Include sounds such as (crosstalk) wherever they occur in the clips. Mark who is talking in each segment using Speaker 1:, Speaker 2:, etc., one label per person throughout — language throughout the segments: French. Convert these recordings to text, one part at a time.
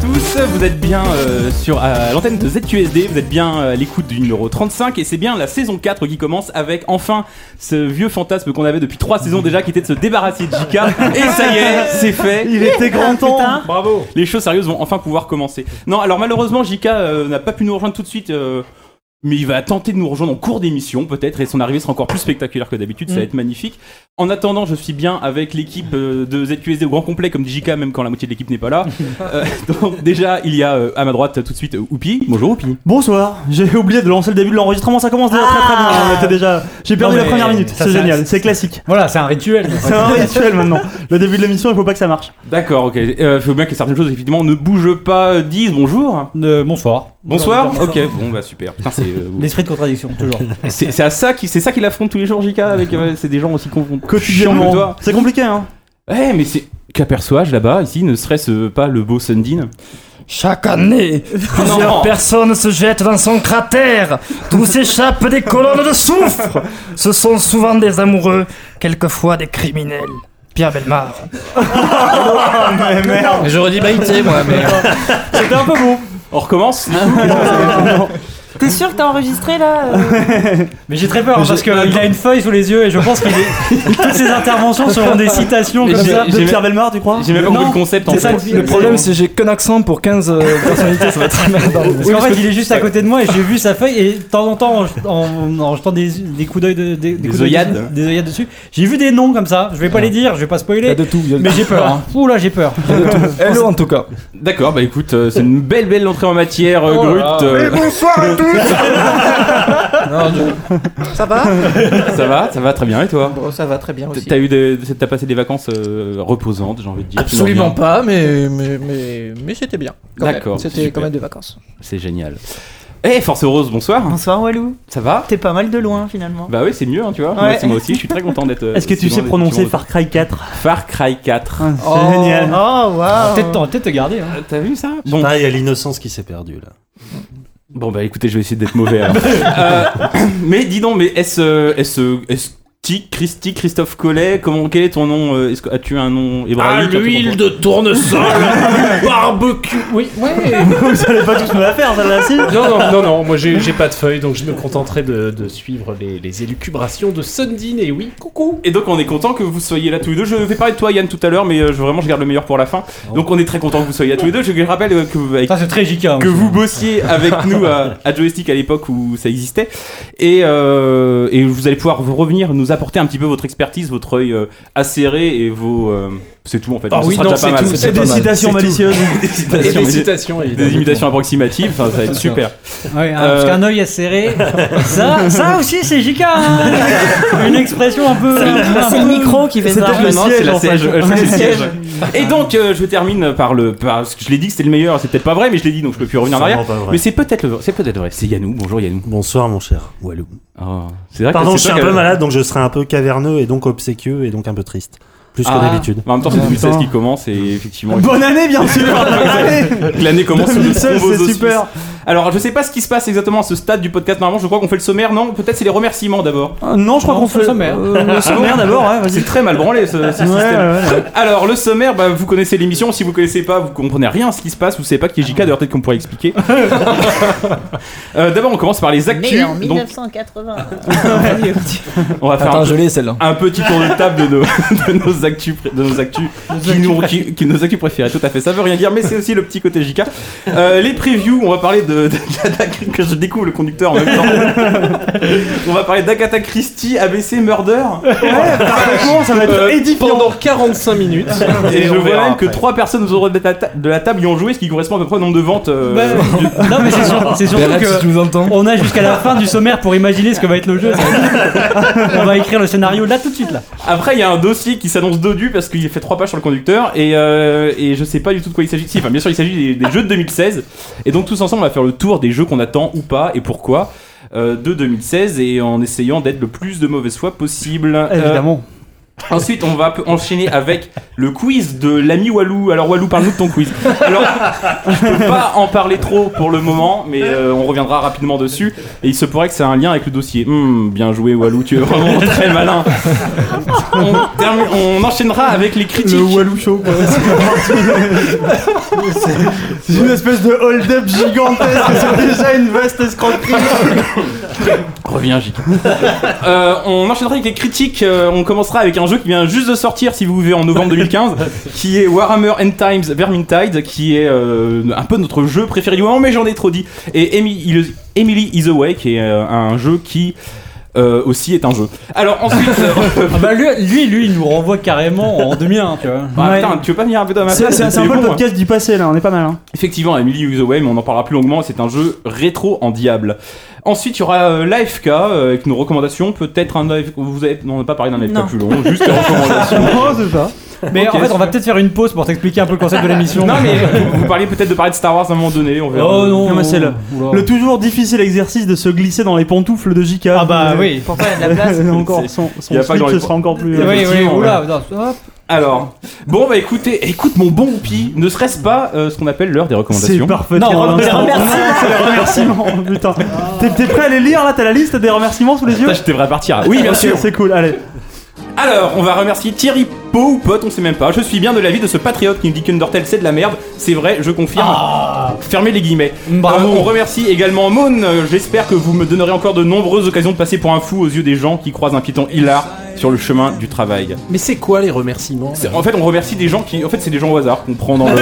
Speaker 1: tous, vous êtes bien euh, sur euh, l'antenne de ZQSD, vous êtes bien euh, à l'écoute du numéro 35 et c'est bien la saison 4 qui commence avec enfin ce vieux fantasme qu'on avait depuis 3 saisons déjà qui était de se débarrasser de JK et ça y est, c'est fait.
Speaker 2: Il
Speaker 3: (laughs)
Speaker 2: était grand temps.
Speaker 1: Bravo. Les choses sérieuses vont enfin pouvoir commencer. Non, alors malheureusement JK euh, n'a pas pu nous rejoindre tout de suite. euh, mais il va tenter de nous rejoindre en cours d'émission, peut-être, et son arrivée sera encore plus spectaculaire que d'habitude, ça va être magnifique. En attendant, je suis bien avec l'équipe euh, de ZQSD au grand complet, comme dit JK, même quand la moitié de l'équipe n'est pas là. Euh, donc, déjà, il y a euh, à ma droite tout de suite euh, Oupi. Bonjour Oupi.
Speaker 2: Bonsoir, j'ai oublié de lancer le début de l'enregistrement, ça commence déjà très très bien. On était déjà... J'ai perdu
Speaker 3: Ah. Non,
Speaker 2: la
Speaker 3: mais
Speaker 2: première minute,
Speaker 3: ça,
Speaker 2: c'est
Speaker 3: ça,
Speaker 2: génial,
Speaker 3: c'est-
Speaker 2: c'est classique.
Speaker 3: Voilà, c'est un rituel.
Speaker 2: C'est un rituel maintenant. Le début de l'émission, il faut pas que ça marche.
Speaker 1: D'accord, ok. Euh, faut bien qu'il y ait certaines choses, évidemment, ne bouge pas, 10, bonjour.
Speaker 3: Euh, bonsoir.
Speaker 1: Bonsoir. Ok, bon, bah (laughs) super. Putain, c'est. euh,
Speaker 3: L'esprit de contradiction, toujours.
Speaker 1: (laughs) C'est c'est à ça qui c'est ça qu'il affronte tous les jours JK (laughs) avec euh, c'est des gens aussi con- chiants que
Speaker 2: Quotidiennement.
Speaker 1: toi.
Speaker 2: C'est compliqué, hein
Speaker 1: Eh mais c'est qu'aperçois-je là-bas ici ne serait-ce euh, pas le beau Sundin
Speaker 4: Chaque
Speaker 3: (laughs)
Speaker 4: année, plusieurs
Speaker 1: non.
Speaker 4: personnes se jettent dans son cratère, d'où s'échappent des colonnes de soufre. Ce sont souvent des amoureux, quelquefois des criminels. Pierre Belmar.
Speaker 3: Ah,
Speaker 2: Mais merde
Speaker 4: J'aurais dit Baïté, moi, mais.
Speaker 2: C'était un peu bon.
Speaker 1: On recommence
Speaker 5: T'es sûr que t'as enregistré là euh
Speaker 3: Mais j'ai très peur hein, parce qu'il a une feuille sous les yeux et je pense que toutes ses interventions seront des citations
Speaker 1: Mais
Speaker 3: comme
Speaker 1: j'ai-
Speaker 3: ça.
Speaker 1: j'ai-
Speaker 2: De Pierre Belmar, tu crois
Speaker 1: (laughs) J'ai même pas
Speaker 3: Non,
Speaker 1: compris le concept en
Speaker 3: c'est
Speaker 1: fait.
Speaker 3: ça
Speaker 4: Le problème, c'est que j'ai qu'un accent pour 15
Speaker 2: (laughs)
Speaker 4: euh, personnalités, ça va être merdant.
Speaker 3: Oui, en fait, il est juste à côté de moi et j'ai vu sa feuille et de temps en temps, en, en- en jetant des, des coups d'œil, de- des,
Speaker 1: Des
Speaker 3: coups d'œil
Speaker 1: œillades.
Speaker 3: dessus- des œillades dessus, j'ai vu des noms comme ça. Je vais pas les dire, je vais pas
Speaker 4: Il y a
Speaker 3: spoiler,
Speaker 4: de tout. il y a de-
Speaker 3: mais j'ai peur. hein. Ouh là, j'ai peur.
Speaker 4: il y a de tout. Hello, en tout cas.
Speaker 1: (laughs) D'accord, bah écoute, euh, c'est une belle belle entrée en matière
Speaker 3: Oh
Speaker 1: euh, Grut. euh,
Speaker 3: (laughs)
Speaker 6: Ça va
Speaker 1: ça va, ça va très bien et toi
Speaker 6: Bon, ça va très bien aussi.
Speaker 1: T'as eu des- t'as passé des vacances euh, reposantes, j'ai envie de dire. tu m'en
Speaker 6: Absolument
Speaker 1: reviens.
Speaker 6: pas, mais, mais, mais, mais c'était bien. quand même.
Speaker 1: D'accord,
Speaker 6: C'était
Speaker 1: super.
Speaker 6: quand même des vacances.
Speaker 1: C'est génial. Eh Force Rose, bonsoir.
Speaker 5: Bonsoir Walou,
Speaker 1: Ça va
Speaker 5: t'es pas mal de loin finalement.
Speaker 1: Bah oui, c'est mieux, hein, tu vois. Moi,
Speaker 5: Ouais.
Speaker 1: c'est moi aussi, je suis très content d'être. euh,
Speaker 2: Est-ce que tu
Speaker 1: aussi
Speaker 2: sais
Speaker 1: loin-
Speaker 2: prononcer
Speaker 1: Far...
Speaker 2: Far Cry
Speaker 3: (laughs)
Speaker 2: 4
Speaker 1: Cry 4
Speaker 2: C'est génial.
Speaker 5: Oh waouh
Speaker 3: Peut-être t'en- peut-être te garder. hein.
Speaker 1: Euh, T'as vu ça Bon,
Speaker 7: Ah, il y a l'innocence qui s'est perdue là.
Speaker 1: Bon bah écoutez, je vais essayer d'être mauvais. alors. Euh, (clears throat) mais dis donc, mais est-ce euh, est-ce euh, est-ce Ti- Christi Christophe Collet Comment quel est ton nom euh, Est-ce que as-tu un nom
Speaker 8: Ah,
Speaker 9: Ah,
Speaker 1: hébraïque un truc comme ça
Speaker 4: de tournesol, barbecue.
Speaker 9: Oui, ouais.
Speaker 2: Vous allez pas tous me la faire, celle-là, si
Speaker 9: non, non, non, non, moi j'ai j'ai pas de feuille, donc je me contenterai de, de suivre les, les élucubrations de Sundin, et oui, coucou
Speaker 1: Et donc on est content que vous soyez là tous les deux. Je vais parler de toi Yann tout à l'heure, mais euh, je, vraiment je garde le meilleur pour la fin. Donc on est très content que vous soyez là tous les deux. Je rappelle euh, que vous, avec
Speaker 3: Ça, c'est très giga.
Speaker 1: que vous bossiez avec nous à, à Joystick à l'époque où ça existait. Et, euh, et vous allez pouvoir vous revenir, nous apporter un petit peu votre expertise, votre œil euh, acéré et vos. euh, c'est tout en fait.
Speaker 9: Ah
Speaker 1: Ce
Speaker 9: oui,
Speaker 1: sera
Speaker 9: non,
Speaker 1: déjà pas
Speaker 9: c'est
Speaker 1: mal.
Speaker 9: tout,
Speaker 2: C'est des citations malicieuses.
Speaker 9: Et
Speaker 1: (laughs) Des
Speaker 9: des citations, évidemment.
Speaker 1: des imitations approximatives, enfin, ça va être super.
Speaker 3: Ouais, hein,
Speaker 1: Euh,
Speaker 3: Parce qu'un œil à serrer, ça, ça aussi c'est JK hein. Une expression un peu. euh,
Speaker 5: C'est le micro qui fait
Speaker 2: C'est
Speaker 5: ça.
Speaker 2: peut-être le
Speaker 1: Non,
Speaker 2: siège,
Speaker 1: c'est la
Speaker 2: en fait.
Speaker 1: siège. euh, c'est le siège. (laughs) Et donc, euh, je termine par le. Parce que je l'ai dit que c'était le meilleur, c'est peut-être pas vrai, mais je l'ai dit donc je peux plus revenir en arrière.
Speaker 7: Sûrement pas vrai.
Speaker 1: Mais c'est peut-être le- c'est peut-être vrai. C'est Yannou. Bonjour Yannou.
Speaker 7: Bonsoir mon cher Walou.
Speaker 1: Oh, c'est vrai que
Speaker 7: Pardon,
Speaker 1: c'est
Speaker 7: je suis
Speaker 1: toi
Speaker 7: un
Speaker 1: qui
Speaker 7: peu
Speaker 1: a-
Speaker 7: malade donc je serai un peu caverneux et donc obséquieux et donc un peu triste. Plus que
Speaker 1: Ah.
Speaker 7: d'habitude.
Speaker 1: En même temps, c'est 2016 qui commence et effectivement.
Speaker 2: Bonne année, bien sûr Allez
Speaker 1: L'année commence
Speaker 7: (laughs)
Speaker 1: sur le
Speaker 2: 2016,
Speaker 1: thrombozo
Speaker 2: c'est
Speaker 1: suisse.
Speaker 2: super
Speaker 1: Alors, je sais pas ce qui se passe exactement à ce stade du podcast. Normalement, je crois qu'on fait le sommaire, non Peut-être c'est les remerciements d'abord. Ah
Speaker 2: Ah, Non, je crois
Speaker 3: Euh, Non,
Speaker 2: qu'on
Speaker 3: c'est
Speaker 2: fait
Speaker 3: le sommaire.
Speaker 2: Euh, le sommaire d'abord, ouais, vas-y.
Speaker 1: C'est très mal branlé ce, ce
Speaker 2: Ouais,
Speaker 1: système.
Speaker 2: ouais, ouais.
Speaker 1: Alors, le sommaire, bah, vous connaissez l'émission. Si vous connaissez pas, vous comprenez rien à ce qui se passe. Vous savez pas qui est JK, d'ailleurs, peut-être qu'on pourrait
Speaker 2: (laughs)
Speaker 1: expliquer. Euh, d'abord, on commence par les actus. Donc,
Speaker 5: 1980.
Speaker 1: on va faire
Speaker 4: Attends,
Speaker 1: un,
Speaker 4: je l'ai celle-là.
Speaker 1: un petit tour de table de nos, (laughs) de nos actus, pré- de nos actus qui nous, qui, qui- nos actus préférés. Tout à fait, ça veut rien dire, mais c'est aussi le petit côté JK. Euh, les previews, on va parler de, de- de- de- que je découvre le conducteur en même temps.
Speaker 2: (laughs)
Speaker 1: on va parler d'Agatha Christie, ABC Murder.
Speaker 2: Franchement, ça va être
Speaker 1: Euh,
Speaker 2: édifiant.
Speaker 9: Pendant 45 minutes,
Speaker 1: Et, je
Speaker 9: on
Speaker 1: vois
Speaker 9: verra
Speaker 1: même que
Speaker 9: après.
Speaker 1: trois personnes autour de la, ta- de la table y ont joué, ce qui correspond à peu près au nombre de ventes. euh,
Speaker 3: Bah,
Speaker 1: du-
Speaker 3: Non mais c'est sûr- c'est surtout
Speaker 4: Bérette, si tu
Speaker 3: que
Speaker 4: nous entends.
Speaker 3: on a jusqu'à la fin du sommaire pour imaginer ce que va être le jeu. on va écrire le scénario là tout de suite là.
Speaker 1: (laughs) Après, il y a un dossier qui s'annonce dodu parce qu'il fait trois pages sur le conducteur et, euh, et je sais pas du tout de quoi il s'agit. Si, enfin, bien sûr, il s'agit des, des jeux de 2016. Et donc, tous ensemble, on va faire le tour des jeux qu'on attend ou pas et pourquoi euh, de 2016 et en essayant d'être le plus de mauvaise foi possible. Euh,
Speaker 2: Évidemment.
Speaker 1: Ensuite, on va enchaîner avec le quiz de l'ami Walou. Alors, Walou, parle-nous de ton quiz. Alors, je peux pas en parler trop pour le moment, mais euh, on reviendra rapidement dessus. Et il se pourrait que c'est un lien avec le dossier. Hmm, bien joué, Walou, tu es vraiment très malin. On, termine- on enchaînera avec les critiques.
Speaker 2: Le Walou Show, quoi. C'est- C'est une espèce de hold-up gigantesque. C'est déjà une vaste escroquerie.
Speaker 1: Reviens, (laughs) J. Euh, on enchaînera avec les critiques. Euh, on commencera avec un jeu qui vient juste de sortir, si vous voulez, en novembre
Speaker 2: (laughs)
Speaker 1: 2015, qui est Warhammer End Times Vermintide, qui est euh, un peu notre jeu préféré du moment, mais j'en ai trop dit. Et Emi- Il- Emily Is Away, qui est euh, un jeu qui euh, aussi est un jeu. Alors
Speaker 2: (laughs)
Speaker 1: ensuite. euh, (laughs)
Speaker 3: Ah bah lui, lui, lui, il nous renvoie carrément en 2001, tu vois.
Speaker 2: Bah,
Speaker 1: ah, putain, tu veux pas venir un peu dans ma
Speaker 2: C'est
Speaker 1: place
Speaker 2: c'est- c'est
Speaker 1: T'es
Speaker 2: un peu
Speaker 1: bon,
Speaker 2: le
Speaker 1: hein.
Speaker 2: podcast du passé, là. On est pas mal. hein.
Speaker 1: Effectivement, Emily Is Away, mais on en parlera plus longuement, c'est un jeu rétro en diable. Ensuite, il y aura euh, l'AFK euh, avec nos recommandations. Peut-être un AFK. Vous avez... Non, on n'a pas parlé d'un AFK
Speaker 5: Non.
Speaker 1: plus long, juste les recommandations.
Speaker 2: (laughs) Non, c'est ça.
Speaker 3: (laughs) Mais
Speaker 1: Ok,
Speaker 3: en fait, on va
Speaker 1: super.
Speaker 3: peut-être faire une pause pour t'expliquer un peu le concept de l'émission.
Speaker 1: Non, mais euh, vous- vous parliez peut-être de parler de Star Wars à un moment donné. On verra.
Speaker 3: Oh non,
Speaker 2: Non, mais c'est le-
Speaker 3: Oula.
Speaker 2: Le toujours difficile exercice de se glisser dans les pantoufles de JK.
Speaker 3: Ah bah oui.
Speaker 5: Pourtant, il y a de la place.
Speaker 2: Non, (laughs) encore, son,
Speaker 1: Il y
Speaker 2: son
Speaker 1: a pas
Speaker 2: slip,
Speaker 1: dans les
Speaker 2: ce sera encore plus.
Speaker 3: Oui, oui,
Speaker 1: effectivement,
Speaker 3: oula, non, hop.
Speaker 1: Alors, bon, bah écoutez, écoute mon bon Oupi, ne serait-ce pas euh, ce qu'on appelle l'heure des
Speaker 2: C'est
Speaker 1: recommandations
Speaker 2: parfait.
Speaker 3: Non,
Speaker 2: tiens,
Speaker 3: on
Speaker 2: à
Speaker 3: les
Speaker 2: l'instant.
Speaker 3: remercie.
Speaker 2: (laughs) C'est les remerciements, putain. T'es- T'es prêt à les lire là T'as la liste des remerciements sous les yeux
Speaker 1: Putain, je devrais partir. Oui, bien
Speaker 2: Ok,
Speaker 1: sûr.
Speaker 2: C'est cool, allez.
Speaker 1: Alors, on va remercier Thierry Po ou Pote, on sait même pas. Je suis bien de l'avis de ce patriote qui me dit qu'Undertale c'est de la merde. C'est vrai, je confirme. Fermez les guillemets. Euh,
Speaker 3: Bravo.
Speaker 1: on remercie également Moon. Euh, J'espère que vous me donnerez encore de nombreuses occasions de passer pour un fou aux yeux des gens qui croisent un piton hilar sur le chemin du travail.
Speaker 9: Mais c'est quoi les remerciements
Speaker 1: C'est- En fait, on remercie des gens qui. En fait, c'est des gens au hasard qu'on prend dans le.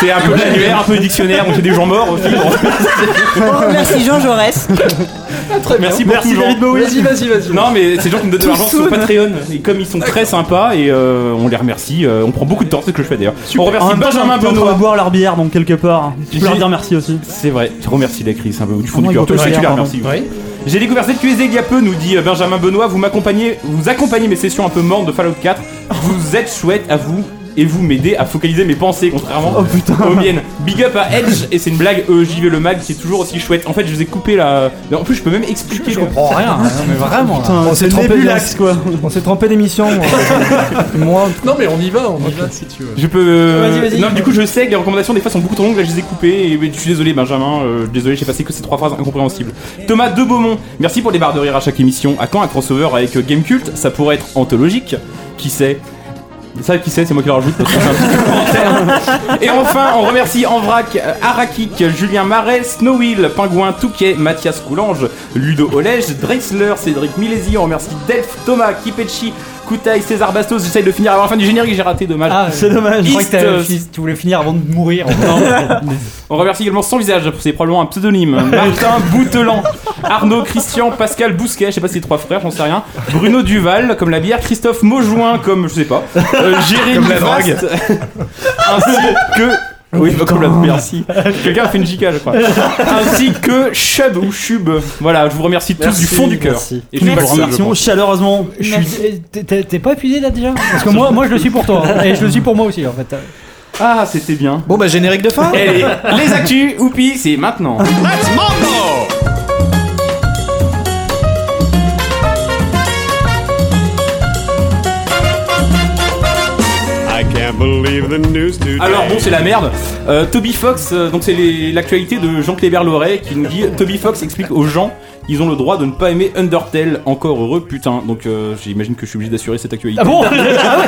Speaker 1: c'est un peu l'annuaire, un peu le dictionnaire, on fait des gens morts aussi. Bon,
Speaker 5: (laughs) Oh, merci Jean Jaurès.
Speaker 6: Ah,
Speaker 1: Merci beaucoup,
Speaker 2: Merci
Speaker 1: Jean.
Speaker 2: David Bowie.
Speaker 9: Vas-y, vas-y, vas-y.
Speaker 1: Non, mais ces gens qui nous donnent de l'argent sur Patreon. Et comme ils sont très sympas, et euh, on les remercie, euh, on prend beaucoup de temps, c'est ce que je fais d'ailleurs. On
Speaker 2: En
Speaker 1: remercie
Speaker 2: même temps, j'ai
Speaker 1: Benjamin
Speaker 2: envie de leur
Speaker 1: Benoît.
Speaker 2: boire leur bière, donc quelque part. Je peux leur
Speaker 1: J'ai-
Speaker 2: dire merci aussi.
Speaker 1: C'est vrai, je remercie la crise un peu du fond
Speaker 2: Ah,
Speaker 1: du
Speaker 2: moi,
Speaker 1: cœur.
Speaker 2: il faut
Speaker 1: Toi aussi,
Speaker 2: pas
Speaker 1: tu
Speaker 2: dire,
Speaker 1: la
Speaker 2: hein. pardon.
Speaker 1: remercies.
Speaker 9: Oui.
Speaker 1: J'ai découvert cette QSD il y a peu, nous dit euh, Benjamin Benoît. Vous m'accompagnez, vous accompagnez mes sessions un peu mortes de Fallout 4. Vous êtes chouette à vous. Et vous m'aidez à focaliser mes pensées, contrairement
Speaker 2: Oh, putain.
Speaker 1: aux miennes. Big up à Edge, et c'est une blague, euh, j'y vais le mag, c'est toujours aussi chouette. En fait, je vous ai coupé la. Mais En plus, je peux même expliquer.
Speaker 3: Je
Speaker 1: le-
Speaker 3: comprends
Speaker 2: (laughs)
Speaker 3: rien, hein, non, mais vraiment. là.
Speaker 2: Putain,
Speaker 4: On s'est
Speaker 2: c'est
Speaker 4: trompé,
Speaker 2: Nebulax quoi.
Speaker 4: On s'est trompé d'émission.
Speaker 2: (laughs)
Speaker 4: moi. moi,
Speaker 9: Non, mais on y va, on y va si tu veux.
Speaker 1: Je peux. euh,
Speaker 3: Vas-y, vas-y.
Speaker 1: Non, du coup, je sais que les recommandations des fois sont beaucoup trop longues. Là, je les ai coupées. Et mais je suis désolé, Benjamin. euh, désolé, j'ai passé que ces trois phrases incompréhensibles. Thomas de Beaumont, merci pour les barres de rire à chaque émission. À quand un crossover avec euh, Game Cult Ça pourrait être anthologique. Qui sait ça, qui sait, c'est moi qui le rajoute parce que c'est un petit commentaire. Et enfin, on remercie en vrac euh, Arakik, Julien Marais, Snowhill, Pingouin, Touquet, Mathias Coulange, Ludo Olège, Drexler, Cédric Milési. On remercie Delph, Thomas, Kipetchi, Koutaï, César Bastos. J'essaye de finir avant la fin du générique, j'ai raté, dommage.
Speaker 3: Ah,
Speaker 2: C'est dommage.
Speaker 3: je crois
Speaker 1: East,
Speaker 3: que t'avais-
Speaker 1: euh,
Speaker 3: fi- tu voulais finir avant de mourir.
Speaker 1: On remercie également son visage, pour c'est probablement un
Speaker 7: (laughs)
Speaker 1: pseudonyme. Martin Boutelan, Arnaud Christian, Pascal Bousquet, je sais pas si c'est trois frères, j'en sais rien. Bruno Duval, comme la bière, Christophe Maujoin, comme je sais pas.
Speaker 7: (laughs)
Speaker 1: Euh, Jérémy Vaste, ainsi que. Oui, comme la merci. Quelqu'un a fait une jica, je
Speaker 7: (laughs)
Speaker 1: crois. Ainsi que Chub ou Chub. Voilà, je vous remercie tous du fond du cœur.
Speaker 7: Merci.
Speaker 1: Et je suis
Speaker 2: Nous
Speaker 1: pas
Speaker 2: vous
Speaker 1: le seul, je
Speaker 2: remercions
Speaker 1: pense.
Speaker 2: chaleureusement.
Speaker 3: Je suis- Euh, t'es- T'es t'es pas épuisé là déjà Parce que moi, moi, je le suis pour toi. hein, Et je le suis pour moi aussi en fait.
Speaker 1: Ah, c'était bien.
Speaker 6: Bon bah générique de fin.
Speaker 1: Et les, les actus, oupi, c'est
Speaker 7: (laughs)
Speaker 1: maintenant.
Speaker 10: I can't believe the news today.
Speaker 1: Alors bon, c'est la merde. Euh, Toby Fox, euh, donc c'est les- l'actualité de Jean Cléber Loret qui nous dit Toby Fox explique aux gens qu'ils ont le droit de ne pas aimer Undertale. Encore heureux, putain. Donc euh, j'imagine que je suis obligé d'assurer cette actualité.
Speaker 3: Ah
Speaker 2: (laughs)
Speaker 3: bon Ah
Speaker 2: Ah,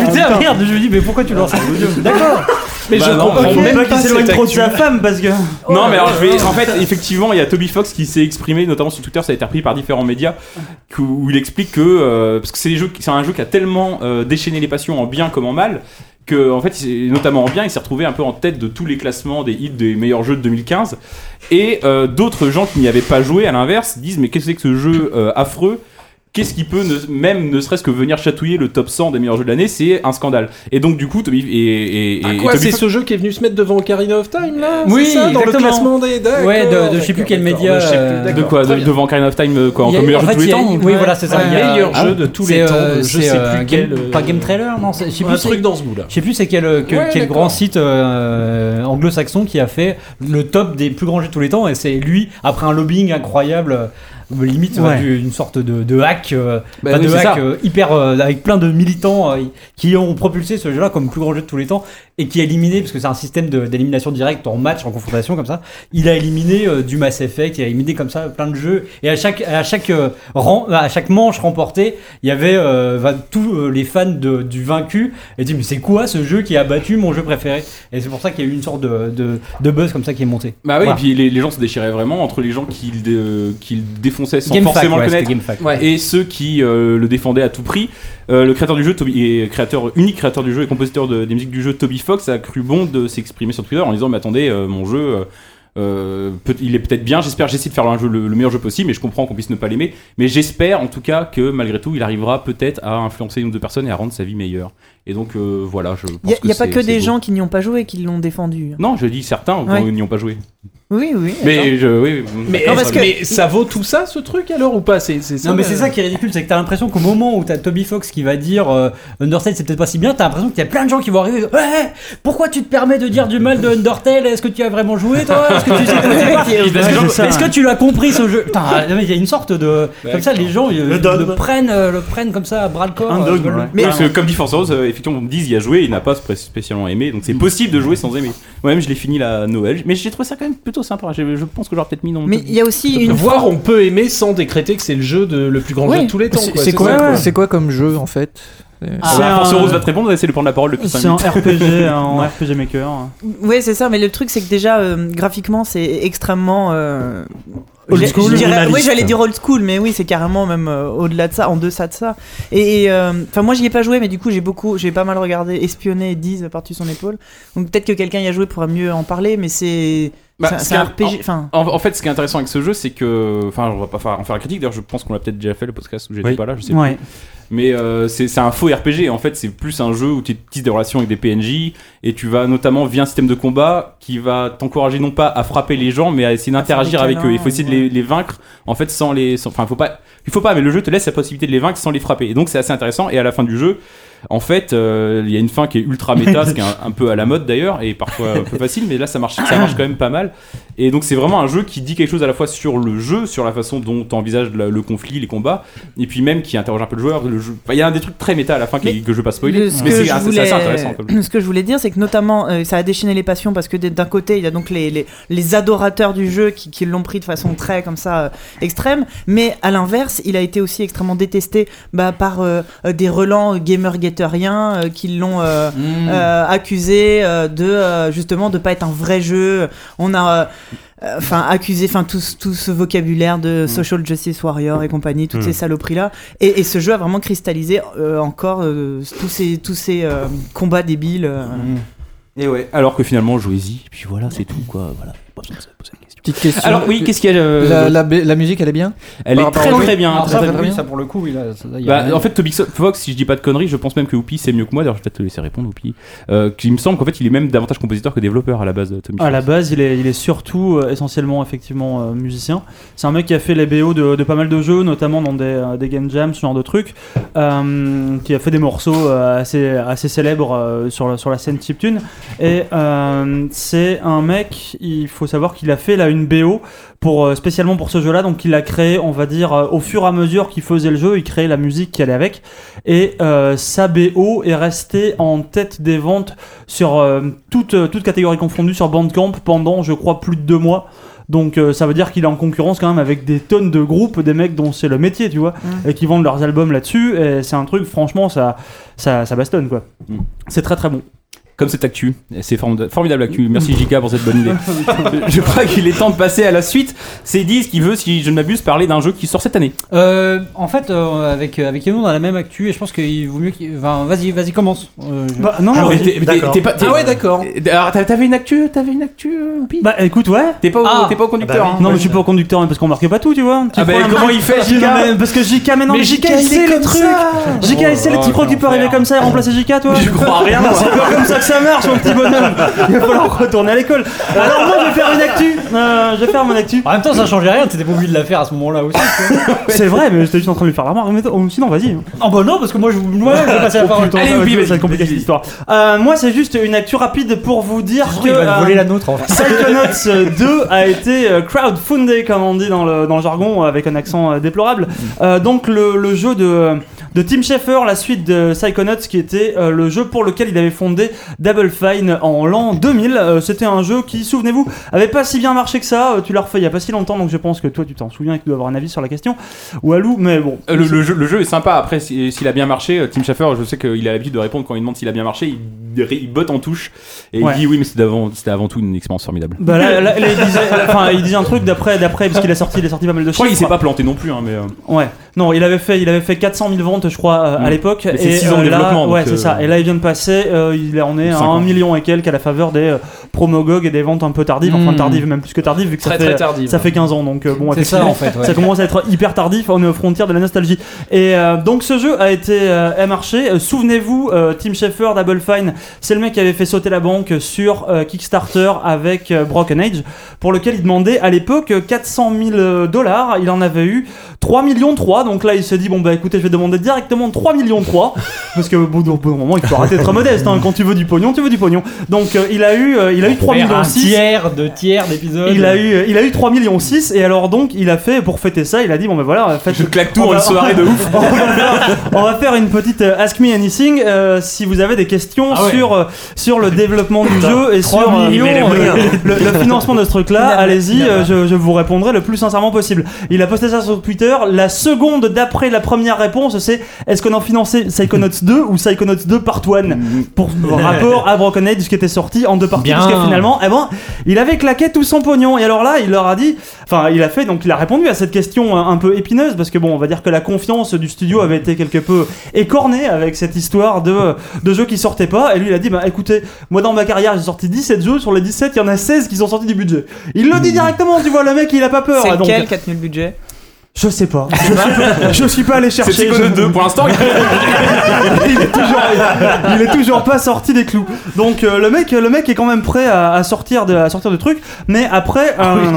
Speaker 3: ouais Putain, merde, je me dis, mais pourquoi tu lances D'accord
Speaker 9: Mais
Speaker 1: Bah
Speaker 9: je
Speaker 1: non,
Speaker 9: comprends
Speaker 1: mais-
Speaker 2: Faut
Speaker 9: même
Speaker 2: pas qu'il
Speaker 9: pas
Speaker 2: s'éloigne
Speaker 9: cette
Speaker 2: trop de
Speaker 9: actu.
Speaker 2: sa femme parce que.
Speaker 3: Oh
Speaker 1: non, mais alors je vais. En fait, effectivement, il y a Toby Fox qui s'est exprimé, notamment sur Twitter, ça a été repris par différents médias, que- où il explique que euh, parce que c'est des jeux, qui- c'est un jeu qui a tellement euh, déchaîné les passions en bien comme en mal. Que, en fait, il s'est- notamment en bien, il s'est retrouvé un peu en tête de tous les classements des hits des meilleurs jeux de 2015. Et euh, d'autres gens qui n'y avaient pas joué, à l'inverse, disent Mais qu'est-ce que c'est que ce jeu euh, affreux Qu'est-ce qui peut, ne- même ne serait-ce que venir chatouiller le top 100 des meilleurs jeux de l'année C'est un scandale. Et donc, du coup, Toby. Et, et,
Speaker 9: Ah
Speaker 1: et-
Speaker 9: quoi,
Speaker 1: et Toby
Speaker 9: c'est
Speaker 1: Fox-
Speaker 9: ce jeu qui est venu se mettre devant Ocarina of Time là
Speaker 3: Oui,
Speaker 9: c'est ça, dans le
Speaker 3: exactement.
Speaker 9: classement des. D'accord,
Speaker 3: Ouais, de- de je sais plus
Speaker 9: d'accord,
Speaker 3: quel
Speaker 9: d'accord.
Speaker 3: média,
Speaker 9: Je sais plus,
Speaker 3: euh,
Speaker 1: De
Speaker 9: d'accord.
Speaker 1: quoi de-
Speaker 9: Très bien.
Speaker 1: Devant Ocarina of Time, euh, quoi En
Speaker 3: Il y a-
Speaker 1: tant que meilleur
Speaker 3: en
Speaker 1: jeu de
Speaker 3: fait,
Speaker 1: tous les
Speaker 3: il y a-
Speaker 1: temps
Speaker 3: Oui, voilà, c'est ça.
Speaker 9: Un
Speaker 3: il y a-
Speaker 9: meilleur
Speaker 3: Ah,
Speaker 9: jeu de tous
Speaker 3: C'est
Speaker 9: les temps.
Speaker 3: euh,
Speaker 9: je
Speaker 3: c'est,
Speaker 9: sais
Speaker 3: euh,
Speaker 9: plus
Speaker 3: game-
Speaker 9: quel. euh,
Speaker 3: Pas Game Trailer, non c'est- Je sais
Speaker 9: Un
Speaker 3: plus c'est-
Speaker 9: truc dans ce goût-là.
Speaker 3: je sais plus c'est quel, euh, que-
Speaker 9: Ouais,
Speaker 3: quel
Speaker 9: d'accord.
Speaker 3: grand site euh, anglo-saxon qui a fait le top des plus grands jeux de tous les temps et c'est lui après un lobbying incroyable euh, limite ouais,
Speaker 2: Ouais.
Speaker 3: du- une sorte de, de hack, euh,
Speaker 1: Bah
Speaker 3: pas
Speaker 1: oui,
Speaker 3: de
Speaker 1: c'est ça.
Speaker 3: hack euh, hyper euh, avec plein de militants euh, qui ont propulsé ce jeu-là comme le plus grand jeu de tous les temps et qui a éliminé parce que c'est un système de- d'élimination directe en match, en confrontation comme ça. Il a éliminé euh, du Mass Effect, il a éliminé comme ça plein de jeux et à chaque à chaque euh, ran- à chaque manche remportée, il y avait euh, va- tous euh, les fans de- du vaincu et dit mais c'est quoi ce jeu qui a battu mon jeu préféré Et c'est pour ça qu'il y a eu une sorte de, de, de buzz comme ça qui est monté.
Speaker 1: Bah oui,
Speaker 3: Voilà.
Speaker 1: et puis les, les gens se déchiraient vraiment entre les gens qui, le dé- euh, qui le défonçaient sans
Speaker 3: Gamefact,
Speaker 1: forcément
Speaker 3: ouais,
Speaker 1: le
Speaker 3: c'était
Speaker 1: connaître.
Speaker 3: Gamefact.
Speaker 1: Et ceux qui euh, le défendaient à tout prix. Euh, le créateur du jeu, Toby, et créateur, unique créateur du jeu et compositeur de- des musiques du jeu, Toby Fox, a cru bon de s'exprimer sur Twitter en disant Mais attendez, euh, mon jeu. euh, euh, peut- il est peut-être bien, j'espère, j'essaie de faire un jeu, le, le meilleur jeu possible, mais je comprends qu'on puisse ne pas l'aimer. Mais j'espère en tout cas que malgré tout, il arrivera peut-être à influencer une ou deux personnes et à rendre sa vie meilleure. Et donc euh, voilà, je pense
Speaker 5: Il n'y a, pas
Speaker 1: c'est-
Speaker 5: que
Speaker 1: c'est
Speaker 5: des
Speaker 1: beau.
Speaker 5: gens qui n'y ont pas joué qui l'ont défendu.
Speaker 1: Non, je dis certains
Speaker 5: Ouais.
Speaker 1: qui n'y ont pas joué.
Speaker 5: Oui, oui. attends.
Speaker 1: Mais je, oui,
Speaker 9: Mais,
Speaker 5: Non,
Speaker 9: est-ce-
Speaker 5: parce que-
Speaker 9: mais ça vaut tout ça ce truc alors ou pas C'est c'est ça,
Speaker 3: Non mais
Speaker 9: euh,
Speaker 3: c'est ça qui est ridicule, c'est que t'as l'impression qu'au moment où t'as Toby Fox qui va dire euh, Undertale c'est peut-être pas si bien, t'as l'impression qu'il y a plein de gens qui vont arriver. Ouais, pourquoi tu te permets de dire du mal de Undertale Est-ce que tu as vraiment joué toi Est-ce que tu sais (laughs)
Speaker 1: Il
Speaker 3: quoi
Speaker 1: y a des gens-
Speaker 3: Est-ce que tu l'as compris ce jeu Putain, ah, non, mais il y a une sorte de comme ça les gens ils-
Speaker 7: Le
Speaker 3: ils
Speaker 7: dogme.
Speaker 3: le prennent euh, le prennent comme ça à bras le corps. euh,
Speaker 5: euh,
Speaker 2: Un dogme, ouais.
Speaker 5: Mais-
Speaker 1: Parce que comme dit Françoise, euh, effectivement, on me dit il y a joué, il n'a pas spé- spécialement aimé, donc c'est
Speaker 5: Mm.
Speaker 1: possible de jouer sans aimer. Moi-même, je l'ai fini la Noël, mais j'ai trouvé ça quand même plutôt sympa. Je, je pense que j'aurais peut-être mis non.
Speaker 5: Mais il y a aussi une
Speaker 9: Voir, on peut aimer sans décréter que c'est le jeu de le plus grand jeu de tous les temps.
Speaker 6: C'est
Speaker 9: ça,
Speaker 6: quoi, c'est quoi comme jeu en fait
Speaker 2: c'est un-
Speaker 1: François
Speaker 5: (laughs)
Speaker 1: Rose va te répondre, on va essayer de prendre la parole depuis 5
Speaker 2: C'est un
Speaker 1: minutes.
Speaker 2: RPG, un RPG Maker.
Speaker 5: hein. Ouais, c'est ça, mais le truc, c'est que déjà, euh, graphiquement, c'est extrêmement. euh,
Speaker 2: Old
Speaker 5: j'ai-
Speaker 2: school,
Speaker 5: je dirais-
Speaker 2: minimaliste.
Speaker 5: Oui, j'allais dire old school, mais oui, c'est carrément même euh, au-delà de ça, en deçà de ça. Et et, euh, enfin, moi, j'y ai pas joué, mais du coup, j'ai beaucoup, j'ai pas mal regardé, espionné Diz par-dessus son épaule. Donc peut-être que quelqu'un y a joué pourra mieux en parler, mais c'est.
Speaker 1: Bah,
Speaker 5: c'est un-
Speaker 1: ce
Speaker 5: c'est un
Speaker 1: qui est-
Speaker 5: RPG. Enfin,
Speaker 1: En, en fait, ce qui est intéressant avec ce jeu, c'est que. Enfin, on va pas faire- en faire la critique, d'ailleurs, je pense qu'on l'a peut-être déjà fait le podcast où j'étais
Speaker 7: Oui.
Speaker 1: pas là, je sais pas.
Speaker 2: Ouais.
Speaker 1: Mais euh, c'est c'est un faux RPG. En fait, c'est plus un jeu où tu tisses des relations avec des PNJ et tu vas notamment via un système de combat qui va t'encourager non pas à frapper les gens, mais à essayer d'interagir
Speaker 5: faire des
Speaker 1: avec eux. Il faut
Speaker 5: câlins,
Speaker 1: essayer de les, les vaincre en fait sans les. sans- Enfin, faut pas. Il faut pas. Mais le jeu te laisse la possibilité de les vaincre sans les frapper. Et donc c'est assez intéressant. Et à la fin du jeu. En fait, euh, il y a une fin qui est ultra méta, ce qui est un, un peu à la mode d'ailleurs, et parfois un peu facile, mais là ça marche, ça marche quand même pas mal. Et donc c'est vraiment un jeu qui dit quelque chose à la fois sur le jeu, sur la façon dont tu envisages le, le conflit, les combats, et puis même qui interroge un peu le joueur. Le jeu... enfin, il y a un des trucs très méta à la fin qui-
Speaker 5: Mais
Speaker 1: que je vais pas spoiler,
Speaker 5: le- ce
Speaker 1: mais
Speaker 5: que
Speaker 1: c'est
Speaker 5: je
Speaker 1: assez, c'est
Speaker 5: voulais-
Speaker 1: assez intéressant. comme jeu.
Speaker 5: (clears throat) ce que je voulais dire, c'est que notamment, euh, ça a déchaîné les passions parce que d- d'un côté, il y a donc les, les, les adorateurs du jeu qui, qui l'ont pris de façon très comme ça euh, extrême, mais à l'inverse, il a été aussi extrêmement détesté bah, par euh, euh, des relents gamer guetteriens qui l'ont euh,
Speaker 1: Hmm.
Speaker 5: euh, accusé euh, de euh, justement de pas être un vrai jeu. On a euh, euh, Enfin, accusé, enfin, tout, ce- tout ce vocabulaire
Speaker 1: Hmm.
Speaker 5: de social justice warrior et compagnie, toutes ces saloperies-là. Et, et ce jeu a vraiment cristallisé euh, encore euh, tous ces, tous ces euh, combats débiles. euh.
Speaker 2: Mm.
Speaker 1: Et ouais, alors que finalement, jouez-y, et puis voilà, c'est tout quoi. Voilà. Pas besoin de se poser la question.
Speaker 6: Petite question.
Speaker 1: Alors oui, qu'est-ce qu'il y a euh,
Speaker 6: la, la, la musique elle est bien
Speaker 1: Elle est
Speaker 6: par
Speaker 1: très
Speaker 6: rapport au-
Speaker 1: très bien.
Speaker 3: Alors
Speaker 1: très,
Speaker 3: ça,
Speaker 1: très
Speaker 3: oui,
Speaker 1: bien.
Speaker 3: ça, pour le coup, oui, là, ça, là, il y a
Speaker 1: Bah, en fait, Toby Fox, si je dis pas de conneries, je pense même que Whoopi c'est mieux que moi. D'ailleurs, je vais peut-être te laisser répondre, Whoopi. Euh, qu'il me semble qu'en fait, il est même davantage compositeur que développeur à la base, Toby
Speaker 2: À Ah, la
Speaker 1: Fox.
Speaker 2: base, il est, il est surtout euh, essentiellement effectivement euh, musicien. C'est un mec qui a fait les BO de, de pas mal de jeux, notamment dans des, euh, des game jams, ce genre de trucs, euh, qui a fait des morceaux euh, assez, assez célèbres euh, sur, la, sur la scène chiptune. Et euh, c'est un mec, il faut savoir qu'il a fait là une BO pour, euh, spécialement pour ce jeu-là, donc il l'a créé, on va dire, euh, au fur et à mesure qu'il faisait le jeu, il créait la musique qui allait avec. Et euh, sa BO est restée en tête des ventes sur euh, toute, euh, toute catégorie confondue sur Bandcamp pendant je crois plus de deux mois. Donc euh, ça veut dire qu'il est en concurrence quand même avec des tonnes de groupes, des mecs dont c'est le métier, tu vois, et qui vendent leurs albums là-dessus. Et c'est un truc, franchement, ça, ça, ça bastonne quoi.
Speaker 1: Mm.
Speaker 2: C'est très très bon.
Speaker 1: Comme cette actu, c'est formidable, formidable actu. Merci Jika pour cette bonne idée. je crois qu'il est temps de passer à la suite. C'est Diz qui veut, si je ne m'abuse, parler d'un jeu qui sort cette année.
Speaker 3: Euh, en fait, euh, avec euh, avec Emon, on a la même actu et je pense qu'il vaut mieux qu'il. enfin, vas-y, vas-y, commence. Euh, je-
Speaker 2: non,
Speaker 1: Alors,
Speaker 2: mais-
Speaker 1: t'es- t'es-
Speaker 7: d'accord.
Speaker 1: t'es pas- t'es- Euh,
Speaker 6: Ah ouais, Ah d'accord.
Speaker 1: Alors, t'as- t'avais une actu, t'avais une actu. euh, Pi
Speaker 2: bah écoute, ouais.
Speaker 1: T'es pas, au-
Speaker 3: Ah.
Speaker 1: t'es pas au conducteur.
Speaker 7: Bah oui.
Speaker 1: hein.
Speaker 2: Non, mais je suis pas au conducteur hein, parce qu'on marque pas tout, tu vois. Tu
Speaker 1: Ah bah,
Speaker 2: prends la-
Speaker 1: comment il fait,
Speaker 2: Non,
Speaker 1: Jika
Speaker 2: mais- Parce que JK, mais non, mais, JK, il sait les trucs. JK, il sait
Speaker 9: là,
Speaker 2: les Oh, petits crocs qui peut arriver comme ça et remplacer JK, toi.
Speaker 1: Je crois rien. moi.
Speaker 2: (laughs) C'est pas comme ça que ça marche, mon petit bonhomme. Il va falloir retourner à l'école. Alors, moi, je vais faire une actu. Euh, je vais faire mon actu.
Speaker 3: En même temps, ça changeait rien, t'étais pas obligé de la faire à ce moment-là aussi.
Speaker 2: C'est vrai, mais j'étais juste en train de lui faire la remarque. Mais attends, sinon, vas-y. hein.
Speaker 3: Ah bah non, parce que moi je, moi, je vais passer la parole.
Speaker 2: Allez,
Speaker 1: oui,
Speaker 2: oui,
Speaker 1: vas-y,
Speaker 2: ça va être compliqué
Speaker 1: vas-y.
Speaker 2: cette histoire. Euh, moi, c'est juste une actu rapide pour vous dire que.
Speaker 3: Ah, Il va
Speaker 2: euh,
Speaker 3: bah, voler la nôtre en fait.
Speaker 2: Psychonauts 2 a été euh, crowdfundé, comme on dit dans le, dans le jargon, euh, avec un accent euh, déplorable.
Speaker 1: Mm.
Speaker 2: Euh, donc, le, le jeu de, de Tim Schafer, la suite de Psychonauts, qui était euh, le jeu pour lequel il avait fondé Double Fine en l'an 2000. Euh, C'était un jeu qui, souvenez-vous, avait pas si bien marché que ça. Euh, tu l'as refait il y a pas si longtemps, donc je pense que toi, tu t'en souviens et que tu dois avoir un avis sur la question. Ou Alou, mais bon.
Speaker 1: Euh, Le, le jeu, le jeu est sympa. Après, si- s'il a bien marché, euh, Tim Schafer, je sais qu'il a l'habitude de répondre quand il demande s'il a bien marché. Il, ré- il botte en touche et
Speaker 2: Ouais.
Speaker 1: il dit oui, mais c'était avant, c'était avant tout une expérience formidable.
Speaker 2: Bah là, là, là, il disait, enfin, il disait un truc d'après, d'après, parce qu'il a sorti, il a sorti pas mal de
Speaker 1: Je crois
Speaker 2: choses.
Speaker 1: qu'il s'est pas planté non plus, hein, mais. euh,
Speaker 2: Ouais. Non, il avait fait, il avait fait 400 000 ventes, je crois, euh,
Speaker 1: Mm.
Speaker 2: à l'époque.
Speaker 1: Mais c'est
Speaker 2: Et,
Speaker 1: six ans de
Speaker 2: là,
Speaker 1: développement, donc,
Speaker 2: Ouais, c'est
Speaker 1: euh,
Speaker 2: ça. Et là, il vient de passer. euh, il en est à
Speaker 1: Cinq ans.
Speaker 2: 1 million et quelques à la faveur des euh, promogog et des ventes un peu tardives, enfin
Speaker 6: Mm.
Speaker 2: tardives, même plus que tardives, vu que
Speaker 9: Très
Speaker 2: ça fait.
Speaker 9: très tardive.
Speaker 2: Ça fait 15 ans, donc euh, bon,
Speaker 3: C'est ça
Speaker 2: effectivement,
Speaker 3: en fait. ouais.
Speaker 2: ça commence à être hyper tardif, on est aux frontières de la nostalgie. Et euh, donc ce jeu a été euh, a marché. Euh, Souvenez-vous, euh, Tim Schafer, Double Fine, c'est le mec qui avait fait sauter la banque sur euh, Kickstarter avec euh, Broken Age, pour lequel il demandait à l'époque euh, 400 000 dollars. Il en avait eu 3 millions 3. Donc là, il se dit bon bah écoutez, je vais demander directement 3 millions
Speaker 3: (laughs)
Speaker 2: 3 parce que au bout d'un au bout d'un moment, il faut arrêter d'être modeste. hein. Quand tu veux du pognon, tu veux du pognon. Donc euh, il a eu euh, il a eu 3
Speaker 3: Faire
Speaker 2: millions
Speaker 3: un
Speaker 2: 6.
Speaker 3: tiers, deux tiers d'épisodes.
Speaker 2: Il a eu, il a eu 3 millions 6 et alors donc il a fait pour fêter ça, il a dit bon ben voilà, faites,
Speaker 1: Je claque tout
Speaker 2: On
Speaker 1: en
Speaker 2: va-
Speaker 1: une soirée de ouf.
Speaker 2: on va faire une petite euh, Ask Me Anything euh, si vous avez des questions
Speaker 3: Ah ouais.
Speaker 2: sur euh, sur le développement du jeu et sur
Speaker 3: 3
Speaker 2: euh,
Speaker 3: millions,
Speaker 2: le- le, le financement de ce
Speaker 5: Il
Speaker 2: truc-là.
Speaker 5: a-
Speaker 2: Allez-y,
Speaker 5: il a-
Speaker 2: euh, je, je vous répondrai le plus sincèrement possible. Il a posté ça sur Twitter. La seconde d'après la première réponse, c'est est-ce qu'on a financé Psychonauts 2 ou Psychonauts 2 Part 1 pour rapport à Broken Age, ce qui était sorti en deux parties,
Speaker 3: Bien.
Speaker 2: parce que finalement, eh ben, il avait claqué tout son pognon. Et alors là, il leur a dit, enfin, il a fait, donc il a répondu à cette question euh, un peu épineuse, parce que bon, on va dire que la confiance du studio avait été quelque peu écornée avec cette histoire de, de jeux qui sortaient pas. Et lui, il a dit, bah écoutez, moi dans ma carrière, j'ai sorti 17 jeux, sur les 17, il y en a 16 qui sont sortis du budget. Il le dit directement, tu vois, le mec, il a pas peur.
Speaker 5: C'est
Speaker 2: Ah, donc,
Speaker 5: lequel qui a tenu le budget
Speaker 2: Je sais pas. Je suis pas, je suis pas allé
Speaker 1: C'est
Speaker 2: chercher.
Speaker 1: Psychonauts
Speaker 2: je-
Speaker 1: 2 pour l'instant.
Speaker 2: il est toujours, il est toujours pas sorti des clous. Donc euh, le mec, le mec est quand même prêt à, à sortir de, à sortir de truc. Mais après, euh,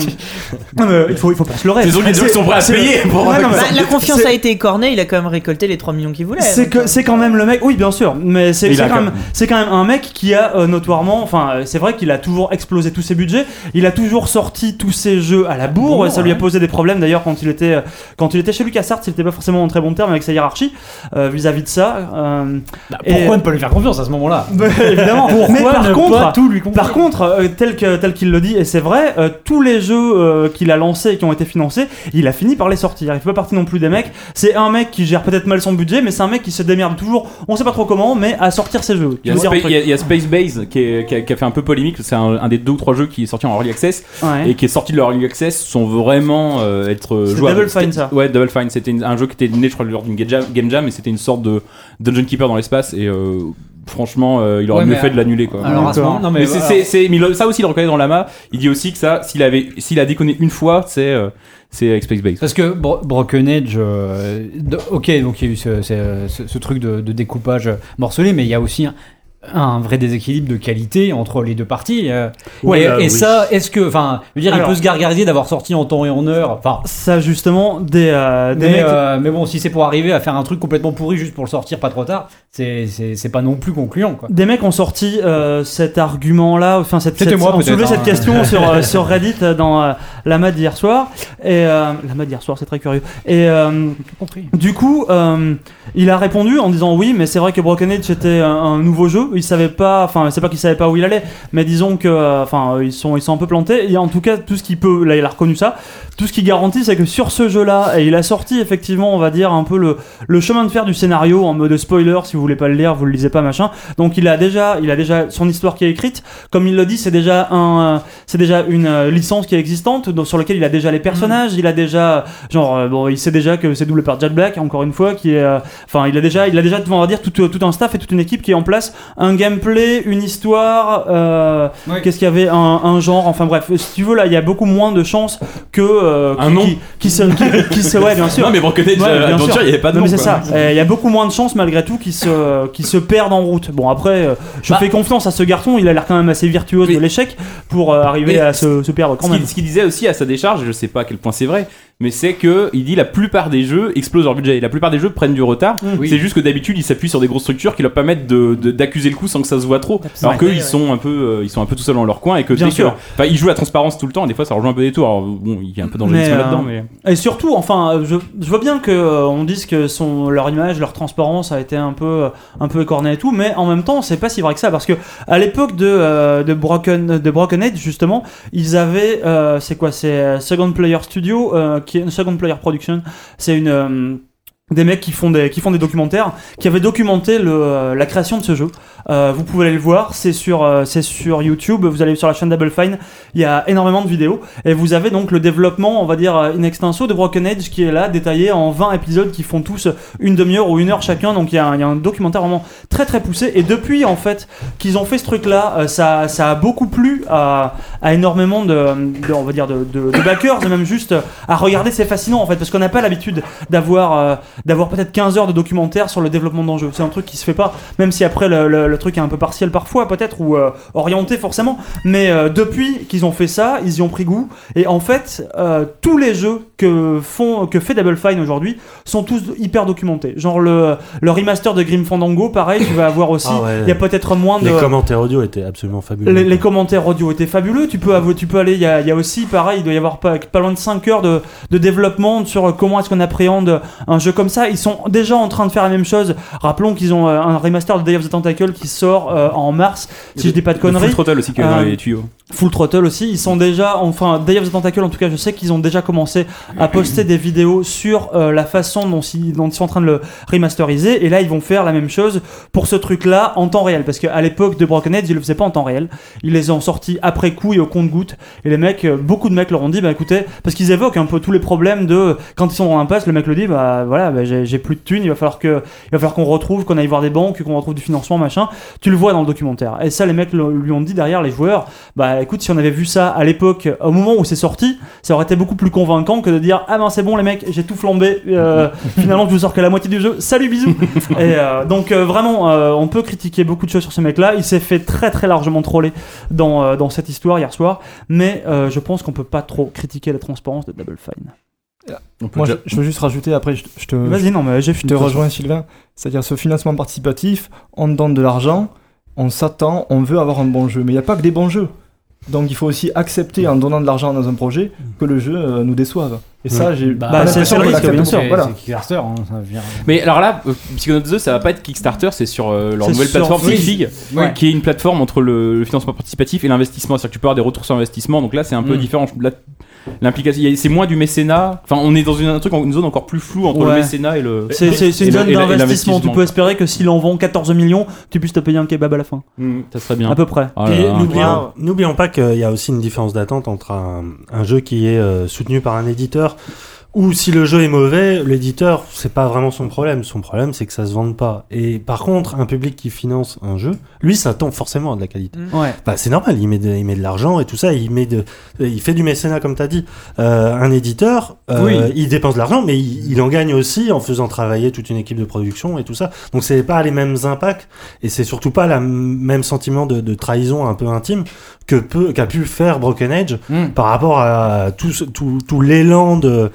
Speaker 2: non, mais euh, il faut, il faut pas se leurrer.
Speaker 1: Ah Les autres
Speaker 2: C'est-
Speaker 1: qui sont prêts à payer pour.
Speaker 2: Ouais, non, Ah, mais-
Speaker 5: Bah, La confiance
Speaker 2: c'est-
Speaker 5: a été écornée, il a quand même récolté les 3 millions qu'il voulait.
Speaker 2: C'est
Speaker 5: donc,
Speaker 2: que
Speaker 5: euh,
Speaker 2: c'est quand même le mec. Oui, bien sûr, mais c'est
Speaker 1: Il
Speaker 2: c'est
Speaker 1: a
Speaker 2: quand
Speaker 1: quand
Speaker 2: même c'est quand même un mec qui a euh, notoirement. Enfin, euh, c'est vrai qu'il a toujours explosé tous ses budgets. Il a toujours sorti tous ses jeux à la bourre. ça lui a posé des problèmes d'ailleurs quand il était euh, quand il était chez LucasArts. Il était pas forcément en très bon terme avec sa hiérarchie euh, vis-à-vis de ça. euh,
Speaker 1: Bah,
Speaker 3: Pourquoi
Speaker 2: et-
Speaker 3: ne pas lui faire confiance à ce moment-là
Speaker 2: Bah, évidemment. mais
Speaker 3: Pourquoi
Speaker 2: par
Speaker 3: ne
Speaker 2: contre,
Speaker 3: pas tout lui confier
Speaker 2: par contre, euh, tel que tel qu'il le dit, et c'est vrai, euh, tous les jeux euh, qu'il a lancés et qui ont été financés, il a fini par les sortir. Il fait pas partie non plus des mecs. C'est un mec qui gère peut-être mal son budget, mais c'est un mec qui se démerde toujours. On sait pas trop comment, mais à sortir ses jeux.
Speaker 1: Il y, a
Speaker 2: Tu veux dire
Speaker 1: Spa-
Speaker 2: un
Speaker 1: il
Speaker 2: truc.
Speaker 1: y a- il y a Space Base qui, est- qui a, qui a fait un peu polémique. C'est un, un des deux ou trois jeux qui est sorti en early access
Speaker 2: Ouais.
Speaker 1: et qui est sorti de leur early access sans vraiment euh, être
Speaker 2: C'est
Speaker 1: jouable.
Speaker 2: Double Fine, ça.
Speaker 1: Ouais, Double Fine, c'était une- un jeu qui était né, je crois, lors d'une Game Jam- Game Jam, et c'était une sorte de Dungeon Keeper dans l'espace, et euh, franchement, euh, il aurait
Speaker 3: Ouais,
Speaker 1: mieux
Speaker 3: mais
Speaker 1: fait de l'annuler, quoi.
Speaker 3: Alors à ce
Speaker 2: D'accord.
Speaker 3: moment, non
Speaker 1: mais
Speaker 3: mais,
Speaker 1: c'est-
Speaker 3: voilà.
Speaker 1: c'est- c'est- mais le- ça aussi, il le reconnaît dans Lama. Il dit aussi que ça, s'il avait, s'il a déconné une fois, c'est euh, c'est avec Space Base.
Speaker 3: Parce que Bro- Broken Edge, euh, de- ok, donc il y a eu ce, ce- ce- ce truc de, de découpage euh, morcelé, mais il y a aussi un, un vrai déséquilibre de qualité entre les deux parties. euh.
Speaker 7: Ouais,
Speaker 3: et
Speaker 7: euh,
Speaker 3: et
Speaker 7: oui.
Speaker 3: ça, est-ce que, enfin, je veux dire,
Speaker 2: Alors-
Speaker 3: il peut se gargariser d'avoir sorti en temps et en heure. Enfin,
Speaker 2: Ça justement des euh, des
Speaker 3: mais,
Speaker 2: mecs-
Speaker 3: euh, mais bon, si c'est pour arriver à faire un truc complètement pourri juste pour le sortir pas trop tard, c'est- c'est c'est pas non plus concluant, quoi.
Speaker 2: Des mecs ont sorti euh, cet argument-là, enfin cette,
Speaker 3: C'était
Speaker 2: cette-
Speaker 3: moi,
Speaker 2: ont
Speaker 3: peut-être,
Speaker 2: soulevé
Speaker 3: hein.
Speaker 2: cette
Speaker 3: (laughs)
Speaker 2: question sur, euh, sur Reddit euh, dans euh, la mat d'hier soir. Et euh, la mat d'hier soir, c'est très curieux. Et euh, du coup, euh, il a répondu en disant oui, mais c'est vrai que Broken Age était un, un nouveau jeu. Il savait pas, enfin c'est pas qu'il savait pas où il allait, mais disons que, euh, enfin euh, ils sont ils sont un peu plantés. Et en tout cas, tout ce qu'il peut, là il a reconnu ça. Tout ce qu'il garantit, c'est que sur ce jeu-là, et il a sorti effectivement, on va dire un peu le le chemin de fer du scénario en mode spoiler si vous voulez pas le lire vous le lisez pas machin donc il a déjà il a déjà son histoire qui est écrite comme il le dit c'est déjà un euh, c'est déjà une euh, licence qui est existante donc, sur laquelle il a déjà les personnages il a déjà genre euh, bon il sait déjà que c'est double par Jack Black encore une fois qui est euh, enfin il a déjà il a déjà on va dire tout, euh, tout un staff et toute une équipe qui est en place un gameplay une histoire euh,
Speaker 3: Ouais.
Speaker 2: qu'est-ce qu'il y avait un, un genre enfin bref si tu veux là il y a beaucoup moins de chances que euh, qui-
Speaker 1: Un nom.
Speaker 2: qui, qui se, qui, qui se- ouais, bien sûr.
Speaker 1: Non, mais Brockhead
Speaker 2: Ouais, bien
Speaker 1: Adventure,
Speaker 2: sûr.
Speaker 1: il n'y avait pas de
Speaker 2: Non,
Speaker 1: nom.
Speaker 2: mais c'est
Speaker 1: quoi.
Speaker 2: ça. Euh, Il y a beaucoup moins de chances malgré tout qu'ils se, (laughs) qu'ils se perdent en route. Bon après, euh, je
Speaker 1: Bah.
Speaker 2: fais confiance à ce garçon. Il a l'air quand même assez virtuose
Speaker 1: Oui.
Speaker 2: de l'échec pour euh, arriver
Speaker 1: Mais
Speaker 2: à se, se perdre quand
Speaker 1: Ce
Speaker 2: même.
Speaker 1: qu'il, ce qu'il disait aussi à sa décharge, et je sais pas à quel point c'est vrai, mais c'est que il dit la plupart des jeux explosent leur budget. La plupart des jeux prennent du retard.
Speaker 2: Mm.
Speaker 1: C'est juste que d'habitude ils s'appuient sur des grosses structures qui leur permettent de, de- d'accuser le coup sans que ça se voit trop. Alors qu'ils sont un peu, euh, ils sont un peu tout seuls dans leur coin et que
Speaker 2: Bien
Speaker 1: dès que-
Speaker 2: sûr.
Speaker 1: enfin, ils jouent la transparence tout le temps. Et des fois ça rejoint un peu des tours. Alors, bon, il y a un peu d'angélisme
Speaker 2: Mais, euh,
Speaker 1: là-dedans, mais
Speaker 2: Et surtout, enfin, euh, je, je vois bien que euh, on dise que son, leur image, leur transparence a été un peu, euh, un peu écornée et tout, mais en même temps, c'est pas si vrai que ça parce que à l'époque de, euh, de Broken, de Broken Age justement, ils avaient, euh, c'est quoi, c'est euh, Second Player Studio, euh, qui est Second Player Production, c'est une euh, des mecs qui font des qui font des documentaires qui avaient documenté le, euh, la création de ce jeu. Euh, vous pouvez aller le voir, c'est sur euh, c'est sur YouTube. Vous allez sur la chaîne Double Fine, il y a énormément de vidéos et vous avez donc le développement, on va dire euh, in extenso de Broken Age qui est là détaillé en 20 épisodes qui font tous une demi-heure ou une heure chacun. Donc il y, a un- il y a un documentaire vraiment très très poussé et depuis en fait qu'ils ont fait ce truc là, ça ça a beaucoup plu à, à énormément de, de- on va dire de, de, de backers et même juste euh, à regarder c'est fascinant en fait parce qu'on n'a pas l'habitude d'avoir euh, d'avoir peut-être 15 heures de documentaire sur le développement d'un jeu. C'est un truc qui se fait pas, même si après le, le- le truc est un peu partiel parfois, peut-être, ou euh, orienté forcément. Mais euh, depuis qu'ils ont fait ça, ils y ont pris goût. Et en fait, euh, tous les jeux que, font, que fait Double Fine aujourd'hui sont tous hyper documentés. Genre le, le remaster de Grim Fandango, pareil, tu vas avoir aussi.
Speaker 7: Ah ouais.
Speaker 2: Il y a peut-être moins de.
Speaker 7: Les commentaires audio étaient absolument fabuleux.
Speaker 2: Les, les commentaires audio étaient fabuleux. Tu peux, avouer- tu peux aller. Il y, a il y a aussi, pareil, il doit y avoir pas, pas loin de 5 heures de, de développement sur comment est-ce qu'on appréhende un jeu comme ça. Ils sont déjà en train de faire la même chose. Rappelons qu'ils ont euh, un remaster de Day of the Tentacle qui sort euh, en mars, si je dis pas de
Speaker 1: Le
Speaker 2: conneries.
Speaker 1: Full Throttle aussi qui est dans
Speaker 2: Euh,
Speaker 1: les tuyaux.
Speaker 2: Full Throttle aussi, ils sont déjà, enfin, Day of the Tentacle en tout cas, je sais qu'ils ont déjà commencé à poster des vidéos sur euh, la façon dont ils, dont ils sont en train de le remasteriser, et là ils vont faire la même chose pour ce truc-là en temps réel, parce qu'à l'époque de Broken Age, ils le faisaient pas en temps réel, ils les ont sortis après coup et au compte-goutte, et les mecs, euh, beaucoup de mecs leur ont dit, bah écoutez, parce qu'ils évoquent un peu tous les problèmes de, quand ils sont en impasse, le mec le dit, bah voilà, bah, j'ai j'ai plus de thunes, il va falloir que, il va falloir qu'on retrouve, qu'on aille voir des banques, qu'on retrouve du financement, machin, tu le vois dans le documentaire, et ça les mecs le- lui ont dit derrière, les joueurs, bah écoute, si on avait vu ça à l'époque, au moment où c'est sorti, ça aurait été beaucoup plus convaincant que de dire Ah ben c'est bon les mecs, j'ai tout flambé, euh, finalement je vous sors que la moitié du jeu, salut bisous Et euh, donc euh, vraiment, euh, on peut critiquer beaucoup de choses sur ce mec-là, il s'est fait très très largement troller dans, euh, dans cette histoire hier soir, mais euh, je pense qu'on peut pas trop critiquer la transparence de Double Fine.
Speaker 4: Moi, je, je veux juste rajouter, après, je, je te,
Speaker 2: Vas-y, non mais j'ai
Speaker 4: je te rejoins, Sylvain. C'est-à-dire, ce financement participatif, on donne de l'argent, on s'attend, on veut avoir un bon jeu. Mais il n'y a pas que des bons jeux. Donc, il faut aussi accepter, en donnant de l'argent dans un projet, que le jeu euh, nous déçoive. Et ça, j'ai
Speaker 3: Mm. Bah,
Speaker 4: pas
Speaker 2: c'est-
Speaker 4: l'impression
Speaker 2: c'est le
Speaker 4: qu'on
Speaker 2: risque,
Speaker 4: l'accepte
Speaker 2: bien
Speaker 4: beaucoup.
Speaker 2: sûr,
Speaker 4: Voilà.
Speaker 3: C'est Kickstarter, hein, ça veut dire-
Speaker 1: Mais alors là, euh, Psychonauts 2, ça va pas être Kickstarter, c'est sur euh, leur
Speaker 2: C'est
Speaker 1: nouvelle
Speaker 2: sur
Speaker 1: plateforme
Speaker 2: Fig.
Speaker 1: Fig,
Speaker 3: Ouais.
Speaker 1: qui est une plateforme entre le, le financement participatif et l'investissement. C'est-à-dire que tu peux avoir des retours sur investissement. Donc là, c'est un peu
Speaker 3: Mm.
Speaker 1: différent. Je- là, L'implication, il y a- c'est moins du mécénat. Enfin, on est dans une, un truc, une zone encore plus floue entre le
Speaker 2: Ouais.
Speaker 1: mécénat et le.
Speaker 2: C'est c'est- c'est une
Speaker 1: et le-
Speaker 2: zone
Speaker 1: et la- et
Speaker 2: d'investissement, tu
Speaker 1: l'investissement.
Speaker 2: peux espérer que s'il en vend 14 millions, tu puisses te payer un kebab à la fin,
Speaker 1: Mm, ça serait bien.
Speaker 2: à peu près.
Speaker 1: Oh là
Speaker 7: Et
Speaker 1: là.
Speaker 7: n'oublions- N'oublions pas qu'il y a aussi une différence d'attente entre un, un jeu qui est euh, soutenu par un éditeur ou si le jeu est mauvais, l'éditeur, c'est pas vraiment son problème. Son problème, c'est que ça se vende pas. Et par contre, un public qui finance un jeu, lui, ça tombe forcément à de la qualité.
Speaker 2: Ouais.
Speaker 7: Bah, c'est normal, il met de, il met de l'argent et tout ça, il met de, il fait du mécénat comme t'as dit. Euh, un éditeur, euh,
Speaker 2: Oui.
Speaker 7: il dépense de l'argent, mais il, il en gagne aussi en faisant travailler toute une équipe de production et tout ça. Donc c'est pas les mêmes impacts et c'est surtout pas le même sentiment de, de trahison un peu intime que peut qu'a pu faire Broken Age
Speaker 3: Mm.
Speaker 7: par rapport à tout ce- tout, tout l'élan de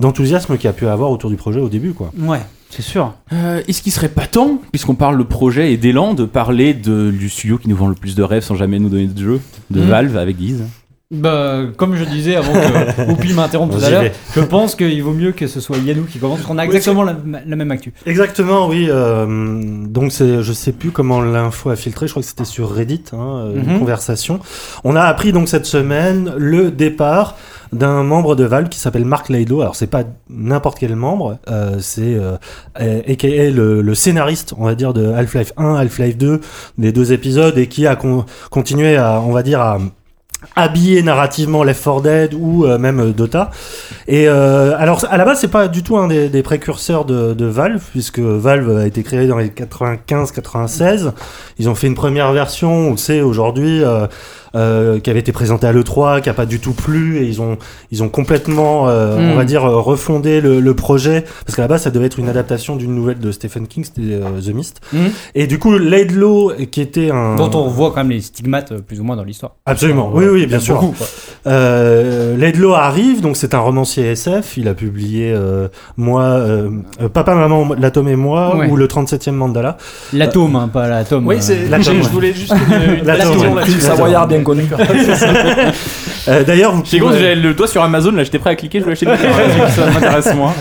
Speaker 7: d'enthousiasme qu'il y a pu avoir autour du projet au début quoi.
Speaker 2: Ouais, c'est sûr.
Speaker 1: Euh, Est-ce qu'il serait pas temps, puisqu'on parle de projet et d'élan, de parler de, du studio qui nous vend le plus de rêves sans jamais nous donner de jeu De
Speaker 3: Mm.
Speaker 1: Valve avec Guise
Speaker 3: Bah, comme je disais avant
Speaker 7: (laughs)
Speaker 3: que Oupi m'interrompe tout
Speaker 7: J'y
Speaker 3: à l'heure,
Speaker 7: vais.
Speaker 3: je pense qu'il vaut mieux que ce soit Yannou qui commence, parce qu'on a exactement la, la même actu.
Speaker 7: Exactement, oui. euh, donc c'est, je sais plus comment l'info a filtré. Je crois que c'était sur Reddit, hein, euh, une
Speaker 3: Mhm.
Speaker 7: conversation. On a appris donc cette semaine le départ d'un membre de Valve qui s'appelle Mark Laido. Alors c'est pas n'importe quel membre, euh, c'est euh, euh, AKA le, le scénariste, on va dire de Half-Life 1, Half-Life 2, des deux épisodes et qui a con- continué à, on va dire à habiller narrativement Left 4 Dead ou euh, même euh, Dota. Et euh, alors à la base c'est pas du tout un des, des précurseurs de, de Valve puisque Valve a été créé dans les 95-96. Ils ont fait une première version, on le sait aujourd'hui, euh, euh, qui avait été présenté à l'E3, qui a pas du tout plu, et ils ont, ils ont complètement, euh,
Speaker 3: Hmm.
Speaker 6: Mm.
Speaker 7: on va dire, euh, refondé le, le projet, parce qu'à la base, ça devait être une adaptation d'une nouvelle de Stephen King, c'était euh, The Mist.
Speaker 2: Mm.
Speaker 7: Et du coup, Laidlaw, qui était un...
Speaker 3: Hmm. Dont on voit quand même les stigmates, euh, plus ou moins, dans l'histoire.
Speaker 7: Mmh. Absolument, oui, oui, bien sûr.
Speaker 3: Beaucoup, quoi.
Speaker 7: Euh, Laidlaw arrive, donc c'est un romancier SF. Il a publié euh, moi, euh, euh, Papa, Maman, l'atome et moi,
Speaker 6: Ouais.
Speaker 7: ou le 37e mandala.
Speaker 3: L'atome, hein, pas l'atome.
Speaker 9: Oui,
Speaker 3: euh,
Speaker 9: c'est.
Speaker 7: la
Speaker 9: Je
Speaker 7: tombe.
Speaker 9: je voulais juste une, une
Speaker 7: La
Speaker 9: précision
Speaker 7: tombe.
Speaker 9: là-dessus.
Speaker 4: Film savoyard bien connu.
Speaker 3: (laughs)
Speaker 7: Euh, D'ailleurs, vous
Speaker 1: J'ai
Speaker 7: pourrez-
Speaker 1: compris, j'avais le doigt sur Amazon, là j'étais prêt à cliquer, je voulais acheter le bouquin, (laughs) ça m'intéresse moins.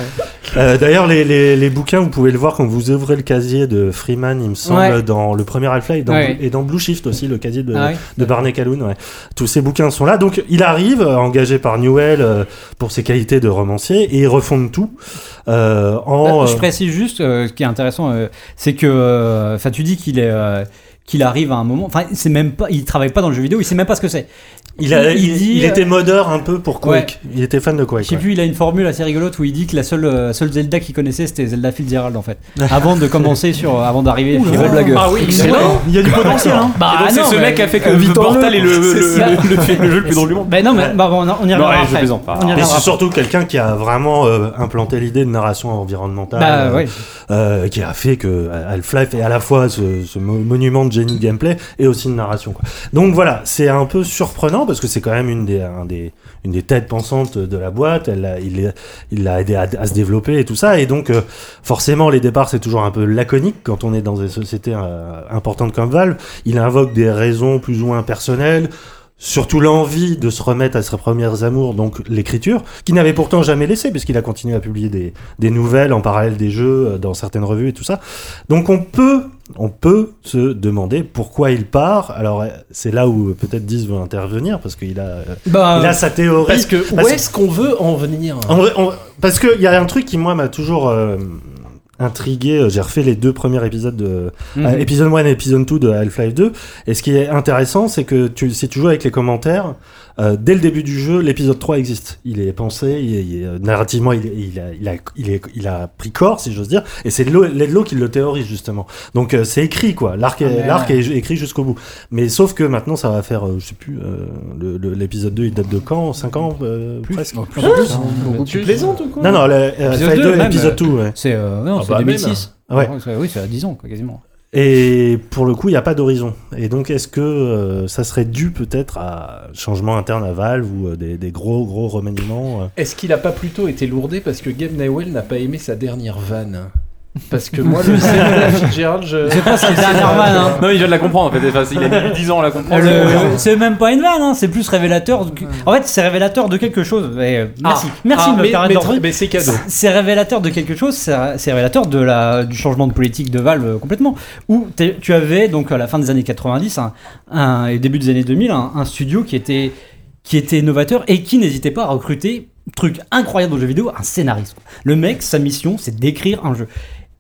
Speaker 7: euh, d'ailleurs, les, les, les bouquins, vous pouvez le voir quand vous ouvrez le casier de Freeman, il me semble,
Speaker 6: Ouais.
Speaker 7: dans le premier Half-Life et, dans
Speaker 6: Ouais.
Speaker 7: Blue- et dans Blue Shift aussi, le casier de,
Speaker 6: Ah ouais.
Speaker 7: de Barney Calhoun. ouais. Tous ces bouquins sont là. Donc, il arrive, euh, engagé par Newell euh, pour ses qualités de romancier, et il refonde tout euh,
Speaker 6: Bah,
Speaker 7: en.
Speaker 3: Bah, Je
Speaker 7: euh,
Speaker 3: précise juste, euh, ce qui est intéressant, euh, c'est que, euh, enfin, tu dis qu'il est, euh, qu'il arrive à un moment, enfin, c'est même pas, il travaille pas dans le jeu vidéo, il sait même pas ce que c'est.
Speaker 7: Il, a-
Speaker 3: il
Speaker 7: il-
Speaker 3: dit- euh,
Speaker 7: il était modeur un peu pour Quake. Il était fan de Quake.
Speaker 3: Je sais
Speaker 7: ouais.
Speaker 3: plus, il a une formule assez rigolote où il dit que la seule, euh, seule Zelda qu'il connaissait, c'était Zelda Fitzgerald
Speaker 1: (laughs)
Speaker 3: en fait. Avant de commencer sur, euh, avant d'arriver.
Speaker 4: Ouh là
Speaker 3: sur-
Speaker 4: là. blagueur.
Speaker 9: Ah oui, excellent.
Speaker 4: Il y a du potentiel, hein.
Speaker 3: Bah,
Speaker 1: Et donc,
Speaker 3: non,
Speaker 1: c'est ce
Speaker 3: mais-
Speaker 1: mec qui a fait que
Speaker 4: euh,
Speaker 1: le
Speaker 4: Victor
Speaker 1: Portal est le, le,
Speaker 3: C'est ça.
Speaker 1: le- le film- le jeu le plus drôle du monde.
Speaker 3: Ben non, mais bah, on, on y reviendra
Speaker 1: ouais, je
Speaker 3: après.
Speaker 1: plaisante pas.
Speaker 3: On y
Speaker 7: Et
Speaker 3: reviendra
Speaker 7: c'est surtout quelqu'un qui a vraiment euh, implanté l'idée de narration environnementale,
Speaker 3: Bah,
Speaker 7: euh,
Speaker 3: ouais.
Speaker 7: euh, qui a fait que Half-Life est à la fois ce, ce mo- monument de génie de gameplay et aussi de narration. quoi. Donc voilà, c'est un peu surprenant parce que c'est quand même une des, un des, une des têtes pensantes de la boîte. Elle l'a- il l'a- il l'a aidé à, à se développer et tout ça. Et donc euh, forcément, les départs c'est toujours un peu laconique quand on est dans des sociétés euh, importantes comme Valve. Il invoque des raisons plus ou moins personnelles. Surtout l'envie de se remettre à ses premières amours, donc l'écriture, qu'il n'avait pourtant jamais laissé, puisqu'il a continué à publier des, des nouvelles en parallèle des jeux, euh, dans certaines revues et tout ça. Donc on peut, on peut se demander pourquoi il part. Alors euh, c'est là où euh, peut-être 10 veut intervenir, parce qu'il a, euh,
Speaker 3: Bah,
Speaker 7: il a sa théorie.
Speaker 9: Parce que où
Speaker 7: Parce-
Speaker 9: est-ce qu'on veut en venir
Speaker 7: En vrai, on- parce qu'il y a un truc qui, moi, m'a toujours euh, intrigué. euh, J'ai refait les deux premiers épisodes de. euh, épisode 1 et épisode 2 de Half-Life 2. Et ce qui est intéressant, c'est que tu, si tu joues avec les commentaires, euh, dès le début du jeu, l'épisode 3 existe. Il est pensé, il est- il est- euh, narrativement, il, est- il a, il, a, il, est- il a pris corps, si j'ose dire. Et c'est Laidlaw- Laidlaw qui le théorise, justement. Donc euh, c'est écrit, quoi. L'arc est,
Speaker 3: mais
Speaker 7: l'arc est écrit jusqu'au bout. Mais sauf que maintenant, ça va faire, euh, je sais plus, euh, le- le- l'épisode 2, il date de quand 5 ans euh, presque
Speaker 1: Ah,
Speaker 3: euh,
Speaker 9: Tu plaisantes ou quoi
Speaker 7: non, non, le, euh,
Speaker 3: Épisode 2,
Speaker 7: Half-Life 2,
Speaker 3: même,
Speaker 7: épisode 2, ouais.
Speaker 3: C'est euh, non,
Speaker 9: Ah
Speaker 3: c'est
Speaker 9: bah,
Speaker 3: 2006.
Speaker 7: Ouais.
Speaker 3: Non, c'est- Oui, c'est à 10 ans quoi, quasiment.
Speaker 7: Et pour le coup, il n'y a pas d'horizon. Et donc, est-ce que euh, ça serait dû peut-être à changement interne à Valve ou euh, des, des gros, gros remaniements euh
Speaker 9: Est-ce qu'il a pas plutôt été lourdé parce que Gabe Newell n'a pas aimé sa dernière vanne Parce que moi,
Speaker 8: (laughs)
Speaker 9: le
Speaker 8: Ah.
Speaker 9: Zelda Fitzgerald, je.
Speaker 3: C'est pas sa
Speaker 9: Ah,
Speaker 3: dernière vanne. hein.
Speaker 1: Non, mais je viens de la comprendre en fait. Enfin, il a mis 10 ans à la comprendre.
Speaker 3: Le- C'est même pas une vanne, hein, c'est plus révélateur. que- En fait, c'est révélateur de quelque chose. Et, euh, merci, merci
Speaker 9: Ah,
Speaker 3: de me
Speaker 9: mais,
Speaker 3: permettre
Speaker 9: mais,
Speaker 3: d'en
Speaker 9: très- mais c'est cadeau.
Speaker 3: C'est- C'est révélateur de quelque chose, c'est c'est révélateur de la, du changement de politique de Valve euh, complètement. Où t'es- tu avais, donc à la fin des années 90 un, un- et début des années 2000, un, un studio qui était, qui était innovateur et qui n'hésitait pas à recruter, truc incroyable dans le jeu vidéo, un scénariste. quoi. Le mec, sa mission, c'est d'écrire un jeu.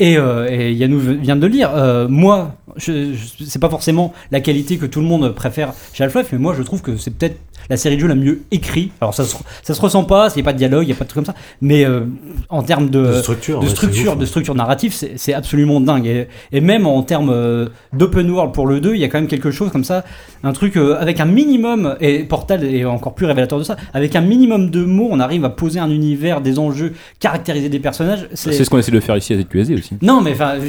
Speaker 3: Et, euh, et Yannou vient de le lire. euh, moi, je, je- c'est pas forcément la qualité que tout le monde préfère chez Half-Life, mais moi je trouve que c'est peut-être la série de jeux la mieux écrite. Alors ça se, ça se ressent pas, il n'y a pas de dialogue, il n'y a pas de truc comme ça. Mais euh, en termes de,
Speaker 7: De structure.
Speaker 3: Euh, de
Speaker 7: ouais,
Speaker 3: structure,
Speaker 7: c'est ouf,
Speaker 3: de
Speaker 7: hein.
Speaker 3: structure narrative, c'est c'est absolument dingue. Et, et même en termes euh, d'open world pour le 2, il y a quand même quelque chose comme ça, un truc euh, avec un minimum, et Portal est encore plus révélateur de ça, avec un minimum de mots, on arrive à poser un univers, des enjeux, caractériser des personnages.
Speaker 1: C'est ce qu'on essaie de faire ici à ZQSD aussi.
Speaker 3: Non, mais enfin, euh,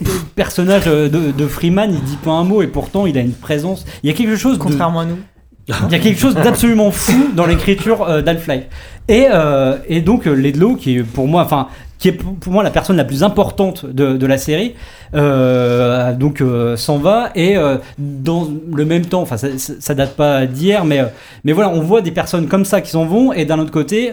Speaker 3: le personnage euh, de, de Freeman, il dit pas un mot et pourtant il a une présence. Il y a quelque chose de-
Speaker 5: Contrairement à nous.
Speaker 3: il y a quelque chose d'absolument fou dans l'écriture euh, d'Half-Life. Et, euh, et donc euh, Ledlow, qui est pour moi, enfin, qui est pour pour moi la personne la plus importante de, de la série, euh, donc euh, s'en va et euh, dans le même temps, enfin, ça, ça- ça date pas d'hier, mais euh, mais voilà, on voit des personnes comme ça qui s'en vont et d'un autre côté,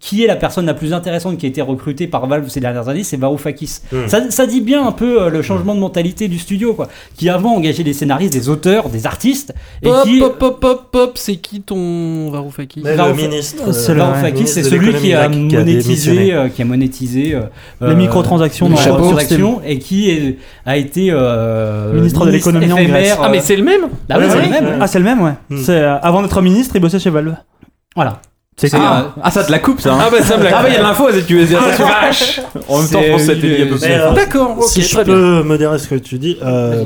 Speaker 3: qui est la personne la plus intéressante qui a été recrutée par Valve ces dernières années, c'est Varoufakis.
Speaker 7: Mm.
Speaker 3: Ça, ça dit bien un peu euh, le changement de mentalité du studio, quoi, qui avant engageait des scénaristes, des auteurs, des artistes et
Speaker 8: Pop,
Speaker 3: qui
Speaker 8: pop, pop, pop, pop, c'est qui ton Varoufakis
Speaker 7: Mais
Speaker 3: Varouf-
Speaker 7: le ministre. euh,
Speaker 2: c'est le
Speaker 3: Varoufakis, c'est
Speaker 7: ministre de
Speaker 3: celui qui a
Speaker 7: l'économie, là, qui a
Speaker 3: monétisé,
Speaker 7: démissionné.
Speaker 3: euh, qui a monétisé euh,
Speaker 2: Les microtransactions
Speaker 3: les
Speaker 2: dans le
Speaker 3: microtransactions et qui est- a été euh,
Speaker 2: Ministre de l'économie en Grèce.
Speaker 3: éphémère,
Speaker 8: Ah, mais
Speaker 3: euh,
Speaker 8: c'est le même
Speaker 3: bah oui,
Speaker 7: Ouais,
Speaker 3: c'est le
Speaker 7: ouais.
Speaker 3: même.
Speaker 2: Ah, c'est le même, ouais.
Speaker 7: Hmm.
Speaker 2: C'est, euh, avant d'être ministre, il bossait chez Valve.
Speaker 3: Voilà.
Speaker 2: C'est
Speaker 1: Ah, ah, ça te la coupe ça. hein.
Speaker 8: Ah, bah ça me
Speaker 1: Ah,
Speaker 8: l'a.
Speaker 1: bah il y a de l'info à ZQSD. attention. En même temps, je pense que ça a été dit à peu
Speaker 7: Mais,
Speaker 1: près.
Speaker 7: euh,
Speaker 8: D'accord, ok,
Speaker 7: si je
Speaker 8: très bien.
Speaker 7: peux modérer ce que tu dis, euh,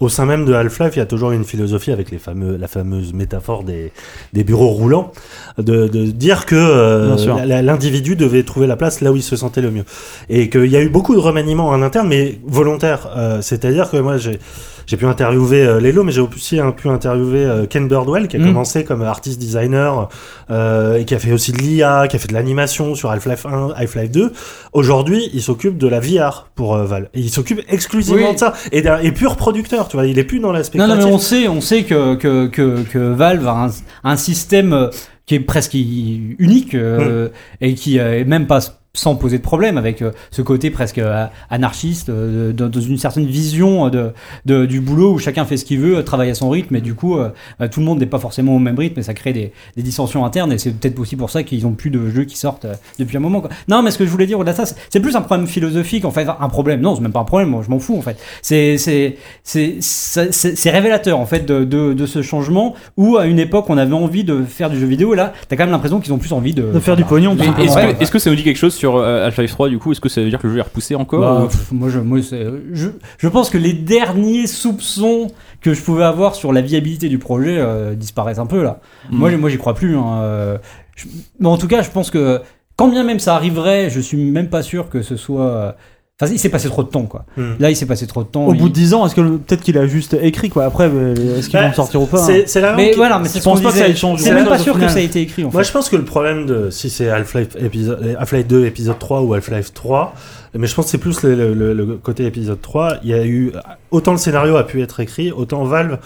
Speaker 7: au sein même de Half-Life, il y a toujours une philosophie avec les fameux, la fameuse métaphore des, des bureaux roulants, de, de dire que euh,
Speaker 2: Bien sûr.
Speaker 7: la- la- l'individu devait trouver la place là où il se sentait le mieux. Et qu'il y a eu beaucoup de remaniements en interne, mais volontaires. Euh, C'est-à-dire que moi, j'ai j'ai pu interviewer euh, Lelo, mais j'ai aussi hein, pu interviewer euh, Ken Birdwell, qui a
Speaker 3: Mm.
Speaker 7: commencé comme artiste designer euh, et qui a fait aussi de l'IA, qui a fait de l'animation sur Half-Life 1, Half-Life 2. Aujourd'hui, il s'occupe de la VR pour euh, Valve. Et il s'occupe exclusivement
Speaker 3: Oui.
Speaker 7: de ça. Et, d'un- et pur producteur, tu vois. Il est plus dans l'aspect
Speaker 3: Non, non, mais
Speaker 7: créatif.
Speaker 3: on sait, on sait que, que, que, que Valve a un, un système euh, qui est presque i- unique
Speaker 7: Mm.
Speaker 3: euh, et qui euh, est même pas s- sans poser de problème avec euh, ce côté presque euh, anarchiste euh, de- dans une certaine vision euh, de, de- du boulot où chacun fait ce qu'il veut, euh, travaille à son rythme et du coup euh, euh, tout le monde n'est pas forcément au même rythme et ça crée des, des dissensions internes et c'est peut-être aussi pour ça qu'ils ont plus de jeux qui sortent euh, depuis un moment. quoi. Non, mais ce que je voulais dire au-delà de ça, c'est- c'est plus un problème philosophique en fait, un problème. Non, c'est même pas un problème, moi, je m'en fous en fait. C'est c'est c'est- c'est c'est révélateur en fait de, de, de ce changement où à une époque on avait envie de faire du jeu vidéo et là t'as quand même l'impression qu'ils ont plus envie de,
Speaker 2: De faire du pognon, tout
Speaker 3: Euh,
Speaker 2: simplement.
Speaker 3: Mais
Speaker 1: Est-ce
Speaker 3: Ouais.
Speaker 1: que, est-ce que ça nous dit quelque chose sur euh, Half-Life 3 du coup Est-ce que ça veut dire que le jeu est repoussé encore
Speaker 3: Bah,
Speaker 1: ou-
Speaker 3: pff, moi, je, moi c'est- je, je pense que les derniers soupçons que je pouvais avoir sur la viabilité du projet euh, disparaissent un peu là. Moi, je- moi, j'y crois plus. hein, euh, je- mais en tout cas, je pense que quand bien même ça arriverait, je suis même pas sûr que ce soit. euh, Enfin, il s'est passé trop de temps quoi.
Speaker 7: Hmm.
Speaker 3: Là, il s'est passé trop de temps.
Speaker 2: Au
Speaker 3: il-
Speaker 2: bout de 10 ans, est-ce que le- peut-être qu'il a juste écrit quoi Après, euh, est-ce qu'ils
Speaker 7: Bah,
Speaker 2: vont sortir ou pas hein
Speaker 7: C'est c'est la
Speaker 3: Mais
Speaker 7: même
Speaker 3: voilà, mais
Speaker 2: Je
Speaker 3: c'est ce
Speaker 2: pense
Speaker 3: qu'on
Speaker 2: pas que ça
Speaker 3: disait.
Speaker 2: ait changé
Speaker 3: C'est
Speaker 2: grand
Speaker 3: même pas
Speaker 2: chose au
Speaker 3: sûr que
Speaker 2: final.
Speaker 3: ça a été écrit en fait.
Speaker 7: Moi, je pense que le problème de si c'est Half-Life épisode, euh, Half-Life 2 épisode 3 ou Half-Life 3, mais je pense que c'est plus le, le- le- le côté épisode 3. Il y a eu autant le scénario a pu être écrit, autant Valve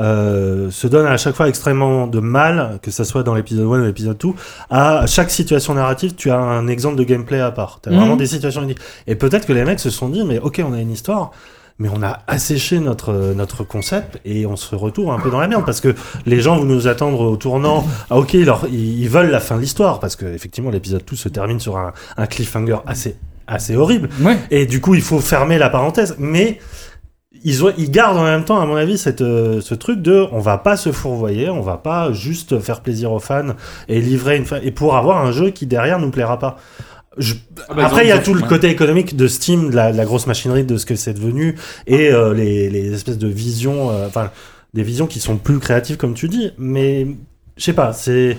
Speaker 7: euh, se donne à chaque fois extrêmement de mal, que ça soit dans l'épisode 1 ou l'épisode 2, à chaque situation narrative, tu as un exemple de gameplay à part. Tu as vraiment
Speaker 3: Mhm.
Speaker 7: des situations uniques. Et peut-être que les mecs se sont dit, mais ok, on a une histoire, mais on a asséché notre, notre concept et on se retrouve un peu dans la merde parce que les gens vont nous attendre au tournant. Ah, ok, alors, ils ils veulent la fin de l'histoire parce que effectivement l'épisode 2 se termine sur un, un cliffhanger assez, assez horrible.
Speaker 3: Ouais.
Speaker 7: Et du coup, il faut fermer la parenthèse. Mais ils, ont, ils gardent en même temps, à mon avis, cette, euh, ce truc de on va pas se fourvoyer, on va pas juste faire plaisir aux fans et livrer une fin. Et pour avoir un jeu qui derrière nous plaira pas. Je-
Speaker 1: Ah bah, ils
Speaker 7: Après,
Speaker 1: ont-
Speaker 7: il y a
Speaker 1: ils ont-
Speaker 7: tout le
Speaker 1: ouais.
Speaker 7: côté économique de Steam, de la, de la grosse machinerie, de ce que c'est devenu, et euh, les, les espèces de visions, euh, enfin, des visions qui sont plus créatives, comme tu dis. Mais je sais pas, c'est.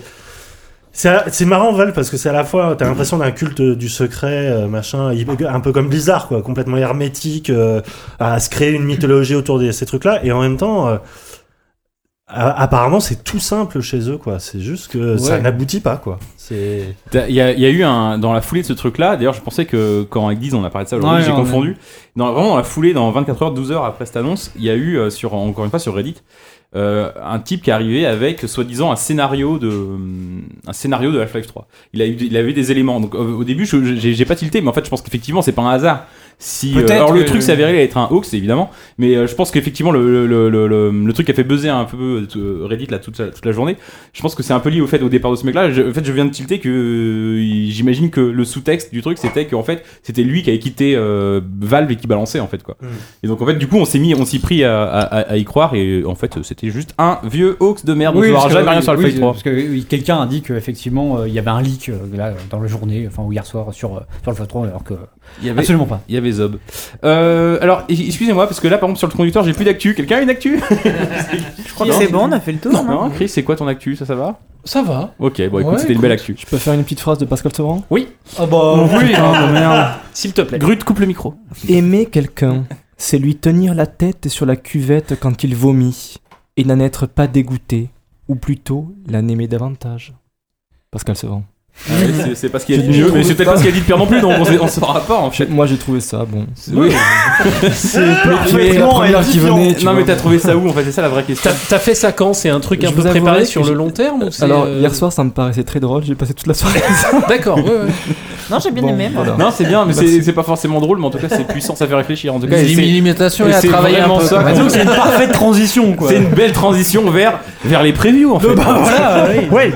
Speaker 7: C'est à- c'est marrant Val parce que c'est à la fois t'as l'impression d'un culte du secret euh, machin il- un peu comme Blizzard quoi complètement hermétique euh, à se créer une mythologie autour de ces trucs là et en même temps euh, a- apparemment c'est tout simple chez eux quoi c'est juste que ça
Speaker 3: Ouais.
Speaker 7: n'aboutit pas quoi c'est
Speaker 1: T'as- Il y, a il y a eu un dans la foulée de ce truc-là. D'ailleurs, je pensais que quand avec Guise on a parlé de ça aujourd'hui,
Speaker 3: Ouais,
Speaker 1: j'ai
Speaker 3: on a-
Speaker 1: confondu. Dans, vraiment dans la foulée, dans 24 heures, 12 heures après cette annonce, il y a eu euh, sur encore une fois sur Reddit euh, un type qui est arrivé avec soi-disant un scénario de hum, un scénario de Half-Life 3. Il a eu il avait des éléments. Donc euh, au début, je- j'ai j'ai pas tilté, mais en fait, je pense qu'effectivement, c'est pas un hasard. Si euh,
Speaker 3: Peut-être
Speaker 1: alors le
Speaker 8: que-
Speaker 1: truc s'est avéré être un hoax évidemment, mais euh, je pense qu'effectivement le, le, le, le, le truc qui a fait buzzer un peu euh, Reddit là toute, la- toute la journée je pense que c'est un peu lié au fait au départ de ce mec-là. Je- En fait, je viens de tilter que euh, j'imagine que le sous-texte du truc c'était qu'en fait c'était lui qui avait quitté euh, Valve et qui balançait en fait quoi.
Speaker 7: Mm.
Speaker 1: Et donc en fait du coup on s'est mis, on s'y prit à, à- à y croire et en fait c'était juste un vieux hoax de merde. on ne verra
Speaker 3: parce que-
Speaker 1: jamais rien sur
Speaker 3: oui,
Speaker 1: Half-Life 3.
Speaker 3: Parce que oui, quelqu'un a dit qu'effectivement, euh, il y avait un leak euh, là, euh, dans la journée, enfin, ou hier soir, sur, euh, sur Half-Life 3, alors que.
Speaker 1: Il y avait,
Speaker 3: Absolument pas.
Speaker 1: il y avait Zob. Euh, alors excusez-moi parce que là par exemple sur le conducteur j'ai plus d'actu. Quelqu'un a une actu Je crois
Speaker 5: C'est bon, on a fait le tour.
Speaker 1: (laughs)
Speaker 5: hein.
Speaker 1: Non,
Speaker 5: non
Speaker 1: non, Chris, c'est quoi ton actu Ça, ça va
Speaker 8: Ça va.
Speaker 1: Ok, bon, écoute, Oh,
Speaker 6: Ouais,
Speaker 1: c'était une belle actu.
Speaker 4: Je peux faire une petite phrase de Pascal Sevran
Speaker 3: Ah bah.
Speaker 8: Oui,
Speaker 1: hein,
Speaker 2: Ah, merde.
Speaker 8: s'il te plaît.
Speaker 1: Grut coupe le micro.
Speaker 6: Aimer quelqu'un, c'est lui tenir la tête sur la cuvette quand il vomit et n'en être pas dégoûté, ou plutôt l'en aimer davantage. Pascal Sevran.
Speaker 1: Ah ouais, c'est- c'est pas ce qu'il a
Speaker 4: Je
Speaker 1: dit de mieux,
Speaker 4: trouve
Speaker 1: mais c'est peut-être
Speaker 4: pas.
Speaker 1: pas ce qu'il a dit de pire non plus, donc on, sait- on saura pas en fait.
Speaker 6: Moi j'ai trouvé ça bon.
Speaker 1: Oui.
Speaker 4: C'est
Speaker 6: Mais la première qui
Speaker 8: (laughs)
Speaker 6: venait. tu
Speaker 1: Ah, (laughs) non, mais
Speaker 6: vois.
Speaker 1: t'as trouvé ça où en fait C'est ça la vraie question.
Speaker 8: T'as t'as fait ça quand C'est un truc
Speaker 6: Je
Speaker 8: un peu
Speaker 6: vous avouerai
Speaker 8: préparé
Speaker 6: que
Speaker 8: sur le
Speaker 6: j'ai-
Speaker 8: long terme ou c'est,
Speaker 6: Alors
Speaker 8: euh,
Speaker 6: hier soir ça me paraissait très drôle, j'ai passé toute
Speaker 1: (laughs)
Speaker 6: la soirée.
Speaker 8: (laughs) D'accord, ouais, ouais.
Speaker 5: Non, j'ai bien
Speaker 6: Bon,
Speaker 5: aimé. moi.
Speaker 6: voilà.
Speaker 1: Non, c'est bien, mais c'est
Speaker 6: Merci.
Speaker 1: c'est pas forcément drôle, mais en tout cas, c'est puissant, ça fait réfléchir. En tout cas, et
Speaker 8: Les
Speaker 1: c'est
Speaker 8: limitations
Speaker 1: et
Speaker 8: et à
Speaker 1: c'est
Speaker 8: travailler un
Speaker 1: vraiment
Speaker 8: peu.
Speaker 1: ça
Speaker 8: quoi.
Speaker 1: qu'on-
Speaker 3: Disons que c'est une parfaite transition, quoi.
Speaker 1: c'est une belle transition vers, vers les previews en fait.
Speaker 2: hein.
Speaker 3: (laughs) Bah voilà, oui.
Speaker 1: Ouais.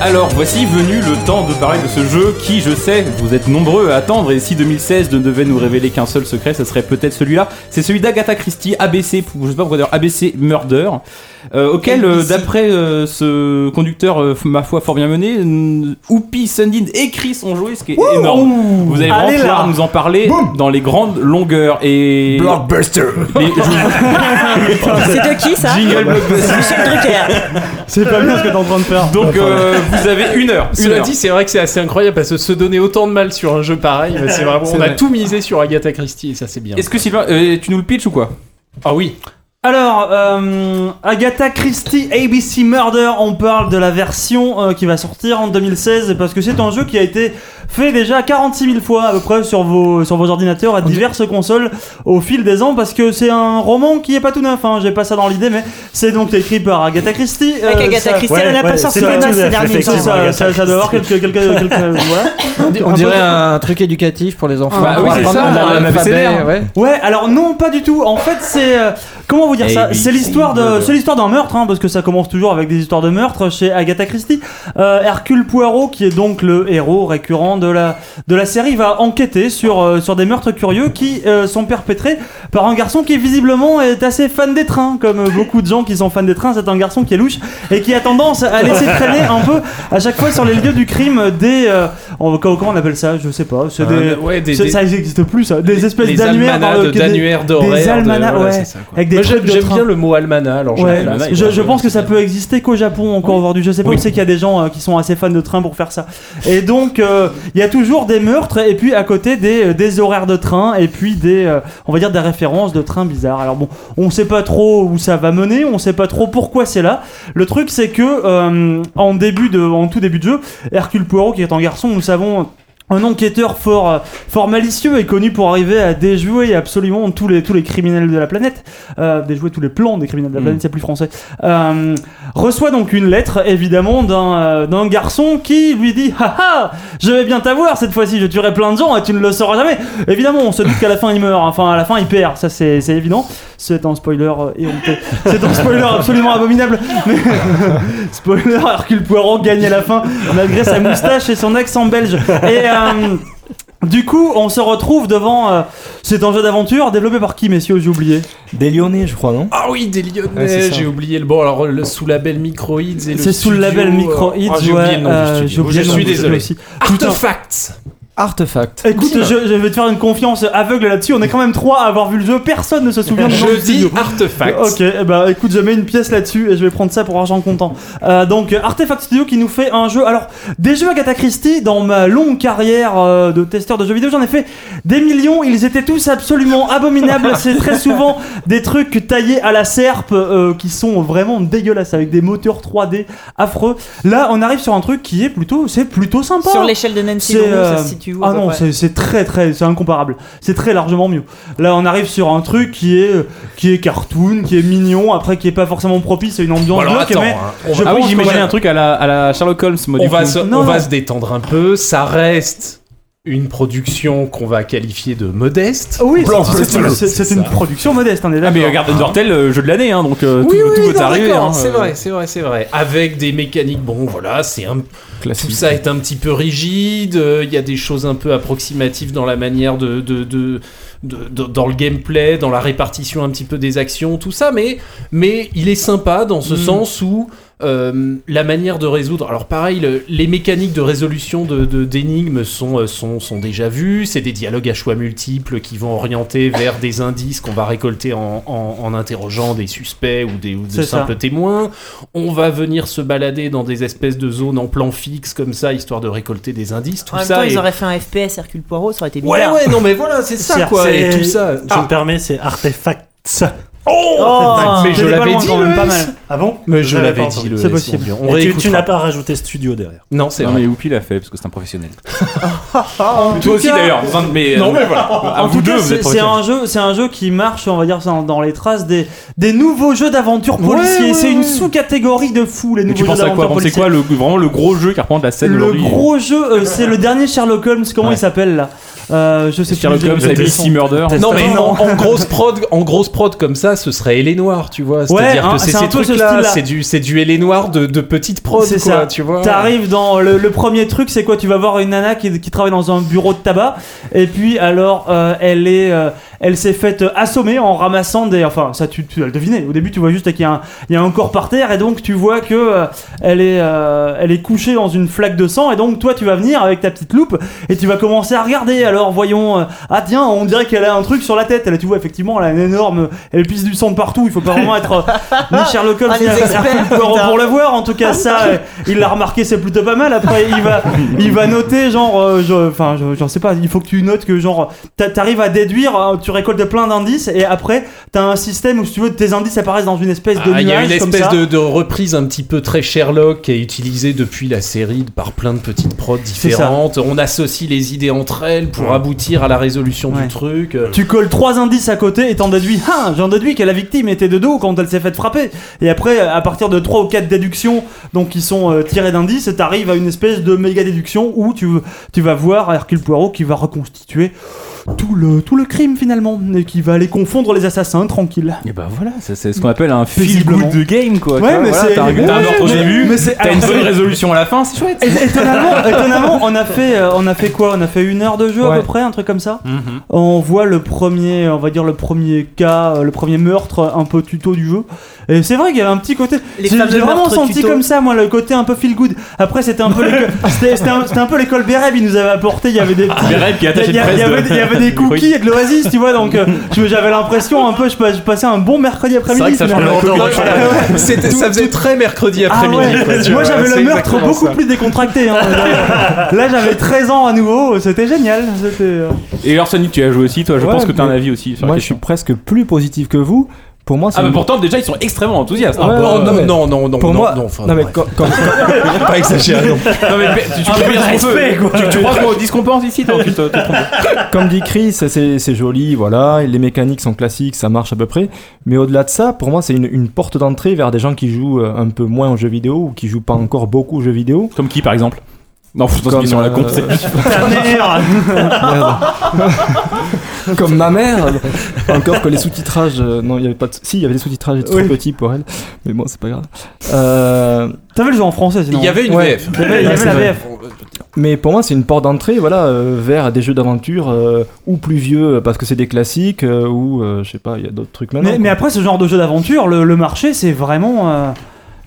Speaker 1: Alors voici venu le temps de parler de ce jeu qui, je sais, vous êtes nombreux à attendre. Et si 2016 ne devait nous révéler qu'un seul secret, ce serait peut-être celui-là. C'est celui d'Agatha Christie, ABC, je sais pas pourquoi d'ailleurs, ABC Murder, euh, auquel, euh, d'après euh, ce conducteur, euh, ma foi, fort bien mené, euh, Whoopi, Sundin et Chris ont joué, ce qui est énorme. Vous allez vraiment
Speaker 5: Allez là.
Speaker 1: pouvoir nous en parler dans les grandes longueurs. Et.
Speaker 4: Blockbuster
Speaker 1: les- je vous-
Speaker 5: C'est de qui ça
Speaker 1: Jingle blockbuster.
Speaker 5: Michel Drucker.
Speaker 2: C'est pas bien ce que t'es en train de faire.
Speaker 1: Donc euh, vous avez une heure. Une
Speaker 8: Cela
Speaker 1: heure.
Speaker 8: dit, c'est vrai que c'est assez incroyable parce que se donner autant de mal sur un jeu pareil, bah, (laughs) c'est vraiment.
Speaker 6: C'est
Speaker 8: On a
Speaker 6: vrai.
Speaker 8: tout misé sur Agatha Christie et ça, c'est bien.
Speaker 1: Est-ce que Sylvain, euh, tu nous le pitches ou quoi
Speaker 8: Ah oui.
Speaker 2: Alors, euh, Agatha Christie ABC Murder, on parle de la version euh, qui va sortir en 2016 parce que c'est un jeu qui a été fait déjà 46 000 fois à peu près sur vos, sur vos ordinateurs à diverses consoles au fil des ans parce que c'est un roman qui est pas tout neuf, hein, j'ai pas ça dans l'idée, mais c'est donc écrit par Agatha Christie. euh,
Speaker 5: Avec Agatha
Speaker 2: ça-
Speaker 5: Christie, elle n'a
Speaker 7: ouais,
Speaker 5: pas sorti
Speaker 7: c'est
Speaker 5: les noces
Speaker 7: pas tout
Speaker 5: ces
Speaker 7: neuf,
Speaker 5: derniers
Speaker 2: ça,
Speaker 5: temps.
Speaker 2: ça,
Speaker 7: effectivement.
Speaker 2: ça- ça doit avoir quelques, quelques, quelques- voilà.
Speaker 6: On dirait un truc éducatif pour les enfants.
Speaker 1: Bah
Speaker 6: Ah, pour
Speaker 1: oui, c'est
Speaker 6: apprendre
Speaker 1: ça,
Speaker 6: à
Speaker 1: un
Speaker 6: l'alphabet,
Speaker 1: abécédaire.
Speaker 6: ouais.
Speaker 2: Ouais, alors non, pas du tout. En fait, c'est euh, comment vous dire ça C'est l'histoire de, c'est l'histoire d'un meurtre, hein, parce que ça commence toujours avec des histoires de meurtre chez Agatha Christie. Euh, Hercule Poirot, qui est donc le héros récurrent de la de la série, va enquêter sur euh, sur des meurtres curieux qui euh, sont perpétrés par un garçon qui visiblement est assez fan des trains, comme euh, beaucoup de gens qui sont fans des trains. C'est un garçon qui est louche et qui a tendance à laisser traîner un peu à chaque fois sur les lieux du crime des euh, on- comment on appelle ça Je sais pas. C'est
Speaker 8: Hein.
Speaker 2: des,
Speaker 8: ouais, des,
Speaker 2: ça,
Speaker 8: des-
Speaker 2: ça existe plus, ça. Des espèces
Speaker 8: les
Speaker 2: d'annuaires dans
Speaker 8: almanachs
Speaker 2: le-
Speaker 8: de- d'annuaires d'horaires.
Speaker 2: des
Speaker 8: de-
Speaker 2: almanachs,
Speaker 8: voilà,
Speaker 2: ouais.
Speaker 8: c'est ça, quoi.
Speaker 2: avec des
Speaker 8: Moi,
Speaker 2: trucs
Speaker 8: j'aime
Speaker 2: de
Speaker 8: j'aime
Speaker 2: train.
Speaker 8: bien le mot almanach. Alors,
Speaker 2: Ouais,
Speaker 8: j'aime bien.
Speaker 2: je, je pense que ça peut exister qu'au Japon encore aujourd'hui. Je sais pas, où c'est qu'il y a des gens euh, qui sont assez fans de train pour faire ça. Et donc, euh, il y a toujours des meurtres et puis à côté des, euh, des horaires de train et puis des, euh, on va dire des références de train bizarres. Alors bon, on sait pas trop où ça va mener, on sait pas trop pourquoi c'est là. Le truc c'est que euh, en début de, en tout début de jeu, Hercule Poirot qui est un garçon, nous savons. Un enquêteur fort, euh, fort malicieux et connu pour arriver à déjouer absolument tous les, tous les criminels de la planète, euh, déjouer tous les plans des criminels de la planète, c'est plus français, euh, reçoit donc une lettre évidemment d'un euh, d'un garçon qui lui dit « Haha, je vais bien t'avoir cette fois-ci, je tuerai plein de gens et tu ne le sauras jamais !» Évidemment, on se doute qu'à la fin il meurt, enfin à la fin il perd, ça c'est c'est évident. C'est un spoiler euh, éhonté. C'est un spoiler absolument abominable. (laughs) Mais- spoiler, Hercule Poirot gagne à la fin malgré sa moustache et son accent belge. Et... euh, du coup, on se retrouve devant euh, cet enjeu d'aventure développé par qui, messieurs J'ai oublié.
Speaker 4: Des Lyonnais, je crois, non
Speaker 8: Ah oui, des Lyonnais,
Speaker 4: Ouais, c'est ça.
Speaker 8: j'ai oublié le bon. Alors, le sous label Microids et le
Speaker 2: C'est sous le
Speaker 8: studio,
Speaker 2: label
Speaker 8: euh,
Speaker 2: Micro Hits,
Speaker 8: ah, j'ai oublié
Speaker 2: ouais,
Speaker 8: le nom
Speaker 2: euh,
Speaker 8: du
Speaker 2: j'ai
Speaker 8: studio.
Speaker 2: oublié
Speaker 8: Je
Speaker 2: le nom
Speaker 8: suis
Speaker 2: du studio
Speaker 8: désolé. Ah,
Speaker 2: aussi. Putain.
Speaker 8: Artefacts.
Speaker 6: Artefact.
Speaker 2: Écoute, je, je vais te faire une confiance aveugle là-dessus. On est quand même trois à avoir vu le jeu. Personne ne se souvient du nom du
Speaker 8: Je dis
Speaker 2: studio.
Speaker 8: artefacts.
Speaker 2: Ok, eh bah écoute, je mets une pièce là-dessus et je vais prendre ça pour argent comptant. Euh, donc euh, Artefact Studio qui nous fait un jeu. Alors, des jeux Agatha Christie, dans ma longue carrière euh, de testeur de jeux vidéo, j'en ai fait des millions. Ils étaient tous absolument abominables. C'est très souvent des trucs taillés à la serpe euh, qui sont vraiment dégueulasses avec des moteurs 3D affreux. Là, on arrive sur un truc qui est plutôt, c'est plutôt sympa.
Speaker 5: Sur l'échelle de Nancy
Speaker 2: C'est,
Speaker 5: Drew, ça
Speaker 2: euh,
Speaker 5: se situe où à
Speaker 2: Ah
Speaker 5: peu
Speaker 2: non,
Speaker 5: près
Speaker 2: c'est- c'est très très, c'est incomparable. C'est très largement mieux. Là, on arrive sur un truc qui est euh, qui est cartoon, qui est mignon, après qui est pas forcément propice à une ambiance
Speaker 8: Bon, alors,
Speaker 2: glauque,
Speaker 8: attends,
Speaker 2: mais
Speaker 8: hein.
Speaker 2: je
Speaker 1: Ah oui,
Speaker 2: pense que
Speaker 1: j'imaginais
Speaker 2: voilà.
Speaker 1: un truc à la, à la Sherlock Holmes. moi, du
Speaker 8: on va,
Speaker 1: coup.
Speaker 8: se,
Speaker 2: Non,
Speaker 8: on
Speaker 2: non.
Speaker 8: va se détendre un peu. Ça reste une production qu'on va qualifier de
Speaker 1: hein.
Speaker 8: modeste.
Speaker 2: Oui,
Speaker 8: Blanc,
Speaker 2: c'est- c'est-
Speaker 8: blanc,
Speaker 2: c'est
Speaker 8: c'est
Speaker 2: c'est une
Speaker 8: ça.
Speaker 2: production modeste, on est
Speaker 1: Ah mais
Speaker 2: d'accord.
Speaker 1: regarde Undertale, euh, jeu de l'année, hein, donc euh, tout, tout peut
Speaker 8: non,
Speaker 1: arriver.
Speaker 8: d'accord,
Speaker 1: hein,
Speaker 8: c'est
Speaker 1: euh.
Speaker 8: vrai, c'est vrai, c'est vrai. Avec des mécaniques, bon, voilà, c'est un, tout ça est un petit peu rigide. euh, Il y a des choses un peu approximatives dans la manière de, de, de- de- de- dans le gameplay, dans la répartition un petit peu des actions, tout ça. Mais, mais il est sympa dans ce sens où euh, la manière de résoudre. Alors pareil, le- les mécaniques de résolution de de- d'énigmes sont, euh, sont sont déjà vues. C'est des dialogues à choix multiples qui vont orienter vers des indices qu'on va récolter en, en- en interrogeant des suspects ou des ou de
Speaker 2: C'est ça.
Speaker 8: simples témoins. On va venir se balader dans des espèces de zones en plan fixe comme ça, histoire de récolter des indices, tout
Speaker 5: En même
Speaker 8: ça.
Speaker 5: temps,
Speaker 8: est-
Speaker 5: ils auraient fait un FPS Hercule Poirot, ça aurait été
Speaker 8: Ouais,
Speaker 5: bizarre.
Speaker 8: ouais, non mais voilà, c'est ça
Speaker 2: C'est-
Speaker 8: quoi, et
Speaker 7: c'est-
Speaker 8: tout ça.
Speaker 7: Je
Speaker 8: Ah,
Speaker 7: me permets, c'est Artefacts.
Speaker 8: oh, mais je
Speaker 2: T'étais pas
Speaker 8: l'avais
Speaker 2: loin
Speaker 8: dit,
Speaker 2: quand même,
Speaker 8: le
Speaker 2: pas
Speaker 8: S.
Speaker 2: mal.
Speaker 7: Ah bon
Speaker 8: Mais je
Speaker 7: l'avais
Speaker 8: l'avais
Speaker 7: pas
Speaker 8: dit,
Speaker 7: entendu.
Speaker 8: le
Speaker 2: C'est
Speaker 8: S,
Speaker 2: possible.
Speaker 8: mon Dieu.
Speaker 7: Et
Speaker 8: On
Speaker 7: tu-
Speaker 8: réécoute.
Speaker 7: tu n'as pas rajouté studio derrière.
Speaker 8: Non, c'est
Speaker 1: Non
Speaker 8: vrai.
Speaker 1: mais Whoopi l'a fait parce que c'est un professionnel.
Speaker 2: En tout
Speaker 1: Toi aussi
Speaker 2: cas-
Speaker 1: d'ailleurs. vous en- Mais, euh,
Speaker 2: Non,
Speaker 1: mais voilà.
Speaker 2: En
Speaker 1: Vous
Speaker 2: tout cas,
Speaker 1: deux, vous
Speaker 2: c'est
Speaker 1: êtes
Speaker 2: c'est
Speaker 1: professionnels.
Speaker 2: un jeu, c'est un jeu qui marche, on va dire, dans, dans les traces des, des nouveaux jeux d'aventure policiers.
Speaker 8: ouais,
Speaker 2: c'est une
Speaker 8: ouais.
Speaker 2: sous-catégorie de fous les
Speaker 1: Mais
Speaker 2: nouveaux
Speaker 1: tu
Speaker 2: jeux
Speaker 1: penses à quoi
Speaker 2: d'aventure
Speaker 1: Bon, C'est
Speaker 2: policiers.
Speaker 1: quoi le, vraiment le gros jeu qui reprend de la scène
Speaker 2: le
Speaker 1: aujourd'hui
Speaker 2: gros jeu, euh, c'est le dernier Sherlock Holmes. Comment
Speaker 1: Ouais.
Speaker 2: il s'appelle là Euh, je sais
Speaker 1: Sherlock
Speaker 2: plus.
Speaker 1: Holmes
Speaker 2: j'ai-
Speaker 1: avec
Speaker 2: j'ai-
Speaker 1: Missy Murder.
Speaker 8: Non mais
Speaker 2: Testament.
Speaker 8: en, en
Speaker 2: (laughs)
Speaker 8: grosse prod, en grosse prod comme ça, ce serait Hélé Noir, tu vois.
Speaker 2: Ouais,
Speaker 8: C'est-à-dire
Speaker 2: hein,
Speaker 8: que c'est
Speaker 2: c'est un
Speaker 8: ces
Speaker 2: peu ce
Speaker 8: trucs-là,
Speaker 2: style-là.
Speaker 8: c'est du, c'est du Hélé Noir de, de petite prod,
Speaker 2: C'est
Speaker 8: quoi,
Speaker 2: ça.
Speaker 8: tu vois.
Speaker 2: T'arrives dans le, le premier truc, c'est quoi Tu vas voir une nana qui, qui travaille dans un bureau de tabac, et puis alors euh, elle est, euh, elle s'est faite assommer en ramassant des, enfin ça tu, tu as deviné. Au début, tu vois juste qu'il y, a un- il y a un corps par terre, et donc tu vois que euh, elle est, euh, elle est couchée dans une flaque de sang, et donc toi tu vas venir avec ta petite loupe et tu vas commencer à regarder. Alors voyons, euh, ah tiens, on dirait qu'elle a un truc sur la tête. Elle, tu vois effectivement, elle a une énorme, elle pisse du sang de partout. Il faut pas vraiment être euh, ni Sherlock Holmes
Speaker 5: Ah, les
Speaker 2: ni Hercule
Speaker 5: experts,
Speaker 2: Poirot
Speaker 5: putain.
Speaker 2: pour le voir en tout cas
Speaker 5: (laughs)
Speaker 2: ça euh, il l'a remarqué c'est plutôt pas mal après il va il va noter genre euh, je- enfin je- j'en sais pas il faut que tu notes que genre t'a- t'arrives à déduire hein, tu récoltes plein d'indices et après t'as un système où si tu veux tes indices apparaissent dans une espèce de
Speaker 8: Ah, Il y a
Speaker 2: nuage
Speaker 8: une
Speaker 2: comme
Speaker 8: espèce
Speaker 2: ça.
Speaker 8: de, de reprise un petit peu très Sherlock qui est utilisée depuis la série par plein de petites prods
Speaker 2: ça.
Speaker 8: différentes. On associe les idées entre elles pour aboutir à la résolution
Speaker 2: Ouais.
Speaker 8: du truc. Euh,
Speaker 2: Tu colles trois indices à côté et t'en déduis un. J'en déduis que la victime était de dos quand elle s'est faite frapper. Et après, à partir de trois ou quatre déductions, donc qui sont euh, tirées d'indices, t'arrives à une espèce de méga déduction où tu, tu vas voir Hercule Poirot qui va reconstituer tout le, tout le crime finalement et qui va aller confondre les assassins tranquille.
Speaker 1: Et bah voilà, c'est c'est ce qu'on appelle un feel
Speaker 2: Paisiblement.
Speaker 1: good game quoi.
Speaker 2: Ouais,
Speaker 1: Tu vois,
Speaker 2: mais
Speaker 1: voilà,
Speaker 2: c'est-
Speaker 1: T'as un t'as un
Speaker 2: ouais,
Speaker 1: ordre au
Speaker 2: mais-
Speaker 1: début,
Speaker 2: mais c'est-
Speaker 1: t'as une
Speaker 2: alors,
Speaker 1: bonne
Speaker 2: c'est-
Speaker 1: résolution à la fin, c'est chouette.
Speaker 2: É- Étonnamment, étonnamment, on a fait, euh, on a fait quoi On a fait une heure de jeu à
Speaker 4: Ouais.
Speaker 2: peu près, un truc comme ça.
Speaker 1: Mhm.
Speaker 2: On voit le premier, on va dire le premier cas, euh, le premier meurtre euh, un peu tuto du jeu. Et c'est vrai qu'il y avait un petit côté.
Speaker 5: Les
Speaker 2: J'ai
Speaker 5: fameux
Speaker 2: j'ai vraiment
Speaker 5: meurtres
Speaker 2: senti
Speaker 5: tuto.
Speaker 2: comme ça, moi, le côté un peu feel good. Après, c'était un peu
Speaker 5: (laughs)
Speaker 2: l'école- c'était c'était un, c'était un peu l'école Bereb, il nous avait apporté, il y avait des. petits-
Speaker 1: Les rêves qui attachent
Speaker 2: il
Speaker 1: une
Speaker 2: y, a- il
Speaker 1: presse
Speaker 2: y avait,
Speaker 1: de-
Speaker 2: il
Speaker 1: (laughs)
Speaker 2: y avait des
Speaker 1: Oui.
Speaker 2: cookies et de l'oasis, tu vois, donc euh, je- j'avais l'impression un peu, je, pas- je passais un bon mercredi
Speaker 1: C'est vrai
Speaker 2: après-midi.
Speaker 1: que ça change
Speaker 2: finalement.
Speaker 1: la couleur.
Speaker 8: Ouais, voilà. C'était- ça faisait très mercredi
Speaker 2: Ah
Speaker 8: après-midi.
Speaker 2: ouais.
Speaker 8: quoi, tu
Speaker 2: Moi
Speaker 8: vois,
Speaker 2: j'avais
Speaker 8: c'est
Speaker 2: le meurtre
Speaker 8: exactement
Speaker 2: beaucoup
Speaker 8: ça.
Speaker 2: plus décontracté. hein. Là, là, j'avais 13 ans à nouveau, c'était génial. c'était, euh,
Speaker 1: Et Arsenic, tu as joué aussi, toi, je
Speaker 4: Ouais,
Speaker 1: pense que t'as un
Speaker 4: mais-
Speaker 1: avis aussi sur la
Speaker 4: Moi, je suis
Speaker 1: question.
Speaker 4: presque plus positif que vous. Pour moi, c'est
Speaker 1: Ah bah
Speaker 4: une-
Speaker 1: pourtant, déjà, ils sont extrêmement enthousiastes.
Speaker 4: Ouais,
Speaker 1: Ah,
Speaker 4: ouais,
Speaker 1: bon,
Speaker 8: Oh,
Speaker 4: ouais.
Speaker 8: non, non, non, non,
Speaker 4: Pour
Speaker 8: non,
Speaker 4: moi-
Speaker 8: non, enfin,
Speaker 4: non, mais
Speaker 8: bref.
Speaker 4: quand- quand-
Speaker 8: pas exagéré. non.
Speaker 1: Non mais tu- tu peux dire ce qu'on veut. Tu- Tu crois qu'on dit ce qu'on pense ici, toi, tu te- te trompes.
Speaker 4: comme dit Chris, c'est c'est joli, voilà, et les mécaniques sont classiques, ça marche à peu près. Mais au-delà de ça, pour moi, c'est une, une porte d'entrée vers des gens qui jouent euh, un peu moins aux jeux vidéo ou qui jouent pas encore beaucoup aux jeux vidéo.
Speaker 1: Comme qui, par exemple non, je pense
Speaker 4: Comme,
Speaker 1: qu'ils sont à la
Speaker 4: euh,
Speaker 1: con. c'est-
Speaker 2: Ta (laughs) mère
Speaker 4: (laughs) Comme ma mère. Encore que les sous-titrages, euh, non, il y avait pas. De, si, il y avait des sous-titrages trop
Speaker 2: Oui.
Speaker 4: petits pour elle, mais bon, c'est pas grave. Euh,
Speaker 2: T'avais le jeu en français sinon
Speaker 8: Il y avait une
Speaker 4: Ouais.
Speaker 8: VF.
Speaker 2: Il y avait- il y avait
Speaker 4: c'est
Speaker 2: la
Speaker 4: vrai.
Speaker 2: VF.
Speaker 4: Mais pour moi, c'est une porte d'entrée, voilà, euh, vers des jeux d'aventure euh, ou plus vieux euh, parce que c'est des classiques euh, ou euh, je sais pas, il y a d'autres trucs maintenant.
Speaker 2: Mais, mais après ce genre de jeu d'aventure, le, le marché c'est vraiment. euh,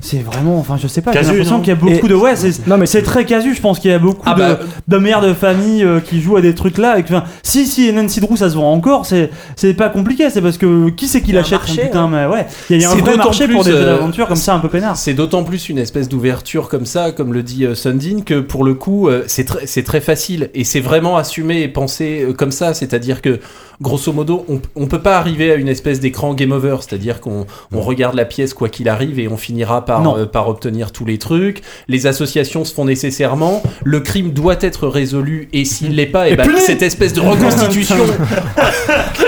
Speaker 2: c'est vraiment. Enfin, je sais pas, j'ai
Speaker 7: Casu,
Speaker 2: l'impression
Speaker 7: non
Speaker 2: qu'il y a beaucoup
Speaker 4: Et-
Speaker 2: de. Ouais, c'est.
Speaker 4: non, mais
Speaker 2: C'est très casu, je pense qu'il y a beaucoup
Speaker 8: Ah
Speaker 2: de,
Speaker 8: bah.
Speaker 2: de mères de famille euh, qui jouent à des trucs là. Et que, enfin, si, si, Nancy Drew, ça se vend encore, c'est c'est pas compliqué, c'est parce que qui c'est qui
Speaker 5: Il y a un
Speaker 2: l'achète
Speaker 5: marché,
Speaker 2: Putain, mais ouais, il y a- il y a un
Speaker 8: C'est
Speaker 2: vrai
Speaker 8: d'autant
Speaker 2: marché pour
Speaker 8: plus,
Speaker 2: des jeux
Speaker 8: euh,
Speaker 2: d'aventure comme ça, un peu
Speaker 8: (laughs)
Speaker 2: peinard.
Speaker 8: C'est d'autant plus une espèce d'ouverture comme ça, comme le dit euh, Sundin, que pour le coup, euh, c'est très, c'est très facile et c'est vraiment assumé et pensé euh, comme ça. C'est-à-dire que, grosso modo, on, on peut pas arriver à une espèce d'écran game over. C'est-à-dire qu'on on regarde la pièce quoi qu'il arrive et on finira
Speaker 2: Non.
Speaker 8: par, euh, par obtenir tous les trucs. Les associations se font nécessairement. Le crime doit être résolu et
Speaker 1: Mmh.
Speaker 8: s'il l'est pas, et bah, cette espèce de reconstitution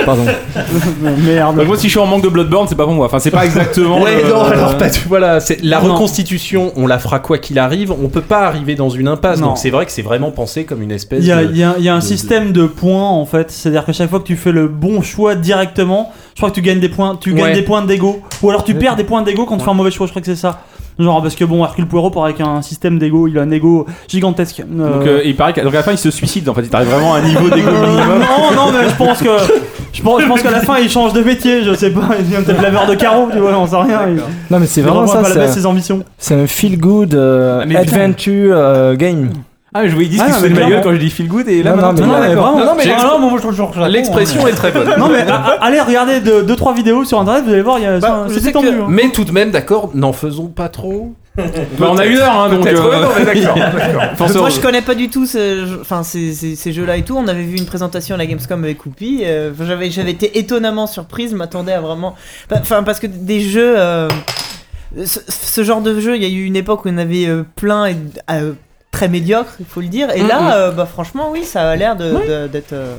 Speaker 4: pardon.
Speaker 2: (laughs) Merde.
Speaker 1: Moi, si je suis en manque de Bloodborne, c'est pas pour moi. (laughs) Enfin, c'est euh, pas exactement.
Speaker 8: Ouais,
Speaker 1: le-
Speaker 8: non, alors pas du- Euh, Voilà, c'est la
Speaker 2: Non.
Speaker 8: reconstitution, on la fera quoi qu'il arrive. On peut pas arriver dans une impasse.
Speaker 2: Non.
Speaker 8: Donc c'est vrai que c'est vraiment pensé comme une espèce
Speaker 2: Il y a,
Speaker 8: de.
Speaker 2: il y a- il y a un
Speaker 8: de-
Speaker 2: système de points en fait, c'est-à-dire que chaque fois que tu fais le bon choix directement, je crois que tu gagnes des points, tu gagnes
Speaker 8: Ouais.
Speaker 2: des points d'ego, ou alors tu perds des points d'ego quand tu fais un mauvais choix. Je crois que c'est ça. Genre parce que bon, Hercule Poirot part avec un système d'ego, il a un ego gigantesque. Euh,
Speaker 1: Donc, euh, il paraît qu'à donc, à la fin, il se suicide. En fait, il t'arrive vraiment à un niveau
Speaker 2: (laughs)
Speaker 1: d'égo
Speaker 2: euh,
Speaker 1: minimum.
Speaker 2: non, non, mais je pense que je pense, je pense qu'à la fin il change de métier, je sais pas, il devient peut-être laveur de carreaux, tu vois, on sait rien. Il,
Speaker 4: Non, mais c'est
Speaker 2: il
Speaker 4: vraiment
Speaker 2: revoit
Speaker 4: ça.
Speaker 2: pas la baisse
Speaker 4: c'est-
Speaker 2: ses ambitions.
Speaker 4: C'est un feel good
Speaker 1: Ah, mais putain.
Speaker 4: adventure euh, game.
Speaker 1: (laughs) Ah, mais je voyais dire
Speaker 2: Ah,
Speaker 1: qu'ils se
Speaker 2: non,
Speaker 1: foutent de
Speaker 2: mais
Speaker 1: ma gueule
Speaker 2: clairement.
Speaker 1: quand je dis feel good et là
Speaker 4: Non, non, mais-
Speaker 1: maintenant. tout le monde est d'accord.
Speaker 8: j'ai
Speaker 2: vraiment, mais
Speaker 8: l'expr-
Speaker 2: vraiment, moi je trouve toujours.
Speaker 8: L'expression est très bonne.
Speaker 2: Non mais a- a- allez regarder 2-3 vidéos sur internet, vous allez voir, il y a
Speaker 8: Bah,
Speaker 2: c'est
Speaker 8: je sais
Speaker 2: détendu,
Speaker 8: que-
Speaker 2: hein.
Speaker 8: Mais tout de même, d'accord, n'en faisons pas trop.
Speaker 1: Bah, on a une heure, hein, donc.
Speaker 8: Peut-être,
Speaker 1: euh,
Speaker 8: ouais, non, Ah, mais d'accord, d'accord.
Speaker 1: force
Speaker 5: Moi,
Speaker 1: heureuse.
Speaker 5: je connais pas du tout ce jeu- enfin, ces, ces- ces jeux-là et tout. On avait vu une présentation à la Gamescom avec Oupi. euh, enfin, j'avais, j'avais été étonnamment surprise. Je m'attendais à vraiment. Enfin, parce que des jeux. euh, ce, ce genre de jeu, il y a eu une époque où on avait euh, plein et Mm, euh, très médiocre, il faut le dire. Et là, euh, bah, franchement, oui, ça a l'air de, de- d'être. euh,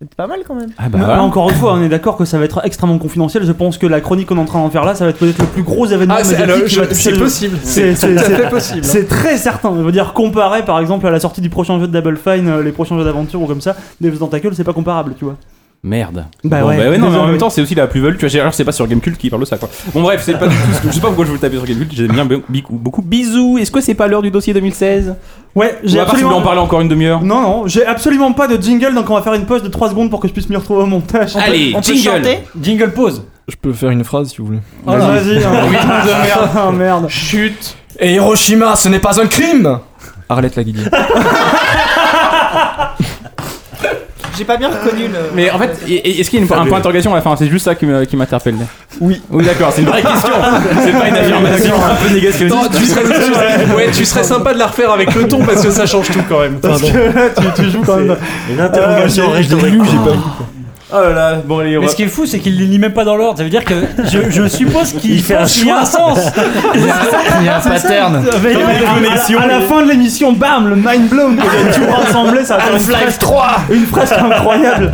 Speaker 5: C'est pas mal quand même.
Speaker 6: Ah
Speaker 1: Bah
Speaker 2: Mais Bah, Encore une fois, on est d'accord que ça va être extrêmement confidentiel. Je pense que la chronique qu'on est en train d'en faire là, ça va être peut-être le plus gros événement
Speaker 8: (laughs) Ah, c'est-
Speaker 2: médiatique
Speaker 8: alors,
Speaker 2: qui
Speaker 8: je-
Speaker 2: va toucher
Speaker 8: c'est
Speaker 2: le-
Speaker 8: possible.
Speaker 2: C'est
Speaker 8: C'est
Speaker 2: c'est-
Speaker 8: tout à fait
Speaker 2: c'est-
Speaker 8: possible.
Speaker 2: C'est très certain. Je veux dire, comparé par exemple à la sortie du prochain jeu de Double Fine, euh, les prochains jeux d'aventure ou comme ça, Devs Tentacle, c'est pas comparable, tu vois.
Speaker 1: Merde.
Speaker 2: Bah
Speaker 1: Bon,
Speaker 2: ouais,
Speaker 1: non, mais en
Speaker 2: désolé.
Speaker 1: même temps, c'est aussi la plus-value. Tu vois, alors c'est pas sur Gamecult qui parle de ça, quoi. Bon, bref, c'est pas du tout. ce que- Je sais pas pourquoi je veux le taper sur Gamecult. J'aime bien be- bic- beaucoup. Bisous. Est-ce que c'est pas l'heure du dossier 2016
Speaker 2: Ouais,
Speaker 1: Ou
Speaker 2: j'ai
Speaker 1: à part si vous voulez
Speaker 2: absolument.
Speaker 1: en parler encore une demi-heure
Speaker 2: Non, non, j'ai absolument pas de jingle, donc on va faire une pause de 3 secondes pour que je puisse m'y retrouver au montage.
Speaker 1: Allez,
Speaker 5: On peut
Speaker 1: jingle.
Speaker 5: chanter
Speaker 3: Jingle pause.
Speaker 6: Je peux faire une phrase si vous voulez.
Speaker 1: (laughs)
Speaker 2: Vas-y, hein. (laughs) Ah, merde.
Speaker 8: Chut
Speaker 6: Et Hiroshima, ce n'est pas un crime Arlette Laguillier.
Speaker 5: J'ai pas bien reconnu le.
Speaker 1: (laughs) Mais en fait, et- et- est-ce qu'il y a une- un point d'interrogation à la fin C'est juste ça qui me- qui m'interpelle.
Speaker 6: Oui.
Speaker 1: Oui, d'accord, c'est une vraie question. C'est (laughs) pas une affirmation un peu négationniste.
Speaker 8: Non, tu serais, tu serais- ouais, tu serais sympa de la refaire avec le ton parce que ça change tout quand même.
Speaker 2: Parce que là, tu, tu joues quand même.
Speaker 7: Une interrogation rhétorique.
Speaker 1: Oh là là, bon, allez, on
Speaker 3: Mais
Speaker 1: va.
Speaker 3: ce qui est fou, c'est qu'il les lit même pas dans l'ordre. Ça veut dire que je, je suppose qu'il
Speaker 7: Il fait un
Speaker 3: pense qu'il y a un sens.
Speaker 1: (laughs)
Speaker 6: Il
Speaker 3: (laughs) Ah,
Speaker 6: y a un pattern.
Speaker 2: Avec- à, à la fin de l'émission, bam, le mind blown que j'ai tout rassemblé, ça va faire
Speaker 3: Ah,
Speaker 2: une phrase,
Speaker 6: 3
Speaker 2: une phrase incroyable.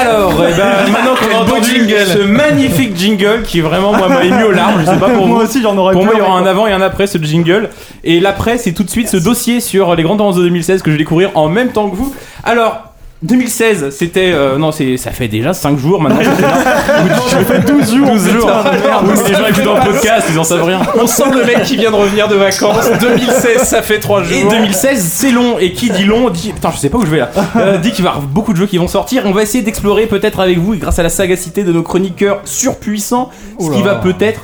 Speaker 1: Alors, eh (laughs) ben, maintenant qu'on a entendu ce magnifique jingle qui vraiment moi m'a ému aux larmes, je sais (laughs) pas pour
Speaker 2: moi
Speaker 1: vous.
Speaker 2: aussi, j'en aurais
Speaker 1: Pour moi, il y
Speaker 2: pleuré,
Speaker 1: aura un
Speaker 2: quoi.
Speaker 1: avant et un après ce jingle. Et l'après, c'est tout de suite ce dossier sur les grandes tendances de 2016 que je vais découvrir en même temps que vous. Alors. 2016, c'était. euh, non, c'est, ça fait déjà 5 jours maintenant.
Speaker 8: (laughs)
Speaker 1: ça fait 12 jours. 12 jours. Oui, mais les gens écoutent dans le podcast, ils en savent rien.
Speaker 8: Ah, On sent le mec qui vient de revenir de vacances. 2016, ça fait 3 jours.
Speaker 1: Et 2016, c'est long. Et qui dit long dit. Putain, je sais pas où je vais là. Euh, dit qu'il va y avoir beaucoup de jeux qui vont sortir. On va essayer d'explorer peut-être avec vous, et grâce à la sagacité de nos chroniqueurs surpuissants, ce qui va peut-être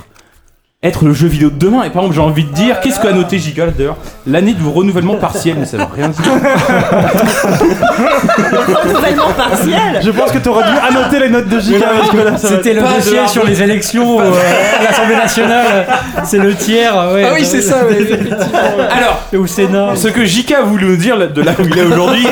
Speaker 1: être le jeu vidéo de demain. Et par exemple, j'ai envie de dire, qu'est-ce qu'a noté Gigal d'ailleurs L'année du renouvellement partiel, mais ça veut rien dire.
Speaker 5: Renouvellement partiel
Speaker 2: Je pense que t'aurais dû annoter les notes de JK parce que là, ça va être-
Speaker 3: C'était le
Speaker 8: Pas de
Speaker 3: dossier
Speaker 8: Harvey.
Speaker 3: sur les élections euh, à l'Assemblée nationale. C'est le tiers. euh, Ouais,
Speaker 8: Ah oui, c'est ça, ouais, effectivement.
Speaker 1: (laughs) Alors,
Speaker 3: Et au
Speaker 2: Ah,
Speaker 3: Sénat.
Speaker 1: Ce que JK voulait nous dire de là où il est aujourd'hui,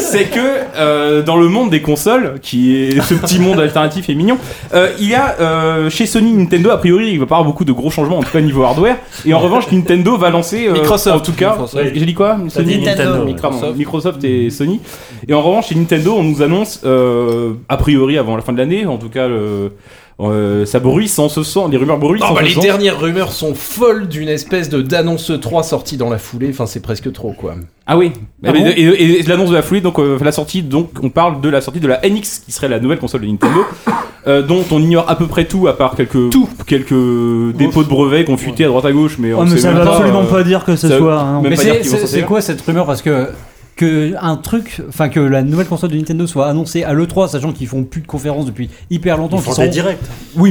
Speaker 1: c'est que euh, dans le monde des consoles, qui est ce petit monde alternatif et mignon, euh, il y a euh, chez Sony, Nintendo, a priori, il va pas avoir beaucoup de gros changements, en tout cas niveau hardware. Et en revanche, Nintendo va lancer. euh,
Speaker 8: Microsoft.
Speaker 1: En tout cas,
Speaker 9: Microsoft.
Speaker 1: j'ai dit quoi Sony
Speaker 5: Nintendo.
Speaker 1: Pardon, Microsoft. et Sony. Et en revanche, chez Nintendo, on nous annonce, euh, a priori, avant la fin de l'année, en tout cas, le- euh, ça bruit sans ce sens, les rumeurs bruissent
Speaker 8: Non,
Speaker 1: sans
Speaker 8: bah,
Speaker 1: ce
Speaker 8: les
Speaker 1: sens.
Speaker 8: dernières rumeurs sont folles d'une espèce de d'annonce 3 sortie dans la foulée. Enfin, c'est presque trop, quoi.
Speaker 1: Ah oui.
Speaker 8: Ah
Speaker 1: Mais-
Speaker 8: bon
Speaker 1: et, et- et l'annonce de la foulée, donc euh, la sortie, donc on parle de la sortie de la NX, qui serait la nouvelle console de Nintendo, euh, dont on ignore à peu près tout, à part quelques quelques dépôts de brevets qu'on fuitait à droite à gauche, mais on
Speaker 2: Oh, mais
Speaker 1: sait
Speaker 2: ça
Speaker 1: même
Speaker 2: veut
Speaker 1: pas,
Speaker 2: absolument
Speaker 1: euh,
Speaker 2: pas dire que ce
Speaker 1: ça-
Speaker 2: soit. hein, non.
Speaker 1: même
Speaker 3: Mais
Speaker 1: pas dire
Speaker 3: c'est-
Speaker 1: qu'ils vont
Speaker 3: c'est
Speaker 1: s'en
Speaker 3: c'est
Speaker 1: servir.
Speaker 3: quoi cette rumeur Parce que que un truc, enfin que la nouvelle console de Nintendo soit annoncée à l'E3, sachant qu'ils font plus de conférences depuis hyper longtemps.
Speaker 7: Ils
Speaker 3: qu'ils
Speaker 7: font
Speaker 3: sont-
Speaker 7: des directs.
Speaker 3: Oui,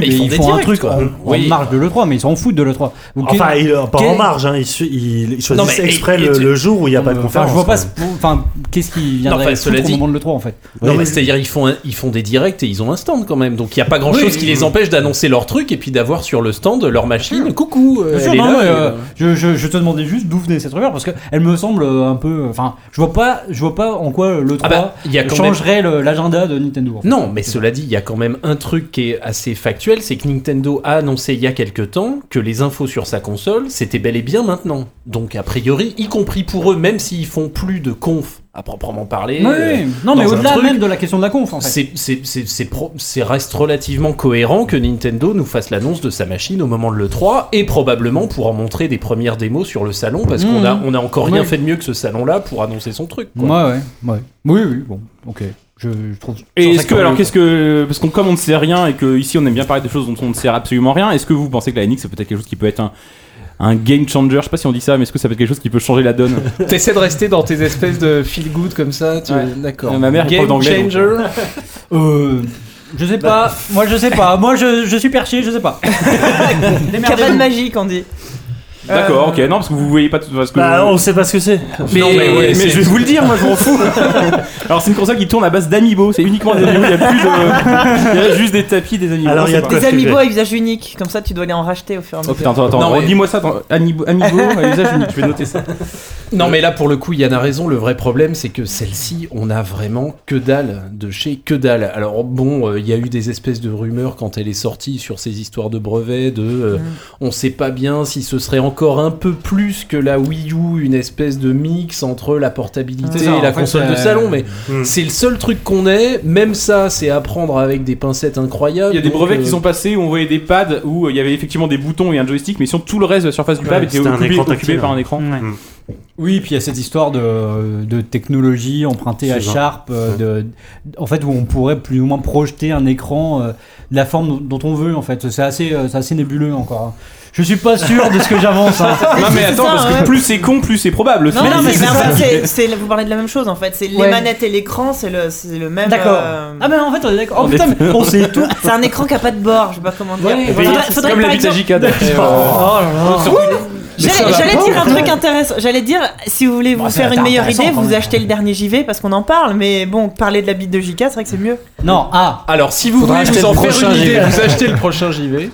Speaker 8: Mais
Speaker 3: mais
Speaker 8: Ah, ils
Speaker 3: ils,
Speaker 8: font des
Speaker 3: font un
Speaker 8: directs,
Speaker 3: truc
Speaker 8: quoi.
Speaker 3: en,
Speaker 8: Oui.
Speaker 3: en marge de l'E3, mais ils s'en foutent de l'e3. Donc,
Speaker 7: Enfin, il- pas en
Speaker 3: quel-
Speaker 7: marge, hein, ils, su- ils- ils
Speaker 8: Non, mais-
Speaker 7: choisissent
Speaker 8: et-
Speaker 7: exprès
Speaker 8: et
Speaker 7: le,
Speaker 8: tu-
Speaker 7: le jour où il n'y a pas de
Speaker 3: Euh, Enfin,
Speaker 7: conférence.
Speaker 3: je vois pas.
Speaker 7: quoi.
Speaker 3: ce- Enfin, qu'est-ce qui
Speaker 8: Non,
Speaker 3: viendrait
Speaker 8: enfin, cela
Speaker 3: foutre au
Speaker 8: dit-
Speaker 3: moment de l'E3 en fait
Speaker 8: Non,
Speaker 7: Oui.
Speaker 8: mais c'est-à-dire, ils font, un- ils font des directs et ils ont un stand quand même. Donc, il n'y a pas grand-chose
Speaker 3: Oui.
Speaker 8: qui les empêche d'annoncer leur truc et puis d'avoir sur le stand leur machine. Coucou euh,
Speaker 3: Bien sûr,
Speaker 8: elle est
Speaker 3: non,
Speaker 8: là,
Speaker 3: mais,
Speaker 8: et,
Speaker 3: euh,
Speaker 8: euh,
Speaker 3: je, je- je te demandais juste d'où venait cette rumeur parce que elle me semble euh, un peu. Enfin, je vois pas, je vois pas en quoi le
Speaker 8: Ah
Speaker 3: 3
Speaker 8: bah, il y a quand même-
Speaker 3: changerait le- l'agenda de
Speaker 2: hein.
Speaker 3: Nintendo. en fait.
Speaker 8: Non, mais cela dit, il y a quand même un truc qui est assez factuel, c'est que Nintendo a annoncé il y a quelque temps que les infos sur sa console, c'était bel et bien maintenant. Donc a priori, y compris pour eux, même s'ils font plus de conf à proprement parler,
Speaker 3: Oui,
Speaker 8: euh,
Speaker 3: oui. non, mais
Speaker 8: dans un
Speaker 3: au-delà
Speaker 8: truc-
Speaker 3: même de la question de la conf en fait.
Speaker 8: c'est- c'est- c'est- c'est pro- c'est reste relativement cohérent que Nintendo nous fasse l'annonce de sa machine au moment de l'E3 et probablement pour en montrer des premières démos sur le salon
Speaker 1: Mmh.
Speaker 8: parce qu'on
Speaker 3: Mhm.
Speaker 8: a, on a encore rien
Speaker 3: Oui.
Speaker 8: fait de mieux que ce salon-là pour annoncer son truc.
Speaker 3: Ouais,
Speaker 8: quoi.
Speaker 3: ouais, ouais. Oui, oui, bon, ok. Je, je trouve.
Speaker 1: Et
Speaker 3: je trouve
Speaker 1: est-ce
Speaker 3: ça
Speaker 1: que, alors
Speaker 3: curieux.
Speaker 1: qu'est-ce que, parce qu'on comme on ne sait rien et que ici on aime bien parler de choses dont on ne sait absolument rien, est-ce que vous pensez que la NX c'est peut-être quelque chose qui peut être un un game changer, je sais pas si on dit ça, mais est-ce que ça peut être quelque chose qui peut changer la donne
Speaker 8: T'essaies de rester dans tes espèces de feel good comme
Speaker 3: hein,
Speaker 8: ça, tu...
Speaker 1: Ouais.
Speaker 8: d'accord.
Speaker 1: Ma mère est prof
Speaker 8: Game
Speaker 1: d'anglais, donc.
Speaker 8: changer.
Speaker 3: Euh, je sais pas,
Speaker 5: (laughs)
Speaker 3: moi je sais pas, moi je, je suis perché, je sais pas.
Speaker 5: Ah, Cabane magique, on dit.
Speaker 1: D'accord, ok. Non, parce que vous voyez pas tout parce que.
Speaker 7: Bah, on sait pas ce que c'est.
Speaker 1: mais,
Speaker 8: Non, mais ouais,
Speaker 1: mais
Speaker 8: c'est-
Speaker 1: je vais vous le dire, moi je m'en fous. Alors c'est une console qui tourne à base d'amiibo, c'est uniquement des amiibo, il y a plus (laughs) de, il y a juste des tapis, des amiibo.
Speaker 7: Alors,
Speaker 1: on
Speaker 7: il y a
Speaker 1: sait
Speaker 7: de
Speaker 1: pas.
Speaker 7: quoi
Speaker 5: Des
Speaker 7: faire.
Speaker 5: amiibo à visage unique, comme ça tu dois les en racheter bah, au fur et à
Speaker 1: Oh
Speaker 5: mesure.
Speaker 1: putain, attends, attends,
Speaker 8: Non, mais-
Speaker 1: dis-moi ça, attends. Amiibo, amiibo, (laughs) à usage unique, je vais noter ça.
Speaker 8: Non, mais là, pour le coup, Yann a raison. Le vrai problème, c'est que celle-ci, on a vraiment que dalle de chez que dalle. Alors, bon, euh, il y a eu des espèces de rumeurs quand elle est sortie sur ces histoires de brevets, de euh, on sait pas bien si ce serait encore un peu plus que la Wii U, une espèce de mix entre la portabilité
Speaker 3: C'est ça,
Speaker 8: et la
Speaker 3: en fait,
Speaker 8: console de
Speaker 3: euh,
Speaker 8: salon. Mais
Speaker 7: Hmm.
Speaker 8: c'est le seul truc qu'on ait. Même ça, c'est à prendre avec des pincettes incroyables.
Speaker 1: Il y a des
Speaker 8: Donc,
Speaker 1: brevets
Speaker 8: euh,
Speaker 1: qui sont passés où on voyait des pads où euh, il y avait effectivement des boutons et un joystick, mais sinon tout le reste de la surface du pad
Speaker 7: Ouais,
Speaker 1: était
Speaker 7: c'était un
Speaker 1: occupé,
Speaker 7: écran
Speaker 1: occupé
Speaker 7: tactile,
Speaker 1: par
Speaker 7: hein.
Speaker 1: un écran.
Speaker 2: Ouais.
Speaker 3: Oui, puis il y a cette histoire de, de technologie empruntée à
Speaker 7: C'est ça.
Speaker 3: Sharp, euh, de, en fait, où on pourrait plus ou moins projeter un écran euh, de la forme dont dont on veut, en fait. C'est assez, euh, c'est assez nébuleux encore. hein. Je suis pas sûr de ce que j'avance. hein.
Speaker 1: Non mais
Speaker 5: Ah, c'est
Speaker 1: attends,
Speaker 5: ça,
Speaker 1: parce que
Speaker 5: ouais.
Speaker 1: plus c'est con, plus c'est probable. au
Speaker 5: Non,
Speaker 1: final.
Speaker 5: non, mais
Speaker 1: C'est
Speaker 5: c'est-
Speaker 1: ça.
Speaker 3: (laughs)
Speaker 5: c'est- c'est- vous parlez de la même chose en fait. C'est les
Speaker 3: Ouais.
Speaker 5: manettes et l'écran, c'est le, c'est le même.
Speaker 3: D'accord.
Speaker 5: euh,
Speaker 3: Ah, mais en fait, on est d'accord. Oh
Speaker 1: On
Speaker 3: putain,
Speaker 1: est-
Speaker 3: mais
Speaker 5: (laughs)
Speaker 3: on sait tout.
Speaker 5: C'est un écran qui a pas de bord, je sais pas comment dire.
Speaker 3: Ouais,
Speaker 5: Faudrait-
Speaker 3: voilà.
Speaker 5: faudrait
Speaker 1: comme
Speaker 5: par
Speaker 1: la bite à
Speaker 5: exemple-
Speaker 1: Jika, d'après, euh,
Speaker 5: J'allais j'allais dire
Speaker 3: Oh.
Speaker 5: un truc intéressant. J'allais dire, si vous voulez vous
Speaker 3: Bah, ça a
Speaker 5: faire une
Speaker 3: l'air
Speaker 5: meilleure idée,
Speaker 3: intéressant, quand
Speaker 5: vous
Speaker 3: même.
Speaker 5: achetez le dernier JV parce qu'on en parle. Mais bon, parler de la bite de JK, c'est vrai que c'est mieux.
Speaker 3: Non, ah.
Speaker 8: Alors, si vous
Speaker 6: Faudra
Speaker 8: voulez
Speaker 6: acheter
Speaker 8: vous en
Speaker 6: le
Speaker 8: faire
Speaker 6: prochain
Speaker 8: une idée,
Speaker 6: JV.
Speaker 8: vous achetez le prochain JV.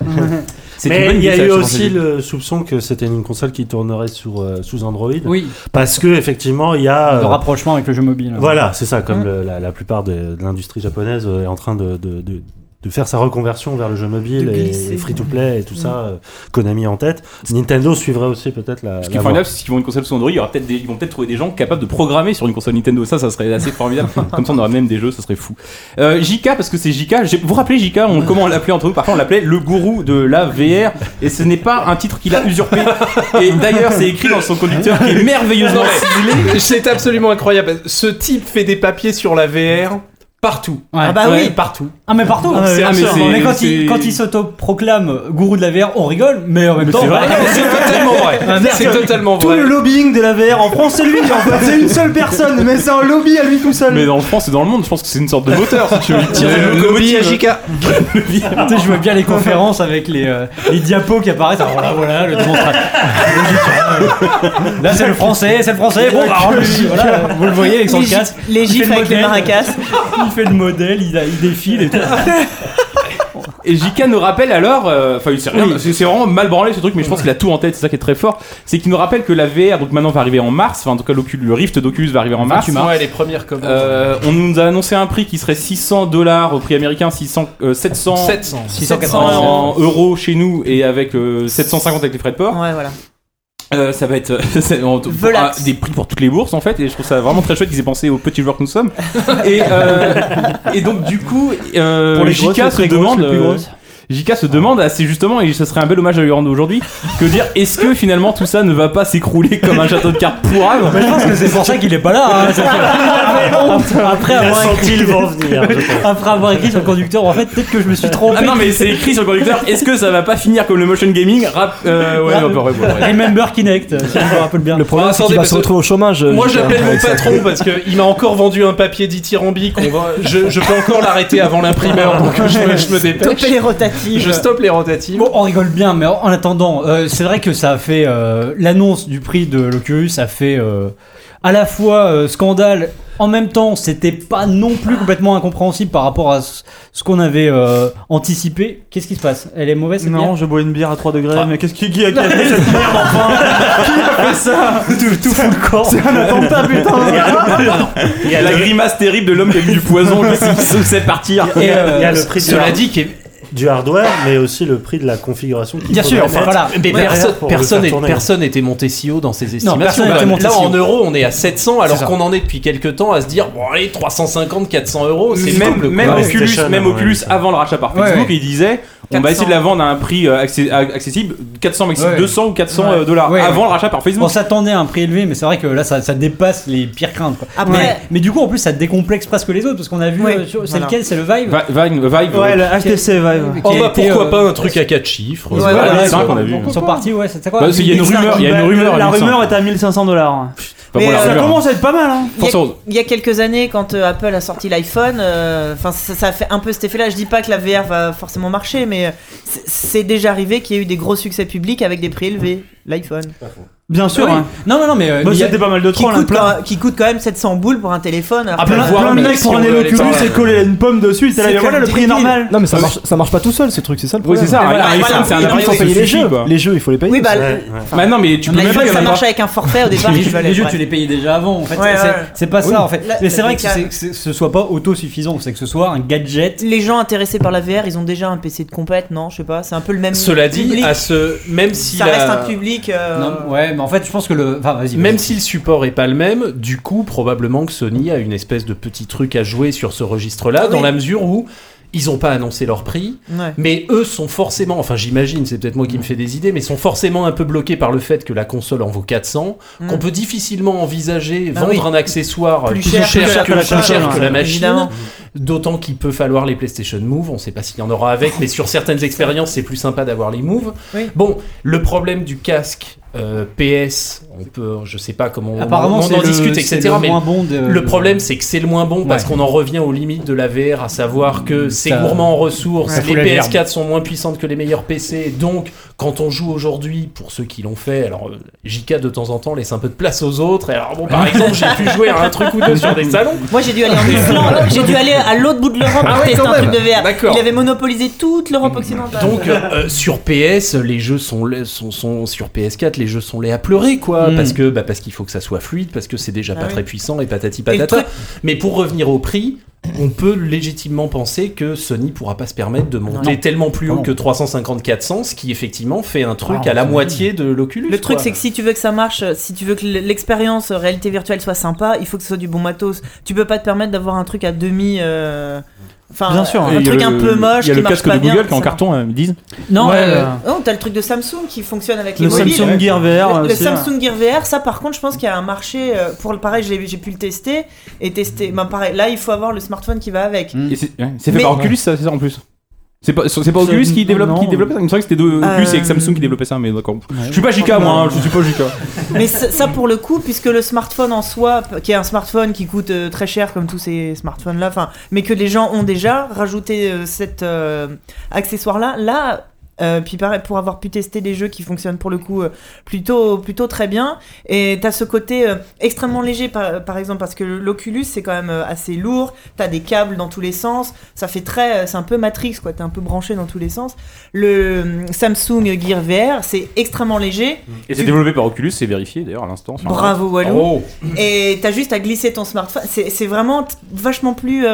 Speaker 1: c'est une
Speaker 7: Mais
Speaker 1: bonne
Speaker 7: il y a
Speaker 1: idée,
Speaker 7: eu
Speaker 1: ça,
Speaker 7: aussi
Speaker 1: je pense.
Speaker 7: le soupçon que c'était une console qui tournerait sur, euh, sous Android.
Speaker 3: Oui,
Speaker 7: Parce que, effectivement, il y a.
Speaker 3: le
Speaker 7: euh,
Speaker 3: rapprochement avec le jeu mobile.
Speaker 7: Voilà, c'est ça, comme
Speaker 4: Mmh.
Speaker 5: Mm.
Speaker 7: le- la, la plupart de, de l'industrie japonaise euh, est en train de, de- de- de faire sa reconversion vers le jeu mobile
Speaker 5: De
Speaker 7: et
Speaker 5: glisser.
Speaker 7: free-to-play
Speaker 4: Mmh.
Speaker 7: et tout ça, euh, Konami en tête. Nintendo suivrait aussi peut-être la.
Speaker 1: Ce qui
Speaker 7: la
Speaker 1: est
Speaker 7: voie.
Speaker 1: formidable, c'est qu'ils vont une console sous Android, il y aura peut-être des- ils vont peut-être trouver des gens capables de programmer sur une console Nintendo. Ça, ça serait assez
Speaker 8: (laughs)
Speaker 1: formidable. Comme ça, on aurait même des jeux, ça serait fou. Euh, JK, parce que c'est JK. j'ai- Vous vous rappelez JK on- Comment on l'appelait entre nous Parfois, on l'appelait le gourou de la VR. Et ce n'est pas un titre qu'il a usurpé. Et d'ailleurs, c'est écrit dans son conducteur qui est merveilleusement
Speaker 8: Non, mais c'est absolument incroyable. Ce type fait des papiers sur la VR partout.
Speaker 3: Ouais.
Speaker 5: Ah bah
Speaker 8: Ouais,
Speaker 5: oui.
Speaker 8: partout.
Speaker 3: Ah mais partout
Speaker 1: Ah, mais
Speaker 3: C'est
Speaker 1: ah, mais
Speaker 3: absurde.
Speaker 1: c'est-
Speaker 3: mais, quand,
Speaker 1: c'est-
Speaker 3: il, quand il s'auto-proclame gourou de la VR, on rigole, mais en même temps...
Speaker 7: c'est
Speaker 3: bah,
Speaker 8: C'est totalement vrai. C'est totalement
Speaker 4: Tout
Speaker 3: Oh,
Speaker 8: vrai.
Speaker 4: le lobbying de la VR en France, c'est lui, en fait. C'est une seule personne, mais c'est un lobby à lui tout seul.
Speaker 1: Mais en France et dans le monde, je pense que c'est une sorte de moteur si tu veux. Il tire
Speaker 8: Euh,
Speaker 1: une
Speaker 8: Lobby
Speaker 1: locomotive.
Speaker 8: AJK.
Speaker 3: tu sais, je vois bien les conférences avec les, euh, les diapos qui apparaissent. Alors voilà, voilà, le démonstrateur. Là, c'est le français, c'est le français. Bon, bah, on lui- voilà, vous le voyez avec son
Speaker 5: Les, gi-
Speaker 3: casque.
Speaker 5: les
Speaker 3: fait
Speaker 5: gifs
Speaker 3: le
Speaker 5: avec les
Speaker 3: modèle.
Speaker 5: maracas.
Speaker 3: Il fait le modèle, il, a- il défile et tout.
Speaker 1: Et JK nous rappelle alors, euh, enfin, il sait rien, c'est c'est vraiment mal branlé ce truc, mais je pense qu'il a tout en tête, c'est ça qui est très fort. C'est qu'il nous rappelle que la VR, donc maintenant, va arriver en mars, enfin, en tout cas, l'Oculus- le Rift d'Oculus va arriver en mars.
Speaker 8: Ouais, les premières commandes.
Speaker 1: Euh, on nous a annoncé un prix qui serait 600 dollars au prix américain, 600, euh, 700,
Speaker 8: 700.
Speaker 5: 680.
Speaker 1: en euros chez nous et avec euh, 750 avec les frais de port.
Speaker 3: (laughs)
Speaker 5: Ouais, voilà.
Speaker 1: Euh, (laughs) ça va être c'est- en- pour-
Speaker 5: Velax.
Speaker 1: ah, des prix pour toutes les bourses en fait et je trouve ça vraiment très chouette qu'ils aient pensé aux petits joueurs que nous sommes. et, euh, et donc du coup, euh,
Speaker 4: Pour les
Speaker 1: JK
Speaker 4: grosses, les
Speaker 1: se
Speaker 4: très grosses,
Speaker 1: demande.
Speaker 4: les plus
Speaker 1: euh,
Speaker 4: grosses.
Speaker 1: JK se demande, ah, c'est justement, et ce serait un bel hommage à lui rendre aujourd'hui, que dire, est-ce que finalement tout ça ne va pas s'écrouler comme un château de cartes pourrave
Speaker 3: Mais je pense que c'est pour ça qu'il est pas là. hein. Ça fait- Après
Speaker 7: Il a
Speaker 3: avoir,
Speaker 7: senti
Speaker 4: (laughs)
Speaker 7: le
Speaker 3: écrit,
Speaker 7: vent venir. je pense.
Speaker 3: après avoir écrit sur le conducteur, en fait, peut-être que je me suis trompé.
Speaker 1: Ah non, mais c'est écrit sur le conducteur, est-ce que ça va pas finir comme le motion gaming Rap, euh,
Speaker 4: Ah,
Speaker 1: ouais, ouais, ouais, ouais, ouais.
Speaker 3: Remember Kinect, si je me rappelle bien.
Speaker 6: Le problème,
Speaker 8: Ah,
Speaker 6: c'est
Speaker 8: attendez,
Speaker 6: qu'il va
Speaker 8: parce
Speaker 6: se
Speaker 8: que-
Speaker 6: retrouver au chômage. euh,
Speaker 8: Moi
Speaker 6: Lucas,
Speaker 8: j'appelle mon
Speaker 6: avec ça.
Speaker 8: patron parce qu'il m'a encore vendu un papier dithyrambique. On va- je, je peux encore l'arrêter avant l'imprimeur donc je me, je me
Speaker 5: Topé
Speaker 8: dépêche.
Speaker 5: les rotatives.
Speaker 8: Je stoppe les rotatives.
Speaker 3: Bon, on rigole bien, mais en en attendant, euh, c'est vrai que ça a fait euh, l'annonce du prix de l'Oculus, a fait euh, à la fois euh, scandale. En même temps, c'était pas non plus complètement incompréhensible par rapport à ce ce qu'on avait euh, anticipé. Qu'est-ce qui se passe Elle est mauvaise cette
Speaker 2: Non,
Speaker 3: bière
Speaker 2: je bois une bière à 3 degrés, mais qu'est-ce qui, qui a cassé cette merde enfin Qui a fait ça
Speaker 3: tout, tout fout le corps.
Speaker 2: C'est un attentat, putain
Speaker 1: Il y a la grimace terrible de l'homme qui a vu du poison, qui se sait partir.
Speaker 3: Et, euh,
Speaker 7: Il y a le prix du,
Speaker 8: Cela
Speaker 7: har-
Speaker 8: dit, qu'est-
Speaker 7: du hardware, mais aussi le prix de la configuration. qu'il
Speaker 3: Bien
Speaker 7: faudrait
Speaker 3: sûr, enfin,
Speaker 7: mettre.
Speaker 3: voilà.
Speaker 8: mais
Speaker 7: derrière,
Speaker 8: personne-
Speaker 7: pour le
Speaker 8: personne
Speaker 7: faire
Speaker 8: est-
Speaker 7: tourner.
Speaker 8: personne n'était monté si haut dans ses estimations.
Speaker 3: personne
Speaker 8: Bah,
Speaker 3: n'était monté
Speaker 8: là
Speaker 3: si haut.
Speaker 8: en euros on est à 700 alors
Speaker 3: ça.
Speaker 8: qu'on en est depuis quelques temps à se dire bon allez 350 400 euros c'est
Speaker 1: Même,
Speaker 8: double, quoi.
Speaker 1: même
Speaker 7: Ouais,
Speaker 1: Oculus,
Speaker 7: PlayStation,
Speaker 1: même
Speaker 7: ouais,
Speaker 1: Oculus
Speaker 7: ouais.
Speaker 1: avant le rachat par
Speaker 3: Ouais,
Speaker 1: Facebook,
Speaker 3: ouais.
Speaker 1: il disait on va essayer de la vendre à un prix euh, accé- a- accessible, 400 maxi-
Speaker 3: Ouais.
Speaker 1: 200 ou 400
Speaker 3: Ouais.
Speaker 1: euh, dollars
Speaker 3: Ouais,
Speaker 1: avant le rachat par Facebook.
Speaker 3: On s'attendait à un prix élevé, mais c'est vrai que là, ça, ça dépasse les pires craintes. quoi.
Speaker 5: Après-
Speaker 3: mais, mais du coup, en plus, ça décomplexe presque les autres, parce qu'on a vu,
Speaker 5: Ouais,
Speaker 3: euh, sur- c'est
Speaker 5: voilà.
Speaker 3: lequel C'est le Vive
Speaker 1: Vi- Vive, Vive,
Speaker 2: Ouais, le HTC Vive.
Speaker 3: qui
Speaker 8: Oh
Speaker 3: a
Speaker 8: bah
Speaker 3: été,
Speaker 8: pourquoi
Speaker 3: euh,
Speaker 8: pas un truc à 4 chiffres
Speaker 5: Ouais,
Speaker 1: ouais,
Speaker 3: voilà,
Speaker 1: les
Speaker 3: ils
Speaker 1: cinq
Speaker 3: sont-
Speaker 1: qu'on a vu.
Speaker 3: Ils sont partis, ouais, c'était quoi
Speaker 1: Bah, c'est- il y a une
Speaker 3: X5,
Speaker 1: rumeur, il y a une
Speaker 2: Bah,
Speaker 1: rumeur.
Speaker 2: La
Speaker 1: il me semble.
Speaker 2: rumeur est à 1500 dollars.
Speaker 5: Mais,
Speaker 1: bon, la
Speaker 5: euh,
Speaker 2: Ça
Speaker 1: rumeur, hein.
Speaker 2: commence à être pas mal, hein.
Speaker 5: Il y, a,
Speaker 1: Force-
Speaker 5: il y a quelques années, quand euh, Apple a sorti l'iPhone, euh, enfin ça, ça a fait un peu cet effet-là. Je dis pas que la VR va forcément marcher, mais euh, c'est- c'est déjà arrivé qu'il y ait eu des gros succès publics avec des prix élevés. L'iPhone.
Speaker 2: Bien sûr.
Speaker 3: Oui.
Speaker 2: hein.
Speaker 3: Non, non, non, mais. euh,
Speaker 2: Bah,
Speaker 3: il y a-
Speaker 2: c'était pas mal de
Speaker 5: Qui
Speaker 2: trolls, hein,
Speaker 5: coûte,
Speaker 2: plein.
Speaker 5: quand, qui coûte quand même 700 boules pour un téléphone. alors
Speaker 2: Ah,
Speaker 5: que-
Speaker 2: plein,
Speaker 9: voir,
Speaker 2: plein de
Speaker 9: mais
Speaker 2: mecs
Speaker 9: si on
Speaker 2: prenaient
Speaker 9: veut aller
Speaker 2: l'Oculus
Speaker 9: par là.
Speaker 2: et collaient une pomme dessus. et t'es là,
Speaker 5: C'est
Speaker 2: mais voilà
Speaker 5: comme
Speaker 2: le prix est
Speaker 5: débile.
Speaker 2: normal.
Speaker 4: Non, mais ça marche, ça marche pas tout seul, ces trucs, c'est ça le
Speaker 1: Oui,
Speaker 4: problème.
Speaker 1: c'est ça.
Speaker 5: Voilà,
Speaker 1: un
Speaker 5: voilà,
Speaker 1: iPhone, c'est un
Speaker 5: oui,
Speaker 1: appareil,
Speaker 5: oui,
Speaker 1: ça
Speaker 5: oui,
Speaker 4: faut payer les
Speaker 1: suffit,
Speaker 4: jeux.
Speaker 1: quoi.
Speaker 4: Les jeux, il faut les payer.
Speaker 5: Oui, bah,
Speaker 7: Ouais, ouais.
Speaker 1: Bah non, mais tu peux même pas
Speaker 5: L'iPhone,
Speaker 1: y en
Speaker 5: ça
Speaker 1: avoir.
Speaker 5: marchait avec un forfait au départ.
Speaker 1: Les
Speaker 5: qui valait
Speaker 3: les jeux,
Speaker 5: bref.
Speaker 3: tu les payais déjà avant, en fait.
Speaker 5: Ouais,
Speaker 3: c'est
Speaker 5: ouais.
Speaker 3: c'est pas ça, en fait.
Speaker 5: La-
Speaker 3: mais c'est
Speaker 5: la
Speaker 3: vrai que,
Speaker 5: décale.
Speaker 3: c'est- que c'est- que ce soit pas autosuffisant, c'est que ce soit un gadget.
Speaker 5: Les gens intéressés par la VR, ils ont déjà un PC de compète, non Je sais pas, c'est un peu le même.
Speaker 8: Cela dit,
Speaker 5: public.
Speaker 8: à ce, même si
Speaker 5: ça
Speaker 8: la-
Speaker 5: reste un public. euh,
Speaker 3: Non, ouais, mais en fait, je pense que le. Enfin, vas-y.
Speaker 8: Même
Speaker 3: vas-y.
Speaker 8: si le support est pas le même, du coup, probablement que Sony a une espèce de petit truc à jouer sur ce registre-là,
Speaker 5: Ah
Speaker 8: dans
Speaker 5: oui.
Speaker 8: la mesure où ils ont pas annoncé leur prix,
Speaker 5: ouais.
Speaker 8: mais eux sont forcément, enfin j'imagine, c'est peut-être moi qui me fais des idées, mais sont forcément un peu bloqués par le fait que la console en vaut 400,
Speaker 5: Mm.
Speaker 8: qu'on peut difficilement envisager
Speaker 5: Ah
Speaker 8: vendre
Speaker 5: oui.
Speaker 8: un accessoire
Speaker 5: Plus
Speaker 8: plus,
Speaker 5: cher
Speaker 8: cher,
Speaker 5: que la
Speaker 8: que, plus
Speaker 5: console,
Speaker 8: cher que la
Speaker 5: hein,
Speaker 8: machine,
Speaker 5: évidemment.
Speaker 8: d'autant qu'il peut falloir les PlayStation Move, on sait pas s'il y en aura avec, mais sur certaines expériences c'est plus sympa d'avoir les Move.
Speaker 5: Oui.
Speaker 8: Bon, le problème du casque euh, PS, on peut, je sais pas comment on,
Speaker 3: apparemment,
Speaker 8: on
Speaker 3: c'est
Speaker 8: en
Speaker 3: le-
Speaker 8: discute,
Speaker 3: c'est
Speaker 8: etc.
Speaker 3: le
Speaker 8: mais
Speaker 3: moins bon de-
Speaker 8: le problème, c'est que c'est le moins bon parce
Speaker 3: Euh, Ouais. Mm,
Speaker 8: qu'on en revient aux limites de la VR, à savoir que c'est
Speaker 3: Ça-
Speaker 8: gourmand en ressources,
Speaker 3: ça fout la
Speaker 8: les PS4 sont moins puissantes que les meilleurs PC, donc quand on joue aujourd'hui, pour ceux qui l'ont fait, alors euh, JK de temps en temps laisse un peu de place aux autres, et alors bon,
Speaker 3: (laughs)
Speaker 8: par exemple, j'ai pu jouer à un truc ou deux sur des salons,
Speaker 5: Moi j'ai
Speaker 8: (laughs)
Speaker 5: dû aller en Islande, j'ai dû aller à l'autre bout de l'Europe
Speaker 8: Ah
Speaker 5: pour
Speaker 8: ouais,
Speaker 5: tester
Speaker 8: quand
Speaker 5: un truc
Speaker 8: même.
Speaker 5: de VR.
Speaker 8: D'accord.
Speaker 5: Il avait monopolisé toute l'Europe occidentale.
Speaker 8: Donc euh, sur PS, les jeux sont, laids- sont, sont- sur PS4, les jeux sont les à pleurer quoi,
Speaker 3: Mm.
Speaker 8: parce que bah, parce qu'il faut que ça soit fluide, parce que c'est déjà
Speaker 5: Ah
Speaker 8: pas
Speaker 5: oui.
Speaker 8: très puissant et patati
Speaker 5: Et le
Speaker 8: patata.
Speaker 5: truc-
Speaker 8: Mais pour revenir au prix, on peut légitimement penser que Sony pourra pas se permettre de monter tellement plus haut
Speaker 3: Non.
Speaker 8: que 350-400, ce qui effectivement fait un truc
Speaker 3: Ah,
Speaker 8: à la
Speaker 3: c'est
Speaker 8: moitié de l'Oculus.
Speaker 5: le truc
Speaker 8: quoi.
Speaker 5: c'est que si tu veux que ça marche, si tu veux que l'expérience euh, réalité virtuelle soit sympa, il faut que ce soit du bon matos. Tu peux pas te permettre d'avoir un truc à demi. euh, Enfin,
Speaker 2: Bien sûr,
Speaker 5: un
Speaker 2: et
Speaker 1: hein. il y a
Speaker 5: truc
Speaker 1: le-
Speaker 5: un peu moche.
Speaker 1: Il y a
Speaker 5: qui
Speaker 1: le
Speaker 5: marche
Speaker 1: casque
Speaker 5: pas
Speaker 1: de
Speaker 5: bien,
Speaker 1: Google qui est en
Speaker 5: ça-
Speaker 1: carton, euh, ils disent.
Speaker 3: Non,
Speaker 2: Ouais,
Speaker 3: euh,
Speaker 2: euh,
Speaker 5: Non, t'as le truc de Samsung qui fonctionne avec les
Speaker 2: le
Speaker 5: mobiles.
Speaker 2: Samsung Gear VR.
Speaker 5: Le, le
Speaker 2: aussi, ouais.
Speaker 5: Samsung Gear VR, ça par contre, je pense qu'il y a un marché euh, pour le pareil. je l'ai- J'ai pu le tester et tester. Ben, pareil, là, il faut avoir le smartphone qui va avec.
Speaker 1: Et C'est ouais, c'est fait
Speaker 5: Mais-
Speaker 1: par Oculus, ça, c'est ça en plus. C'est pas, c'est pas
Speaker 2: C'est-
Speaker 1: Oculus qui développe,
Speaker 2: non.
Speaker 1: qui développe ça Il me semblait que c'était de- Oculus
Speaker 5: Euh,
Speaker 1: et que Samsung qui développait ça, mais d'accord. Je suis pas JK, moi, hein, je suis pas JK.
Speaker 5: Mais ça, ça, pour le coup, puisque le smartphone en soi, p- qui est un smartphone qui coûte euh, très cher comme tous ces smartphones là, enfin, mais que les gens ont déjà, rajouter euh, cet euh, accessoire là, là. euh, puis pareil, pour avoir pu tester des jeux qui fonctionnent pour le coup euh, plutôt, plutôt très bien. Et t'as ce côté euh, extrêmement léger par, par exemple, parce que l'Oculus c'est quand même euh, assez lourd, t'as des câbles dans tous les sens, ça fait très. euh, C'est un peu Matrix quoi, t'es un peu branché dans tous les sens. Le euh, Samsung Gear VR c'est extrêmement léger,
Speaker 1: Et c'est développé par Oculus, c'est vérifié d'ailleurs à l'instant. euh, sur Internet.
Speaker 5: Bravo Walou. Et t'as juste à glisser ton smartphone. C'est c'est vraiment t- vachement plus. euh,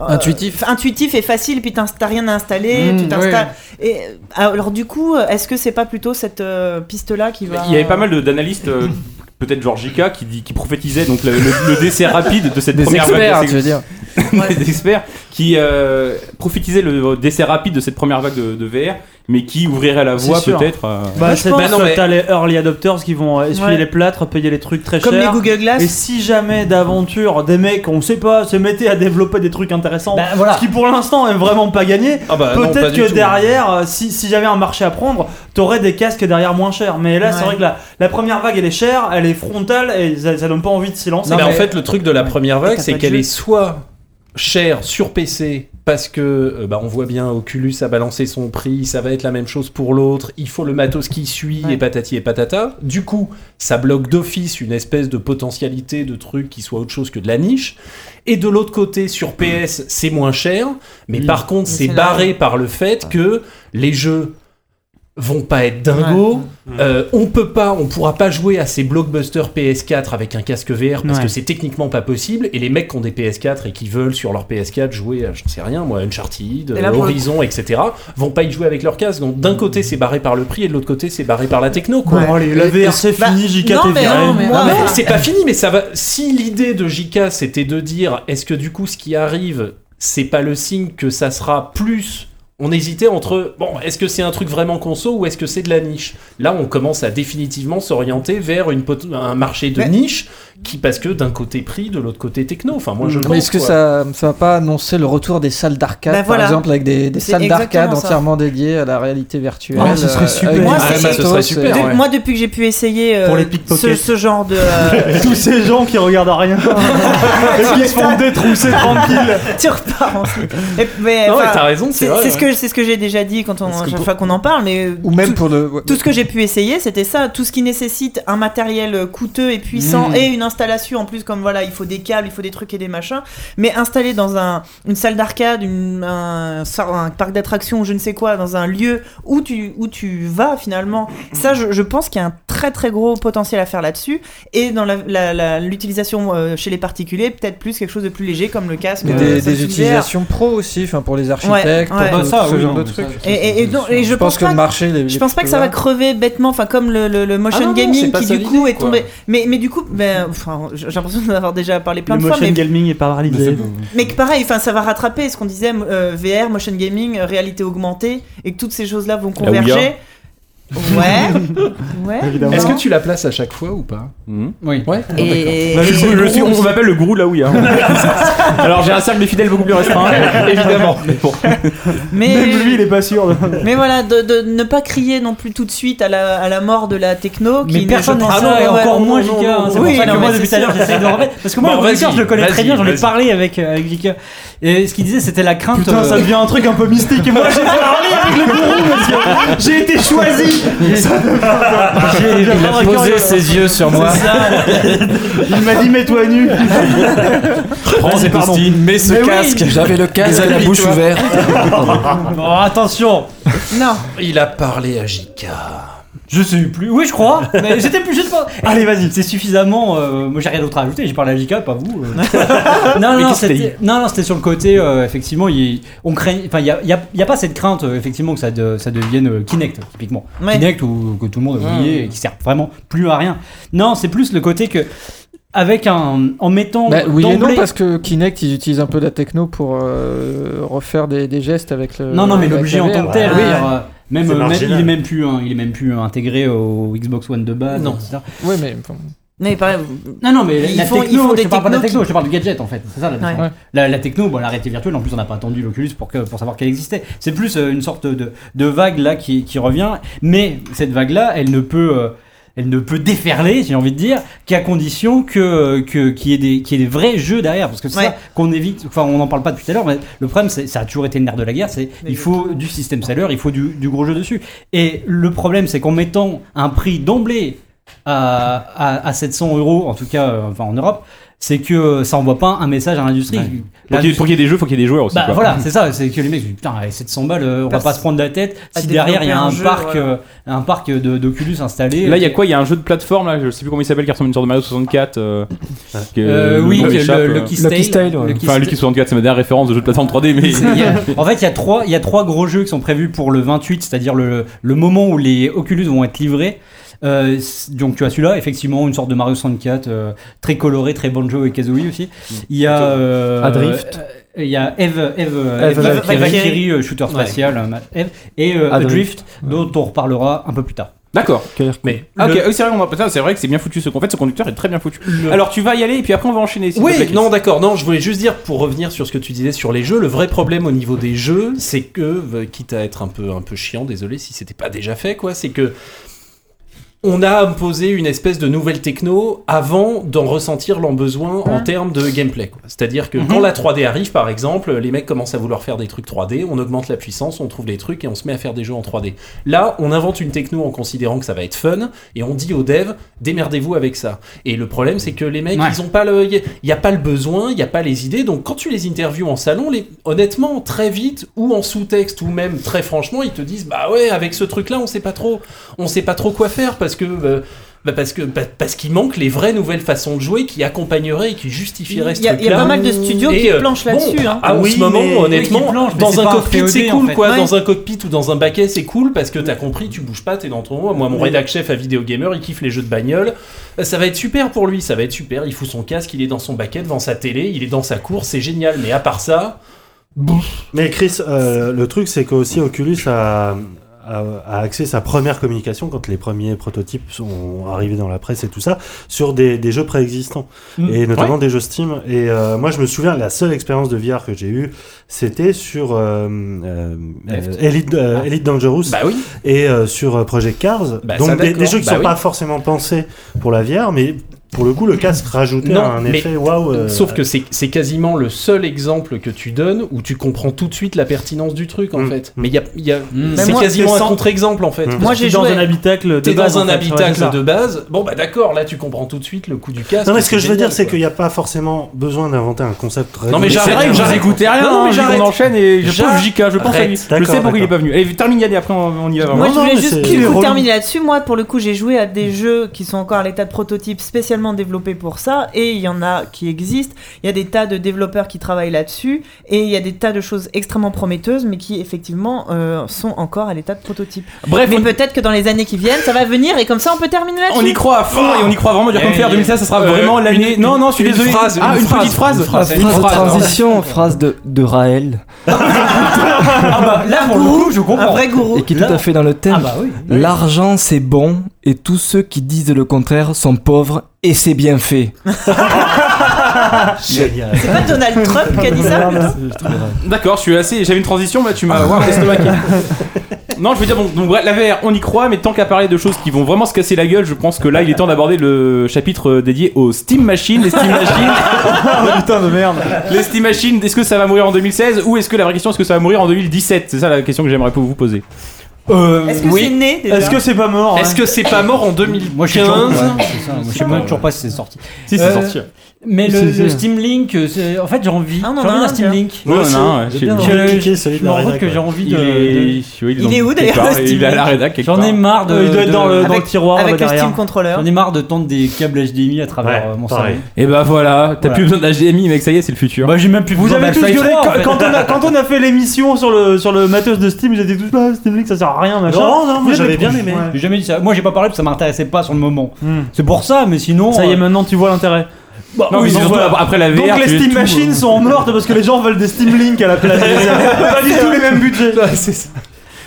Speaker 5: euh,
Speaker 6: Intuitif.
Speaker 5: Intuitif et facile, puis t'ins- t'as rien à installer,
Speaker 6: Mmh,
Speaker 5: tu t'installes. Et euh, alors, du coup, est-ce que c'est pas plutôt cette euh, piste-là qui va.
Speaker 1: Il y avait pas mal de- d'analystes, euh, peut-être genre JK, qui, dit- qui prophétisaient donc le, le- le décès rapide de cette
Speaker 6: Des
Speaker 1: première
Speaker 6: experts,
Speaker 1: vague.
Speaker 6: tu
Speaker 1: De...
Speaker 6: veux dire.
Speaker 1: (laughs)
Speaker 5: Ouais.
Speaker 1: des experts qui euh, prophétisaient le décès rapide de cette première vague de, de VR, mais qui ouvrirait la
Speaker 2: C'est
Speaker 1: voie
Speaker 2: sûr.
Speaker 1: peut-être. euh,
Speaker 2: Bah,
Speaker 5: je
Speaker 2: c'est
Speaker 5: pense-
Speaker 2: parce
Speaker 8: Bah, non,
Speaker 2: que
Speaker 8: mais-
Speaker 2: t'as les early adopters qui vont euh, essuyer
Speaker 5: Ouais.
Speaker 2: les plâtres, payer les trucs très
Speaker 5: Comme les
Speaker 2: chers.
Speaker 5: Google
Speaker 2: Et
Speaker 5: Glass.
Speaker 2: si jamais d'aventure des mecs, on sait pas, se mettaient à développer des trucs intéressants,
Speaker 3: Bah, voilà.
Speaker 2: ce qui pour l'instant est vraiment pas gagné,
Speaker 8: Ah bah, non, pas
Speaker 2: peut-être
Speaker 8: du
Speaker 2: que
Speaker 8: tout.
Speaker 2: derrière, euh, si, si j'avais un marché à prendre, t'aurais des casques derrière moins chers. Mais là, c'est
Speaker 5: Ouais.
Speaker 2: vrai que la, la première vague, elle est chère, elle est frontale et ça, ça donne pas envie de s'y lancer.
Speaker 8: Non, mais
Speaker 3: mais-
Speaker 8: Eh ben, En fait, le truc de la première
Speaker 5: Et
Speaker 8: vague,
Speaker 5: t'as
Speaker 8: c'est
Speaker 5: pas de
Speaker 8: qu'elle
Speaker 5: jeu.
Speaker 8: est soit chère sur PC parce que euh, bah, on voit bien Oculus a balancé son prix, ça va être la même chose pour l'autre, il faut le matos qui suit
Speaker 5: Ouais.
Speaker 8: et patati et patata. Du coup, ça bloque d'office une espèce de potentialité de truc qui soit autre chose que de la niche. Et de l'autre côté, sur PS, c'est moins cher, mais par contre,
Speaker 5: Mm. Mais
Speaker 8: c'est
Speaker 5: c'est là-
Speaker 8: barré par le fait que les jeux vont pas être dingos. Euh, on peut pas, on pourra pas jouer à ces blockbusters PS4 avec un casque VR parce
Speaker 2: Ouais.
Speaker 8: que c'est techniquement pas possible. Et les mecs qui ont des PS4 et qui veulent sur leur PS4 jouer à, je ne sais rien, moi, Uncharted,
Speaker 5: Et là, pour le
Speaker 8: Horizon, etc., vont pas y jouer avec leur casque. Donc d'un côté c'est barré par le prix et de l'autre côté c'est barré par la techno, quoi.
Speaker 2: Bon, allez, la VR, c'est
Speaker 5: Bah,
Speaker 2: fini, JK,
Speaker 5: non,
Speaker 2: t'es
Speaker 5: mais
Speaker 2: viré.
Speaker 5: non, Ah, mais-
Speaker 2: Non,
Speaker 8: Non,
Speaker 5: Ouais.
Speaker 8: mais c'est pas fini, mais ça va. Si l'idée de JK c'était de dire est-ce que du coup ce qui arrive c'est pas le signe que ça sera plus on hésitait entre bon, est-ce que c'est un truc vraiment conso ou est-ce que c'est de la niche Là, on commence à définitivement s'orienter vers une pot- un marché de
Speaker 11: Mais-
Speaker 8: niche qui, parce que d'un côté prix, de l'autre côté techno. Enfin, moi, je
Speaker 11: Mais
Speaker 8: pense,
Speaker 11: est-ce que
Speaker 8: quoi.
Speaker 11: ça, ça va pas annoncer le retour des salles d'arcade,
Speaker 5: Ben
Speaker 8: Bah voilà.
Speaker 11: par exemple, avec des, des
Speaker 8: C'est
Speaker 11: salles d'arcade
Speaker 8: exactement ça.
Speaker 11: entièrement dédiées à la réalité virtuelle
Speaker 8: Ah, ce serait
Speaker 11: euh,
Speaker 8: super.
Speaker 11: avec
Speaker 8: Moi,
Speaker 11: du
Speaker 8: c'est-
Speaker 11: vrai
Speaker 8: ça, ce
Speaker 11: matos, euh,
Speaker 8: serait super,
Speaker 11: et-
Speaker 8: ouais.
Speaker 5: Moi, depuis que j'ai pu essayer euh,
Speaker 11: Pour les
Speaker 5: ce,
Speaker 11: pickpockets.
Speaker 5: ce genre de. euh, (laughs)
Speaker 4: Tous ces gens qui regardent à
Speaker 3: (laughs)
Speaker 4: rien et qui se font détrousser tranquille.
Speaker 5: tu repars en slip. Et- mais,
Speaker 4: Non, mais
Speaker 5: enfin,
Speaker 4: t'as raison, c'est
Speaker 5: C'est
Speaker 4: vrai,
Speaker 5: c'est ce
Speaker 4: ouais.
Speaker 5: que c'est ce que j'ai déjà dit quand on
Speaker 11: Parce que
Speaker 5: chaque
Speaker 11: pour-
Speaker 5: fois qu'on en parle, mais
Speaker 11: Ou même pour le. ouais,
Speaker 5: tout ce que j'ai pu essayer, c'était ça. Tout ce qui nécessite un matériel euh, coûteux et puissant
Speaker 11: Mm.
Speaker 5: et une installation en plus, comme voilà, il faut des câbles, il faut des trucs et des machins. Mais installé dans un, une salle d'arcade, une- un, sor- un parc d'attractions, ou je ne sais quoi, dans un lieu où tu, où tu vas finalement, ça, je, je pense qu'il y a un très très gros potentiel à faire là-dessus. Et dans la- la- la- l'utilisation euh, chez les particuliers, peut-être plus quelque chose de plus léger comme le casque.
Speaker 11: Mais
Speaker 5: euh,
Speaker 11: des,
Speaker 5: Samsung
Speaker 11: des
Speaker 5: VR.
Speaker 11: utilisations pro aussi, enfin pour les architectes,
Speaker 5: Ouais, ouais.
Speaker 3: Bah,
Speaker 11: pour tout-
Speaker 5: Ah, ça,
Speaker 11: tout ce
Speaker 5: oui,
Speaker 11: genre
Speaker 5: non,
Speaker 11: de
Speaker 5: mais ça,
Speaker 11: trucs.
Speaker 5: Et, et- et non, et je,
Speaker 11: Je pense que le
Speaker 5: pas-
Speaker 11: marché, les-
Speaker 5: je
Speaker 11: les
Speaker 5: pense pas que ça va crever bêtement, enfin comme le, le- le motion
Speaker 11: Ah non, non, c'est
Speaker 5: gaming
Speaker 11: pas
Speaker 5: qui
Speaker 11: ça
Speaker 5: du coup est tombé. Mais, mais du coup, ben, enfin, j'ai l'impression d'en avoir déjà parlé plein
Speaker 2: Le
Speaker 5: de fois,
Speaker 2: motion
Speaker 5: mais,
Speaker 2: gaming est paralysé.
Speaker 5: mais que pareil, enfin ça va rattraper ce qu'on disait euh, VR, motion gaming, euh, réalité augmentée, et que toutes ces choses-là vont
Speaker 8: La Ouya.
Speaker 5: converger. Ouais, ouais.
Speaker 8: Est-ce
Speaker 5: non.
Speaker 8: que tu la places à chaque fois ou pas
Speaker 3: Oui.
Speaker 8: Ouais.
Speaker 5: Et-
Speaker 1: Bah, je
Speaker 5: et-
Speaker 1: suis- je suis-
Speaker 8: (laughs)
Speaker 1: on m'appelle le gourou là oui. hein. Alors j'ai un cercle des fidèles beaucoup
Speaker 8: (laughs)
Speaker 1: plus restreint, évidemment. Mais bon.
Speaker 5: Mais-
Speaker 2: Même lui, il est pas sûr. de-
Speaker 5: (laughs) Mais voilà, de, de ne pas crier non plus tout de suite à la, à la mort de la techno.
Speaker 3: Mais
Speaker 5: qui Ah
Speaker 3: personne
Speaker 5: ne
Speaker 3: n'a ça, et encore moins JK. hein, C'est pour ça que moi, depuis tout à l'heure, j'essaie de le remettre. Parce que moi,
Speaker 8: Bah,
Speaker 5: Bon,
Speaker 3: le producteur,
Speaker 5: vas-y,
Speaker 3: je le connais très
Speaker 5: vas-y,
Speaker 3: bien, j'en ai
Speaker 5: vas-y.
Speaker 3: parlé avec, euh, avec JK. Et ce qu'il disait, c'était la crainte.
Speaker 4: Putain, ça
Speaker 3: euh,
Speaker 4: devient un truc un peu mystique. Et moi, j'ai parlé avec le gourou, monsieur. J'ai été choisi.
Speaker 11: Bah,
Speaker 4: Ça devient-
Speaker 3: J'ai-
Speaker 4: devient
Speaker 3: il a
Speaker 4: vraiment
Speaker 3: posé
Speaker 4: curieux.
Speaker 3: ses yeux sur
Speaker 4: hein. C'est
Speaker 3: moi.
Speaker 4: ça. Il m'a dit mets-toi à nu.
Speaker 9: Prends
Speaker 3: Vas-y,
Speaker 9: ses
Speaker 3: pardon.
Speaker 9: pastilles, mets ce
Speaker 3: Mais oui.
Speaker 9: casque.
Speaker 3: J'avais le casque à la bouche
Speaker 9: Oublie-toi.
Speaker 3: ouverte. Oh, attention
Speaker 5: Non
Speaker 8: Il a parlé à JK.
Speaker 3: Je sais plus, oui, je crois, mais j'étais plus juste pas. Allez, vas-y, c'est suffisamment. euh, moi, j'ai rien d'autre à ajouter, j'ai parlé à JK, pas vous. euh. (laughs) non,
Speaker 8: Mais
Speaker 3: non,
Speaker 8: qu'est-ce que t'as
Speaker 3: c'était, non, non, c'était sur le côté, euh, effectivement, il, on craint. Enfin, il n'y a, il y a- il y a pas cette crainte, euh, effectivement, que ça, de- ça devienne euh, Kinect, typiquement.
Speaker 5: Ouais.
Speaker 3: Kinect, ou que tout le monde a oublié,
Speaker 11: Mm.
Speaker 3: et qui sert vraiment plus à rien. Non, c'est plus le côté que. Avec un. En mettant.
Speaker 11: Bah, oui et non,
Speaker 3: d'emblée-
Speaker 11: parce que Kinect, ils utilisent un peu de la techno pour euh, refaire des, des gestes avec le.
Speaker 3: Non, non, mais
Speaker 11: avec
Speaker 3: l'objet
Speaker 11: la
Speaker 3: en
Speaker 11: VR.
Speaker 3: tant que tel,
Speaker 11: Ouais.
Speaker 3: euh, même, euh, même- il est même plus, hein, il est même plus intégré au Xbox One de base,
Speaker 11: Non.
Speaker 3: etc.
Speaker 11: Oui, mais.
Speaker 5: Mais pareil,
Speaker 3: Non, non, mais
Speaker 5: ils
Speaker 3: la
Speaker 5: font- ils
Speaker 3: techno,
Speaker 5: font
Speaker 3: je
Speaker 5: des
Speaker 3: te parle pas de la
Speaker 5: technos
Speaker 3: techno,
Speaker 5: qui-
Speaker 3: je te parle du gadget en fait. C'est ça la
Speaker 5: Ouais.
Speaker 3: différence. La, la techno, bon, la réalité virtuelle, en plus, on n'a pas attendu l'Oculus pour, que, pour savoir qu'elle existait. C'est plus euh, une sorte de, de vague là qui, qui revient, mais cette vague là, elle ne peut. euh, elle ne peut déferler, j'ai envie de dire, qu'à condition que, que qu'il y ait des qu'il y ait des vrais jeux derrière, parce que c'est
Speaker 5: Ouais.
Speaker 3: ça qu'on évite. Enfin, on n'en parle pas depuis tout à l'heure, mais le problème, c'est ça a toujours été le nerf de la guerre. C'est il faut du système seller, il faut du, du gros jeu dessus. Et le problème, c'est qu'en mettant un prix d'emblée à, à, à 700 euros, en tout cas euh, enfin, en Europe, c'est que ça envoie pas un message à l'industrie.
Speaker 1: Pour qu'il y ait-
Speaker 3: L'industrie-
Speaker 1: pour qu'il y ait des jeux, faut qu'il y ait des joueurs aussi.
Speaker 3: bah
Speaker 1: quoi. (laughs)
Speaker 3: voilà, c'est ça, c'est que les mecs, ils disent, putain, allez, 700 balles, euh, on va
Speaker 1: Parce-
Speaker 3: pas se prendre la tête
Speaker 1: à
Speaker 3: si derrière il y a
Speaker 1: développer un
Speaker 3: un,
Speaker 1: jeu,
Speaker 3: parc,
Speaker 1: voilà.
Speaker 3: euh, un parc de- d'Oculus installé.
Speaker 1: Là, il y a quoi Il y a un jeu de plateforme, là, je sais plus comment il s'appelle, qui ressemble à une sorte de Mario 64. euh, que
Speaker 3: Euh,
Speaker 1: le
Speaker 3: oui,
Speaker 1: nom
Speaker 3: le-
Speaker 1: m'échappe,
Speaker 3: le
Speaker 1: euh.
Speaker 3: Lucky Lucky Stale. Stale, ouais. Lucky
Speaker 1: Enfin,
Speaker 3: Stale. (laughs)
Speaker 1: Lucky 64, c'est ma dernière référence de jeu de plateforme
Speaker 8: (laughs)
Speaker 1: 3D, mais.
Speaker 3: Il y a- en fait, il y a trois, il y a trois gros jeux qui sont prévus pour le 28, c'est-à-dire le, le moment où les Oculus vont être livrés. Euh, c- donc tu as celui-là, effectivement, une sorte de Mario 64, euh, très coloré, très banjo et kazooie aussi.
Speaker 1: Mm.
Speaker 3: Il y a euh,
Speaker 6: Adrift.
Speaker 3: euh, Il y a Eve, Eve,
Speaker 6: Eve
Speaker 3: Eve-
Speaker 6: Valkyrie.
Speaker 3: Valkyrie, euh, shooter spatial, euh, ma- Eve, et euh,
Speaker 1: Adrift.
Speaker 3: Adrift, dont on reparlera un peu plus tard.
Speaker 1: D'accord. Mais
Speaker 3: le-
Speaker 1: ok, oui, c'est vrai, on va- putain, c'est vrai que c'est bien foutu. Ce qu'en fait, ce conducteur est très bien foutu. Alors tu vas y aller et puis après on va enchaîner. s'il te plaît,
Speaker 8: Oui,
Speaker 1: Chris.
Speaker 8: non, d'accord. Non, je voulais juste dire, pour revenir sur ce que tu disais sur les jeux, le vrai problème au niveau des jeux, c'est que, euh, quitte à être un peu, un peu chiant, désolé si c'était pas déjà fait, quoi, c'est que on a imposé une espèce de nouvelle techno avant d'en ressentir l'en besoin en termes de gameplay. quoi. C'est-à-dire que quand la 3D arrive, par exemple, les mecs commencent à vouloir faire des trucs 3D, on augmente la puissance, on trouve des trucs et on se met à faire des jeux en 3D. Là, on invente une techno en considérant que ça va être fun et on dit aux devs, démerdez-vous avec ça. Et le problème, c'est que les mecs,
Speaker 3: Ouais.
Speaker 8: ils ont pas le, il y a pas le besoin, il y a pas les idées. Donc quand tu les interviews en salon, les, honnêtement, très vite ou en sous-texte ou même très franchement, ils te disent, bah ouais, avec ce truc-là, on sait pas trop, on sait pas trop quoi faire parce que. euh, bah parce que bah, parce qu'il manque les vraies nouvelles façons de jouer qui accompagneraient et qui justifieraient ce
Speaker 5: Il y a-
Speaker 8: truc-là.
Speaker 5: il y a pas mal de studios qui
Speaker 8: euh,
Speaker 5: planchent
Speaker 8: bon,
Speaker 5: là-dessus, hein.
Speaker 8: À
Speaker 5: Oui,
Speaker 8: ce moment,
Speaker 5: mais-
Speaker 8: honnêtement,
Speaker 5: oui, qui planchent, mais c'est
Speaker 8: dans un
Speaker 5: pas un
Speaker 8: cockpit,
Speaker 5: POD,
Speaker 8: c'est
Speaker 5: en
Speaker 8: cool,
Speaker 5: fait.
Speaker 8: quoi.
Speaker 5: Ouais.
Speaker 8: Dans un cockpit ou dans un baquet, c'est cool parce que
Speaker 7: Mm.
Speaker 8: t'as compris, tu bouges pas, t'es dans ton rôle. Moi, mon
Speaker 1: Oui.
Speaker 8: rédac chef à vidéo gamer, il kiffe les jeux de bagnole. Euh, Ça va être super pour lui, ça va être super. Il fout son casque, il est dans son baquet devant sa télé, il est dans sa course, c'est génial. Mais à part ça.
Speaker 7: Mais Chris, euh, le truc, c'est qu'aussi Oculus a, a, a axé sa première communication, quand les premiers prototypes sont arrivés dans la presse et tout ça, sur des, des jeux préexistants.
Speaker 8: Mm.
Speaker 7: Et notamment
Speaker 8: Ouais.
Speaker 7: des jeux Steam. Et euh, moi, je me souviens, la seule expérience de VR que j'ai eue, c'était sur euh, euh, euh, Elite, euh, Elite Dangerous. Et euh, sur euh, Project Cars.
Speaker 8: Ah. Bah, ça,
Speaker 7: Donc des,
Speaker 8: d'accord.
Speaker 7: des jeux qui
Speaker 8: Bah
Speaker 7: sont
Speaker 8: oui.
Speaker 7: pas forcément pensés pour la VR, mais pour le coup, le casque rajoutait un effet waouh. euh,
Speaker 8: Sauf que c'est c'est quasiment le seul exemple que tu donnes où tu comprends tout de suite la pertinence du truc en
Speaker 7: Mm.
Speaker 8: fait. Mais il y a, il y a- c'est
Speaker 2: moi,
Speaker 8: quasiment
Speaker 2: c'est
Speaker 8: un
Speaker 2: sans-
Speaker 8: contre-exemple en fait.
Speaker 2: Mm.
Speaker 8: Parce
Speaker 2: Moi,
Speaker 8: que
Speaker 2: j'ai
Speaker 8: t'es dans
Speaker 2: joué-
Speaker 8: un habitacle de
Speaker 2: T'es
Speaker 8: base.
Speaker 2: dans
Speaker 8: en
Speaker 2: un
Speaker 8: fait, tu vois,
Speaker 2: habitacle
Speaker 8: c'est ça.
Speaker 2: de
Speaker 8: base. Bon bah d'accord, là tu comprends tout de suite le coup du casque.
Speaker 7: Non, mais ce que je veux
Speaker 8: génial,
Speaker 7: dire, c'est
Speaker 8: quoi.
Speaker 7: qu'il n'y a pas forcément besoin d'inventer un concept très
Speaker 8: Non, mais j'arrête,
Speaker 1: C'est vrai que
Speaker 8: j'arrête.
Speaker 1: vous écoutez rien,
Speaker 8: Non, non, mais
Speaker 1: hein, vu
Speaker 8: j'arrête.
Speaker 1: qu'on enchaîne et je
Speaker 8: J'arrête.
Speaker 1: pense JK, je pense à lui. Je
Speaker 7: D'accord,
Speaker 1: sais pourquoi il est pas
Speaker 7: d'accord.
Speaker 1: venu. Allez, termine Yann et après on on y va.
Speaker 5: Moi,
Speaker 1: vraiment.
Speaker 5: je voulais juste du coup, terminer là-dessus. Moi, pour le coup, j'ai joué à des jeux qui sont encore à l'état de prototype spécialement développés pour ça, et il y en a qui existent. Il y a des tas de développeurs qui travaillent là-dessus, et il y a des tas de choses extrêmement prometteuses, mais qui effectivement euh, sont encore à l'état de prototype.
Speaker 1: Bref,
Speaker 5: mais peut-être que dans les années qui viennent, ça va venir, et comme ça, on peut terminer là-dessus.
Speaker 1: On y croit à fond et on y croit vraiment dur comme
Speaker 8: Eh,
Speaker 1: fer. 2016, ça sera
Speaker 8: euh,
Speaker 1: vraiment l'année.
Speaker 8: une-
Speaker 1: Non, non, je suis
Speaker 8: une
Speaker 1: désolé.
Speaker 8: phrase,
Speaker 1: ah,
Speaker 8: une
Speaker 1: une
Speaker 8: phrase,
Speaker 1: petite phrase.
Speaker 8: une phrase.
Speaker 1: Une phrase.
Speaker 6: transition, phrase de, de Raël.
Speaker 3: Ah bah, là, pour le coup, je comprends.
Speaker 5: Un vrai gourou.
Speaker 6: Et qui est tout à fait dans le thème.
Speaker 3: Ah bah oui.
Speaker 6: L'argent c'est bon et tous ceux qui disent le contraire sont pauvres et c'est bien fait.
Speaker 7: Génial.
Speaker 5: C'est pas Donald Trump qui a dit (laughs)
Speaker 3: (laughs)
Speaker 5: ça
Speaker 1: D'accord, je suis assez. J'avais une transition, mais tu m'as wow, estomaqué. Non, je veux dire, bon, donc, bref, la VR, on y croit, mais tant qu'à parler de choses qui vont vraiment se casser la gueule, je pense que là, il est temps d'aborder le chapitre euh, dédié aux Steam Machines. Les Steam Machines,
Speaker 2: Putain de merde.
Speaker 1: les Steam Machines, est-ce que ça va mourir en 2016 ou est-ce que la vraie question, est-ce que ça va mourir en 2017 C'est ça la question que j'aimerais vous poser.
Speaker 5: Est-ce que c'est né déjà
Speaker 2: Est-ce que c'est pas mort
Speaker 8: Est-ce
Speaker 2: hein
Speaker 8: que c'est pas mort en 2015
Speaker 3: Moi, je sais toujours, ouais, c'est ça. Moi, je sais pas, toujours pas si c'est sorti.
Speaker 1: Si, c'est
Speaker 3: Euh,
Speaker 1: sorti.
Speaker 3: Mais le,
Speaker 2: Si,
Speaker 3: le
Speaker 2: si.
Speaker 3: Steam Link, euh, c'est- en fait, j'ai envie.
Speaker 5: Ah, on en
Speaker 3: j'ai
Speaker 5: a
Speaker 3: envie
Speaker 5: un,
Speaker 3: d'un
Speaker 5: tiens.
Speaker 3: Steam Link.
Speaker 1: Ouais,
Speaker 7: Moi aussi,
Speaker 1: on a un, ouais,
Speaker 7: j'ai
Speaker 1: chez
Speaker 7: bien
Speaker 1: nous.
Speaker 3: Je-
Speaker 7: envie de
Speaker 3: je-
Speaker 7: cliquer celui
Speaker 3: Je
Speaker 7: de
Speaker 3: me
Speaker 7: la
Speaker 3: rends compte
Speaker 7: rédac,
Speaker 3: que
Speaker 7: ouais.
Speaker 3: j'ai envie
Speaker 1: Il
Speaker 3: de.
Speaker 1: est, oui, ils
Speaker 5: Il
Speaker 1: ont
Speaker 5: est où,
Speaker 1: quelque
Speaker 5: d'ailleurs,
Speaker 1: part,
Speaker 5: le
Speaker 1: Il est à la
Speaker 5: Steam
Speaker 1: rédac quelque
Speaker 3: J'en ai
Speaker 1: part.
Speaker 3: marre de.
Speaker 2: Il doit être
Speaker 3: de-
Speaker 2: dans le, dans le
Speaker 5: Avec-
Speaker 2: tiroir
Speaker 5: Avec le
Speaker 2: derrière.
Speaker 5: Steam Controller.
Speaker 3: J'en ai marre de tendre des câbles HDMI à travers
Speaker 7: Ouais,
Speaker 3: euh, mon
Speaker 7: pareil.
Speaker 3: salon.
Speaker 1: Et bah voilà, t'as
Speaker 3: Voilà.
Speaker 1: plus besoin d'HDMI, mec, ça y est, c'est le futur.
Speaker 3: Bah, j'ai même plus
Speaker 2: Vous
Speaker 3: besoin
Speaker 2: avez tous
Speaker 3: d'Alpha
Speaker 2: gueulé
Speaker 3: X3, en
Speaker 2: quand,
Speaker 3: fait.
Speaker 2: quand on a, quand on a fait l'émission sur le, sur le matos de Steam, j'étais tous là, Steam Link ça sert à rien, machin.
Speaker 7: Non, non,
Speaker 2: Vous
Speaker 7: moi
Speaker 2: êtes
Speaker 7: j'avais
Speaker 2: des
Speaker 7: bien
Speaker 2: proches,
Speaker 7: aimé.
Speaker 2: ouais.
Speaker 3: (laughs) J'ai jamais dit ça. Moi, j'ai pas parlé parce que ça m'intéressait pas sur le moment.
Speaker 2: Hmm.
Speaker 3: C'est pour ça, mais sinon.
Speaker 2: Ça y est,
Speaker 3: euh,
Speaker 2: maintenant tu vois l'intérêt.
Speaker 3: bah,
Speaker 1: non, mais
Speaker 3: oui,
Speaker 1: c'est
Speaker 3: donc
Speaker 1: surtout
Speaker 3: voilà.
Speaker 1: après la VR.
Speaker 2: Donc
Speaker 1: tu-
Speaker 2: les Steam
Speaker 1: tout- euh, hein.
Speaker 2: Machines sont mortes parce que les gens veulent des Steam Link à la
Speaker 1: (laughs)
Speaker 2: place. Pas du tout les mêmes budgets. (laughs)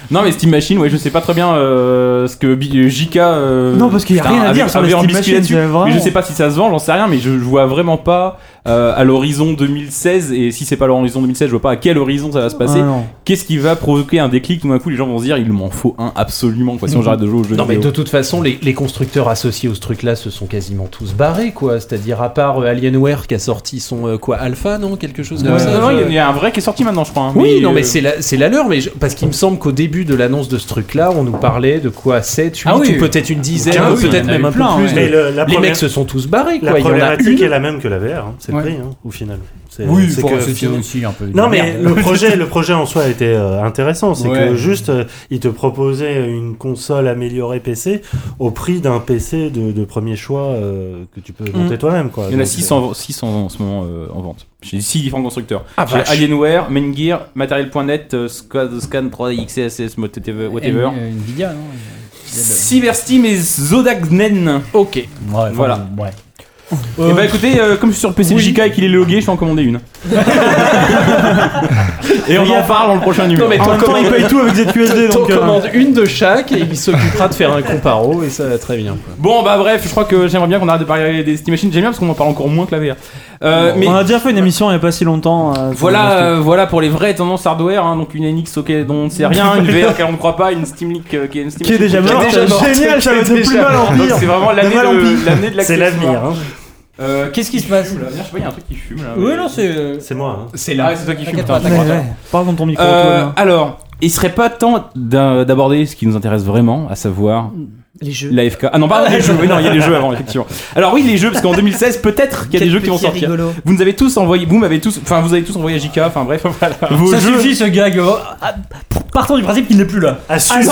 Speaker 1: Non, mais Steam Machine, ouais, je sais pas très bien euh, ce que Bi- JK. euh,
Speaker 2: Non, parce qu'il y a
Speaker 1: putain,
Speaker 2: rien à dire
Speaker 1: avait-
Speaker 2: sur
Speaker 1: avait
Speaker 2: les Steam
Speaker 1: ambitieux
Speaker 2: Machines,
Speaker 1: là-dessus.
Speaker 2: c'est vraiment-
Speaker 1: Mais je sais pas si ça se vend, j'en sais rien, mais je, je vois vraiment pas euh, à l'horizon 2016. Et si c'est pas l'horizon 2016, je vois pas à quel horizon ça va se passer. Qu'est-ce qui va provoquer un déclic Tout d'un coup, les gens vont se dire, il m'en faut un absolument. Quoi, si on j'arrête de jouer au jeu
Speaker 8: Non mais de
Speaker 1: vidéo.
Speaker 8: toute façon, les, les constructeurs associés au ce truc-là se sont quasiment tous barrés, quoi. C'est-à-dire à part euh, Alienware qui a sorti son euh, quoi Alpha, non, quelque chose comme
Speaker 1: Ouais,
Speaker 8: ça.
Speaker 1: non, non,
Speaker 8: je-
Speaker 1: il y en a un vrai qui est sorti maintenant, je crois. hein,
Speaker 8: Oui, non mais
Speaker 1: euh,
Speaker 8: c'est la, c'est la leur, mais je- parce qu'il me semble qu'au début de l'annonce de ce truc-là, on nous parlait de quoi 7, 8
Speaker 3: Ah oui.
Speaker 8: ou peut-être une dizaine,
Speaker 7: Ah oui,
Speaker 8: peut-être
Speaker 2: il y en
Speaker 8: même
Speaker 2: avait
Speaker 8: un peu
Speaker 2: plein,
Speaker 8: plus.
Speaker 7: Mais
Speaker 8: de-
Speaker 7: le- la
Speaker 8: Les
Speaker 7: première-
Speaker 8: mecs se sont tous barrés,
Speaker 7: La
Speaker 8: quoi. Il y en a
Speaker 7: problématique
Speaker 8: une.
Speaker 7: est la même que la VR, hein, c'est le
Speaker 3: Ouais.
Speaker 7: prix, hein, au final. C'est-
Speaker 3: Oui,
Speaker 7: c'est
Speaker 3: pour
Speaker 7: que-
Speaker 3: se aussi un peu.
Speaker 7: Non
Speaker 3: de
Speaker 7: mais
Speaker 3: merde.
Speaker 7: le projet, le projet en soi était euh, intéressant, c'est
Speaker 3: Ouais.
Speaker 7: que juste euh, il te proposait une console améliorée PC au prix d'un PC de, de premier choix euh, que tu peux monter toi-même quoi.
Speaker 1: Il y en a
Speaker 7: Donc,
Speaker 1: 6 en, 6 en, en ce moment euh, en vente. J'ai 6 différents constructeurs.
Speaker 8: Ah,
Speaker 1: J'ai
Speaker 8: vache.
Speaker 1: Alienware, Main Gear, Material.net, euh, Scan, Scan 3, XSS, whatever. whatever.
Speaker 3: Euh, Nvidia, non
Speaker 1: Cybersteam et Zodagnen.
Speaker 8: Ok.
Speaker 3: Ouais,
Speaker 1: Voilà.
Speaker 3: Ouais.
Speaker 1: Et bah écoutez, euh, comme je suis sur le PC de JK et qu'il est logué, je vais en commander
Speaker 2: (laughs)
Speaker 1: une. et on en parle dans le prochain numéro.
Speaker 8: Non, mais
Speaker 2: En
Speaker 8: T'en
Speaker 2: même temps,
Speaker 8: commandes-
Speaker 2: ils payent tout avec
Speaker 1: (laughs)
Speaker 2: des QSD
Speaker 8: T'en
Speaker 2: donc. euh,
Speaker 8: commandes une de chaque et il s'occupera de faire un comparo et ça va très bien. quoi.
Speaker 1: Bon bah bref, je crois que j'aimerais bien qu'on arrête de parler des Steam Machines. J'aime bien parce qu'on en parle encore moins que la VR. Euh, mais
Speaker 2: On a déjà fait une émission il y a pas si longtemps. euh, sur le
Speaker 1: Voilà,
Speaker 2: Steam.
Speaker 1: euh, voilà pour les vraies tendances hardware, hein, donc une NX auquel dont on ne sait rien, une
Speaker 2: (laughs)
Speaker 1: VR auquel on ne croit pas, une Steam Link euh, qui est une Steam
Speaker 2: Qui est déjà mort.
Speaker 1: déjà morte. (laughs)
Speaker 2: Génial, ça va être plus mal en
Speaker 1: Donc
Speaker 2: pire.
Speaker 1: c'est vraiment l'année
Speaker 2: mal en
Speaker 1: de l'année de
Speaker 7: C'est l'avenir, hein.
Speaker 1: Euh,
Speaker 3: Qu'est-ce qui se passe
Speaker 1: fume, là Je sais pas, il y a un truc qui fume là.
Speaker 3: Oui, non, c'est. euh,
Speaker 7: c'est moi. hein.
Speaker 8: C'est
Speaker 1: Ah,
Speaker 8: là.
Speaker 1: c'est toi qui fume.
Speaker 3: T'inquiète pas,
Speaker 1: putain,
Speaker 2: Ouais,
Speaker 1: d'accord.
Speaker 2: ouais. Parle dans ton micro.
Speaker 1: Euh,
Speaker 2: toi, là.
Speaker 1: alors, il serait pas temps d'a- d'aborder ce qui nous intéresse vraiment, à savoir
Speaker 5: Les jeux.
Speaker 1: l'AFK. Ah non, pardon, les jeux. Oui, non, il y a les jeux avant, effectivement. Alors oui, les jeux, parce qu'en 2016, peut-être qu'il y a des jeux qui vont sortir. Vous nous avez tous envoyé, vous m'avez tous, enfin vous avez tous envoyé à JK, enfin bref, (laughs) voilà. Vos
Speaker 3: Ça
Speaker 1: jeux-
Speaker 3: suffit ce gag. euh, ah, p- Partons du principe qu'il n'est plus là.
Speaker 7: Assume.
Speaker 2: Ah,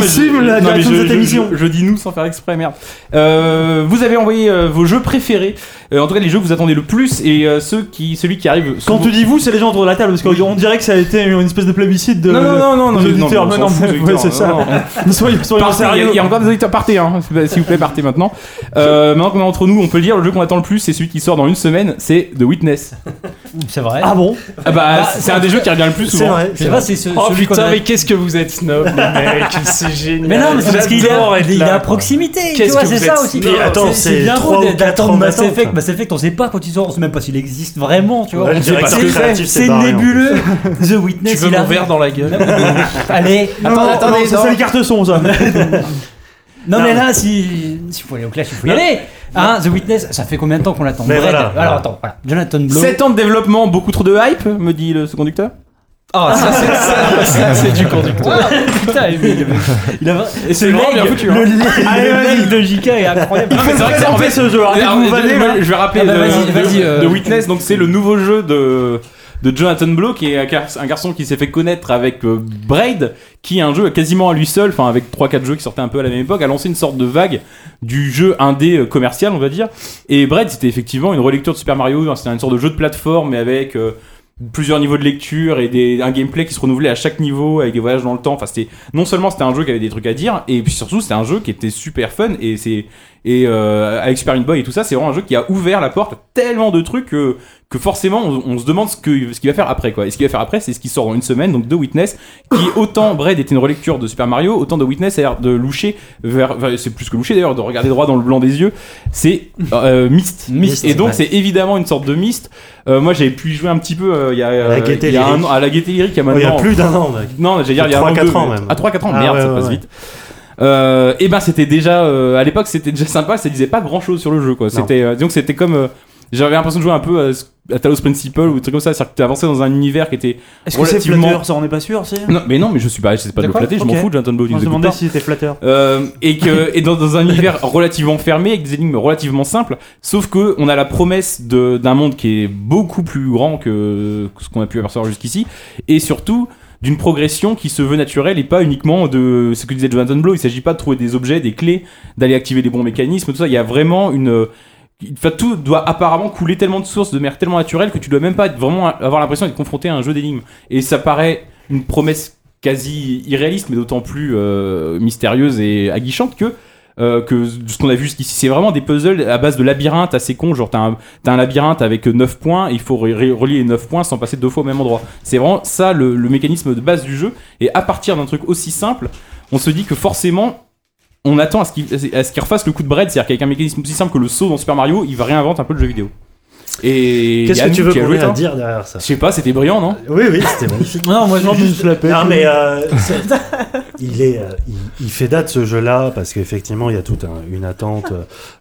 Speaker 2: Assume la
Speaker 1: Non, mais
Speaker 2: direction
Speaker 1: je,
Speaker 2: de cette
Speaker 1: je-
Speaker 2: émission.
Speaker 1: je- je dis nous sans faire exprès, merde. Euh, vous avez envoyé euh, vos jeux préférés, Euh, en tout cas les jeux que vous attendez le plus et euh, ceux qui, celui qui arrive. sous
Speaker 2: Quand
Speaker 1: vos-
Speaker 2: tu dis vous, c'est les gens autour de la table parce qu'on dirait que ça a été une espèce de plébiscite de.
Speaker 1: non non non non non,
Speaker 2: des
Speaker 1: mais- non,
Speaker 2: auditeurs,
Speaker 1: mais on
Speaker 2: non,
Speaker 1: s'en fout,
Speaker 2: (laughs) ouais,
Speaker 1: auditeurs,
Speaker 2: c'est ça.
Speaker 1: non, non, on-
Speaker 2: Soyons soyons
Speaker 1: Partez, il y a-
Speaker 2: sérieux.
Speaker 1: il y a encore des auditeurs, partez, hein. s'il vous plaît, partez maintenant. Euh, maintenant qu'on est entre nous, on peut le dire, le jeu qu'on attend le plus, c'est celui qui sort dans une semaine, c'est The Witness.
Speaker 3: C'est vrai.
Speaker 2: Ah bon
Speaker 1: Ah bah, c'est un des jeux qui revient le plus
Speaker 3: C'est
Speaker 1: souvent.
Speaker 3: vrai, c'est vrai, c'est ce-
Speaker 8: Oh
Speaker 3: celui qu'on
Speaker 8: putain,
Speaker 3: a-
Speaker 8: mais qu'est-ce que vous êtes
Speaker 1: (laughs)
Speaker 8: snob, les mecs, c'est génial.
Speaker 3: Mais non, mais c'est parce qu'il est,
Speaker 8: J'adore
Speaker 3: à-
Speaker 8: être
Speaker 3: il est
Speaker 8: là,
Speaker 3: à
Speaker 8: quoi.
Speaker 3: proximité. tu
Speaker 8: Qu'est-ce
Speaker 3: vois,
Speaker 8: que
Speaker 3: c'est
Speaker 8: vous
Speaker 3: ça
Speaker 8: êtes snob.
Speaker 3: aussi. bien
Speaker 8: trop
Speaker 3: trop d'attendre Mass
Speaker 8: d'attente.
Speaker 3: Effect. Mass Effect, on sait pas quand il sort, on sait même pas s'il existe vraiment, tu vois.
Speaker 8: Ouais, le
Speaker 3: c'est
Speaker 8: directeur
Speaker 3: c'est-
Speaker 8: créatif, c'est
Speaker 3: c'est
Speaker 8: barré,
Speaker 3: nébuleux. The Witness.
Speaker 8: Tu veux
Speaker 3: il a-
Speaker 8: mon verre dans la gueule
Speaker 3: Allez,
Speaker 2: Attends, attendez, ça, c'est les cartes
Speaker 3: son, (laughs) ça. Non,
Speaker 8: Non,
Speaker 3: mais
Speaker 8: mais-
Speaker 3: là, si s'il faut aller au clash, il faut y aller. Hein, The Witness, ça fait combien de temps qu'on l'attend
Speaker 1: Mais
Speaker 3: Brett,
Speaker 1: voilà, voilà.
Speaker 3: Alors attends, voilà. Jonathan Blow.
Speaker 1: 7 ans de développement, beaucoup trop de hype, me dit le ce conducteur.
Speaker 3: Ah, ça, c'est- ça, ça, c'est du
Speaker 1: conducteur.
Speaker 3: Putain, il il a
Speaker 1: Et c'est
Speaker 3: le
Speaker 1: vraiment
Speaker 3: leg-
Speaker 1: bien foutu.
Speaker 3: Le,
Speaker 1: hein.
Speaker 3: leg-
Speaker 1: Allez,
Speaker 3: le
Speaker 1: vas-y.
Speaker 3: leg de JK est incroyable.
Speaker 1: Ah, mais c'est vrai que c'est- en fait,
Speaker 3: Alors,
Speaker 1: Alors,
Speaker 3: hein. vous
Speaker 1: je-
Speaker 3: valez, là
Speaker 1: je vais rappeler
Speaker 3: Ah bah,
Speaker 1: de-
Speaker 3: vas-y,
Speaker 1: de,
Speaker 3: vas-y, euh,
Speaker 1: de Witness, donc c'est le nouveau jeu de, de Jonathan Blow, qui est un gar- un garçon qui s'est fait connaître avec euh, Braid, qui est un jeu quasiment à lui seul, enfin avec 3-4 jeux qui sortaient un peu à la même époque, a lancé une sorte de vague du jeu indé euh, commercial, on va dire. Et Braid, c'était effectivement une relecture de Super Mario, hein, c'était une sorte de jeu de plateforme, mais avec. euh, plusieurs niveaux de lecture et des, un gameplay qui se renouvelait à chaque niveau avec des voyages dans le temps. Enfin, c'était non seulement c'était un jeu qui avait des trucs à dire, et puis surtout c'était un jeu qui était super fun et c'est et euh, avec Super Meat Boy et tout ça, c'est vraiment un jeu qui a ouvert la porte à tellement de trucs que, que forcément on, on se demande ce que ce qu'il va faire après quoi. Et ce qu'il va faire après, c'est ce qui sort dans une semaine, donc The Witness, qui autant Braid était une relecture de Super Mario, autant The Witness a l'air de loucher vers, vers- c'est plus que loucher d'ailleurs, de regarder droit dans le blanc des yeux, c'est euh, Myst.
Speaker 3: Myst,
Speaker 1: Et donc
Speaker 3: ouais.
Speaker 1: c'est évidemment une sorte de Myst. Euh, moi j'avais pu y jouer un petit peu euh, il y a, euh,
Speaker 7: À la Gaieté
Speaker 1: il y a un
Speaker 7: Lyrique.
Speaker 1: an- à la gaieté lyrique il y a
Speaker 7: Ouais,
Speaker 1: maintenant
Speaker 7: il y a plus d'un an, mec.
Speaker 1: non j'allais dire il y a
Speaker 7: Trois,
Speaker 1: un
Speaker 7: quatre
Speaker 1: deux,
Speaker 7: ans,
Speaker 1: mais-
Speaker 7: même.
Speaker 1: à 3 4 ans
Speaker 7: Ah,
Speaker 1: merde
Speaker 7: ouais,
Speaker 1: ça
Speaker 7: ouais,
Speaker 1: passe
Speaker 7: ouais.
Speaker 1: vite euh, et ben c'était déjà euh, à l'époque c'était déjà sympa ça disait pas grand chose sur le jeu quoi
Speaker 7: Non.
Speaker 1: c'était euh, disons que c'était comme euh, j'avais l'impression de jouer un peu à, ce- à Talos Principle ou des trucs comme ça c'est-à-dire que t'es avancé dans un univers qui était
Speaker 2: Est-ce que c'est
Speaker 1: relativement
Speaker 2: flatteur Ça, on n'est pas sûr, si
Speaker 1: non mais non mais je suis pas je sais pas de me
Speaker 2: D'accord,
Speaker 1: flatter je m'en
Speaker 2: ok.
Speaker 1: fous Jonathan Blow tu
Speaker 2: On
Speaker 1: nous
Speaker 2: se
Speaker 1: écoutes
Speaker 2: demandait
Speaker 1: pas.
Speaker 2: si c'était flatteur.
Speaker 1: Euh, et que et dans, dans un univers relativement fermé avec des énigmes relativement simples sauf que on a la promesse de- d'un monde qui est beaucoup plus grand que ce qu'on a pu apercevoir jusqu'ici et surtout d'une progression qui se veut naturelle et pas uniquement de ce que disait Jonathan Blow il s'agit pas de trouver des objets des clés d'aller activer les bons mécanismes tout ça il y a vraiment une Enfin, tout doit apparemment couler tellement de sources de manière tellement naturelle que tu dois même pas être vraiment avoir l'impression d'être confronté à un jeu d'énigmes. Et ça paraît une promesse quasi irréaliste, mais d'autant plus euh, mystérieuse et aguichante que euh, que ce qu'on a vu jusqu'ici, c'est vraiment des puzzles à base de labyrinthe assez con. Genre, t'as un, t'as un labyrinthe avec 9 points, et il faut re- re- relier les 9 points sans passer deux fois au même endroit. C'est vraiment ça le, le mécanisme de base du jeu. Et à partir d'un truc aussi simple, on se dit que forcément, on attend à ce qu'il à ce qu'il refasse le coup de bread. C'est-à-dire qu'avec un mécanisme aussi simple que le saut dans Super Mario, il va réinventer un peu le jeu vidéo. Et
Speaker 7: Qu'est-ce que
Speaker 1: Yannou
Speaker 7: tu veux
Speaker 1: qui a
Speaker 7: qu'on
Speaker 1: joué,
Speaker 7: ait à
Speaker 1: toi
Speaker 7: dire derrière ça
Speaker 1: Je sais pas, c'était brillant, non
Speaker 7: Oui, oui, c'était magnifique.
Speaker 3: Non, moi je m'en
Speaker 2: la pète.
Speaker 7: Non mais euh, c'est- il est, euh, il, il fait date ce jeu-là parce qu'effectivement il y a toute un- une attente.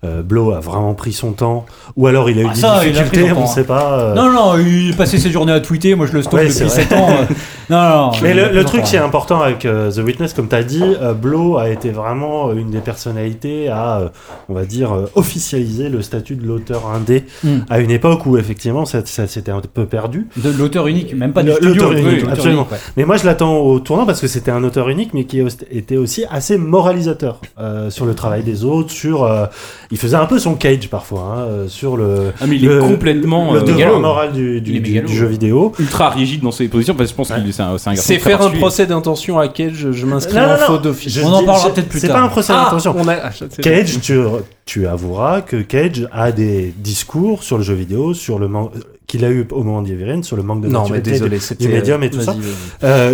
Speaker 7: Euh, Blow a vraiment pris son temps, ou alors il a eu
Speaker 3: Ah,
Speaker 7: des
Speaker 3: ça, il a pris
Speaker 7: difficultés,
Speaker 3: son temps,
Speaker 7: on
Speaker 3: hein.
Speaker 7: sait pas. euh.
Speaker 3: Non, non, il passait ses journées à tweeter, moi je le stocke
Speaker 7: Ouais, c'est
Speaker 3: depuis
Speaker 7: vrai.
Speaker 3: 7 ans. euh. Non, non.
Speaker 7: Mais
Speaker 3: il a
Speaker 7: le,
Speaker 3: pris
Speaker 7: le
Speaker 3: son
Speaker 7: truc
Speaker 3: temps. hein.
Speaker 7: qui est important avec euh, The Witness, comme tu as dit, euh, Blow a été vraiment euh, une des personnalités à, euh, on va dire, euh, officialiser le statut de l'auteur indé
Speaker 3: Mm.
Speaker 7: à une époque où effectivement ça, ça s'était un peu perdu.
Speaker 3: De l'auteur unique, même pas du
Speaker 7: Le-
Speaker 3: studio.
Speaker 7: l'auteur
Speaker 3: de
Speaker 7: unique,
Speaker 3: l'auteur
Speaker 7: absolument.
Speaker 3: unique, ouais.
Speaker 7: Mais moi, je l'attends au tournant parce que c'était un auteur unique, mais qui aussi- était aussi assez moralisateur euh, sur le travail des autres, sur. euh, il faisait un peu son cage parfois, hein, euh, sur le.
Speaker 1: Ah, mais il est
Speaker 7: le-
Speaker 1: complètement
Speaker 7: le
Speaker 1: euh,
Speaker 7: devoir
Speaker 1: mégalo.
Speaker 7: moral du, du-
Speaker 8: Il est hein.
Speaker 7: du-
Speaker 8: mégalo.
Speaker 7: du jeu vidéo.
Speaker 1: ultra rigide dans ses positions parce que je pense qu'il c'est un, c'est un garçon
Speaker 8: C'est
Speaker 1: très
Speaker 8: faire un
Speaker 1: particulier.
Speaker 8: procès d'intention à Cage, je, je m'inscris
Speaker 7: Non, non,
Speaker 8: en
Speaker 7: non.
Speaker 8: faux d'office.
Speaker 7: Je
Speaker 3: On en
Speaker 7: dis-
Speaker 3: parlera
Speaker 7: je-
Speaker 3: peut-être plus
Speaker 7: C'est
Speaker 3: tard.
Speaker 7: pas un procès
Speaker 8: Ah,
Speaker 7: d'intention.
Speaker 8: on a- ah, je- c'est-
Speaker 7: Cage, tu, tu avoueras que Cage a des discours sur le jeu vidéo, sur le man- qu'il a eu au moment d'Yverine, sur le manque de
Speaker 8: Non, mais
Speaker 7: maturité
Speaker 8: désolé,
Speaker 7: du-
Speaker 8: c'était.
Speaker 7: du médium et tout
Speaker 8: vas-y,
Speaker 7: ça.
Speaker 8: vas-y.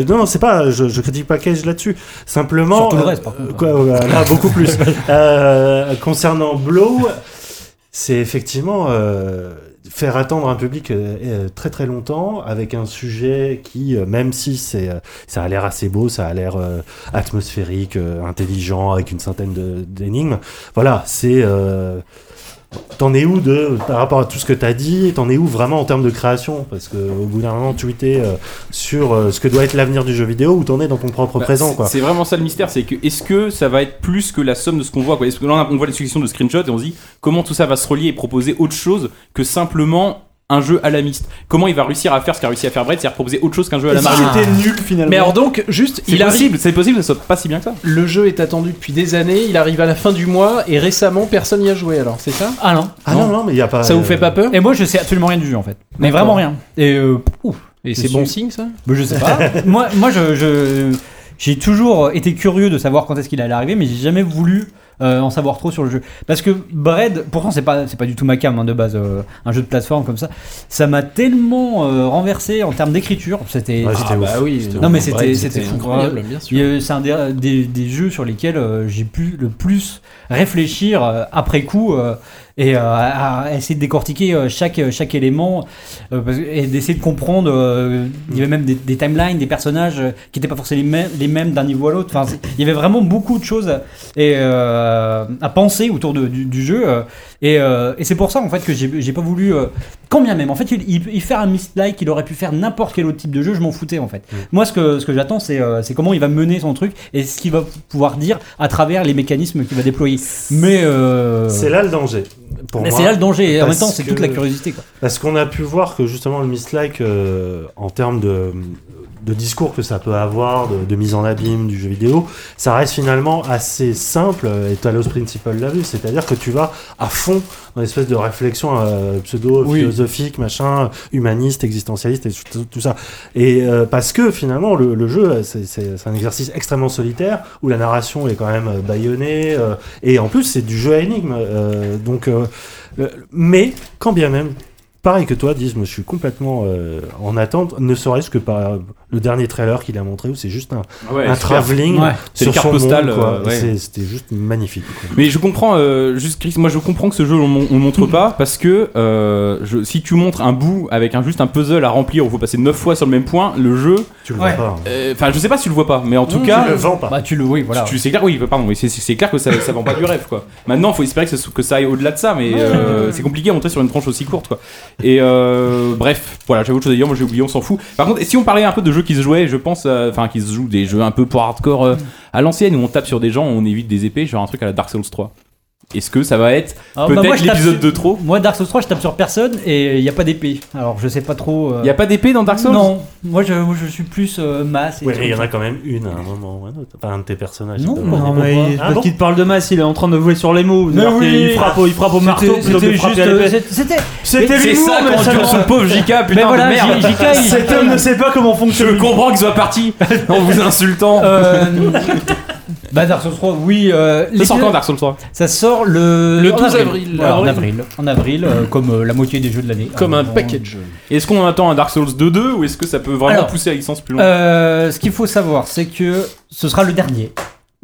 Speaker 7: Euh, non, non, c'est pas. Je, je critique pas Cage là-dessus.
Speaker 3: Sur
Speaker 7: Simplement.
Speaker 3: tout le
Speaker 7: euh,
Speaker 3: reste, par contre. hein.
Speaker 7: quoi, euh, là,
Speaker 3: (laughs)
Speaker 7: beaucoup plus. Euh, concernant Blow, c'est effectivement euh, faire attendre un public euh, euh, très très longtemps avec un sujet qui, euh, même si c'est, euh, ça a l'air assez beau, ça a l'air euh, atmosphérique, euh, intelligent, avec une centaine de- d'énigmes. Voilà, c'est. euh, T'en es où de par rapport à tout ce que t'as dit T'en es où vraiment en termes de création Parce que au bout d'un moment, tweeter euh, sur euh, ce que doit être l'avenir du jeu vidéo, où t'en es dans ton propre
Speaker 1: Bah,
Speaker 7: présent,
Speaker 1: c'est-
Speaker 7: quoi.
Speaker 1: C'est vraiment ça le mystère, c'est que est-ce que ça va être plus que la somme de ce qu'on voit quoi Est-ce que là on voit les suggestions de screenshots et on se dit comment tout ça va se relier et proposer autre chose que simplement un jeu à la miste Comment il va réussir à faire ce qu'a réussi à faire Brett, c'est-à-dire proposer autre chose qu'un jeu à la
Speaker 2: Si
Speaker 1: Mario
Speaker 2: c'était nul finalement.
Speaker 8: Mais alors donc, juste,
Speaker 1: C'est
Speaker 8: il arrive.
Speaker 1: possible, c'est possible, que ça soit pas si bien que ça.
Speaker 8: Le jeu est attendu depuis des années, il arrive à la fin du mois et récemment personne n'y a joué alors, c'est ça
Speaker 3: Ah non.
Speaker 7: Ah non, non, mais il y a pas.
Speaker 8: Ça vous fait pas
Speaker 7: euh,
Speaker 8: peur
Speaker 3: Et moi je sais absolument rien du jeu en fait. Mais
Speaker 8: D'accord.
Speaker 3: vraiment rien. Et euh, ouf.
Speaker 8: Et
Speaker 3: je
Speaker 8: c'est bon
Speaker 3: suis-
Speaker 8: signe ça
Speaker 3: Mais je sais
Speaker 7: (laughs)
Speaker 3: pas. moi, moi je, je- j'ai toujours été curieux de savoir quand est-ce qu'il allait arriver, mais j'ai jamais voulu euh, en savoir trop sur le jeu. Parce que Bread, pourtant c'est pas c'est pas du tout ma cam hein, de base, euh, un jeu de plateforme comme ça. Ça m'a tellement euh, renversé en termes d'écriture. C'était
Speaker 8: Ouais, c'était Ah, ouf. bah oui, C'était
Speaker 3: non mais
Speaker 8: ouf.
Speaker 3: c'était
Speaker 8: Bread,
Speaker 3: c'était
Speaker 8: c'était
Speaker 3: fou.
Speaker 8: incroyable, bien sûr.
Speaker 3: Il y a- c'est un des, des- des jeux sur lesquels euh, j'ai pu le plus réfléchir euh, après coup euh, et euh, à, à essayer de décortiquer euh, chaque, chaque élément euh, parce que- et d'essayer de comprendre. euh, il y avait même des, des timelines, des personnages euh, qui n'étaient pas forcément les mêmes, les mêmes d'un niveau à l'autre. Enfin, c'est- il y avait vraiment beaucoup de choses à, et, euh, à penser autour de- du, du jeu. euh, et euh, et c'est pour ça en fait que j'ai j'ai pas voulu. euh, quand bien même, en fait, il, il- il faire un mislike, il aurait pu faire n'importe quel autre type de jeu, je m'en foutais en fait.
Speaker 1: Mm.
Speaker 3: Moi, ce que, ce que j'attends, c'est euh, c'est comment il va mener son truc et ce qu'il va pouvoir dire à travers les mécanismes qu'il va déployer. Mais euh,
Speaker 7: C'est là le danger. pour
Speaker 3: Mais
Speaker 7: moi.
Speaker 3: c'est là le danger, et en
Speaker 7: Parce
Speaker 3: même temps, c'est
Speaker 7: que-
Speaker 3: toute la curiosité. Quoi.
Speaker 7: Parce qu'on a pu voir que justement le mislike, euh, en termes de, de discours que ça peut avoir, de, de mise en abîme du jeu vidéo, ça reste finalement assez simple, euh, et Talos Principle l'a vu, c'est-à-dire que tu vas à fond dans l'espèce de réflexion euh, pseudo-philosophique, machin, humaniste, existentialiste, et tout, tout ça. Et euh, parce que finalement le, le jeu, euh, c'est- c'est c'est un exercice extrêmement solitaire, où la narration est quand même euh, bâillonnée, euh, et en plus c'est du jeu à énigme. euh, donc, euh, le- mais quand bien même, pareil que toi, disent, je suis complètement euh, en attente, ne serait-ce que par euh, le dernier trailer qu'il a montré où c'est juste un,
Speaker 1: Ah ouais,
Speaker 7: un
Speaker 1: super.
Speaker 7: travelling
Speaker 1: Ouais. C'est
Speaker 7: sur
Speaker 1: les cartes
Speaker 7: son
Speaker 1: postales,
Speaker 7: monde, quoi.
Speaker 1: euh, ouais.
Speaker 7: C'est- C'était juste magnifique. quoi.
Speaker 1: Mais je comprends, euh, juste Chris, moi je comprends que ce jeu on, mon- on montre pas parce que euh, je- si tu montres un bout avec un, juste un puzzle à remplir où il faut passer 9 fois sur le même point, le jeu.
Speaker 7: Tu
Speaker 1: le
Speaker 3: vois Ouais. pas, hein.
Speaker 1: Euh, Enfin, je sais pas si tu le vois pas, mais en tout
Speaker 3: Non,
Speaker 1: cas.
Speaker 3: tu le vends pas. Bah, tu le- oui, voilà.
Speaker 1: Tu, c'est clair, oui, pardon, oui, c'est, c'est clair que ça, ça vend pas du rêve quoi. Maintenant, faut espérer que ça, que ça aille au-delà de ça, mais euh, c'est compliqué à monter sur une tranche aussi courte quoi. Et euh, bref, voilà, j'avais autre chose à dire, moi j'ai oublié, on s'en fout. Par contre, si on parlait un peu de jeux qui se jouaient, je pense, euh, enfin qui se jouent des jeux un peu pour hardcore euh,
Speaker 3: Mm.
Speaker 1: à l'ancienne où on tape sur des gens, on évite des épées, genre un truc à la Dark Souls 3. Est-ce que ça va être
Speaker 3: Alors, bah,
Speaker 1: peut-être
Speaker 3: moi, je tape
Speaker 1: l'épisode
Speaker 3: sur-
Speaker 1: 2 trop
Speaker 3: Moi, Dark Souls 3, je tape sur personne et il n'y a pas d'épée. Alors, je sais pas trop. Il
Speaker 1: Y a pas d'épée dans Dark Souls
Speaker 3: Non. Moi, je, moi, je suis plus euh, masse.
Speaker 7: Ouais, mais il y en a
Speaker 3: trucs.
Speaker 7: quand même une à un moment ou à un autre. Enfin, un de tes personnages. il doit
Speaker 2: Non,
Speaker 7: avoir des
Speaker 2: mais
Speaker 7: combats.
Speaker 2: il,
Speaker 7: Ah
Speaker 2: parce
Speaker 7: bon
Speaker 2: qu'il te parle de masse, il est en train de jouer sur les mots.
Speaker 7: Mais
Speaker 2: Alors qu'il-
Speaker 7: oui.
Speaker 2: il, frappe, au- il frappe au marteau
Speaker 3: C'était-
Speaker 2: plutôt que de
Speaker 3: c'était
Speaker 2: frapper à
Speaker 3: juste, euh,
Speaker 2: l'épée.
Speaker 3: c'est- c'était-
Speaker 2: C'était
Speaker 1: C'est
Speaker 2: l'humour,
Speaker 1: ça
Speaker 2: mais
Speaker 1: qu'endure
Speaker 2: seulement.
Speaker 1: ce pauvre JK,
Speaker 3: Ben
Speaker 1: putain
Speaker 2: Mais voilà,
Speaker 1: de merde.
Speaker 2: J-
Speaker 3: (laughs)
Speaker 2: JK, il-
Speaker 1: Cet homme ne sait pas comment fonctionne. Je comprends qu'il soit parti en vous insultant.
Speaker 3: Euh, (laughs) Bah, Dark Souls 3, oui. euh,
Speaker 1: Ça sort
Speaker 3: l'épisode-
Speaker 1: quand Dark Souls 3
Speaker 3: Ça sort le,
Speaker 1: Le
Speaker 3: en
Speaker 1: 12
Speaker 3: avril.
Speaker 1: avril.
Speaker 3: Voilà, en
Speaker 1: Avril.
Speaker 3: avril. En avril, euh, comme euh, la moitié des jeux de l'année.
Speaker 1: Comme
Speaker 3: Euh,
Speaker 1: un
Speaker 3: on-
Speaker 1: paquet de jeux. Est-ce qu'on attend un Dark Souls 2-2 ou est-ce que ça peut vraiment
Speaker 3: Alors,
Speaker 1: pousser la licence plus loin
Speaker 3: Euh, ce qu'il faut savoir, c'est que ce sera le dernier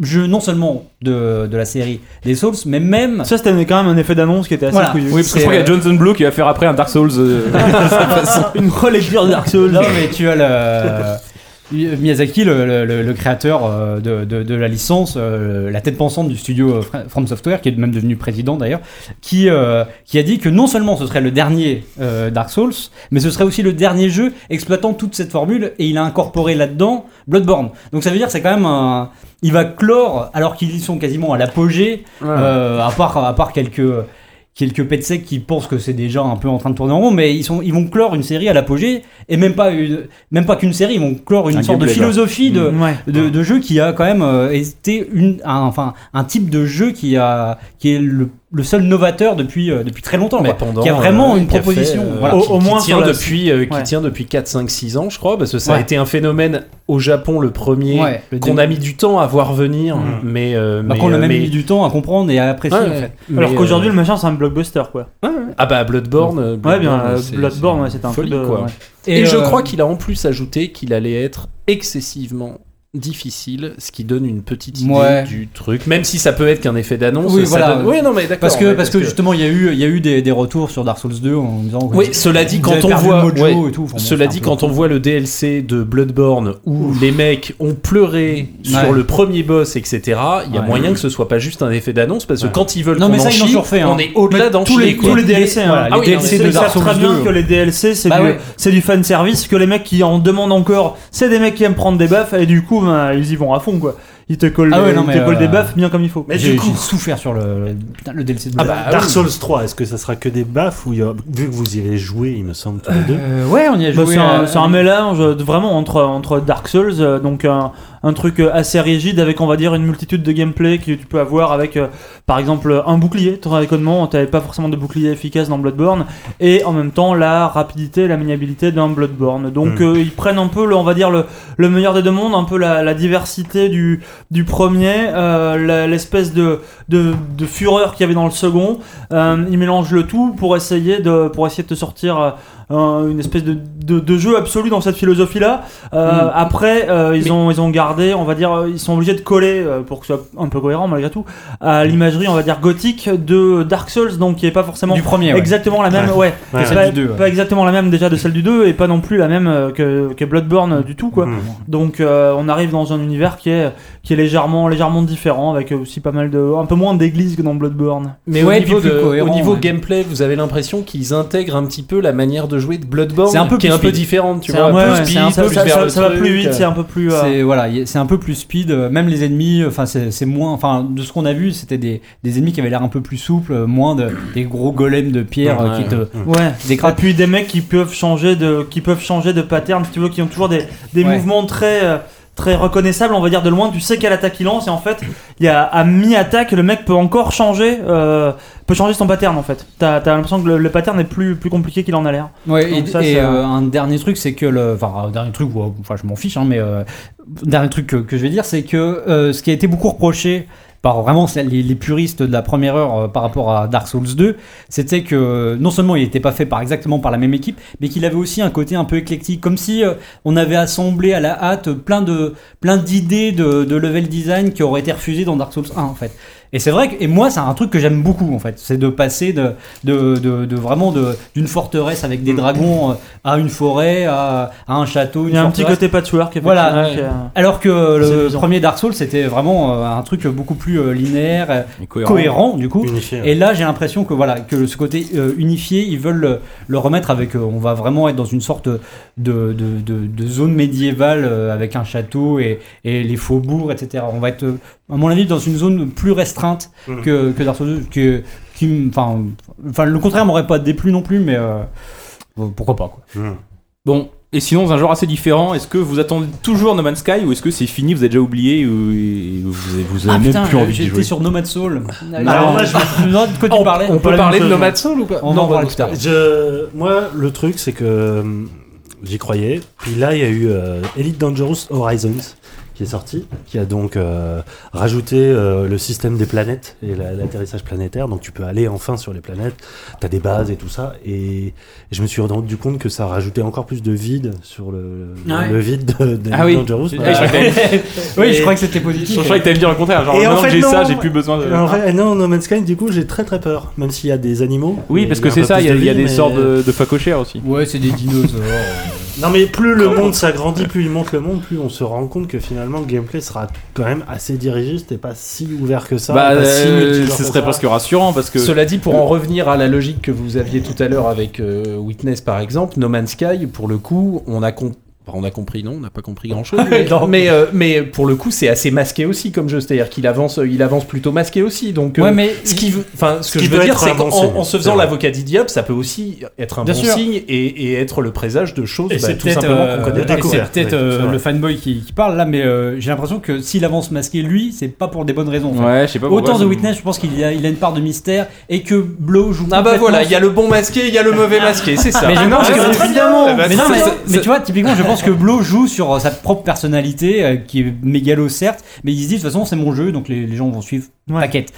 Speaker 3: jeu, non seulement de, de la série des Souls, mais même.
Speaker 2: Ça, c'était quand même un effet d'annonce qui était assez
Speaker 3: Voilà.
Speaker 2: couillu.
Speaker 1: Oui, parce que je crois qu'il y a
Speaker 7: euh,
Speaker 1: Johnson Blow qui va faire après un Dark Souls. euh, (laughs)
Speaker 8: (laughs)
Speaker 2: Une relecture de Dark Souls.
Speaker 3: Non, mais tu as le. Miyazaki, le, le- le- le créateur euh, de, de- de la licence, euh, la tête pensante du studio euh, Fra- From Software, qui est même devenu président d'ailleurs, qui, euh, qui a dit que non seulement ce serait le dernier euh, Dark Souls, mais ce serait aussi le dernier jeu exploitant toute cette formule, et il a incorporé là-dedans Bloodborne. Donc ça veut dire que c'est quand même un... Il va clore, alors qu'ils y sont quasiment à l'apogée, euh, à, part, à part quelques quelques pets secs E qui pensent que c'est déjà un peu en train de tourner en rond, mais ils, sont, ils vont clore une série à l'apogée, et même pas, une, même pas qu'une série, ils vont clore une
Speaker 1: Un
Speaker 3: sorte de
Speaker 1: gameplay, là.
Speaker 3: philosophie de,
Speaker 2: Mm, ouais.
Speaker 3: de, de jeu qui a quand même euh, été une, un, enfin, un type de jeu qui, a, qui est le, le seul novateur depuis, euh, depuis très longtemps,
Speaker 8: Mais
Speaker 3: quoi.
Speaker 8: pendant,
Speaker 3: qui a vraiment
Speaker 8: euh,
Speaker 3: une
Speaker 8: qui a fait,
Speaker 3: proposition.
Speaker 8: euh,
Speaker 3: voilà.
Speaker 8: qui, qui tient
Speaker 3: sur la-
Speaker 8: depuis, euh, qui
Speaker 3: Ouais.
Speaker 8: tient depuis 4, 5, 6 ans, je crois, parce que ça a
Speaker 3: Ouais.
Speaker 8: été un phénomène au Japon le premier
Speaker 3: Ouais, le
Speaker 8: qu'on
Speaker 3: dé-
Speaker 8: a mis du temps à voir venir,
Speaker 2: Hmm.
Speaker 8: mais, euh,
Speaker 3: Bah,
Speaker 8: mais,
Speaker 3: qu'on a
Speaker 8: euh,
Speaker 3: même
Speaker 8: mais-
Speaker 3: mis du temps à comprendre et à apprécier.
Speaker 8: Ouais,
Speaker 3: en
Speaker 8: ouais.
Speaker 3: fait.
Speaker 2: Alors
Speaker 8: mais,
Speaker 2: qu'aujourd'hui,
Speaker 8: euh,
Speaker 2: le machin, c'est un blockbuster, quoi.
Speaker 8: ah bah Bloodborne, euh,
Speaker 2: Ouais, bien,
Speaker 8: Bloodborne,
Speaker 2: euh,
Speaker 8: c'est-
Speaker 2: Bloodborne, ouais, c'était un
Speaker 8: folie,
Speaker 2: peu de-
Speaker 8: quoi.
Speaker 2: ouais.
Speaker 8: Et,
Speaker 2: Et,
Speaker 8: je
Speaker 2: euh,
Speaker 8: crois qu'il a en plus ajouté qu'il allait être excessivement difficile, ce qui donne une petite idée
Speaker 3: Ouais.
Speaker 8: du truc, même si ça peut être qu'un effet d'annonce.
Speaker 3: Oui,
Speaker 8: ça
Speaker 3: voilà.
Speaker 8: donne- Oui, non, mais d'accord.
Speaker 3: Parce que,
Speaker 8: ouais,
Speaker 3: parce que, justement, il y a eu, il y a eu des, des retours sur Dark Souls 2 en disant.
Speaker 8: Oui, cela dit,
Speaker 3: Vous
Speaker 8: quand
Speaker 3: avez
Speaker 8: on
Speaker 3: perdu
Speaker 8: voit,
Speaker 3: le mojo
Speaker 8: ouais,
Speaker 3: et tout. Enfin, bon, c'est
Speaker 8: cela
Speaker 3: un
Speaker 8: dit,
Speaker 3: peu-
Speaker 8: quand on voit le DLC de Bloodborne où les mecs ont pleuré
Speaker 3: Ouais.
Speaker 8: sur le premier boss, etc. Il y a
Speaker 3: Ouais.
Speaker 8: moyen que ce soit pas juste un effet d'annonce parce que quand ils veulent
Speaker 3: Non, mais
Speaker 8: qu'on
Speaker 3: ça,
Speaker 8: en
Speaker 3: ils l'ont
Speaker 8: chie,
Speaker 3: toujours fait, hein.
Speaker 8: on est au-delà
Speaker 3: Mais
Speaker 8: d'en
Speaker 2: tous les,
Speaker 8: chier, quoi.
Speaker 2: tous les DLC, hein.
Speaker 8: Voilà,
Speaker 2: Ah
Speaker 8: les
Speaker 2: oui,
Speaker 8: DLC
Speaker 2: non, mais
Speaker 8: de
Speaker 2: ils savent
Speaker 8: Dark Souls
Speaker 2: très
Speaker 8: 2.
Speaker 2: bien que les DLC, c'est
Speaker 8: Bah
Speaker 2: du,
Speaker 8: ouais.
Speaker 2: c'est du fan service, que les mecs qui en demandent encore, c'est des mecs qui aiment prendre des baffes et du coup, bah, ils y vont à fond, quoi. Ils te collent,
Speaker 3: Ah ouais,
Speaker 2: ils
Speaker 3: non,
Speaker 2: te
Speaker 3: mais,
Speaker 2: collent
Speaker 3: euh,
Speaker 2: des baffes bien comme il faut.
Speaker 3: Mais du coup, souffert sur le, putain, le DLC de
Speaker 7: Ah
Speaker 3: Bloodborne.
Speaker 7: bah, Dark Souls 3, est-ce que ça sera que des baffes ou il y a- vu que vous y avez joué, il me semble tous les deux.
Speaker 3: Euh, ouais, on y a
Speaker 2: Bah,
Speaker 3: joué.
Speaker 2: c'est un,
Speaker 3: euh,
Speaker 2: c'est un mélange euh, de- vraiment entre, entre Dark Souls, euh, donc un, un truc euh, assez rigide avec on va dire une multitude de gameplay que tu peux avoir avec euh, par exemple un bouclier. Théoriquement, t'avais pas forcément de bouclier efficace dans Bloodborne et en même temps la rapidité, la maniabilité d'un Bloodborne. Donc
Speaker 7: Mm.
Speaker 2: euh, ils prennent un peu le, on va dire le, le meilleur des deux mondes, un peu la, la diversité du, du premier, euh, la- l'espèce de, de, de fureur qu'il y avait dans le second. Euh, il mélange le tout pour essayer de, pour essayer de te sortir euh, un- une espèce de, de, de jeu absolu dans cette philosophie-là. Euh,
Speaker 8: Mm.
Speaker 2: Après, euh, ils, ont, ils ont gardé, on va dire, euh, ils sont obligés de coller, euh, pour que ce soit un peu cohérent malgré tout,
Speaker 3: Mm.
Speaker 2: à l'imagerie, on va dire, gothique de Dark Souls, donc qui est pas forcément
Speaker 3: Du premier, ouais.
Speaker 2: exactement la même.
Speaker 3: Ouais.
Speaker 2: Ouais,
Speaker 3: Que celle
Speaker 2: pas,
Speaker 3: du deux, ouais.
Speaker 2: pas exactement la même déjà de celle du 2 et pas non plus la même euh, que, que Bloodborne euh, du tout
Speaker 3: Mm.
Speaker 2: quoi.
Speaker 7: Mmh.
Speaker 2: Donc euh, on arrive dans un univers qui est qui est légèrement légèrement différent avec aussi pas mal de un peu moins d'églises que dans Bloodborne.
Speaker 8: Mais au niveau, de- au niveau gameplay, vous avez l'impression qu'ils intègrent un petit peu la manière de jouer de Bloodborne,
Speaker 3: C'est un peu
Speaker 8: qui est
Speaker 3: plus
Speaker 8: un peu
Speaker 3: speed.
Speaker 8: différente, tu
Speaker 3: C'est
Speaker 8: vois.
Speaker 3: un peu
Speaker 8: plus
Speaker 3: speed,
Speaker 8: speed,
Speaker 3: c'est un peu-
Speaker 8: plus
Speaker 3: ça-
Speaker 8: vers
Speaker 3: ça-
Speaker 8: le
Speaker 3: ça va
Speaker 8: truc.
Speaker 2: plus vite, c'est un peu plus, euh,
Speaker 3: C'est voilà, y- c'est un peu plus speed. euh, Même les ennemis, euh, enfin c'est c'est moins, enfin de ce qu'on a vu, c'était des, des ennemis qui avaient l'air un peu plus souples, euh, moins de, des gros golems de pierre euh, qui te
Speaker 2: ouais.
Speaker 3: qui décrapent.
Speaker 2: Et puis des mecs qui peuvent changer de qui peuvent changer de pattern, si tu veux, qui ont toujours des, des
Speaker 3: Ouais.
Speaker 2: mouvements très euh, très reconnaissables, on va dire de loin. Tu sais quelle attaque il lance et en fait, il y a à mi-attaque, le mec peut encore changer euh, peut changer son pattern en fait. T'as as, l'impression que le, le pattern est plus plus compliqué qu'il en a l'air.
Speaker 3: Ouais,
Speaker 2: Donc
Speaker 3: et,
Speaker 2: ça,
Speaker 3: et,
Speaker 2: c'est-
Speaker 3: euh, un dernier truc, c'est que le. Enfin, un dernier truc, ouais, enfin, je m'en fiche, hein, mais. euh, dernier truc que, que je vais dire, c'est que euh, ce qui a été beaucoup reproché par vraiment celles- les, les puristes de la première heure euh, par rapport à Dark Souls 2, c'était que euh, non seulement il n'était pas fait par exactement par la même équipe, mais qu'il avait aussi un côté un peu éclectique, comme si euh, on avait assemblé à la hâte plein de plein d'idées de, de level design qui auraient été refusées dans Dark Souls 1 en fait. Et c'est vrai que et moi c'est un truc que j'aime beaucoup en fait, c'est de passer de, de, de- de vraiment de- d'une forteresse avec des dragons euh, à une forêt, à, à un château,
Speaker 2: Mm.
Speaker 3: une
Speaker 2: Il y a un petit
Speaker 3: forteresse.
Speaker 2: côté patchwork.
Speaker 3: Voilà.
Speaker 2: effectivement, qui est- euh,
Speaker 3: Alors que le
Speaker 2: séduisant.
Speaker 3: premier Dark Souls, c'était vraiment euh, un truc beaucoup plus euh, linéaire, euh,
Speaker 1: Et
Speaker 3: cohérent.
Speaker 1: cohérent.
Speaker 3: du coup.
Speaker 1: Unifié,
Speaker 3: Et là, j'ai l'impression que voilà, que ce côté euh, unifié, ils veulent le, le remettre avec. euh, on va vraiment être dans une sorte de, de, de- de zone médiévale euh, avec un château et, et les faubourgs, etc. On va être, euh, à mon avis, dans une zone plus restreinte
Speaker 7: Mhm.
Speaker 3: que, que Dark Souls, 2, que qui, m- enfin, enfin, le contraire m'aurait pas déplu non plus, mais euh, bon, pourquoi pas quoi.
Speaker 1: Bon, et sinon, dans un genre assez différent, est-ce que vous attendez toujours No Man's Sky ou est-ce que c'est fini, vous avez déjà oublié ou et vous, vous avez
Speaker 3: Ah
Speaker 1: même
Speaker 3: putain,
Speaker 7: euh,
Speaker 1: plus envie d'y
Speaker 3: j'étais
Speaker 1: jouer
Speaker 3: sur Nomad Soul.
Speaker 1: Alors là, je
Speaker 3: me demande de quoi tu parlais.
Speaker 8: Oh, On peut parler de Nomad Soul ou pas
Speaker 3: On va en parler plus tard.
Speaker 7: Je- Moi, le truc, c'est que hum, j'y croyais. Puis là, il y a eu euh, Elite Dangerous Horizons qui est sorti, qui a donc euh, rajouté euh, le système des planètes et la- l'atterrissage planétaire. Donc tu peux aller enfin sur les planètes, t'as des bases et tout ça. Et, et je me suis rendu compte que ça rajoutait encore plus de vide sur le,
Speaker 8: Ouais.
Speaker 7: le vide de- d'Elite
Speaker 1: Ah oui.
Speaker 7: Dangerous.
Speaker 1: Ah, je crois que- Oui, je crois que c'était positif. Je crois que t'allais dire le contraire, genre,
Speaker 7: Et en
Speaker 1: maintenant que
Speaker 7: fait,
Speaker 1: j'ai ça,
Speaker 7: non.
Speaker 1: j'ai plus besoin de-
Speaker 7: Et en vrai, non, No Man's Sky, du coup, j'ai très très peur, même s'il y a des animaux.
Speaker 1: Oui,
Speaker 7: et
Speaker 1: parce
Speaker 7: il y
Speaker 1: que
Speaker 7: a un
Speaker 1: c'est
Speaker 7: peu
Speaker 1: ça,
Speaker 7: plus
Speaker 1: il y a, il y a
Speaker 7: vie,
Speaker 1: des
Speaker 7: mais-
Speaker 1: sortes de, de facochères aussi.
Speaker 3: Ouais, c'est des dinosaures.
Speaker 7: Non mais plus le monde s'agrandit, plus il monte le monde, plus on se rend compte que finalement le gameplay sera quand même assez dirigiste et pas si ouvert que ça.
Speaker 1: Bah,
Speaker 7: et pas si
Speaker 1: euh,
Speaker 7: multijoueur
Speaker 1: ce
Speaker 7: que
Speaker 1: serait
Speaker 7: ça.
Speaker 1: presque rassurant parce que.
Speaker 8: Cela dit, pour en revenir à la logique que vous aviez tout à l'heure avec euh, Witness par exemple, No Man's Sky, pour le coup, on a compris. on a compris, non, on n'a pas compris grand chose. Mais,
Speaker 3: Non.
Speaker 8: mais, euh, mais pour le coup, c'est assez masqué aussi comme jeu. C'est-à-dire qu'il avance, euh, il avance plutôt masqué aussi. Donc, euh,
Speaker 3: Ouais, mais-
Speaker 8: ce, qui veut- enfin, ce
Speaker 7: Ce
Speaker 8: que
Speaker 7: qui
Speaker 8: je veux
Speaker 7: peut
Speaker 8: dire,
Speaker 7: être
Speaker 8: c'est
Speaker 7: un bon
Speaker 8: qu'en
Speaker 7: signe,
Speaker 8: en se
Speaker 7: c'est
Speaker 8: faisant
Speaker 7: vrai.
Speaker 8: l'avocat d'Idiop, ça peut aussi être un
Speaker 3: Bien
Speaker 8: bon
Speaker 3: sûr.
Speaker 8: signe et, et être le présage de choses
Speaker 3: Et
Speaker 8: bah,
Speaker 3: c'est
Speaker 8: tout
Speaker 3: peut-être
Speaker 8: simplement
Speaker 3: euh,
Speaker 8: qu'on connaît
Speaker 3: et
Speaker 8: pas.
Speaker 3: c'est
Speaker 8: quoi.
Speaker 3: peut-être,
Speaker 8: Ouais,
Speaker 3: euh,
Speaker 8: c'est vrai.
Speaker 3: le fanboy qui, qui parle là, mais euh, j'ai l'impression que s'il avance masqué, lui, c'est pas pour des bonnes raisons. en fait.
Speaker 1: Ouais, je sais pas pourquoi,
Speaker 3: Autant The
Speaker 1: je-
Speaker 3: Witness, je pense qu'il y a, il a une part de mystère et que Blow joue.
Speaker 8: Ah bah
Speaker 3: complètement
Speaker 8: voilà,
Speaker 3: sur-
Speaker 8: il y a le bon masqué, il y a le mauvais masqué, c'est ça.
Speaker 3: Mais je
Speaker 8: Ah,
Speaker 3: pense
Speaker 8: c'est
Speaker 3: que-
Speaker 8: très bien.
Speaker 3: évidemment.
Speaker 8: Eh ben,
Speaker 3: Mais non,
Speaker 8: ça,
Speaker 3: mais-
Speaker 8: ça-
Speaker 3: mais tu vois, typiquement, je pense
Speaker 8: (laughs)
Speaker 3: que Blo joue sur euh, sa propre personnalité, euh, qui est mégalo certes, mais il se dit de toute façon c'est mon jeu, donc les, les gens vont suivre. T'inquiète.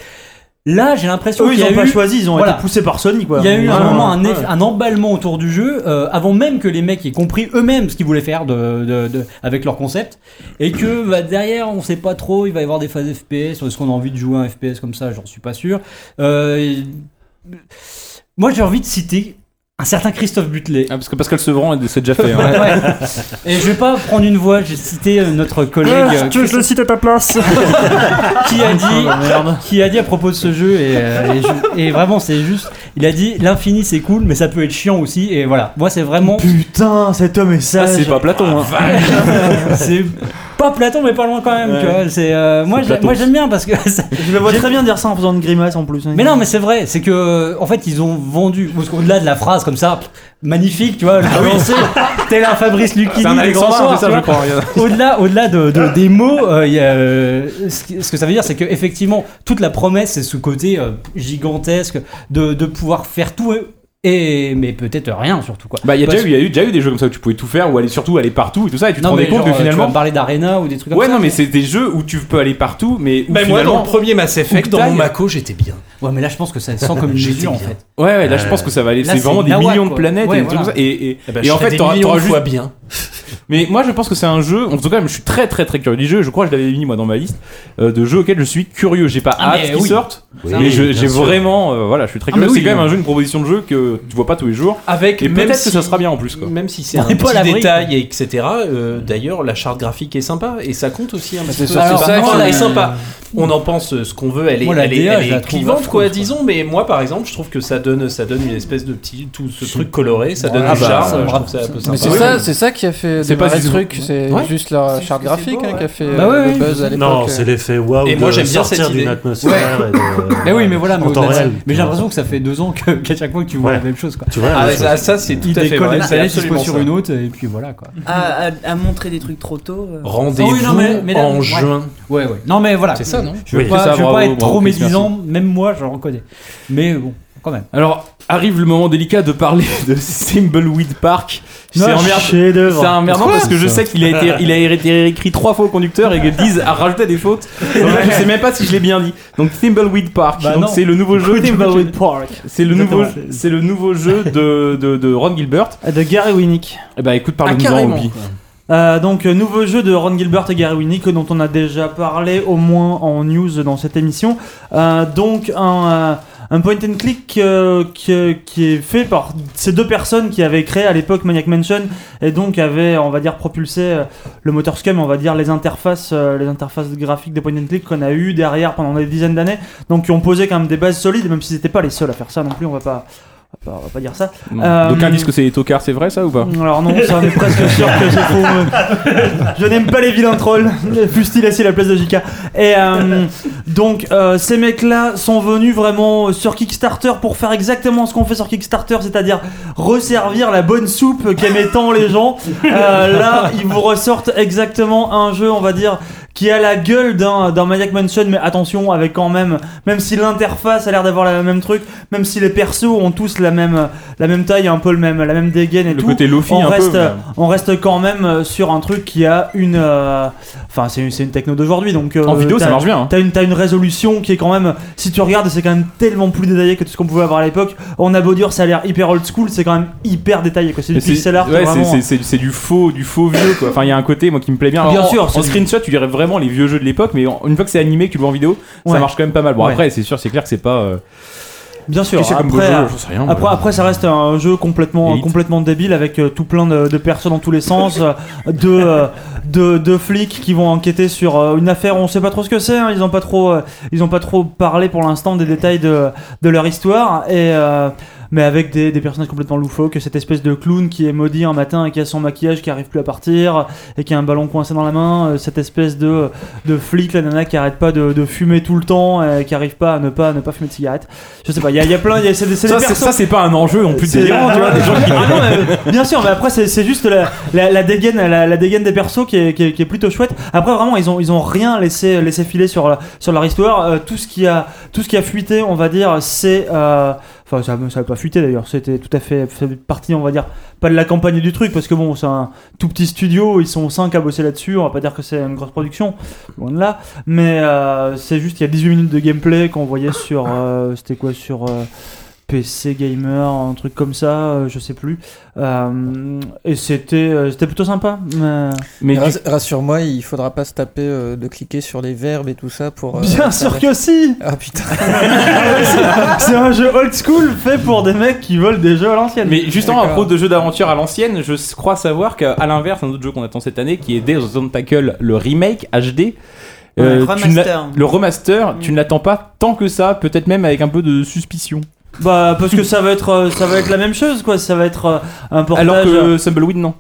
Speaker 3: Là, j'ai l'impression
Speaker 2: Eux, ils
Speaker 3: qu'il y
Speaker 2: ont
Speaker 3: a
Speaker 2: pas
Speaker 3: eu-
Speaker 2: choisi, ils ont
Speaker 3: Voilà.
Speaker 2: été poussés par Sony. Quoi.
Speaker 3: Il y a eu
Speaker 2: Ah,
Speaker 3: un moment un,
Speaker 2: ouais.
Speaker 3: eff- un emballement autour du jeu euh, avant même que les mecs aient compris eux-mêmes ce qu'ils voulaient faire de, de- de- avec leur concept et que bah, derrière on sait pas trop il va y avoir des phases FPS est-ce qu'on a envie de jouer un FPS comme ça j'en suis pas sûr Euh, et- moi j'ai envie de citer un certain Christophe Butler
Speaker 1: Ah, parce que Pascal Sevran, c'est déjà fait.
Speaker 7: (laughs)
Speaker 1: hein.
Speaker 3: Ouais. (laughs) et je vais pas prendre une voix j'ai cité euh, notre
Speaker 6: (laughs)
Speaker 3: collègue euh,
Speaker 4: je le cite à ta place
Speaker 11: Ah,
Speaker 3: qui a
Speaker 1: Oh,
Speaker 3: dit qui a dit à propos de ce jeu et, euh, et je- et vraiment c'est juste il a dit l'infini c'est cool mais ça peut être chiant aussi et voilà moi c'est vraiment
Speaker 4: Putain, cet homme est
Speaker 1: Ah,
Speaker 4: sage
Speaker 1: c'est pas Platon. hein.
Speaker 3: (laughs) c'est pas Platon mais pas loin quand même
Speaker 1: Ouais.
Speaker 3: tu vois c'est euh, moi
Speaker 1: C'est
Speaker 3: j'ai-
Speaker 1: Platon.
Speaker 3: moi j'aime bien parce que (laughs) ça-
Speaker 2: Je le vois très bien dire ça en faisant une grimace en plus. hein.
Speaker 3: mais non mais c'est vrai c'est que euh, en fait ils ont vendu au-delà de la phrase comme ça pff, magnifique tu vois le lancer tel un Fabrice Lucchini
Speaker 1: Ah C'est un
Speaker 3: des grands
Speaker 1: Alexandre,
Speaker 3: soirs,
Speaker 1: c'est ça,
Speaker 3: tu
Speaker 1: je
Speaker 3: vois.
Speaker 1: crois. il y en a.
Speaker 3: Au-delà, au-delà de, de- des mots, euh, il y a, euh, ce, qui- ce que ça veut dire, c'est que effectivement, toute la promesse, c'est ce côté euh, gigantesque de, de pouvoir faire tout euh, et mais peut-être rien surtout quoi.
Speaker 1: Bah, il y a
Speaker 3: Parce-
Speaker 1: déjà eu- il y a eu déjà eu des jeux comme ça où tu pouvais tout faire ou aller surtout aller partout et tout ça et tu te
Speaker 3: Non,
Speaker 1: rendais
Speaker 3: mais
Speaker 1: compte
Speaker 3: genre,
Speaker 1: que
Speaker 3: euh, tu
Speaker 1: finalement
Speaker 3: vas parler d'arena ou des trucs comme
Speaker 1: ouais
Speaker 3: ça.
Speaker 1: non mais c'est des jeux où tu peux aller partout mais où
Speaker 8: Bah, moi, dans
Speaker 1: finalement-
Speaker 8: le premier Mass Effect,
Speaker 1: Où
Speaker 8: dans mon
Speaker 1: taille.
Speaker 8: Mako, j'étais bien.
Speaker 3: Ouais, mais là, je pense que ça sent
Speaker 1: (laughs)
Speaker 3: comme une
Speaker 8: J'étais
Speaker 3: mesure en
Speaker 8: bien.
Speaker 3: fait.
Speaker 1: Ouais, ouais, là je pense que ça va aller.
Speaker 3: Là,
Speaker 1: C'est vraiment des
Speaker 3: Nawak,
Speaker 1: millions de
Speaker 3: quoi.
Speaker 1: planètes
Speaker 3: Ouais,
Speaker 1: et des trucs
Speaker 3: voilà.
Speaker 1: comme ça. Et, et,
Speaker 8: Eh ben,
Speaker 1: et
Speaker 8: je
Speaker 1: en
Speaker 8: serais
Speaker 1: fait,
Speaker 8: des
Speaker 1: t'auras
Speaker 8: millions
Speaker 1: t'auras
Speaker 8: de
Speaker 1: juste.
Speaker 8: fois bien.
Speaker 1: Mais moi je pense que c'est un jeu, en tout cas, je suis très très très curieux du jeu. Je crois que je l'avais mis moi dans ma liste euh, de jeux auxquels je suis curieux. J'ai pas
Speaker 3: Ah,
Speaker 1: hâte
Speaker 3: mais
Speaker 1: qu'ils
Speaker 3: oui.
Speaker 1: sortent,
Speaker 8: Oui,
Speaker 1: mais je-
Speaker 8: bien
Speaker 1: j'ai
Speaker 8: sûr.
Speaker 1: vraiment. euh, voilà, je suis très
Speaker 3: Ah, mais
Speaker 1: curieux. C'est
Speaker 3: oui,
Speaker 1: quand même
Speaker 3: hein.
Speaker 1: un jeu, une proposition de jeu que tu vois pas tous les jours.
Speaker 8: Avec
Speaker 1: Et
Speaker 8: même
Speaker 1: peut-être
Speaker 8: si-
Speaker 1: que ça sera bien en plus quoi.
Speaker 8: Même si c'est
Speaker 3: On
Speaker 8: un
Speaker 3: est pas à
Speaker 8: petit
Speaker 3: l'abri,
Speaker 8: détail, et etc. euh, D'ailleurs, la charte graphique est sympa et ça compte aussi. Hein, parce que
Speaker 11: ça, c'est
Speaker 8: alors,
Speaker 11: ça
Speaker 8: non,
Speaker 11: qui-
Speaker 8: elle est sympa. On en pense euh, ce qu'on veut. Elle est,
Speaker 3: Moi, la
Speaker 8: elle est,
Speaker 3: DA,
Speaker 8: elle
Speaker 3: je
Speaker 8: est
Speaker 3: la trouve
Speaker 8: clivante,
Speaker 3: vachement
Speaker 8: quoi,
Speaker 3: cool,
Speaker 8: disons. Mais moi, par exemple, je trouve que ça donne, ça donne une espèce de petit tout ce truc coloré. Ça donne
Speaker 1: Ah
Speaker 8: du
Speaker 1: bah,
Speaker 8: charme.
Speaker 1: ça me
Speaker 8: je trouve ça un peu
Speaker 11: Mais
Speaker 8: sympa.
Speaker 11: c'est ça, c'est ça qui a fait
Speaker 1: C'est
Speaker 11: démarrer
Speaker 1: pas
Speaker 11: le
Speaker 1: du-
Speaker 11: truc, c'est
Speaker 1: Ouais.
Speaker 11: juste la
Speaker 5: C'est
Speaker 11: charte
Speaker 5: juste que c'est
Speaker 11: graphique
Speaker 5: beau,
Speaker 11: hein,
Speaker 5: ouais.
Speaker 11: qui a fait
Speaker 3: Bah
Speaker 11: euh,
Speaker 3: ouais,
Speaker 11: le
Speaker 3: ouais,
Speaker 11: buzz à l'époque. euh.
Speaker 7: Non, c'est l'effet waouh.
Speaker 8: Et moi,
Speaker 7: de
Speaker 8: j'aime bien
Speaker 7: sortir
Speaker 8: cette
Speaker 7: d'une
Speaker 8: idée.
Speaker 7: atmosphère. et de-
Speaker 3: (laughs) Mais oui, mais voilà, mais,
Speaker 7: En temps
Speaker 3: au-delà de ça-
Speaker 7: réel.
Speaker 3: mais j'ai l'impression que ça fait deux ans que- (laughs) qu'à chaque fois que tu vois
Speaker 7: Ouais.
Speaker 3: la même chose quoi.
Speaker 7: Tu vois,
Speaker 8: Ah,
Speaker 7: la
Speaker 8: ouais,
Speaker 7: chose.
Speaker 8: ça, ça, c'est tout
Speaker 3: Il
Speaker 8: à fait
Speaker 3: décolle
Speaker 8: vrai.
Speaker 3: la
Speaker 8: C'est
Speaker 3: planète, il se
Speaker 8: absolument
Speaker 3: pose sur
Speaker 8: ça.
Speaker 3: une autre et puis voilà quoi.
Speaker 5: à, à- à montrer des trucs trop tôt. euh.
Speaker 8: Rendez-vous
Speaker 3: Ah oui, non, mais- mais là-
Speaker 8: en
Speaker 3: ouais.
Speaker 8: juin.
Speaker 3: Ouais ouais. Non mais voilà.
Speaker 11: C'est ça, non
Speaker 3: Je veux
Speaker 1: Oui,
Speaker 3: pas,
Speaker 1: c'est ça,
Speaker 3: je veux
Speaker 1: bravo,
Speaker 3: pas être
Speaker 1: bravo,
Speaker 3: trop
Speaker 1: Chris,
Speaker 3: médisant, même moi je le reconnais. Mais bon, quand même.
Speaker 1: Alors arrive le moment délicat de parler (laughs) de Thimbleweed Park. C'est emmerdant.
Speaker 2: chef-d'œuvre.
Speaker 7: hein.
Speaker 1: C'est emmerdant parce que je sais qu'il a été, il a été écrit trois fois au conducteur et que disent a rajouté des fautes. Donc là, je sais même pas si je l'ai bien dit. Donc Thimbleweed Park.
Speaker 3: Bah
Speaker 1: donc
Speaker 3: non.
Speaker 1: c'est le nouveau jeu.
Speaker 2: Thimbleweed Park.
Speaker 1: C'est le nouveau,
Speaker 2: Exactement.
Speaker 1: c'est le nouveau jeu de, de, de Ron Gilbert.
Speaker 2: De Gary Winnick.
Speaker 1: Eh ben écoute,
Speaker 8: Ah,
Speaker 1: parle-nous-en,
Speaker 8: carrément.
Speaker 1: Obi.
Speaker 8: quoi.
Speaker 2: Euh, donc euh, nouveau jeu de Ron Gilbert et Gary Winnick dont on a déjà parlé au moins en news dans cette émission. Euh, donc un, euh, un point and click euh, qui, qui est fait par ces deux personnes qui avaient créé à l'époque Maniac Mansion et donc avaient on va dire propulsé euh, le moteur Scum, on va dire les interfaces euh, les interfaces graphiques des point and click qu'on a eu derrière pendant des dizaines d'années. Donc qui ont posé quand même des bases solides même s'ils n'étaient pas les seuls à faire ça non plus, on va pas on va pas, on va pas dire ça. Euh,
Speaker 1: D'aucuns disent que c'est les tocards, c'est vrai ça ou pas
Speaker 2: Alors non, ça on est presque sûr que c'est faux. Je n'aime pas les vilains trolls, fussent-ils assis à la place de JK. Et euh, donc euh, ces mecs-là sont venus vraiment sur Kickstarter pour faire exactement ce qu'on fait sur Kickstarter, c'est-à-dire resservir la bonne soupe qu'aimaient tant les gens. Euh, là, ils vous ressortent exactement un jeu, on va dire, qui a la gueule d'un d'un Maniac Mansion, mais attention, avec quand même, même si l'interface a l'air d'avoir le même truc, même si les persos ont tous la même, la même taille, un peu le même, la même dégaine et
Speaker 1: Le
Speaker 2: tout
Speaker 1: côté Lofi
Speaker 2: on
Speaker 1: un
Speaker 2: reste, euh,
Speaker 1: peu.
Speaker 2: on reste quand même euh, sur un truc qui a une. euh, Enfin, c'est une, c'est une techno d'aujourd'hui, donc. euh,
Speaker 1: En vidéo, ça
Speaker 2: t'as-
Speaker 1: marche bien. hein.
Speaker 2: T'as une, t'as une résolution qui est quand même, si tu regardes, c'est quand même tellement plus détaillé que tout ce qu'on pouvait avoir à l'époque. On a beau dire, ça a l'air hyper old school, c'est quand même hyper détaillé. quoi. C'est du
Speaker 1: Mais c'est-
Speaker 2: pixel art
Speaker 1: ouais, c'est-
Speaker 2: vraiment.
Speaker 1: c'est- c'est c'est du faux, du faux vieux quoi. Enfin, il y a un côté moi qui me plaît bien. Alors,
Speaker 2: Bien
Speaker 1: en-
Speaker 2: sûr,
Speaker 1: En
Speaker 2: c'est du-
Speaker 1: screenshot, tu dirais vraiment les vieux jeux de l'époque, mais en- une fois que c'est animé, que tu le vois en vidéo, ça
Speaker 2: Ouais.
Speaker 1: marche quand même pas mal. Bon
Speaker 2: Ouais.
Speaker 1: après, c'est sûr, c'est clair que c'est pas. euh,
Speaker 2: Bien sûr.
Speaker 1: qu'est-ce que c'est comme beau
Speaker 2: après,
Speaker 1: jeu
Speaker 2: euh,
Speaker 1: J'en sais rien,
Speaker 2: Après,
Speaker 1: moi.
Speaker 2: après, ça reste un jeu complètement,
Speaker 1: Elite.
Speaker 2: complètement débile avec euh, tout plein de, de personnes dans tous les sens, euh, de, euh, de, de flics qui vont enquêter sur euh, une affaire. On sait pas trop ce que c'est. hein, ils ont pas trop, euh, ils ont pas trop parlé pour l'instant des détails de, de leur histoire et. euh, mais avec des, des personnages complètement loufoques, cette espèce de clown qui est maudit un matin et qui a son maquillage qui arrive plus à partir, et qui a un ballon coincé dans la main, euh, cette espèce de, de flic, la nana qui arrête pas de, de fumer tout le temps, et qui arrive pas à ne pas, ne pas fumer de cigarette. Je sais pas, il y, a- il y a plein, il y a- c'est des, c'est des
Speaker 1: Ça, c'est-
Speaker 2: persos-
Speaker 1: ça, c'est pas un enjeu en plus
Speaker 2: c'est
Speaker 1: délirant, tu vois. Des gens qui
Speaker 2: (laughs) Ah non, mais- bien sûr, mais après c'est c'est juste la, la, la dégaine, la, la dégaine des persos qui est, qui, est, qui est plutôt chouette. Après vraiment, ils ont ils ont rien laissé laissé filer sur la- sur leur histoire. Euh, tout ce qui a tout ce qui a fuité, on va dire, c'est euh, enfin ça ça a pas fuité d'ailleurs. C'était tout à fait ça fait partie, on va dire, pas de la campagne du truc parce que bon, c'est un tout petit studio, ils sont 5 à bosser là-dessus. On va pas dire que c'est une grosse production, loin de là. Mais euh, c'est juste il y a 18 minutes de gameplay qu'on voyait sur euh, c'était quoi sur euh, PC gamer, un truc comme ça, euh, je sais plus. Euh, et c'était euh, c'était plutôt sympa. mais-
Speaker 1: Mais
Speaker 11: Rass- Rassure-moi, il faudra pas se taper euh, de cliquer sur les verbes et tout ça pour. euh,
Speaker 2: Bien
Speaker 11: faire
Speaker 2: sûr
Speaker 11: la-
Speaker 2: que si
Speaker 11: Ah putain.
Speaker 2: C'est un jeu old school fait pour des mecs qui veulent des jeux à l'ancienne.
Speaker 1: Mais justement, à
Speaker 11: D'accord.
Speaker 1: propos de jeux d'aventure à l'ancienne, je s- crois savoir qu'à à l'inverse, un autre jeu qu'on attend cette année, qui est Death on Tackle, le remake HD. euh,
Speaker 5: Ouais,
Speaker 1: tu ne l'a-
Speaker 5: remaster.
Speaker 1: le remaster, tu
Speaker 5: Mm.
Speaker 1: ne l'attends pas tant que ça, peut-être même avec un peu de suspicion.
Speaker 2: Bah parce que ça va être euh, ça va être la même chose quoi, ça va être euh, un portage.
Speaker 1: Alors que Sumbleweed, non.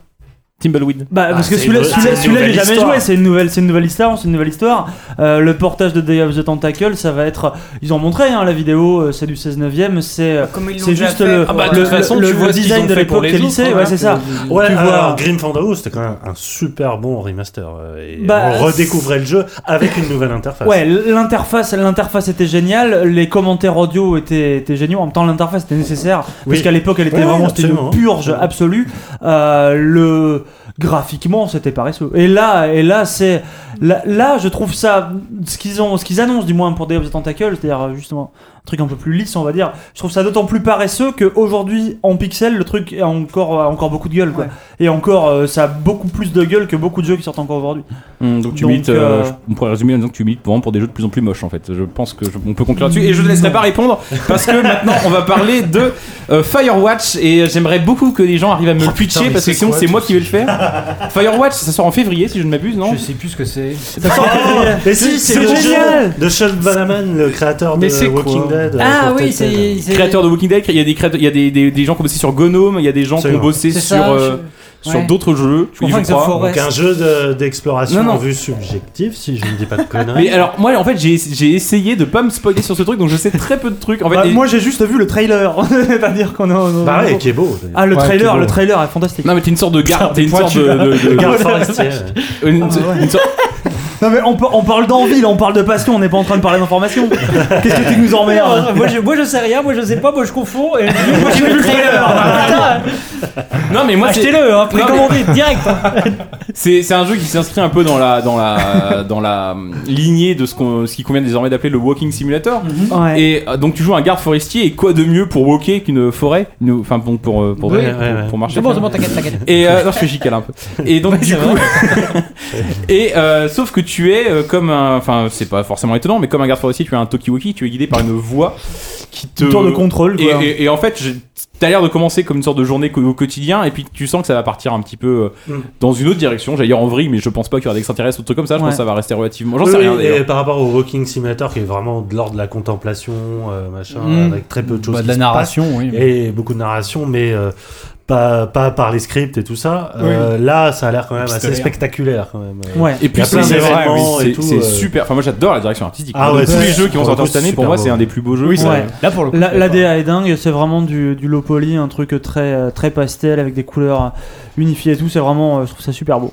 Speaker 1: Timbleweed.
Speaker 5: Ah,
Speaker 2: Bah, parce que celui-là, celui-là, celui-là, j'ai jamais joué. C'est une nouvelle, c'est une nouvelle histoire, c'est une nouvelle histoire. Euh, le portage de Day of the Tentacle, ça va être. euh, Ils ont montré hein, la vidéo, euh, c'est du 16 9 c'est.
Speaker 5: Comme ils l'ont
Speaker 2: C'est
Speaker 5: déjà
Speaker 2: juste
Speaker 5: fait
Speaker 2: le,
Speaker 5: pour, Ah bah, de
Speaker 2: le,
Speaker 5: toute façon,
Speaker 2: le-
Speaker 5: tu
Speaker 2: le
Speaker 5: vois ce qu'ils
Speaker 2: design
Speaker 5: ont
Speaker 2: de
Speaker 5: fait pour
Speaker 2: l'époque
Speaker 5: les
Speaker 2: et lycée,
Speaker 5: autres,
Speaker 2: ouais,
Speaker 5: hein.
Speaker 2: c'est ça.
Speaker 7: Ouais,
Speaker 2: Tu
Speaker 7: alors
Speaker 2: vois-
Speaker 7: Grim Fandango, c'était quand même un super bon remaster. euh, Et
Speaker 2: Bah,
Speaker 7: on redécouvrait le jeu avec une nouvelle interface.
Speaker 2: Ouais, l'interface, l'interface était géniale. Les commentaires audio étaient, étaient géniaux. En même temps, l'interface était nécessaire
Speaker 7: Oui.
Speaker 2: parce qu'à l'époque, elle était
Speaker 7: Ouais,
Speaker 2: vraiment c'était une
Speaker 7: absolument.
Speaker 2: purge absolue. Euh, le graphiquement, c'était paresseux. Et là, et là, c'est là, là, je trouve ça ce qu'ils ont, ce qu'ils annoncent du moins pour Day of the Tentacle, c'est-à-dire euh, justement un truc un peu plus lisse, on va dire. Je trouve ça d'autant plus paresseux qu'aujourd'hui, en pixel, le truc a encore a encore beaucoup de gueule, quoi. Et encore, euh, ça a beaucoup plus de gueule que beaucoup de jeux qui sortent encore
Speaker 7: (laughs)
Speaker 2: aujourd'hui.
Speaker 1: Hum, donc tu
Speaker 2: Donc,
Speaker 1: milites,
Speaker 2: euh,
Speaker 1: euh, je- on pourrait résumer en disant que tu milites pour, pour des jeux de plus en plus moches en fait. Je pense que je- on peut conclure là-dessus et je ne laisserai pas répondre parce que (laughs) maintenant on va parler de euh, Firewatch et j'aimerais beaucoup que les gens arrivent à me le pitcher
Speaker 8: mais
Speaker 1: parce que
Speaker 8: c'est
Speaker 1: sinon
Speaker 8: quoi
Speaker 1: c'est
Speaker 8: tout
Speaker 1: moi qui vais le faire. Firewatch, ça sort en février si je ne m'abuse, non
Speaker 3: Je sais plus ce que c'est.
Speaker 1: Ça sort en février.
Speaker 7: Mais si,
Speaker 2: C'est
Speaker 7: c'est le
Speaker 2: génial
Speaker 7: jeu de Sean Bannerman, le créateur
Speaker 1: Mais
Speaker 7: de
Speaker 1: c'est quoi
Speaker 7: Walking Dead. euh,
Speaker 3: Ah
Speaker 7: sur
Speaker 3: oui,
Speaker 7: Telltale.
Speaker 3: c'est. c'est-
Speaker 1: Créateur de Walking Dead, il y a des créateurs- il y a des, des- des gens qui ont bossé sur Gnome, il y a des gens qui ont
Speaker 7: Absolument.
Speaker 1: bossé
Speaker 3: C'est
Speaker 1: sur
Speaker 3: ça,
Speaker 1: euh,
Speaker 3: je-
Speaker 1: sur
Speaker 3: ouais.
Speaker 1: d'autres jeux.
Speaker 3: Je comprends
Speaker 1: je
Speaker 3: que The
Speaker 1: crois.
Speaker 7: Donc
Speaker 3: Forest.
Speaker 7: un jeu de- d'exploration
Speaker 1: Non, non.
Speaker 7: en vue subjective, si je ne dis pas de conneries.
Speaker 1: Mais alors moi en fait j'ai j'ai essayé de pas me spoiler sur ce truc donc je sais très peu de trucs en fait.
Speaker 2: Bah,
Speaker 1: et-
Speaker 2: Moi j'ai juste vu le trailer, (laughs) c'est-à-dire qu'on a. on a-
Speaker 7: Pareil, qui est beau.
Speaker 2: Ah le
Speaker 6: Ouais,
Speaker 2: trailer,
Speaker 6: qui est
Speaker 2: le
Speaker 6: beau.
Speaker 2: trailer est fantastique.
Speaker 1: Non mais t'es une sorte de garde, t'es (laughs) une sorte de, de- de-
Speaker 7: Le garde forestier.
Speaker 1: une- une sorte-
Speaker 2: Non mais on, peut- on parle d'envie, là, on parle de passion, on n'est pas en train de parler d'information. Qu'est-ce que tu nous emmerdes
Speaker 3: moi, je, moi je sais rien, moi je sais pas, moi je confonds. Et...
Speaker 2: Moi, j'ai vu le trailer.
Speaker 1: Non mais moi c'est-
Speaker 3: Achetez-le, hein,
Speaker 1: mais-
Speaker 3: précommandez direct. hein.
Speaker 1: c'est c'est un jeu qui s'inscrit un peu dans la dans la dans la hum, lignée de ce qu'on ce qui convient désormais d'appeler le walking simulator.
Speaker 2: Ouais.
Speaker 1: Et euh, donc tu joues un garde forestier et quoi de mieux pour walker qu'une forêt, Une- enfin bon pour euh, pour,
Speaker 3: Oui,
Speaker 1: pour-
Speaker 7: ouais, ouais.
Speaker 1: pour marcher.
Speaker 3: C'est bon, c'est bon, t'inquiète, t'inquiète.
Speaker 7: (laughs)
Speaker 1: Et euh, non, je fais gicale un peu. Et donc du coup, (laughs) et euh, sauf que tu es euh, comme un, enfin c'est pas forcément étonnant, mais comme un garde forestier, tu es un Tokiwoki, tu es guidé par une voix qui te.
Speaker 2: Une tour de contrôle
Speaker 1: Et,
Speaker 2: quoi.
Speaker 1: et- et en fait, j'ai- t'as l'air de commencer comme une sorte de journée co- au quotidien, et puis tu sens que ça va partir un petit peu euh,
Speaker 7: Mm.
Speaker 1: dans une autre direction. J'allais dire en vrille, mais je pense pas qu'il y aura d'extraterrestres ou de trucs comme ça. Je
Speaker 2: Ouais.
Speaker 1: pense que ça va rester relativement. J'en
Speaker 7: Oui,
Speaker 1: sais rien.
Speaker 7: oui,
Speaker 1: d'ailleurs.
Speaker 7: et par rapport au Walking Simulator, qui est vraiment de l'ordre de la contemplation, euh, machin,
Speaker 3: Mm.
Speaker 7: avec très peu de choses.
Speaker 3: Bah, de
Speaker 7: qui
Speaker 3: la
Speaker 7: se
Speaker 3: narration, oui.
Speaker 7: passent, Et beaucoup de narration, mais euh, pas, pas par les scripts et tout ça. Euh, là, ça a l'air quand même assez
Speaker 3: Pistolaire.
Speaker 7: spectaculaire. Quand même. euh.
Speaker 2: Ouais.
Speaker 1: Et puis
Speaker 7: Il y a
Speaker 1: c'est
Speaker 7: plein
Speaker 1: c'est-
Speaker 7: d'événements
Speaker 1: c'est-
Speaker 7: et tout,
Speaker 1: c'est
Speaker 7: euh.
Speaker 1: super. Enfin moi j'adore la direction artistique.
Speaker 7: Ah ouais,
Speaker 1: tous
Speaker 7: c'est-
Speaker 1: les jeux qui vont
Speaker 7: pour le
Speaker 1: sortir
Speaker 7: coup,
Speaker 1: cette année,
Speaker 7: c'est
Speaker 1: pour
Speaker 7: super
Speaker 1: moi
Speaker 7: beau.
Speaker 1: c'est un des plus beaux jeux.
Speaker 2: Ouais.
Speaker 3: Là pour le coup.
Speaker 2: La, la DA est dingue, c'est vraiment du, du low poly, un truc très, très pastel avec des couleurs unifiées et tout, c'est vraiment, euh, je trouve ça super beau.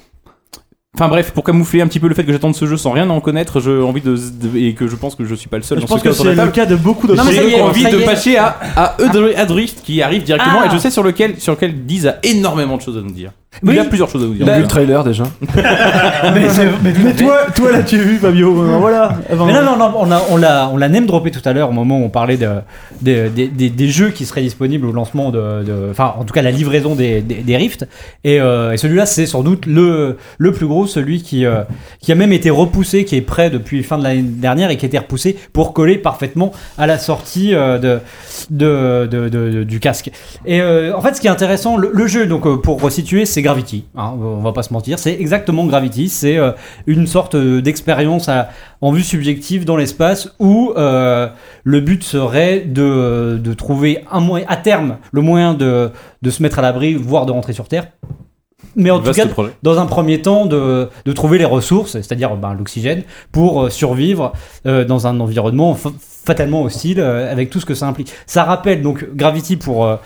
Speaker 1: Enfin bref, pour camoufler un petit peu le fait que j'attends de ce jeu sans rien en connaître, j'ai envie de, de- et que je pense que je suis pas le seul
Speaker 2: Je
Speaker 1: dans
Speaker 2: pense
Speaker 1: ce cas
Speaker 2: que
Speaker 1: autour de
Speaker 2: c'est
Speaker 1: la
Speaker 2: le
Speaker 1: table.
Speaker 2: cas de beaucoup de
Speaker 3: Non, mais ça y
Speaker 1: J'ai
Speaker 3: est,
Speaker 1: envie
Speaker 3: ça
Speaker 1: de
Speaker 3: y est.
Speaker 1: patcher à, à Adri- Adrift qui arrive directement
Speaker 3: Ah.
Speaker 1: et je sais sur lequel sur lequel Diz a énormément de choses à nous dire.
Speaker 3: Oui. Bah,
Speaker 1: Il a plusieurs choses à nous dire.
Speaker 6: J'ai vu le trailer déjà.
Speaker 2: mais, toi, toi là tu as vu Fabio, euh, voilà. Enfin,
Speaker 3: Mais non, non, non, on l'a on l'a on l'a name droppé tout à l'heure au moment où on parlait de, des- des- des- des jeux qui seraient disponibles au lancement de, de- enfin en tout cas la livraison des, des, des Rift et, euh, et celui-là c'est sans doute le le plus gros, celui qui euh, qui a même été repoussé, qui est prêt depuis fin de l'année dernière et qui a été repoussé pour coller parfaitement à la sortie euh, de, de, de- de- de- du casque. Et euh, en fait ce qui est intéressant, le, le jeu donc euh, pour resituer c'est Gravity, hein, on va pas se mentir, c'est exactement Gravity, c'est euh, une sorte euh, d'expérience à en vue subjective dans l'espace où euh, le but serait de, de trouver un moyen, à terme le moyen de, de se mettre à l'abri, voire de rentrer sur Terre. Mais en tout
Speaker 1: Vaste
Speaker 3: cas,
Speaker 1: projet.
Speaker 3: dans un premier temps, de, de trouver les ressources, c'est-à-dire ben, l'oxygène, pour euh, survivre euh, dans un environnement fa- fatalement hostile, euh, avec tout ce que ça implique. Ça rappelle donc Gravity pour, euh,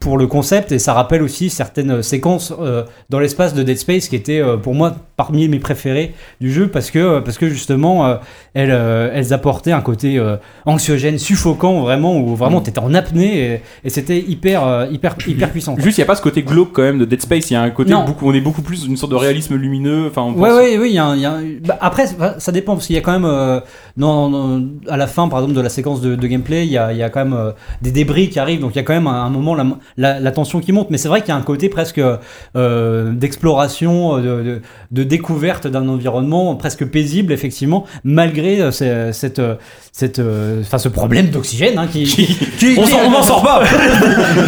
Speaker 3: pour le concept, et ça rappelle aussi certaines séquences euh, dans l'espace de Dead Space, qui étaient euh, pour moi parmi mes préférées du jeu, parce que, parce que justement, euh, elles, euh, elles apportaient un côté euh, anxiogène, suffocant, vraiment, où vraiment t'étais en apnée, et, et c'était hyper, euh, hyper, hyper puissant. quoi.
Speaker 1: Juste, il n'y a pas ce côté glauque quand même de Dead Space. Il y a un côté
Speaker 3: Non.
Speaker 1: beaucoup, on est beaucoup plus une sorte de réalisme lumineux. Enfin, on
Speaker 3: Ouais,
Speaker 1: pense-
Speaker 3: ouais, oui, il y a un- il y a un- bah, après, c'est- ça dépend, parce qu'il y a quand même, euh, dans- dans- à la fin, par exemple, de la séquence de, de gameplay, il y a, il y a quand même euh, des débris qui arrivent, donc il y a quand même un, un moment la, la- la tension qui monte, mais c'est vrai qu'il y a un côté presque euh, d'exploration, euh, de, de- de découverte d'un environnement presque paisible, effectivement, malgré euh, ces- cette, euh, cette, euh, enfin, ce problème d'oxygène hein, qui, qui-
Speaker 1: On
Speaker 3: qui-
Speaker 1: s'en- on n'en
Speaker 3: (laughs)
Speaker 1: sort pas.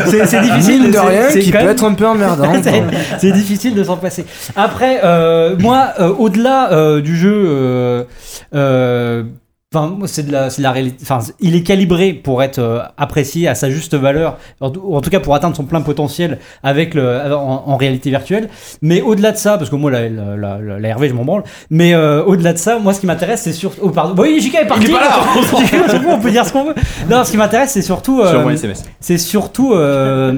Speaker 3: c'est c'est difficile
Speaker 6: Mine de
Speaker 3: c'est-
Speaker 6: rien,
Speaker 3: c'est
Speaker 6: qui peut
Speaker 3: quand même-
Speaker 6: être un
Speaker 2: (laughs)
Speaker 6: peu emmerdant.
Speaker 3: (laughs) c'est- c'est difficile de s'en passer. Après, euh, moi, euh, au-delà euh, du jeu euh, euh, Enfin, moi, c'est de la, c'est de la réalité. Enfin, c'est- il est calibré pour être euh, apprécié à sa juste valeur, en tout, en tout cas pour atteindre son plein potentiel avec le, euh, en, en réalité virtuelle. Mais au-delà de ça, parce que moi, la, la, la, la- la RV, je m'en branle. Mais euh, au-delà de ça, moi, ce qui m'intéresse, c'est surtout. Oh, pardon. Bah oui, JK est parti.
Speaker 8: Il est pas
Speaker 3: (laughs)
Speaker 8: là.
Speaker 3: on s'en fout, on s'en fout, on peut dire ce qu'on veut. Non, ce qui m'intéresse, c'est surtout.
Speaker 1: Sur mon
Speaker 3: euh,
Speaker 1: SMS.
Speaker 3: c'est surtout euh,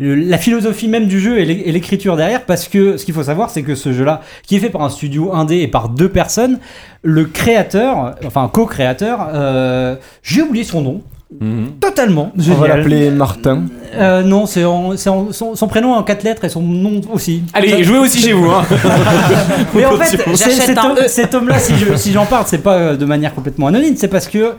Speaker 3: le- la philosophie même du jeu et l'é- et l'écriture derrière, parce que ce qu'il faut savoir, c'est que ce jeu-là, qui est fait par un studio indé et par deux personnes, le créateur, enfin co-créateur, euh, j'ai oublié son nom.
Speaker 1: Mhm.
Speaker 3: Totalement.
Speaker 6: On va l'appeler Martin.
Speaker 3: Euh, non, c'est en- c'est en- son, son prénom en quatre lettres et son nom aussi.
Speaker 8: Ah,
Speaker 1: Allez, jouez aussi chez vous. Hein.
Speaker 3: Mais en fait, c'est-
Speaker 5: J'achète
Speaker 3: cet
Speaker 5: un
Speaker 3: homme-
Speaker 5: E.
Speaker 3: cet homme-là, si je- si j'en parle, c'est pas euh, de manière complètement anonyme, c'est parce que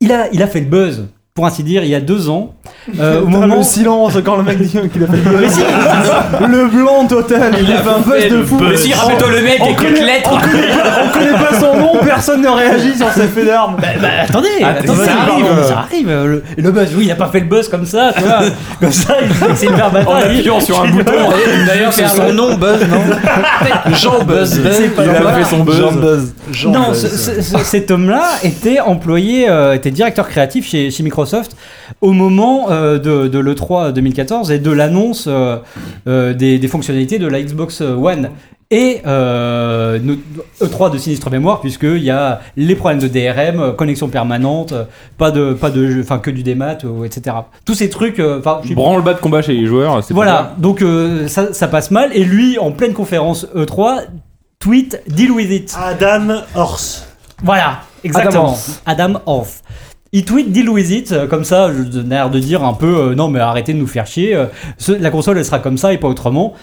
Speaker 3: il a, il a fait le buzz, pour ainsi dire, il y a deux ans. euh, au
Speaker 4: Putain,
Speaker 3: moment
Speaker 4: le silence quand le mec dit qu'il a fait le
Speaker 3: Mais
Speaker 4: buzz.
Speaker 3: si,
Speaker 4: Le blanc total, il a fait un buzz de fou.
Speaker 1: Mais si, rappelle-toi le mec,
Speaker 4: On
Speaker 1: et quelques
Speaker 4: connaît, on,
Speaker 1: lettres.
Speaker 4: connaît pas, on connaît pas son nom, personne ne réagit sur ses faits d'armes.
Speaker 3: Bah, bah, attendez, attendez,
Speaker 1: Ah, ça
Speaker 3: pardon,
Speaker 1: arrive.
Speaker 3: ça arrive. euh, Le, le buzz, oui, il a pas fait le buzz comme ça, tu
Speaker 1: (laughs)
Speaker 3: vois. comme ça, il s'est hyper bâtard.
Speaker 1: En
Speaker 3: il-
Speaker 1: appuyant sur
Speaker 3: (laughs)
Speaker 1: un bouton.
Speaker 8: D'ailleurs, c'est son nom, Buzz, non Jean Buzz.
Speaker 1: Il a fait son buzz.
Speaker 3: Non, ce- ce- ce- cet homme-là était employé, euh, était directeur créatif chez, chez Microsoft au moment euh, de, de l'E3 2014 et de l'annonce euh, euh, des, des fonctionnalités de la Xbox One. Et euh, nous- E3 de sinistre mémoire, puisqu'il y a les problèmes de DRM, euh, connexion permanente, euh, pas de, pas de jeu, enfin que du démat, euh, etc. Tous ces trucs, euh, enfin, je suis-
Speaker 1: Branle-bas de combat chez les joueurs. c'est pas
Speaker 3: voilà, donc euh, ça, ça passe mal. Et lui, en pleine conférence E3, tweet, deal with it.
Speaker 7: Adam Horse.
Speaker 3: Voilà, exactement. Adam Orff. Il tweet Deal with it, euh, comme ça, je- de l'air de dire un peu euh, non, mais arrêtez de nous faire chier, euh, ce- la console elle sera comme ça et pas autrement.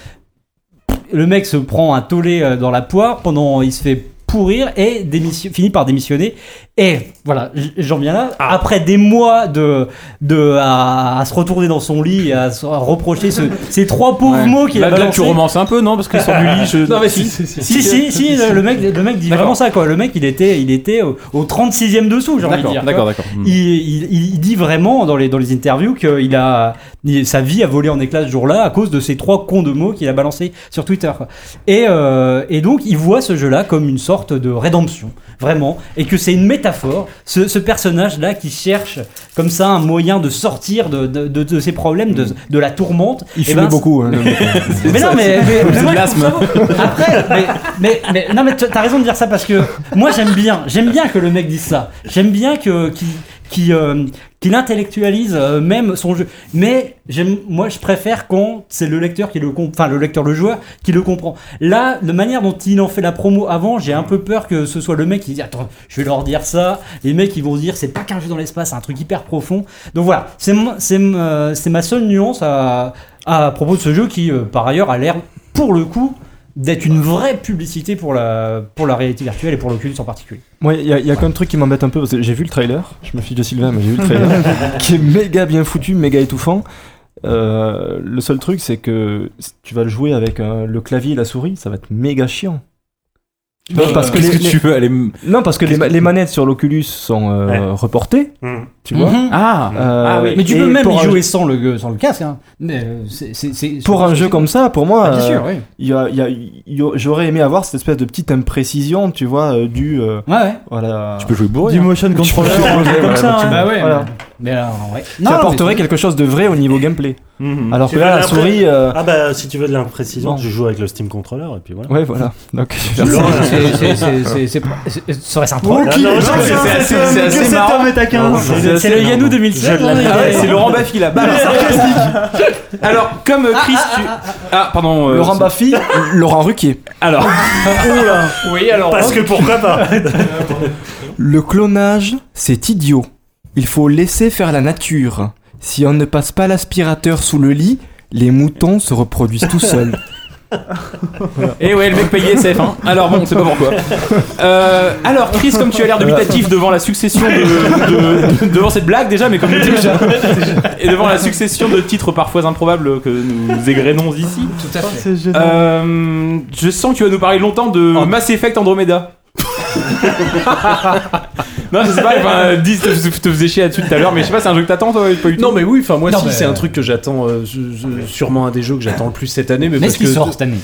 Speaker 3: Le mec se prend un tollé euh, dans la poire, pendant il se fait pourrir et démission- finit par démissionner. Et voilà, j- j'en viens là.
Speaker 1: Ah.
Speaker 3: Après des mois de, de à, à se retourner dans son lit et à, se- à reprocher ce- ces trois pauvres
Speaker 1: Ouais.
Speaker 3: mots qu'il a
Speaker 1: Là, là,
Speaker 3: balancés.
Speaker 1: tu romances un peu, non Parce que sur du lit, je.
Speaker 8: Non, mais si, si, si.
Speaker 3: Si, si, si, le, le mec, le mec dit
Speaker 1: D'accord.
Speaker 3: vraiment ça, quoi. Le mec, il était, il était au, au 36e dessous, j'ai envie de
Speaker 1: D'accord,
Speaker 3: dire.
Speaker 1: d'accord, d'accord.
Speaker 3: Il, il- il dit vraiment dans les, dans les interviews que il a, il- sa vie a volé en éclats ce jour-là à cause de ces trois cons de mots qu'il a balancés sur Twitter. quoi. Et, euh, et donc, il voit ce jeu-là comme une sorte de rédemption, vraiment, et que c'est une métaphore. Ce, ce personnage-là qui cherche comme ça un moyen de sortir de, de, de- de ses problèmes, de, de la tourmente.
Speaker 6: Mm. Il
Speaker 3: Eh
Speaker 6: fumait
Speaker 3: ben,
Speaker 6: beaucoup. hein, le mec.
Speaker 3: (laughs) mais non, mais, mais- mais moi, je
Speaker 1: l'asthme.
Speaker 3: comprends pas. Après, mais, mais, mais- non, mais t'as t'as raison de dire ça parce que moi j'aime bien, j'aime bien que le mec dise ça. J'aime bien que qu'il qu'il, euh, qu'il intellectualise euh, même son jeu. Mais j'aime, moi je préfère quand c'est le lecteur qui le comprend, enfin le lecteur, le joueur qui le comprend. Là, de manière dont il en fait la promo avant, j'ai un peu peur que ce soit le mec qui dit attends, je vais leur dire ça. Les mecs ils vont se dire c'est pas qu'un jeu dans l'espace, c'est un truc hyper profond. Donc voilà, c'est mon- c'est ma- c'est ma seule nuance à, à propos de ce jeu qui, euh, par ailleurs, a l'air, pour le coup, d'être une vraie publicité pour la, pour la réalité virtuelle et pour l'Oculus en particulier.
Speaker 6: Moi, il y, a- y a quand même un truc qui m'embête un peu parce que j'ai vu le trailer. Je me fiche de Sylvain, mais j'ai vu le trailer qui est méga bien foutu, méga étouffant. Euh, le seul truc, c'est que si tu vas le jouer avec euh, le clavier et la souris, ça va être méga chiant. parce que
Speaker 1: Qu'est-ce
Speaker 6: les-
Speaker 1: que tu veux aller. me-
Speaker 6: Non, parce que les, ma- les manettes sur l'Oculus sont euh,
Speaker 7: Ouais.
Speaker 6: reportées,
Speaker 7: Mm.
Speaker 6: tu vois.
Speaker 2: Mhm.
Speaker 1: Ah
Speaker 6: Euh,
Speaker 3: Mais tu
Speaker 6: et
Speaker 3: peux même
Speaker 6: pour
Speaker 3: y
Speaker 6: un-
Speaker 3: jouer sans le, sans le casque. Hein. Mais, euh, c'est- c'est- c'est-
Speaker 6: Pour un jeu comme ça, pour moi,
Speaker 3: Ah, bien
Speaker 6: euh,
Speaker 3: sûr, oui.
Speaker 6: il y a- il y a- il y a- j'aurais aimé avoir cette espèce de petite imprécision, tu vois, euh, du euh,
Speaker 3: Ouais, ouais.
Speaker 6: voilà.
Speaker 1: Tu peux jouer bourré.
Speaker 4: Du
Speaker 1: hein.
Speaker 4: motion controller.
Speaker 3: Comme ça, hein.
Speaker 6: Bah ouais. voilà.
Speaker 3: Mais alors, ouais.
Speaker 6: Tu
Speaker 3: Non,
Speaker 6: apporterais
Speaker 3: mais-
Speaker 6: quelque chose de vrai au niveau gameplay.
Speaker 1: Mhm.
Speaker 6: Alors que
Speaker 7: Tu
Speaker 6: là,
Speaker 7: veux
Speaker 6: la
Speaker 7: après-
Speaker 6: souris. euh,
Speaker 7: Ah bah si tu veux de l'imprécision,
Speaker 6: Bon.
Speaker 7: tu joues avec le Steam Controller et puis voilà.
Speaker 6: Ouais, voilà. Donc, (laughs)
Speaker 3: c'est- c'est- c'est- c'est- c'est- c'est- Serait-ce un troll
Speaker 4: Ok,
Speaker 7: Ah, non, non,
Speaker 4: c'est
Speaker 7: c'est-
Speaker 4: un- c'est
Speaker 1: c'est-
Speaker 4: un-
Speaker 1: c'est
Speaker 4: que
Speaker 1: assez
Speaker 4: cet
Speaker 1: marrant.
Speaker 4: homme est taquin.
Speaker 7: Non, c'est-
Speaker 3: C'est le Yanou 2007.
Speaker 1: Ah ouais, c'est Laurent Baffy là-bas. Alors, Alors, comme euh, Chris, tu. Ah, pardon. euh,
Speaker 6: Laurent Baffy, Laurent Ruquier.
Speaker 1: Alors,
Speaker 8: Oui, alors.
Speaker 7: Parce que pourquoi pas
Speaker 6: Le clonage, c'est idiot. Il faut laisser faire la nature. Si on ne passe pas l'aspirateur sous le lit, les moutons se reproduisent tout seuls.
Speaker 1: et eh ouais, le mec paye SF. Hein. Alors bon, on sait pas pourquoi. Euh, alors, Chris, comme tu as l'air dubitatif devant la succession de, de- de- devant cette blague déjà, mais comme je dis déjà, et devant la succession de titres parfois improbables que nous égrenons ici,
Speaker 8: (laughs) Tout à fait.
Speaker 4: C'est génial.
Speaker 1: euh, je sens que tu vas nous parler longtemps de Mass Effect (laughs) Andromeda. non, je sais pas, enfin, dis, je te faisais chier là-dessus tout à l'heure, mais je sais pas, c'est un jeu que t'attends, toi, pas du tout.
Speaker 8: Non mais oui, enfin moi
Speaker 3: Non,
Speaker 8: si
Speaker 3: mais-
Speaker 8: c'est un truc que j'attends, euh, je- je- sûrement un des jeux que j'attends le plus cette année, mais,
Speaker 3: Mais
Speaker 8: parce
Speaker 3: est-ce qu'il
Speaker 8: que
Speaker 3: sort cette année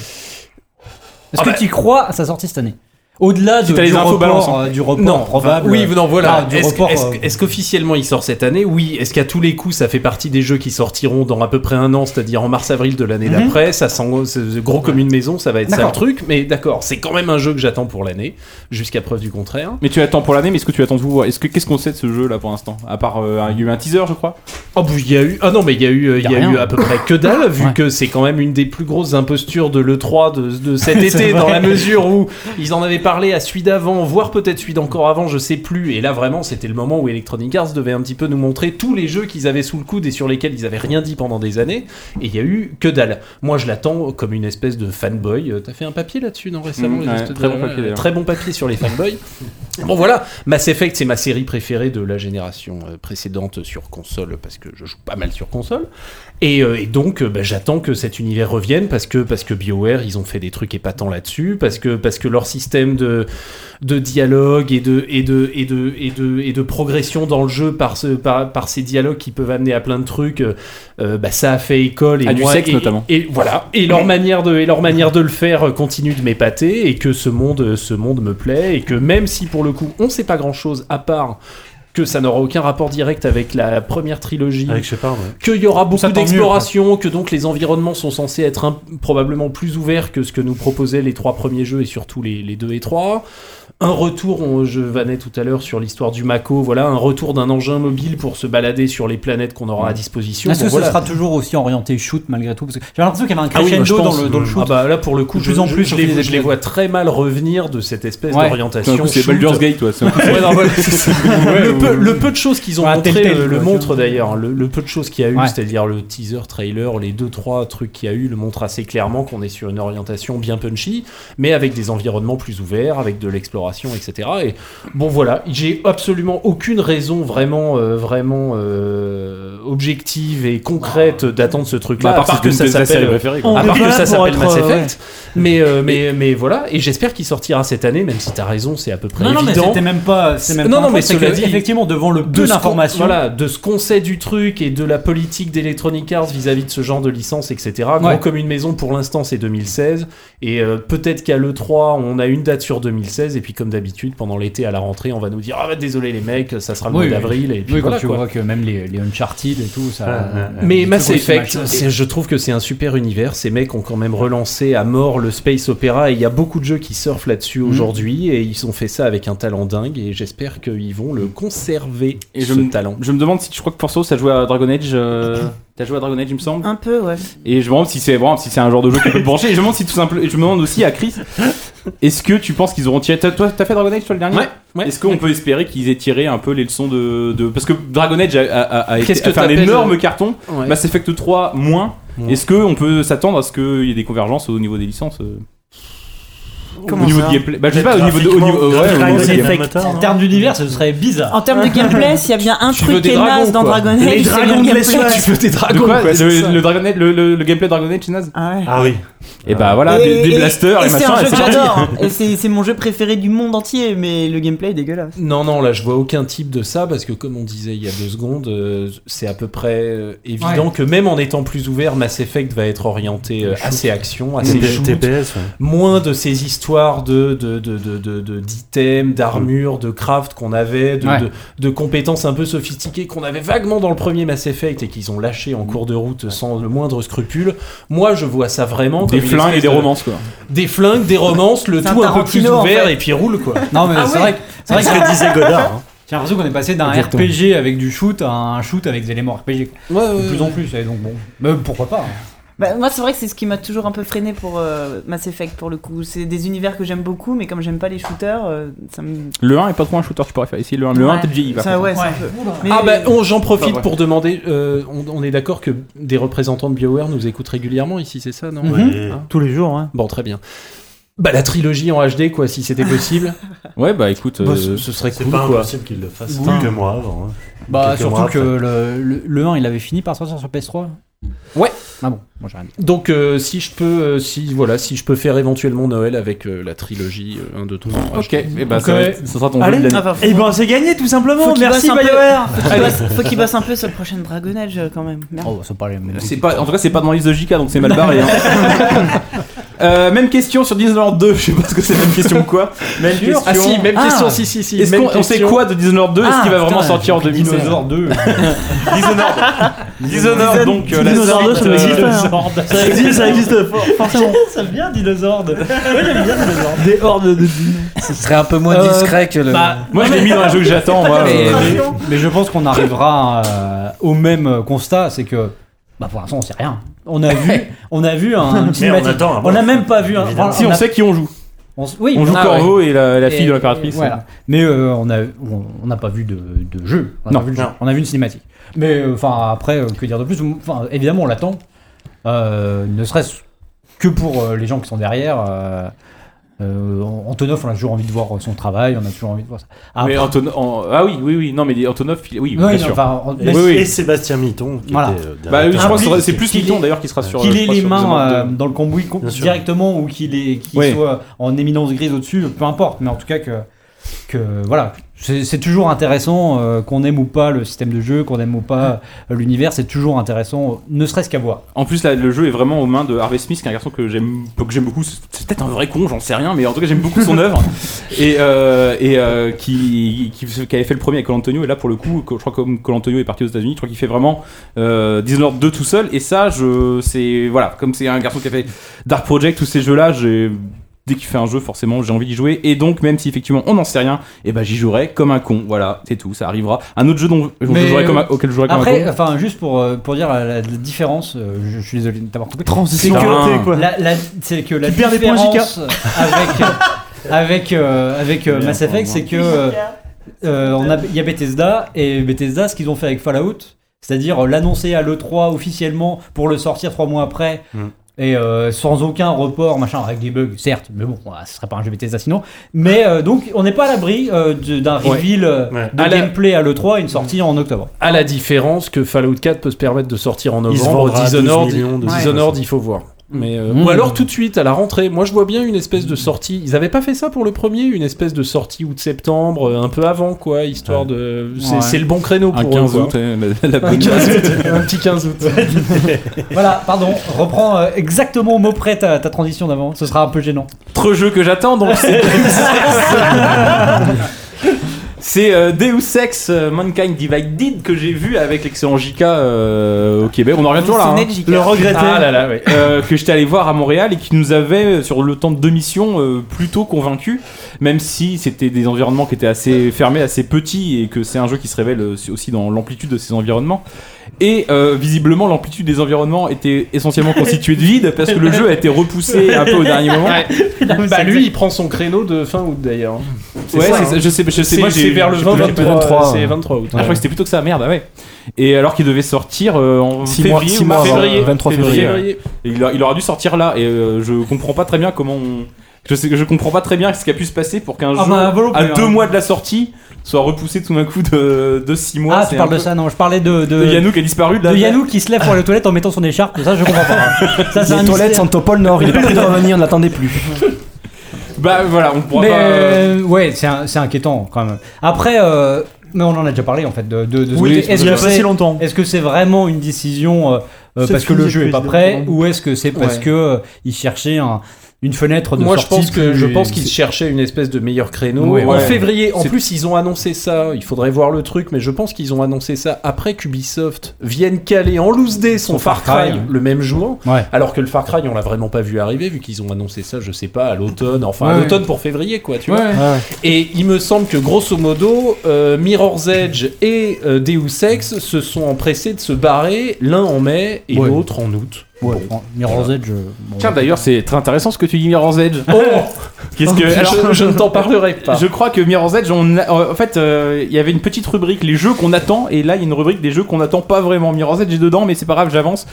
Speaker 3: Est-ce
Speaker 8: Ah
Speaker 3: que
Speaker 8: bah-
Speaker 3: tu crois à sa sortie cette année Au-delà de,
Speaker 8: Si t'as les
Speaker 3: du,
Speaker 8: infos,
Speaker 3: report,
Speaker 8: balance, hein.
Speaker 3: euh, du report
Speaker 8: non,
Speaker 3: probable.
Speaker 8: Oui, non,
Speaker 3: Ah,
Speaker 8: voilà.
Speaker 3: du
Speaker 8: Est-ce
Speaker 3: report,
Speaker 8: que- est-ce
Speaker 3: euh,
Speaker 8: que- est-ce qu'officiellement il sort cette année Oui. Est-ce qu'à tous les coups ça fait partie des jeux qui sortiront dans à peu près un an, c'est-à-dire en mars-avril de l'année
Speaker 3: Mhm.
Speaker 8: d'après Ça sent c'est gros comme une maison, ça va être ça le
Speaker 1: D'accord.
Speaker 8: truc. Mais d'accord, c'est quand même un jeu que j'attends pour l'année, jusqu'à preuve du contraire.
Speaker 1: Mais tu attends pour l'année, mais est-ce que tu attends de vous Est-ce que qu'est-ce qu'on sait de ce jeu là pour l'instant À part euh, un- il y a eu un teaser, je crois.
Speaker 8: Oh, bah, il y a eu. Ah non, mais il y a eu, euh, il y a
Speaker 1: rien.
Speaker 8: eu à peu près que dalle, vu que c'est quand même une des plus grosses impostures de l'E3 de, de cet
Speaker 1: (laughs) C'est
Speaker 8: été,
Speaker 1: vrai.
Speaker 8: dans la mesure où ils en avaient parlé à celui d'avant, voire peut-être celui d'encore avant, je sais plus. Et là, vraiment, c'était le moment où Electronic Arts devait un petit peu nous montrer tous les jeux qu'ils avaient sous le coude et sur lesquels ils avaient rien dit pendant des années. Et il y a eu que dalle. Moi, je l'attends comme une espèce de fanboy. Euh, T'as fait un papier là-dessus, non, récemment
Speaker 1: Mmh,
Speaker 8: les
Speaker 1: ouais,
Speaker 8: gestes de- euh,
Speaker 1: très bon papier, d'ailleurs.
Speaker 8: Très bon papier sur les
Speaker 1: (laughs)
Speaker 8: fanboys. Bon voilà, Mass Effect c'est ma série préférée de la génération euh, précédente sur console parce que je joue pas mal sur console et, euh, et donc euh, bah, j'attends que cet univers revienne parce que parce que BioWare ils ont fait des trucs épatants là-dessus parce que parce que leur système de de dialogue et de et de et de et de et de progression dans le jeu par ce par, par ces dialogues qui peuvent amener à plein de trucs euh, euh, bah, ça a fait école et
Speaker 1: À du
Speaker 8: moi-
Speaker 1: sexe,
Speaker 8: et-
Speaker 1: notamment.
Speaker 8: et voilà et leur manière de et leur manière de le faire euh, continue de m'épater et que ce monde euh, ce monde me plaît et que même si pour le coup on sait pas grand chose à part que ça n'aura aucun rapport direct avec la première trilogie
Speaker 7: Avec Shepard, ouais.
Speaker 8: qu'il y aura
Speaker 7: Ça,
Speaker 8: beaucoup
Speaker 7: tant mieux,
Speaker 8: d'exploration, que donc les environnements sont censés être un- probablement plus ouverts que ce que nous proposaient les trois premiers jeux et surtout les, les deux et trois. Un retour, on- je vannais tout à l'heure sur l'histoire du Mako, voilà, un retour d'un engin mobile pour se balader sur les planètes qu'on aura à disposition.
Speaker 3: Est-ce
Speaker 8: Bon,
Speaker 3: que
Speaker 8: voilà.
Speaker 3: ce sera toujours aussi orienté shoot malgré tout Parce que j'ai l'impression qu'il y avait un
Speaker 8: Ah oui, bah, je
Speaker 3: crescendo
Speaker 8: pense.
Speaker 3: dans, le, dans le shoot.
Speaker 8: Ah bah là pour le coup,
Speaker 3: De
Speaker 8: je,
Speaker 3: plus en
Speaker 8: je-
Speaker 3: plus,
Speaker 8: je
Speaker 3: au
Speaker 8: les,
Speaker 3: fil des
Speaker 8: je les
Speaker 3: épisodes.
Speaker 8: vois très mal revenir de cette espèce
Speaker 1: Ouais. D'un
Speaker 8: d'orientation.
Speaker 1: coup, c'est
Speaker 8: shoot. euh,
Speaker 1: Baldur's Gate, toi, c'est un coup.
Speaker 8: Ouais, non, voilà, c'est ça.
Speaker 1: Ouais,
Speaker 8: le, peu,
Speaker 1: ou-
Speaker 8: le peu de choses qu'ils ont
Speaker 1: Ouais,
Speaker 8: montré
Speaker 1: Ah,
Speaker 8: euh,
Speaker 1: Telltale,
Speaker 8: le, le
Speaker 1: quoi,
Speaker 8: montre d'ailleurs. hein. Le, le peu de choses qu'il y a eu,
Speaker 1: Ouais.
Speaker 8: c'est-à-dire le teaser, trailer, les deux trois trucs qu'il y a eu, le montre assez clairement qu'on est sur une orientation bien punchy, mais avec des environnements plus ouverts, avec de l'exploration, etc. Et bon voilà, j'ai absolument aucune raison vraiment, euh, vraiment euh, objective et concrète d'attendre ce truc-là, à
Speaker 1: Bah, parce
Speaker 8: part
Speaker 1: que
Speaker 8: que
Speaker 1: c'est
Speaker 8: ça
Speaker 1: une de tes séries
Speaker 8: s'appelle,
Speaker 1: préférées, quoi.
Speaker 8: à
Speaker 1: On
Speaker 8: part
Speaker 1: est
Speaker 8: que
Speaker 1: là
Speaker 8: ça
Speaker 1: pour
Speaker 8: s'appelle
Speaker 1: être,
Speaker 8: Mass
Speaker 1: euh,
Speaker 8: Effect.
Speaker 1: ouais.
Speaker 8: Mais, euh, mais, mais voilà, et j'espère qu'il sortira cette année, même si t'as raison, c'est à peu près
Speaker 3: Non, non, mais
Speaker 8: bah, évident.
Speaker 3: c'était même pas. c'est même
Speaker 8: non,
Speaker 3: pas
Speaker 8: non,
Speaker 3: un
Speaker 8: mais
Speaker 3: faux, c'est
Speaker 8: cela
Speaker 3: que,
Speaker 8: dit,
Speaker 3: effectivement, devant le peu
Speaker 8: ce qu'on-
Speaker 3: d'informations-
Speaker 8: Voilà, de ce qu'on sait du truc et de la politique d'Electronic Arts vis-à-vis de ce genre de licence, etc. Gros
Speaker 3: Ouais.
Speaker 8: comme une maison, pour l'instant, c'est 2016. Et euh, peut-être qu'à l'E3, on a une date sur 2016. Et puis, comme d'habitude, pendant l'été, à la rentrée, on va nous dire Ah, bah, désolé les mecs, ça sera le mois d'avril. Et puis,
Speaker 3: oui,
Speaker 8: voilà,
Speaker 3: quand tu
Speaker 8: quoi. Euh,
Speaker 3: vois que même les, les Uncharted et tout, ça. euh,
Speaker 8: Mais
Speaker 3: les
Speaker 8: Mass
Speaker 3: trucs,
Speaker 8: Effect,
Speaker 3: machin.
Speaker 8: c'est- je trouve que c'est un super univers. Ces mecs ont quand même relancé à mort le space opéra et il y a beaucoup de jeux qui surfent là-dessus aujourd'hui et ils ont fait ça avec un talent dingue et j'espère qu'ils vont le conserver
Speaker 1: Et
Speaker 8: ce
Speaker 1: je me,
Speaker 8: talent.
Speaker 1: je me demande si je crois que Forso, ça joué à Dragon Age. euh, T'as joué à Dragon Age, il me semble.
Speaker 5: Un peu, ouais.
Speaker 1: Et je me demande si c'est vraiment si c'est un genre de jeu qui peut te brancher. Et je me demande si tout simple. Et je me demande aussi à Chris, est-ce que tu penses qu'ils auront tiré. Toi, toi, t'as fait Dragon Age toi le dernier.
Speaker 8: Ouais, ouais.
Speaker 1: Est-ce qu'on peut espérer qu'ils aient tiré un peu les leçons de, de- parce que Dragon Age a, a- a- a été-
Speaker 8: Qu'est-ce
Speaker 1: a
Speaker 8: que
Speaker 1: fait un
Speaker 8: t'appelles- euh,
Speaker 1: énorme carton.
Speaker 8: Ouais.
Speaker 1: Mass Effect 3 moins.
Speaker 8: Ouais.
Speaker 1: Est-ce qu'on peut s'attendre à ce qu'il y ait des convergences au niveau des licences euh,
Speaker 5: Comment
Speaker 1: Au niveau
Speaker 5: ça
Speaker 1: de gameplay. Bah, je sais pas, au niveau de. Au
Speaker 7: Graphiquement,
Speaker 1: niveau, euh, ouais, au niveau
Speaker 7: graphiquement,
Speaker 1: de gameplay.
Speaker 7: Effect.
Speaker 3: En termes d'univers, ce serait bizarre.
Speaker 5: En termes de gameplay, s'il y a bien un
Speaker 8: veux
Speaker 5: truc qui
Speaker 8: des
Speaker 5: est
Speaker 8: dragons,
Speaker 5: naze dans
Speaker 8: quoi.
Speaker 5: Dragon Age,
Speaker 8: Les
Speaker 5: c'est
Speaker 8: dragons
Speaker 5: le
Speaker 8: de
Speaker 5: gameplay.
Speaker 8: l'espace, tu veux des dragons,
Speaker 1: De quoi
Speaker 8: quoi, c'est
Speaker 1: le,
Speaker 8: ça.
Speaker 1: le Dragon Age- le, le- le gameplay de Dragon Age, c'est naze
Speaker 5: Ah ouais.
Speaker 7: Ah oui.
Speaker 1: Et bah voilà, des, des blasters et,
Speaker 5: et c'est
Speaker 1: machin.
Speaker 5: un
Speaker 1: et
Speaker 5: jeu que
Speaker 1: c'est parti.
Speaker 5: j'adore. hein. Et c'est c'est mon jeu préféré du monde entier, mais le gameplay est dégueulasse.
Speaker 8: Non, non, là je vois aucun type de ça parce que comme on disait il y a deux secondes, euh, c'est à peu près euh, évident
Speaker 3: Ouais.
Speaker 8: que même en étant plus ouvert, Mass Effect va être orienté euh, à ses actions, à ses
Speaker 7: T-
Speaker 8: shoots,
Speaker 7: TPS, ouais.
Speaker 8: moins de ces histoires de de de de de- de- d'items, d'armures, de craft qu'on avait, de,
Speaker 3: Ouais.
Speaker 8: de de compétences un peu sophistiquées qu'on avait vaguement dans le premier Mass Effect et qu'ils ont lâché en cours de route sans le moindre scrupule. Moi, je vois ça vraiment comme
Speaker 1: Des
Speaker 8: une
Speaker 1: flins et
Speaker 8: espèce
Speaker 1: des
Speaker 8: de-
Speaker 1: romances, quoi.
Speaker 8: des flingues, des romances, le
Speaker 5: C'est un
Speaker 8: tout un, peu plus
Speaker 5: Tarantino, en
Speaker 8: ouvert
Speaker 5: fait.
Speaker 8: et puis roule quoi.
Speaker 3: Non, mais
Speaker 5: Ah
Speaker 3: c'est
Speaker 5: oui.
Speaker 3: vrai que. C'est vrai
Speaker 7: C'est ce
Speaker 3: que
Speaker 7: que disait Godard. hein.
Speaker 3: j'ai l'impression qu'on est passé d'un
Speaker 8: Exactement.
Speaker 3: RPG avec du shoot à un shoot avec des éléments RPG.
Speaker 8: Ouais, ouais,
Speaker 3: De plus en plus, et donc bon. Mais pourquoi pas hein.
Speaker 5: Bah, moi, c'est vrai que c'est ce qui m'a toujours un peu freiné pour euh, Mass Effect pour le coup. C'est des univers que j'aime beaucoup, mais comme j'aime pas les shooters, euh, ça me.
Speaker 1: Le 1 est pas trop un shooter, tu pourrais faire essayer le 1. Le 1,
Speaker 5: Ouais.
Speaker 1: t'es vieilli. par
Speaker 5: Ça,
Speaker 1: contre.
Speaker 5: ouais, c'est un peu-
Speaker 4: hein.
Speaker 5: Mais-
Speaker 8: Ah ben on- j'en profite
Speaker 1: Bah, ouais.
Speaker 8: pour demander, euh, on, on est d'accord que des représentants de BioWare nous écoutent régulièrement ici, c'est ça, non
Speaker 7: Ouais.
Speaker 8: Hein
Speaker 2: Tous les jours, hein.
Speaker 8: Bon, très bien. Bah la trilogie en HD quoi, si c'était possible.
Speaker 1: Ouais, bah écoute.
Speaker 8: (laughs) Bah,
Speaker 1: euh,
Speaker 8: ce, ce serait
Speaker 7: C'est
Speaker 8: cool
Speaker 7: pas
Speaker 8: quoi.
Speaker 7: impossible qu'il le fasse. Quelques mois avant. hein.
Speaker 3: Bah,
Speaker 7: Quelques mois
Speaker 3: surtout que
Speaker 7: après.
Speaker 3: le, le, le 1, il avait fini par sortir sur PS3.
Speaker 8: Ouais.
Speaker 3: Ah bon, moi j'ai rien dit.
Speaker 8: Donc euh, si je peux, euh, si voilà, si je peux faire éventuellement Noël avec euh, la trilogie euh, 1, 2, 3. en
Speaker 1: Ok,
Speaker 8: HD.
Speaker 1: et bah
Speaker 8: Ok.
Speaker 1: ça va être- ça sera ton
Speaker 2: Allez.
Speaker 1: jeu de l'année.
Speaker 5: Ah, bah, faut-
Speaker 4: Eh
Speaker 2: Et ben c'est gagné tout
Speaker 5: Faut
Speaker 2: simplement.
Speaker 5: qu'il
Speaker 2: Merci
Speaker 5: bosse un peu.
Speaker 2: BioWare.
Speaker 5: faut qu'il bosse- faut qu'il bosse un peu sur le prochain Dragon Age euh, quand même. Merde.
Speaker 11: (laughs)
Speaker 3: Oh, c'est pas les mêmes.
Speaker 1: C'est pas, en tout cas, c'est pas dans la liste de JK, donc c'est mal barré. hein. Euh, même question sur Dishonored 2, je sais pas ce que c'est, même question quoi. Même
Speaker 8: Sûr
Speaker 1: question.
Speaker 8: Ah si, même question, si, si, si,
Speaker 1: Est-ce
Speaker 8: même
Speaker 1: qu'on on sait
Speaker 8: question.
Speaker 1: quoi de Dishonored 2 Est-ce
Speaker 8: Ah,
Speaker 1: qu'il va
Speaker 8: putain,
Speaker 1: vraiment
Speaker 8: j'ai
Speaker 1: sortir en
Speaker 8: compris
Speaker 1: 2016
Speaker 8: Dishonored
Speaker 1: 2. Dishonored. Dishonored, donc euh, la
Speaker 2: Dishonored 2,
Speaker 1: suite, euh,
Speaker 2: ça existe, hein.
Speaker 1: Dishonored.
Speaker 2: Ça existe, ça existe, for- forcément.
Speaker 3: (laughs) Ça vient, dinosaure. Oui, j'aime bien dinosaure.
Speaker 2: Des hordes de.
Speaker 11: Ce serait un peu moins
Speaker 3: Euh,
Speaker 11: discret que le.
Speaker 3: bah,
Speaker 1: Moi, je l'ai mis dans un jeu que j'attends, moi,
Speaker 3: Mais,
Speaker 1: euh,
Speaker 3: mais- mais je pense qu'on arrivera euh, au même constat, c'est que bah, pour l'instant on sait rien. On
Speaker 1: (laughs)
Speaker 3: a vu, on a vu un.
Speaker 1: Mais
Speaker 3: cinématique.
Speaker 1: on attend, hein,
Speaker 3: on
Speaker 1: bon,
Speaker 3: n'a même pas vu. Un,
Speaker 1: évidemment. Si, on sait qui on joue.
Speaker 3: On, s- oui,
Speaker 1: On joue
Speaker 3: ah,
Speaker 1: Corvo
Speaker 3: ouais.
Speaker 1: et la- la fille de l'impératrice.
Speaker 3: Voilà. Mais euh, on a, on- on n'a pas vu de, de jeu. On a
Speaker 1: Non.
Speaker 3: pas vu le jeu.
Speaker 1: Non.
Speaker 3: On a vu une cinématique. Mais euh, enfin après, euh, que dire de plus Enfin, évidemment, on l'attend. Euh, ne serait-ce que pour euh, les gens qui sont derrière. euh, euh, Antonov, on a toujours envie de voir son travail, on a toujours envie de voir ça.
Speaker 1: Mais
Speaker 3: Après-
Speaker 1: Anton- en- Ah oui, oui, oui. Non, mais Antonov, il- oui,
Speaker 3: Oui,
Speaker 1: bien
Speaker 3: non,
Speaker 1: sûr.
Speaker 3: enfin, on-
Speaker 1: Oui,
Speaker 7: Et,
Speaker 1: oui.
Speaker 7: et Sébastien Mitton. Qui
Speaker 3: Voilà.
Speaker 7: était, euh,
Speaker 1: Bah oui,
Speaker 7: directeur
Speaker 1: je crois que
Speaker 7: artistique.
Speaker 1: ce sera- c'est plus Mitton d'ailleurs qui sera sur.
Speaker 3: Ah Qu'il
Speaker 1: je
Speaker 3: ait
Speaker 1: crois,
Speaker 3: les
Speaker 1: sur
Speaker 3: mains
Speaker 1: Dishonored 2.
Speaker 3: euh, dans le cambouis com-
Speaker 1: Bien sûr.
Speaker 3: directement ou qu'il est- qu'il
Speaker 1: Ouais.
Speaker 3: soit en éminence grise au-dessus, peu importe, mais en tout cas que, que voilà. C'est c'est toujours intéressant euh, qu'on aime ou pas le système de jeu, qu'on aime ou pas euh, l'univers, c'est toujours intéressant, euh, ne serait-ce qu'à voir.
Speaker 1: En plus, là, le jeu est vraiment aux mains de Harvey Smith, qui est un garçon que j'aime que j'aime beaucoup. C'est c'est peut-être un vrai con, j'en sais rien, mais en tout cas, j'aime beaucoup
Speaker 3: (laughs)
Speaker 1: son œuvre. Et, euh, et euh, qui, qui, qui avait fait le premier avec Colantonio. Et là, pour le coup, je crois que comme Colantonio est parti aux États-Unis, je crois qu'il fait vraiment euh, Dishonored 2 tout seul. Et ça, je c'est voilà, comme c'est un garçon qui a fait Dark Project, tous ces jeux-là, j'ai. Dès qu'il fait un jeu, forcément, j'ai envie d'y jouer. Et donc, même si effectivement on n'en sait rien, et ben j'y jouerai comme un con. Voilà, c'est tout, ça arrivera. Un autre jeu dont, dont je
Speaker 3: Mais, euh,
Speaker 1: jouerai comme un- auquel je jouerai comme un
Speaker 3: Après,
Speaker 1: con.
Speaker 3: enfin, juste pour, euh, pour dire la, la- la différence, euh, je, je suis désolé de t'avoir coupé.
Speaker 2: Transition
Speaker 3: C'est que-
Speaker 2: ratée, quoi.
Speaker 3: La, la- c'est que la
Speaker 2: Tu perds des points,
Speaker 3: différence avec euh, avec euh, avec euh, Mass Effect, c'est que euh, euh, on a- il y a Bethesda et Bethesda, ce qu'ils ont fait avec Fallout, c'est-à-dire euh, l'annoncer à l'E3 officiellement pour le sortir trois mois après.
Speaker 7: Mm.
Speaker 3: Et euh, sans aucun report, machin, avec des bugs, certes, mais bon, ouais, ce serait pas un jeu Bethesda sinon. Mais euh, donc, on n'est pas à l'abri euh, de- d'un
Speaker 8: Ouais.
Speaker 3: reveal euh,
Speaker 7: Ouais.
Speaker 3: de
Speaker 8: À la-
Speaker 3: gameplay à l'E3 et une sortie en octobre.
Speaker 8: À la différence que Fallout 4 peut se permettre de sortir en
Speaker 7: Il se
Speaker 8: novembre,
Speaker 7: vendra à 12
Speaker 8: Dishonored,
Speaker 7: millions de-
Speaker 8: Dishonored, il faut voir. Mais euh,
Speaker 3: Mm.
Speaker 8: Ou alors tout de suite à la rentrée. Moi je vois bien une espèce de sortie. Ils avaient pas fait ça pour le premier, une espèce de sortie août-septembre, euh, un peu avant quoi, histoire de. C'est
Speaker 3: Ouais.
Speaker 8: c'est le bon créneau
Speaker 1: Un
Speaker 8: pour
Speaker 1: 15
Speaker 8: eux, quoi.
Speaker 1: août, hein, la, la
Speaker 8: Un 15 août, un petit 15 août.
Speaker 3: Voilà, pardon, reprends euh, exactement au mot près ta, ta transition d'avant, ce sera un peu gênant.
Speaker 1: autre jeu que j'attends, donc
Speaker 5: (laughs)
Speaker 1: c'est Deus Ex. C'est euh, Deus Ex euh, Mankind Divided que j'ai vu avec l'excellent JK euh, au Québec. On en revient toujours là. hein.
Speaker 5: Le regretté.
Speaker 1: Ah là là, ouais. Euh, que j'étais allé voir à Montréal et qui nous avait, euh, sur le temps de deux missions, euh, plutôt convaincus, même si c'était des environnements qui étaient assez fermés, assez petits et que c'est un jeu qui se révèle euh, aussi dans l'amplitude de ces environnements. Et euh, visiblement, l'amplitude des environnements était essentiellement constituée de vide parce que le jeu a été repoussé un peu au dernier moment.
Speaker 8: Ouais. Bah lui il prend son créneau de fin août d'ailleurs. C'est
Speaker 1: Ouais,
Speaker 8: ça,
Speaker 1: c'est
Speaker 8: hein.
Speaker 1: ça, je sais, je sais,
Speaker 8: C'est
Speaker 1: moi
Speaker 8: c'est
Speaker 1: j'ai
Speaker 8: vers le
Speaker 1: j'ai
Speaker 8: 20
Speaker 1: pas-
Speaker 8: 23,
Speaker 6: 23,
Speaker 8: c'est
Speaker 6: ouais.
Speaker 8: 23 août.
Speaker 1: Ah, je crois que c'était plutôt que ça, merde, ah ouais. Et alors qu'il devait sortir euh, en
Speaker 6: Six mois-
Speaker 1: février,
Speaker 6: six
Speaker 1: ou
Speaker 6: mois avant,
Speaker 1: février,
Speaker 6: 23 février.
Speaker 8: Février.
Speaker 1: Et Il, a- il aura dû sortir là, et euh, je comprends pas très bien comment. on- Je sais, je comprends pas très bien ce qui a pu se passer pour qu'un
Speaker 3: Ah
Speaker 1: jeu
Speaker 3: bah, volontaire,
Speaker 1: à deux
Speaker 3: hein.
Speaker 1: mois de la sortie soit repoussé tout d'un coup de, de six mois.
Speaker 3: ah,
Speaker 1: C'est
Speaker 3: tu parles
Speaker 1: un
Speaker 3: de
Speaker 1: peu-
Speaker 3: ça, non, je parlais de,
Speaker 1: De
Speaker 3: de,
Speaker 1: Yannou qui a disparu de la.
Speaker 3: de Yannou qui se lève pour aller aux toilettes en mettant son écharpe, ça je comprends pas. hein. Ça, c'est un
Speaker 6: Les toilettes
Speaker 3: mystère.
Speaker 6: sont au pôle Nord,
Speaker 3: (laughs)
Speaker 6: il est parti de revenir, on n'attendait plus.
Speaker 1: Bah voilà, on pourra
Speaker 3: Mais
Speaker 1: pas. euh,
Speaker 3: euh, ouais, c'est un- c'est inquiétant quand même. Après, euh, mais on en a déjà parlé en fait de, de, de ce
Speaker 1: Oui,
Speaker 3: côté.
Speaker 1: il
Speaker 3: Est-ce
Speaker 1: y a
Speaker 3: que
Speaker 1: pas
Speaker 3: c'est
Speaker 2: si longtemps.
Speaker 3: est-ce que c'est vraiment une décision euh, euh,
Speaker 2: C'est
Speaker 3: parce que
Speaker 2: fini,
Speaker 3: le jeu
Speaker 2: c'est
Speaker 3: est pas
Speaker 2: fini,
Speaker 3: prêt
Speaker 2: évidemment.
Speaker 3: ou est-ce que c'est parce
Speaker 8: Ouais.
Speaker 3: que euh, ils cherchaient un- une fenêtre de
Speaker 8: Moi, je
Speaker 3: sortie
Speaker 8: pense que
Speaker 3: plus-
Speaker 8: je pense qu'ils cherchaient une espèce de meilleur créneau.
Speaker 1: Ouais,
Speaker 8: en
Speaker 1: ouais.
Speaker 8: février, en
Speaker 1: C'est-
Speaker 8: plus, ils ont annoncé ça. Il faudrait voir le truc, mais je pense qu'ils ont annoncé ça après qu'Ubisoft vienne caler en loose day son,
Speaker 3: Son
Speaker 8: Far
Speaker 3: Far
Speaker 8: Cry
Speaker 3: Cry, ouais.
Speaker 8: le même jour.
Speaker 3: Ouais.
Speaker 8: Alors que le Far Cry, on l'a vraiment pas vu arriver, vu qu'ils ont annoncé ça, je sais pas, à l'automne, enfin à
Speaker 6: Ouais.
Speaker 8: l'automne pour février, quoi, tu vois.
Speaker 1: ouais.
Speaker 8: Et il me semble que grosso modo, euh, Mirror's Edge et euh, Deus Ex se sont empressés de se barrer, l'un en mai et
Speaker 3: Ouais.
Speaker 8: l'autre en août.
Speaker 3: Ouais, bon, Mirror's Edge. euh, bon.
Speaker 1: Tiens, bah, d'ailleurs, c'est très intéressant ce que tu dis, Mirror's Edge.
Speaker 8: Oh,
Speaker 1: Qu'est-ce que.
Speaker 3: (laughs)
Speaker 1: alors,
Speaker 8: (laughs) je, je ne t'en parlerai pas.
Speaker 1: Je crois que Mirror's Edge, on a- en fait, euh, il y avait une petite rubrique, les jeux qu'on attend, et là, il y a une rubrique des jeux qu'on attend pas vraiment. Mirror's Edge est dedans, mais c'est pas grave, j'avance.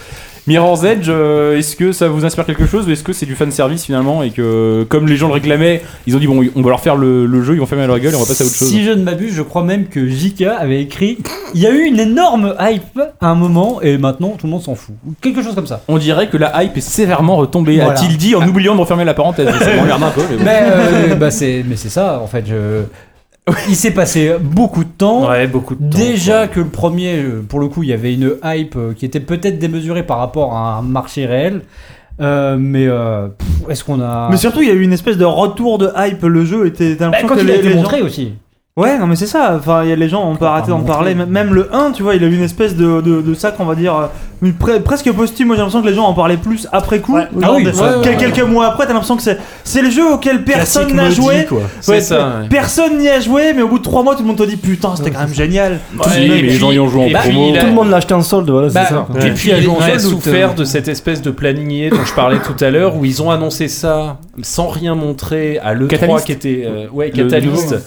Speaker 1: Mirror's Edge, euh, est-ce que ça vous inspire quelque chose, ou est-ce que c'est du fanservice finalement, et que, comme les gens le réclamaient, ils ont dit, bon, on va leur faire le, le jeu, ils vont fermer leur gueule, et on va passer à autre chose.
Speaker 3: Si je ne m'abuse, je crois même que JK avait écrit Il y a eu une énorme hype à un moment et maintenant tout le monde s'en fout. Ou Quelque chose comme ça.
Speaker 1: On dirait que la hype est sévèrement retombée,
Speaker 3: Voilà.
Speaker 1: a-t-il dit, en oubliant de refermer la parenthèse. Ah. ça m'emmerde un peu, mais bon.
Speaker 3: Mais,
Speaker 1: (laughs)
Speaker 3: euh, bah, c'est, mais c'est ça, en fait. Je... Il s'est passé beaucoup de temps.
Speaker 8: Ouais, beaucoup de temps.
Speaker 3: Déjà que le premier, euh, pour le coup, il y avait une hype euh, qui était peut-être démesurée par rapport à un marché réel. Euh, mais euh, pff, est-ce qu'on a.
Speaker 2: Mais surtout, il y a eu une espèce de retour de hype. Le jeu était. t'as
Speaker 3: Bah,
Speaker 2: l'impression
Speaker 3: quand
Speaker 2: que
Speaker 3: il a
Speaker 2: les-
Speaker 3: été
Speaker 2: les gens-
Speaker 3: montré aussi.
Speaker 2: Ouais, non, mais c'est ça. Enfin, il y a les gens, on peut arrêter d'en
Speaker 3: montré.
Speaker 2: parler. Même- Même le 1, tu vois, il a eu une espèce de, de, de sac, on va dire, euh, une pre- presque posthume. Moi, j'ai l'impression que les gens en parlaient plus après coup.
Speaker 3: Ah
Speaker 2: Genre
Speaker 3: oui,
Speaker 2: des-
Speaker 3: ouais, ouais,
Speaker 2: quel-
Speaker 3: ouais.
Speaker 2: Quelques mois après, t'as l'impression que c'est, c'est le jeu auquel personne
Speaker 8: Classique
Speaker 2: n'a
Speaker 8: maudit,
Speaker 2: joué.
Speaker 8: quoi. C'est ça, hein. ouais.
Speaker 2: Personne n'y a joué, mais au bout de 3 mois, tout le monde te dit putain, c'était quand même génial.
Speaker 8: Ouais, Bah, et puis-
Speaker 2: mais
Speaker 8: et
Speaker 3: Ah,
Speaker 8: puis il a-
Speaker 6: Tout le monde l'a acheté en solde, voilà,
Speaker 2: Bah,
Speaker 6: c'est ça.
Speaker 8: Et puis ils ont
Speaker 9: hein.
Speaker 8: souffert de cette espèce de planinier dont je parlais tout à l'heure où ils ont annoncé ça sans rien montrer à l'E3
Speaker 9: Catalyst.
Speaker 8: qui était euh, ouais
Speaker 9: Le nouveau,
Speaker 8: Catalyst
Speaker 9: ouais.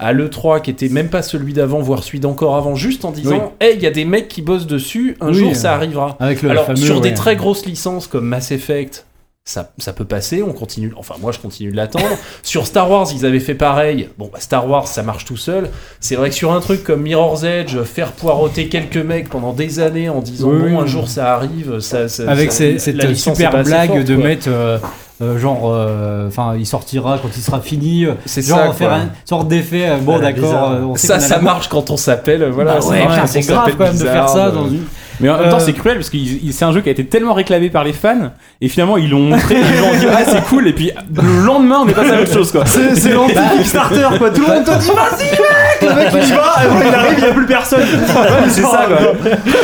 Speaker 8: à l'E3 qui était même pas celui d'avant voire celui d'encore avant juste en disant hey il y a des mecs qui bossent dessus un
Speaker 9: Oui,
Speaker 8: jour
Speaker 9: euh,
Speaker 8: ça arrivera
Speaker 9: avec le
Speaker 8: alors
Speaker 9: fameux,
Speaker 8: sur
Speaker 9: ouais.
Speaker 8: des très grosses licences comme Mass Effect ça, ça peut passer, on continue. Enfin, moi, je continue de
Speaker 3: (laughs)
Speaker 8: l'attendre. sur Star Wars, ils avaient fait pareil. Bon, bah, Star Wars, ça marche tout seul. C'est vrai que sur un truc comme Mirror's Edge, faire poireauter quelques mecs pendant des années en disant
Speaker 3: Oui,
Speaker 8: bon,
Speaker 3: oui.
Speaker 8: un jour ça arrive, ça, ça-
Speaker 3: Avec
Speaker 8: ça-
Speaker 3: ces-
Speaker 8: euh, la
Speaker 3: cette
Speaker 8: licence est pas
Speaker 3: super
Speaker 8: assez
Speaker 3: blague
Speaker 8: forte,
Speaker 3: de
Speaker 8: quoi.
Speaker 3: mettre euh, euh, genre, euh, enfin, il sortira quand il sera fini. euh,
Speaker 8: C'est
Speaker 3: genre
Speaker 8: ça,
Speaker 3: faire
Speaker 8: quoi.
Speaker 3: un sorte d'effet. euh, bon,
Speaker 8: Ah, la
Speaker 3: d'accord.
Speaker 8: bizarre.
Speaker 3: euh, on sait
Speaker 8: ça,
Speaker 3: qu'on a
Speaker 8: ça
Speaker 3: la-
Speaker 8: marche quand on s'appelle. Voilà,
Speaker 3: Bah
Speaker 8: ça
Speaker 3: ouais,
Speaker 8: marche
Speaker 3: putain,
Speaker 8: quand
Speaker 3: c'est
Speaker 8: on
Speaker 3: grave
Speaker 8: s'appelle
Speaker 3: quand même de
Speaker 8: bizarre,
Speaker 3: faire ça
Speaker 8: euh.
Speaker 3: dans
Speaker 8: (laughs)
Speaker 3: une-
Speaker 1: Mais en même temps,
Speaker 3: Euh,
Speaker 1: c'est cruel parce que c'est un jeu qui a été tellement réclamé par les fans et finalement ils l'ont montré. et les gens ont dit ah c'est cool et puis le lendemain on est passé à autre chose quoi.
Speaker 2: C'est- c'est l'anti- Kickstarter, quoi. Tout le monde te dit, vas-y, mec Le mec, il y va, et après, il arrive, il n'y a plus personne.
Speaker 1: Ouais, mais c'est ça,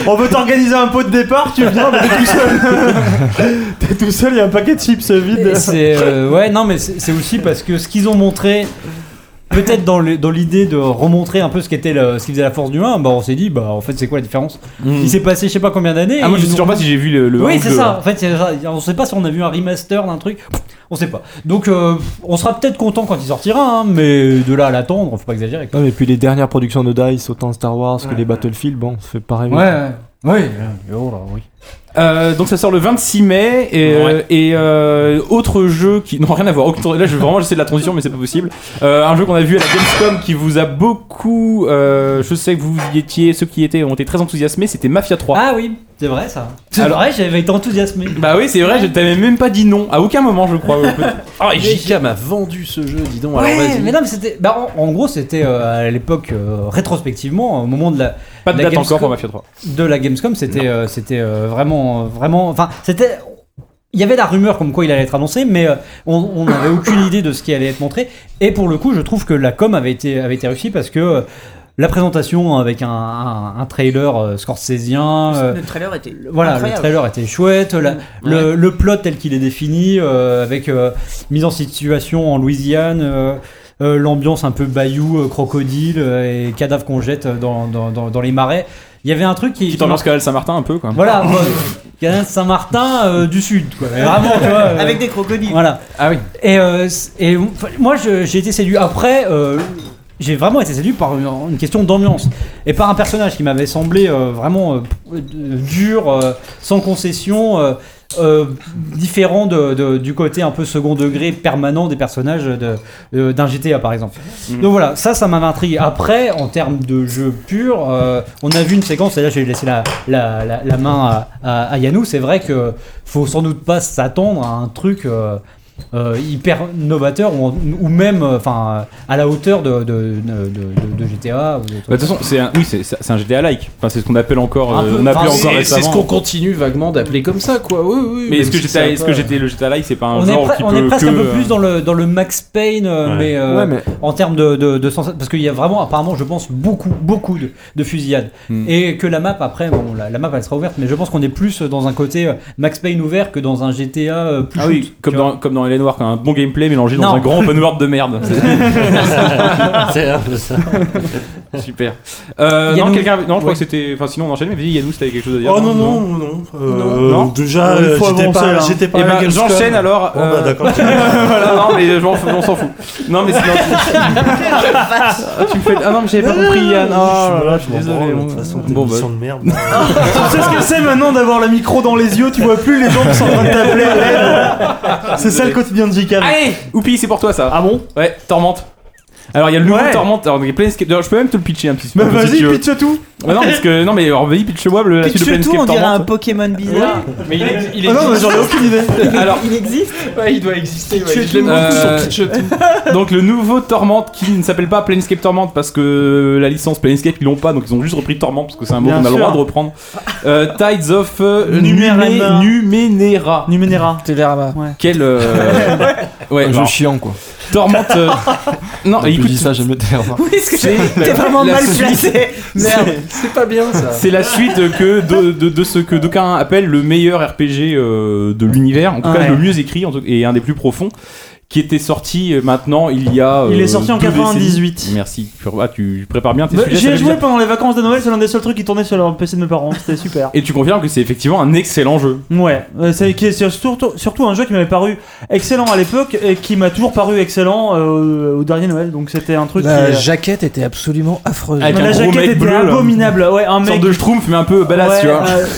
Speaker 2: On veut t'organiser un pot de départ, tu viens, mais t'es tout seul. t'es tout seul, il y a un paquet de chips
Speaker 3: Et
Speaker 2: vides.
Speaker 3: c'est euh, ouais non mais c'est c'est aussi parce que ce qu'ils ont montré peut-être dans le- dans l'idée de remontrer un peu ce qu'était le- ce qui faisait la force du 1 bah on s'est dit bah en fait c'est quoi la différence
Speaker 1: Hmm.
Speaker 8: Hmm.
Speaker 3: il s'est passé je sais pas combien d'années
Speaker 1: Ah moi
Speaker 3: et
Speaker 1: je sais
Speaker 3: ils
Speaker 1: toujours
Speaker 3: ont-
Speaker 1: pas si j'ai vu le. le un
Speaker 3: oui
Speaker 1: ou
Speaker 3: c'est
Speaker 1: le
Speaker 3: ça
Speaker 1: deux. hein.
Speaker 3: en fait c'est ça. on sait pas si on a vu un remaster d'un truc on sait pas donc euh, on sera peut-être content quand il sortira hein, mais de là à l'attendre faut pas exagérer
Speaker 6: Non, mais puis les dernières productions de DICE, autant Star Wars que les Battlefield, bon, c'est pareil.
Speaker 3: ouais oh là, oui
Speaker 1: Euh, donc ça sort le 26 mai et, euh, et, euh, autre jeu qui n'ont rien à voir. Aucun- Là je vraiment j'essaie de la transition mais c'est pas possible. Euh, un jeu qu'on a vu à la Gamescom qui vous a beaucoup. euh, je sais que vous y étiez, ceux qui y étaient ont été très enthousiasmés. C'était Mafia 3.
Speaker 3: ah oui c'est vrai ça c'est
Speaker 1: Alors-
Speaker 3: vrai j'avais été enthousiasmé
Speaker 1: Bah oui c'est vrai, je t'avais même pas dit non à aucun moment je
Speaker 8: (laughs)
Speaker 1: crois.
Speaker 8: Ah, et JK m'a vendu ce jeu, dis donc. Alors
Speaker 3: Ouais,
Speaker 8: vas-y.
Speaker 3: mais non, mais c'était. Bah, en, en gros, c'était euh, à l'époque, euh, rétrospectivement, au moment de la.
Speaker 1: Pas de
Speaker 3: la
Speaker 1: date
Speaker 3: Gamescom-
Speaker 1: encore pour Mafia 3.
Speaker 3: De la Gamescom, c'était euh, c'était euh, vraiment. euh, vraiment Enfin, c'était. Il y avait la rumeur comme quoi il allait être annoncé, mais euh, on on n'avait aucune idée de ce qui allait être montré. Et pour le coup, je trouve que la com avait été, avait été réussie parce que. euh, la présentation avec un, un- un trailer euh, scorsésien. euh,
Speaker 5: Le trailer était.
Speaker 3: voilà,
Speaker 5: incroyable.
Speaker 3: le trailer était chouette, la- le, le plot tel qu'il est défini, euh, avec euh, mise en situation en Louisiane, euh, euh, l'ambiance un peu bayou, euh, crocodile euh, et cadavres qu'on jette dans, dans, dans- dans les marais. Il y avait un truc qui...
Speaker 1: Petite ambiance Canal Saint-Martin un peu quoi.
Speaker 3: Voilà, moi, Canal Saint-Martin euh, du Sud, quoi. Mais Vraiment, tu vois. euh,
Speaker 5: Avec des crocodiles.
Speaker 3: Voilà.
Speaker 1: Ah oui.
Speaker 3: Et, euh, c- et enfin, moi, je- j'ai été séduit. Après, euh, j'ai vraiment été séduit par une, une question d'ambiance et par un personnage qui m'avait semblé euh, vraiment euh, p- euh, dur, euh, sans concession, euh, euh, différent de- de- du côté un peu second degré permanent des personnages de- euh, d'un GTA, par exemple. Donc voilà, ça, ça m'a intrigué. Après, en termes de jeu pur, euh, on a vu une séquence, et là, j'ai laissé la, la, la, la main à, à, à Yanou. C'est vrai que faut sans doute pas s'attendre à un truc. euh, euh, hyper novateur ou, en- ou même euh, enfin à la hauteur de, de, de- de- de GTA ou de
Speaker 1: Bah, de toute façon c'est un, oui c'est c'est- c'est un GTA like. Enfin c'est ce qu'on appelle encore.
Speaker 3: Un
Speaker 1: euh,
Speaker 3: peu.
Speaker 1: on appelait
Speaker 8: Ah,
Speaker 1: encore
Speaker 3: Enfin,
Speaker 8: C'est c'est ce
Speaker 1: récemment.
Speaker 8: qu'on continue vaguement d'appeler comme ça, quoi. Oui, oui.
Speaker 1: Mais
Speaker 8: même
Speaker 1: est-ce que
Speaker 8: si ça
Speaker 1: j'étais,
Speaker 8: a
Speaker 1: est-ce
Speaker 8: pas-
Speaker 1: que j'étais le GTA like c'est pas un
Speaker 3: on est,
Speaker 1: genre
Speaker 3: pre-
Speaker 1: qui
Speaker 3: on
Speaker 1: peut
Speaker 3: est presque
Speaker 1: que,
Speaker 3: un peu
Speaker 1: euh,
Speaker 3: plus dans le, dans le Max Payne, euh,
Speaker 1: Ouais.
Speaker 3: mais, euh,
Speaker 6: Ouais, mais-
Speaker 3: en termes de, de, de sensation. Parce qu'il y a vraiment, apparemment, je pense, beaucoup, beaucoup de, de fusillades.
Speaker 1: Hmm.
Speaker 3: Et que la map, après, bon, la, la map, elle sera ouverte, mais je pense qu'on est plus dans un côté euh, Max Payne ouvert que dans un GTA euh, plus.
Speaker 1: Ah oui,
Speaker 3: shoot,
Speaker 1: comme
Speaker 3: tu
Speaker 1: dans, comme dans Hélène Noir, un bon gameplay mélangé dans
Speaker 3: Non.
Speaker 1: un grand open world de (laughs) merde. (laughs)
Speaker 7: C'est un peu ça.
Speaker 1: C'est Super. Euh, non,
Speaker 3: Yannou.
Speaker 1: quelqu'un avait- non, je crois
Speaker 3: Ouais.
Speaker 1: que c'était. Enfin, sinon, on enchaîne, mais vas-y, Yannou, si t'avais quelque chose à dire.
Speaker 7: Oh non, non, non. euh,
Speaker 1: Non.
Speaker 7: Déjà,
Speaker 1: Il
Speaker 7: euh,
Speaker 1: faut
Speaker 7: j'étais
Speaker 1: avancer,
Speaker 7: pas,
Speaker 1: là.
Speaker 7: j'étais pas
Speaker 1: Eh
Speaker 7: à la
Speaker 1: ben,
Speaker 7: Gamescom.
Speaker 1: j'enchaîne alors.
Speaker 7: Bon, bah,
Speaker 1: euh,
Speaker 7: d'accord.
Speaker 1: (laughs) voilà, non, mais j'en- on s'en fout. Non, mais sinon. (laughs) Ah, tu me fais. Ah non, mais j'avais pas compris, Yann.
Speaker 7: Je
Speaker 1: Oh
Speaker 7: suis
Speaker 1: là là,
Speaker 7: malade,
Speaker 1: je
Speaker 7: je
Speaker 1: suis
Speaker 7: m'en branle,
Speaker 1: désolé.
Speaker 7: de toute façon, t'es
Speaker 1: Bon,
Speaker 7: une
Speaker 1: bah,
Speaker 7: mission de merde.
Speaker 2: Tu sais ce que c'est maintenant d'avoir le micro dans les yeux, tu vois plus les gens qui sont en train de
Speaker 5: (laughs)
Speaker 2: t'appeler. Hélène. C'est ça le quotidien de JK.
Speaker 1: Allez Oupi, c'est pour toi ça. Ah bon Ouais, Tormente. Alors, il y a le nouveau
Speaker 2: Ouais.
Speaker 1: Tormente. Alors, il y a Planescape. D'ailleurs, Je peux même te le pitcher un petit peu.
Speaker 2: Bah
Speaker 1: si tu
Speaker 2: vas-y,
Speaker 1: veux.
Speaker 2: pitch tout.
Speaker 1: Ouais, non, parce que, non, mais Orvey, Pitchable, la
Speaker 5: Pitch
Speaker 1: suite de
Speaker 5: le tout,
Speaker 1: Planescape
Speaker 5: on dirait
Speaker 1: Torment.
Speaker 5: un Pokémon bizarre.
Speaker 1: Mais il, est- il
Speaker 2: Oh
Speaker 5: Ah non,
Speaker 1: existe.
Speaker 5: mais j'en ai aucune idée.
Speaker 1: Alors,
Speaker 5: Il existe
Speaker 8: Ouais, il doit exister. ouais.
Speaker 1: Pitch
Speaker 8: Je l'aime
Speaker 1: tout.
Speaker 8: beaucoup, son
Speaker 1: Euh,
Speaker 8: pitch tout.
Speaker 1: donc le nouveau Torment qui ne s'appelle pas Planescape Torment parce que la licence Planescape ils l'ont pas donc ils ont juste repris Torment parce que c'est un mot
Speaker 2: Bien
Speaker 1: qu'on a le
Speaker 2: sûr.
Speaker 1: droit de reprendre. Euh, Tides of euh,
Speaker 2: Numenera.
Speaker 1: Numene- Numenera.
Speaker 2: Numenera.
Speaker 11: Télérama.
Speaker 2: Ouais.
Speaker 1: Quel euh, ouais,
Speaker 6: Un jeu
Speaker 1: alors,
Speaker 6: chiant quoi.
Speaker 1: Torment. euh, Non,
Speaker 6: Depuis que je
Speaker 1: écoute,
Speaker 6: dis ça, j'aime le (laughs) terme.
Speaker 5: (laughs) Oui, parce que
Speaker 1: C'est
Speaker 5: t'es
Speaker 1: la-
Speaker 5: t'es vraiment
Speaker 1: la
Speaker 5: mal
Speaker 1: suite.
Speaker 5: (laughs) placé. Merde.
Speaker 8: C'est pas bien ça.
Speaker 1: c'est la suite que de, de- de ce que d'aucuns appellent le meilleur RPG euh, de l'univers, en tout cas
Speaker 2: Ouais.
Speaker 1: le mieux écrit en tout- et un des plus profonds, qui était sorti euh, maintenant il y a.
Speaker 2: Il
Speaker 1: euh,
Speaker 2: est sorti en
Speaker 1: deux décennies.
Speaker 2: 98.
Speaker 1: Merci. Tu, ah, tu prépares bien tes
Speaker 2: Bah,
Speaker 1: sujets.
Speaker 2: J'y
Speaker 1: ça
Speaker 2: ai
Speaker 1: fait
Speaker 2: joué
Speaker 1: plaisir.
Speaker 2: pendant les vacances de Noël, c'est l'un des seuls trucs qui tournait sur le PC de mes parents, c'était super.
Speaker 1: Et tu confirmes que c'est effectivement un excellent jeu.
Speaker 2: Ouais, euh, c'est qui est surtout, surtout un jeu qui m'avait paru excellent à l'époque et qui m'a toujours paru excellent euh, au dernier Noël, donc c'était un truc
Speaker 11: La
Speaker 2: qui.
Speaker 11: jaquette était absolument affreuse.
Speaker 1: Avec
Speaker 2: la
Speaker 1: un gros
Speaker 2: jaquette
Speaker 1: mec
Speaker 2: était
Speaker 1: bleu, là.
Speaker 2: abominable, ouais, un
Speaker 1: Une sorte
Speaker 2: mec.
Speaker 1: de schtroumpf, mais un peu badass,
Speaker 2: ouais,
Speaker 1: tu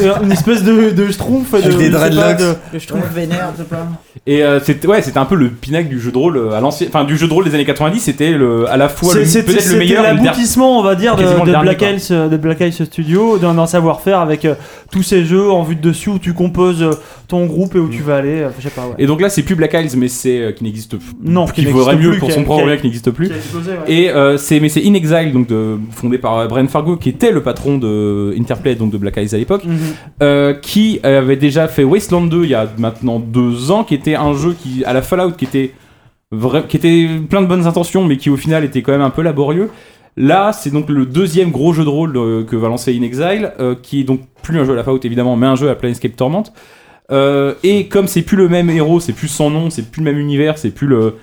Speaker 1: vois.
Speaker 2: euh, une espèce de, de schtroumpf. de-
Speaker 6: des
Speaker 2: je sais pas,
Speaker 6: dreadlocks.
Speaker 2: de-
Speaker 5: Je trouve vénère, je sais pas.
Speaker 1: Et euh, c'était ouais, c'était un peu le pinacle du jeu de rôle euh, à l'ancien, enfin du jeu de rôle des années 90. C'était le, à la fois le,
Speaker 2: C'est- C'était
Speaker 1: peut-être le
Speaker 2: c'était
Speaker 1: meilleur et le dernier.
Speaker 2: l'aboutissement, on va dire, de,
Speaker 1: quasiment le
Speaker 2: de
Speaker 1: dernier,
Speaker 2: Black
Speaker 1: quoi.
Speaker 2: Isles, euh, de Black Isles Studio, d'un d'un savoir-faire avec euh, tous ces jeux en vue de dessus où tu composes euh, ton groupe et où tu vas aller. euh, je sais pas. Ouais.
Speaker 1: Et donc là, c'est plus Black Isles, mais c'est euh, qui n'existe plus.
Speaker 2: non,
Speaker 1: Qui
Speaker 2: n'existe
Speaker 1: vaudrait mieux
Speaker 2: plus,
Speaker 1: pour
Speaker 2: qui a-
Speaker 1: son propre
Speaker 2: qui a-
Speaker 1: bien qui n'existe plus.
Speaker 2: qui a explosé, ouais.
Speaker 1: Et euh, c'est mais c'est In Exile donc de- fondé par euh, Brian Fargo qui était le patron de euh, Interplay donc de Black Eyes à l'époque
Speaker 2: Mhm.
Speaker 1: euh, qui avait déjà fait Wasteland 2 il y a maintenant deux ans qui était un jeu qui à la Fallout qui était vrai, qui était plein de bonnes intentions mais qui au final était quand même un peu laborieux. Là, c'est donc le deuxième gros jeu de rôle euh, que va lancer In Exile, euh, qui est donc plus un jeu à la Fallout évidemment, mais un jeu à Planescape Torment. Euh, et comme c'est plus le même héros, c'est plus son nom, c'est plus le même univers, c'est plus le.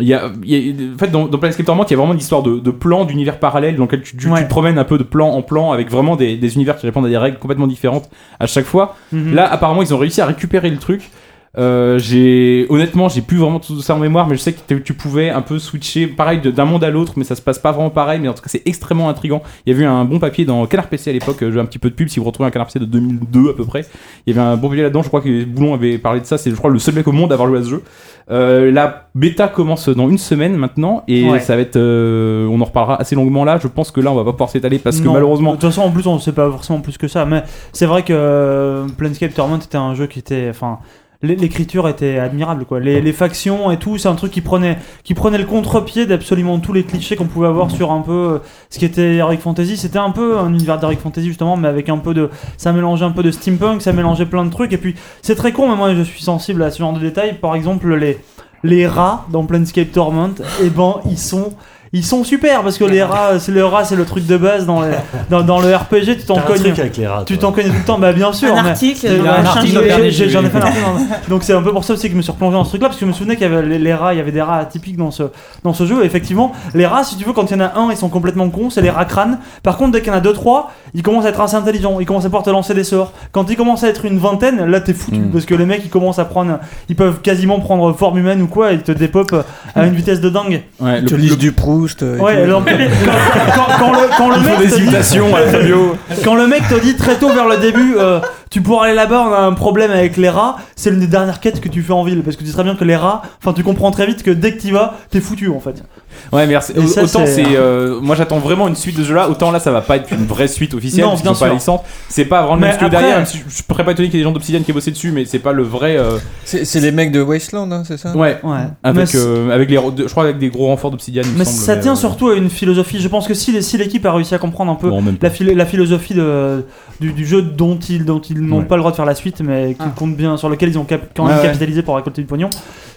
Speaker 1: Il y a, il y a- en fait, dans, dans Planescape Torment, il y a vraiment l'histoire de, de plans d'univers parallèles dans lequel tu, tu- tu
Speaker 2: Ouais.
Speaker 1: te promènes un peu de plan en plan avec vraiment des, des univers qui répondent à des règles complètement différentes à chaque fois.
Speaker 2: Mhm.
Speaker 1: Là, apparemment, ils ont réussi à récupérer le truc. Euh, j'ai honnêtement, j'ai plus vraiment tout ça en mémoire, mais je sais que t'es- tu pouvais un peu switcher, pareil de- d'un monde à l'autre, mais ça se passe pas vraiment pareil. Mais en tout cas, c'est extrêmement intrigant. Il y avait un bon papier dans Canard PC à l'époque. euh, J'ai un petit peu de pub si vous retrouvez un Canard PC de 2002 à peu près. Il y avait un bon papier là-dedans. Je crois que Boulon avait parlé de ça. C'est je crois le seul mec au monde à avoir joué à ce jeu. Euh, la bêta commence dans une semaine maintenant et
Speaker 2: Ouais.
Speaker 1: ça va être. euh, on en reparlera assez longuement là. Je pense que là, on va pas pouvoir s'étaler parce que
Speaker 2: Non.
Speaker 1: malheureusement,
Speaker 2: De toute façon, en plus, on ne sait pas forcément plus que ça. Mais c'est vrai que euh, Planescape Torment était un jeu qui était. Enfin, l'é- l'écriture était admirable, quoi. Les, les factions et tout, c'est un truc qui prenait, qui prenait le contre-pied d'absolument tous les clichés qu'on pouvait avoir sur un peu euh, ce qui était Heroic Fantasy. C'était un peu un univers d'Heroic Fantasy, justement, mais avec un peu de. Ça mélangeait un peu de steampunk, ça mélangeait plein de trucs. Et puis, c'est très con, mais moi, je suis sensible à ce genre de détails. Par exemple, les. Les rats dans Planescape Torment, et ben ils sont ils sont super parce que les rats c'est le rat c'est le truc de base dans les- dans, dans le RPG tu t'en
Speaker 7: T'as un
Speaker 2: cognes
Speaker 7: truc avec les rats.
Speaker 2: tu
Speaker 7: toi.
Speaker 2: t'en cognes tout le temps bah bien sûr
Speaker 5: Un
Speaker 2: mais-
Speaker 5: article.
Speaker 2: j'ai-
Speaker 5: euh,
Speaker 2: j'ai-
Speaker 5: machin,
Speaker 2: j'ai-
Speaker 5: je l'ai-
Speaker 2: j'ai- j'en ai fait un article, non. donc c'est un peu pour ça aussi que je me suis replongé dans ce truc là parce que je me souvenais qu'il y avait les, les rats il y avait des rats atypiques dans ce dans ce jeu Et effectivement les rats si tu veux quand il y en a un ils sont complètement cons c'est les rats crânes par contre dès qu'il y en a deux trois ils commencent à être assez intelligents ils commencent à pouvoir te lancer des sorts quand ils commencent à être une vingtaine là t'es foutu parce que les mecs ils commencent à prendre ils peuvent quasiment prendre forme humaine ou quoi et ils te dépopent à une vitesse de dingue
Speaker 1: ouais, le,
Speaker 11: Tu lis du Proust. euh, et
Speaker 2: Ouais,
Speaker 11: tout.
Speaker 2: alors, quand, (laughs) quand- quand le, quand le
Speaker 1: ils font
Speaker 2: mec
Speaker 1: des
Speaker 2: te dit-
Speaker 1: imitations à la Fabio.
Speaker 2: quand le mec te dit très tôt vers le début, euh, tu pourras aller là-bas, on a un problème avec les rats, c'est l'une des dernières quêtes que tu fais en ville. Parce que tu sais très bien que les rats, enfin, tu comprends très vite que dès que tu vas, t'es foutu en fait.
Speaker 1: Ouais, merci.
Speaker 2: Et ça,
Speaker 1: autant
Speaker 2: c'est-
Speaker 1: c'est, euh, moi j'attends vraiment une suite de ce jeu-là. Autant là, ça va pas être une vraie suite officielle.
Speaker 2: Non,
Speaker 1: parce qu'ils
Speaker 2: bien
Speaker 1: ont pas la
Speaker 2: sûr.
Speaker 1: licence. C'est pas vraiment.
Speaker 2: Mais
Speaker 1: parce que
Speaker 2: après-
Speaker 1: derrière, je je pourrais pas étonner qu'il y ait des gens d'Obsidian qui aient bossé dessus, mais c'est pas le vrai. euh,
Speaker 11: C'est c'est les mecs de Wasteland, hein, c'est ça
Speaker 1: Ouais.
Speaker 2: Ouais. Mais
Speaker 1: Avec,
Speaker 2: c-
Speaker 1: euh, avec les, je crois avec des gros renforts d'Obsidian. il me
Speaker 2: mais
Speaker 1: semble,
Speaker 2: ça tient
Speaker 1: euh,
Speaker 2: surtout à une philosophie. Je pense que si, les- si l'équipe a réussi à comprendre un peu
Speaker 1: bon, en même temps.
Speaker 2: la, philo- la philosophie de, du, du jeu dont ils dont ils n'ont
Speaker 1: Ouais.
Speaker 2: pas le droit de faire la suite, mais qui
Speaker 5: Ah.
Speaker 2: compte bien, sur lequel ils ont cap- quand même
Speaker 1: Ouais, ouais.
Speaker 2: capitalisé pour récolter du pognon,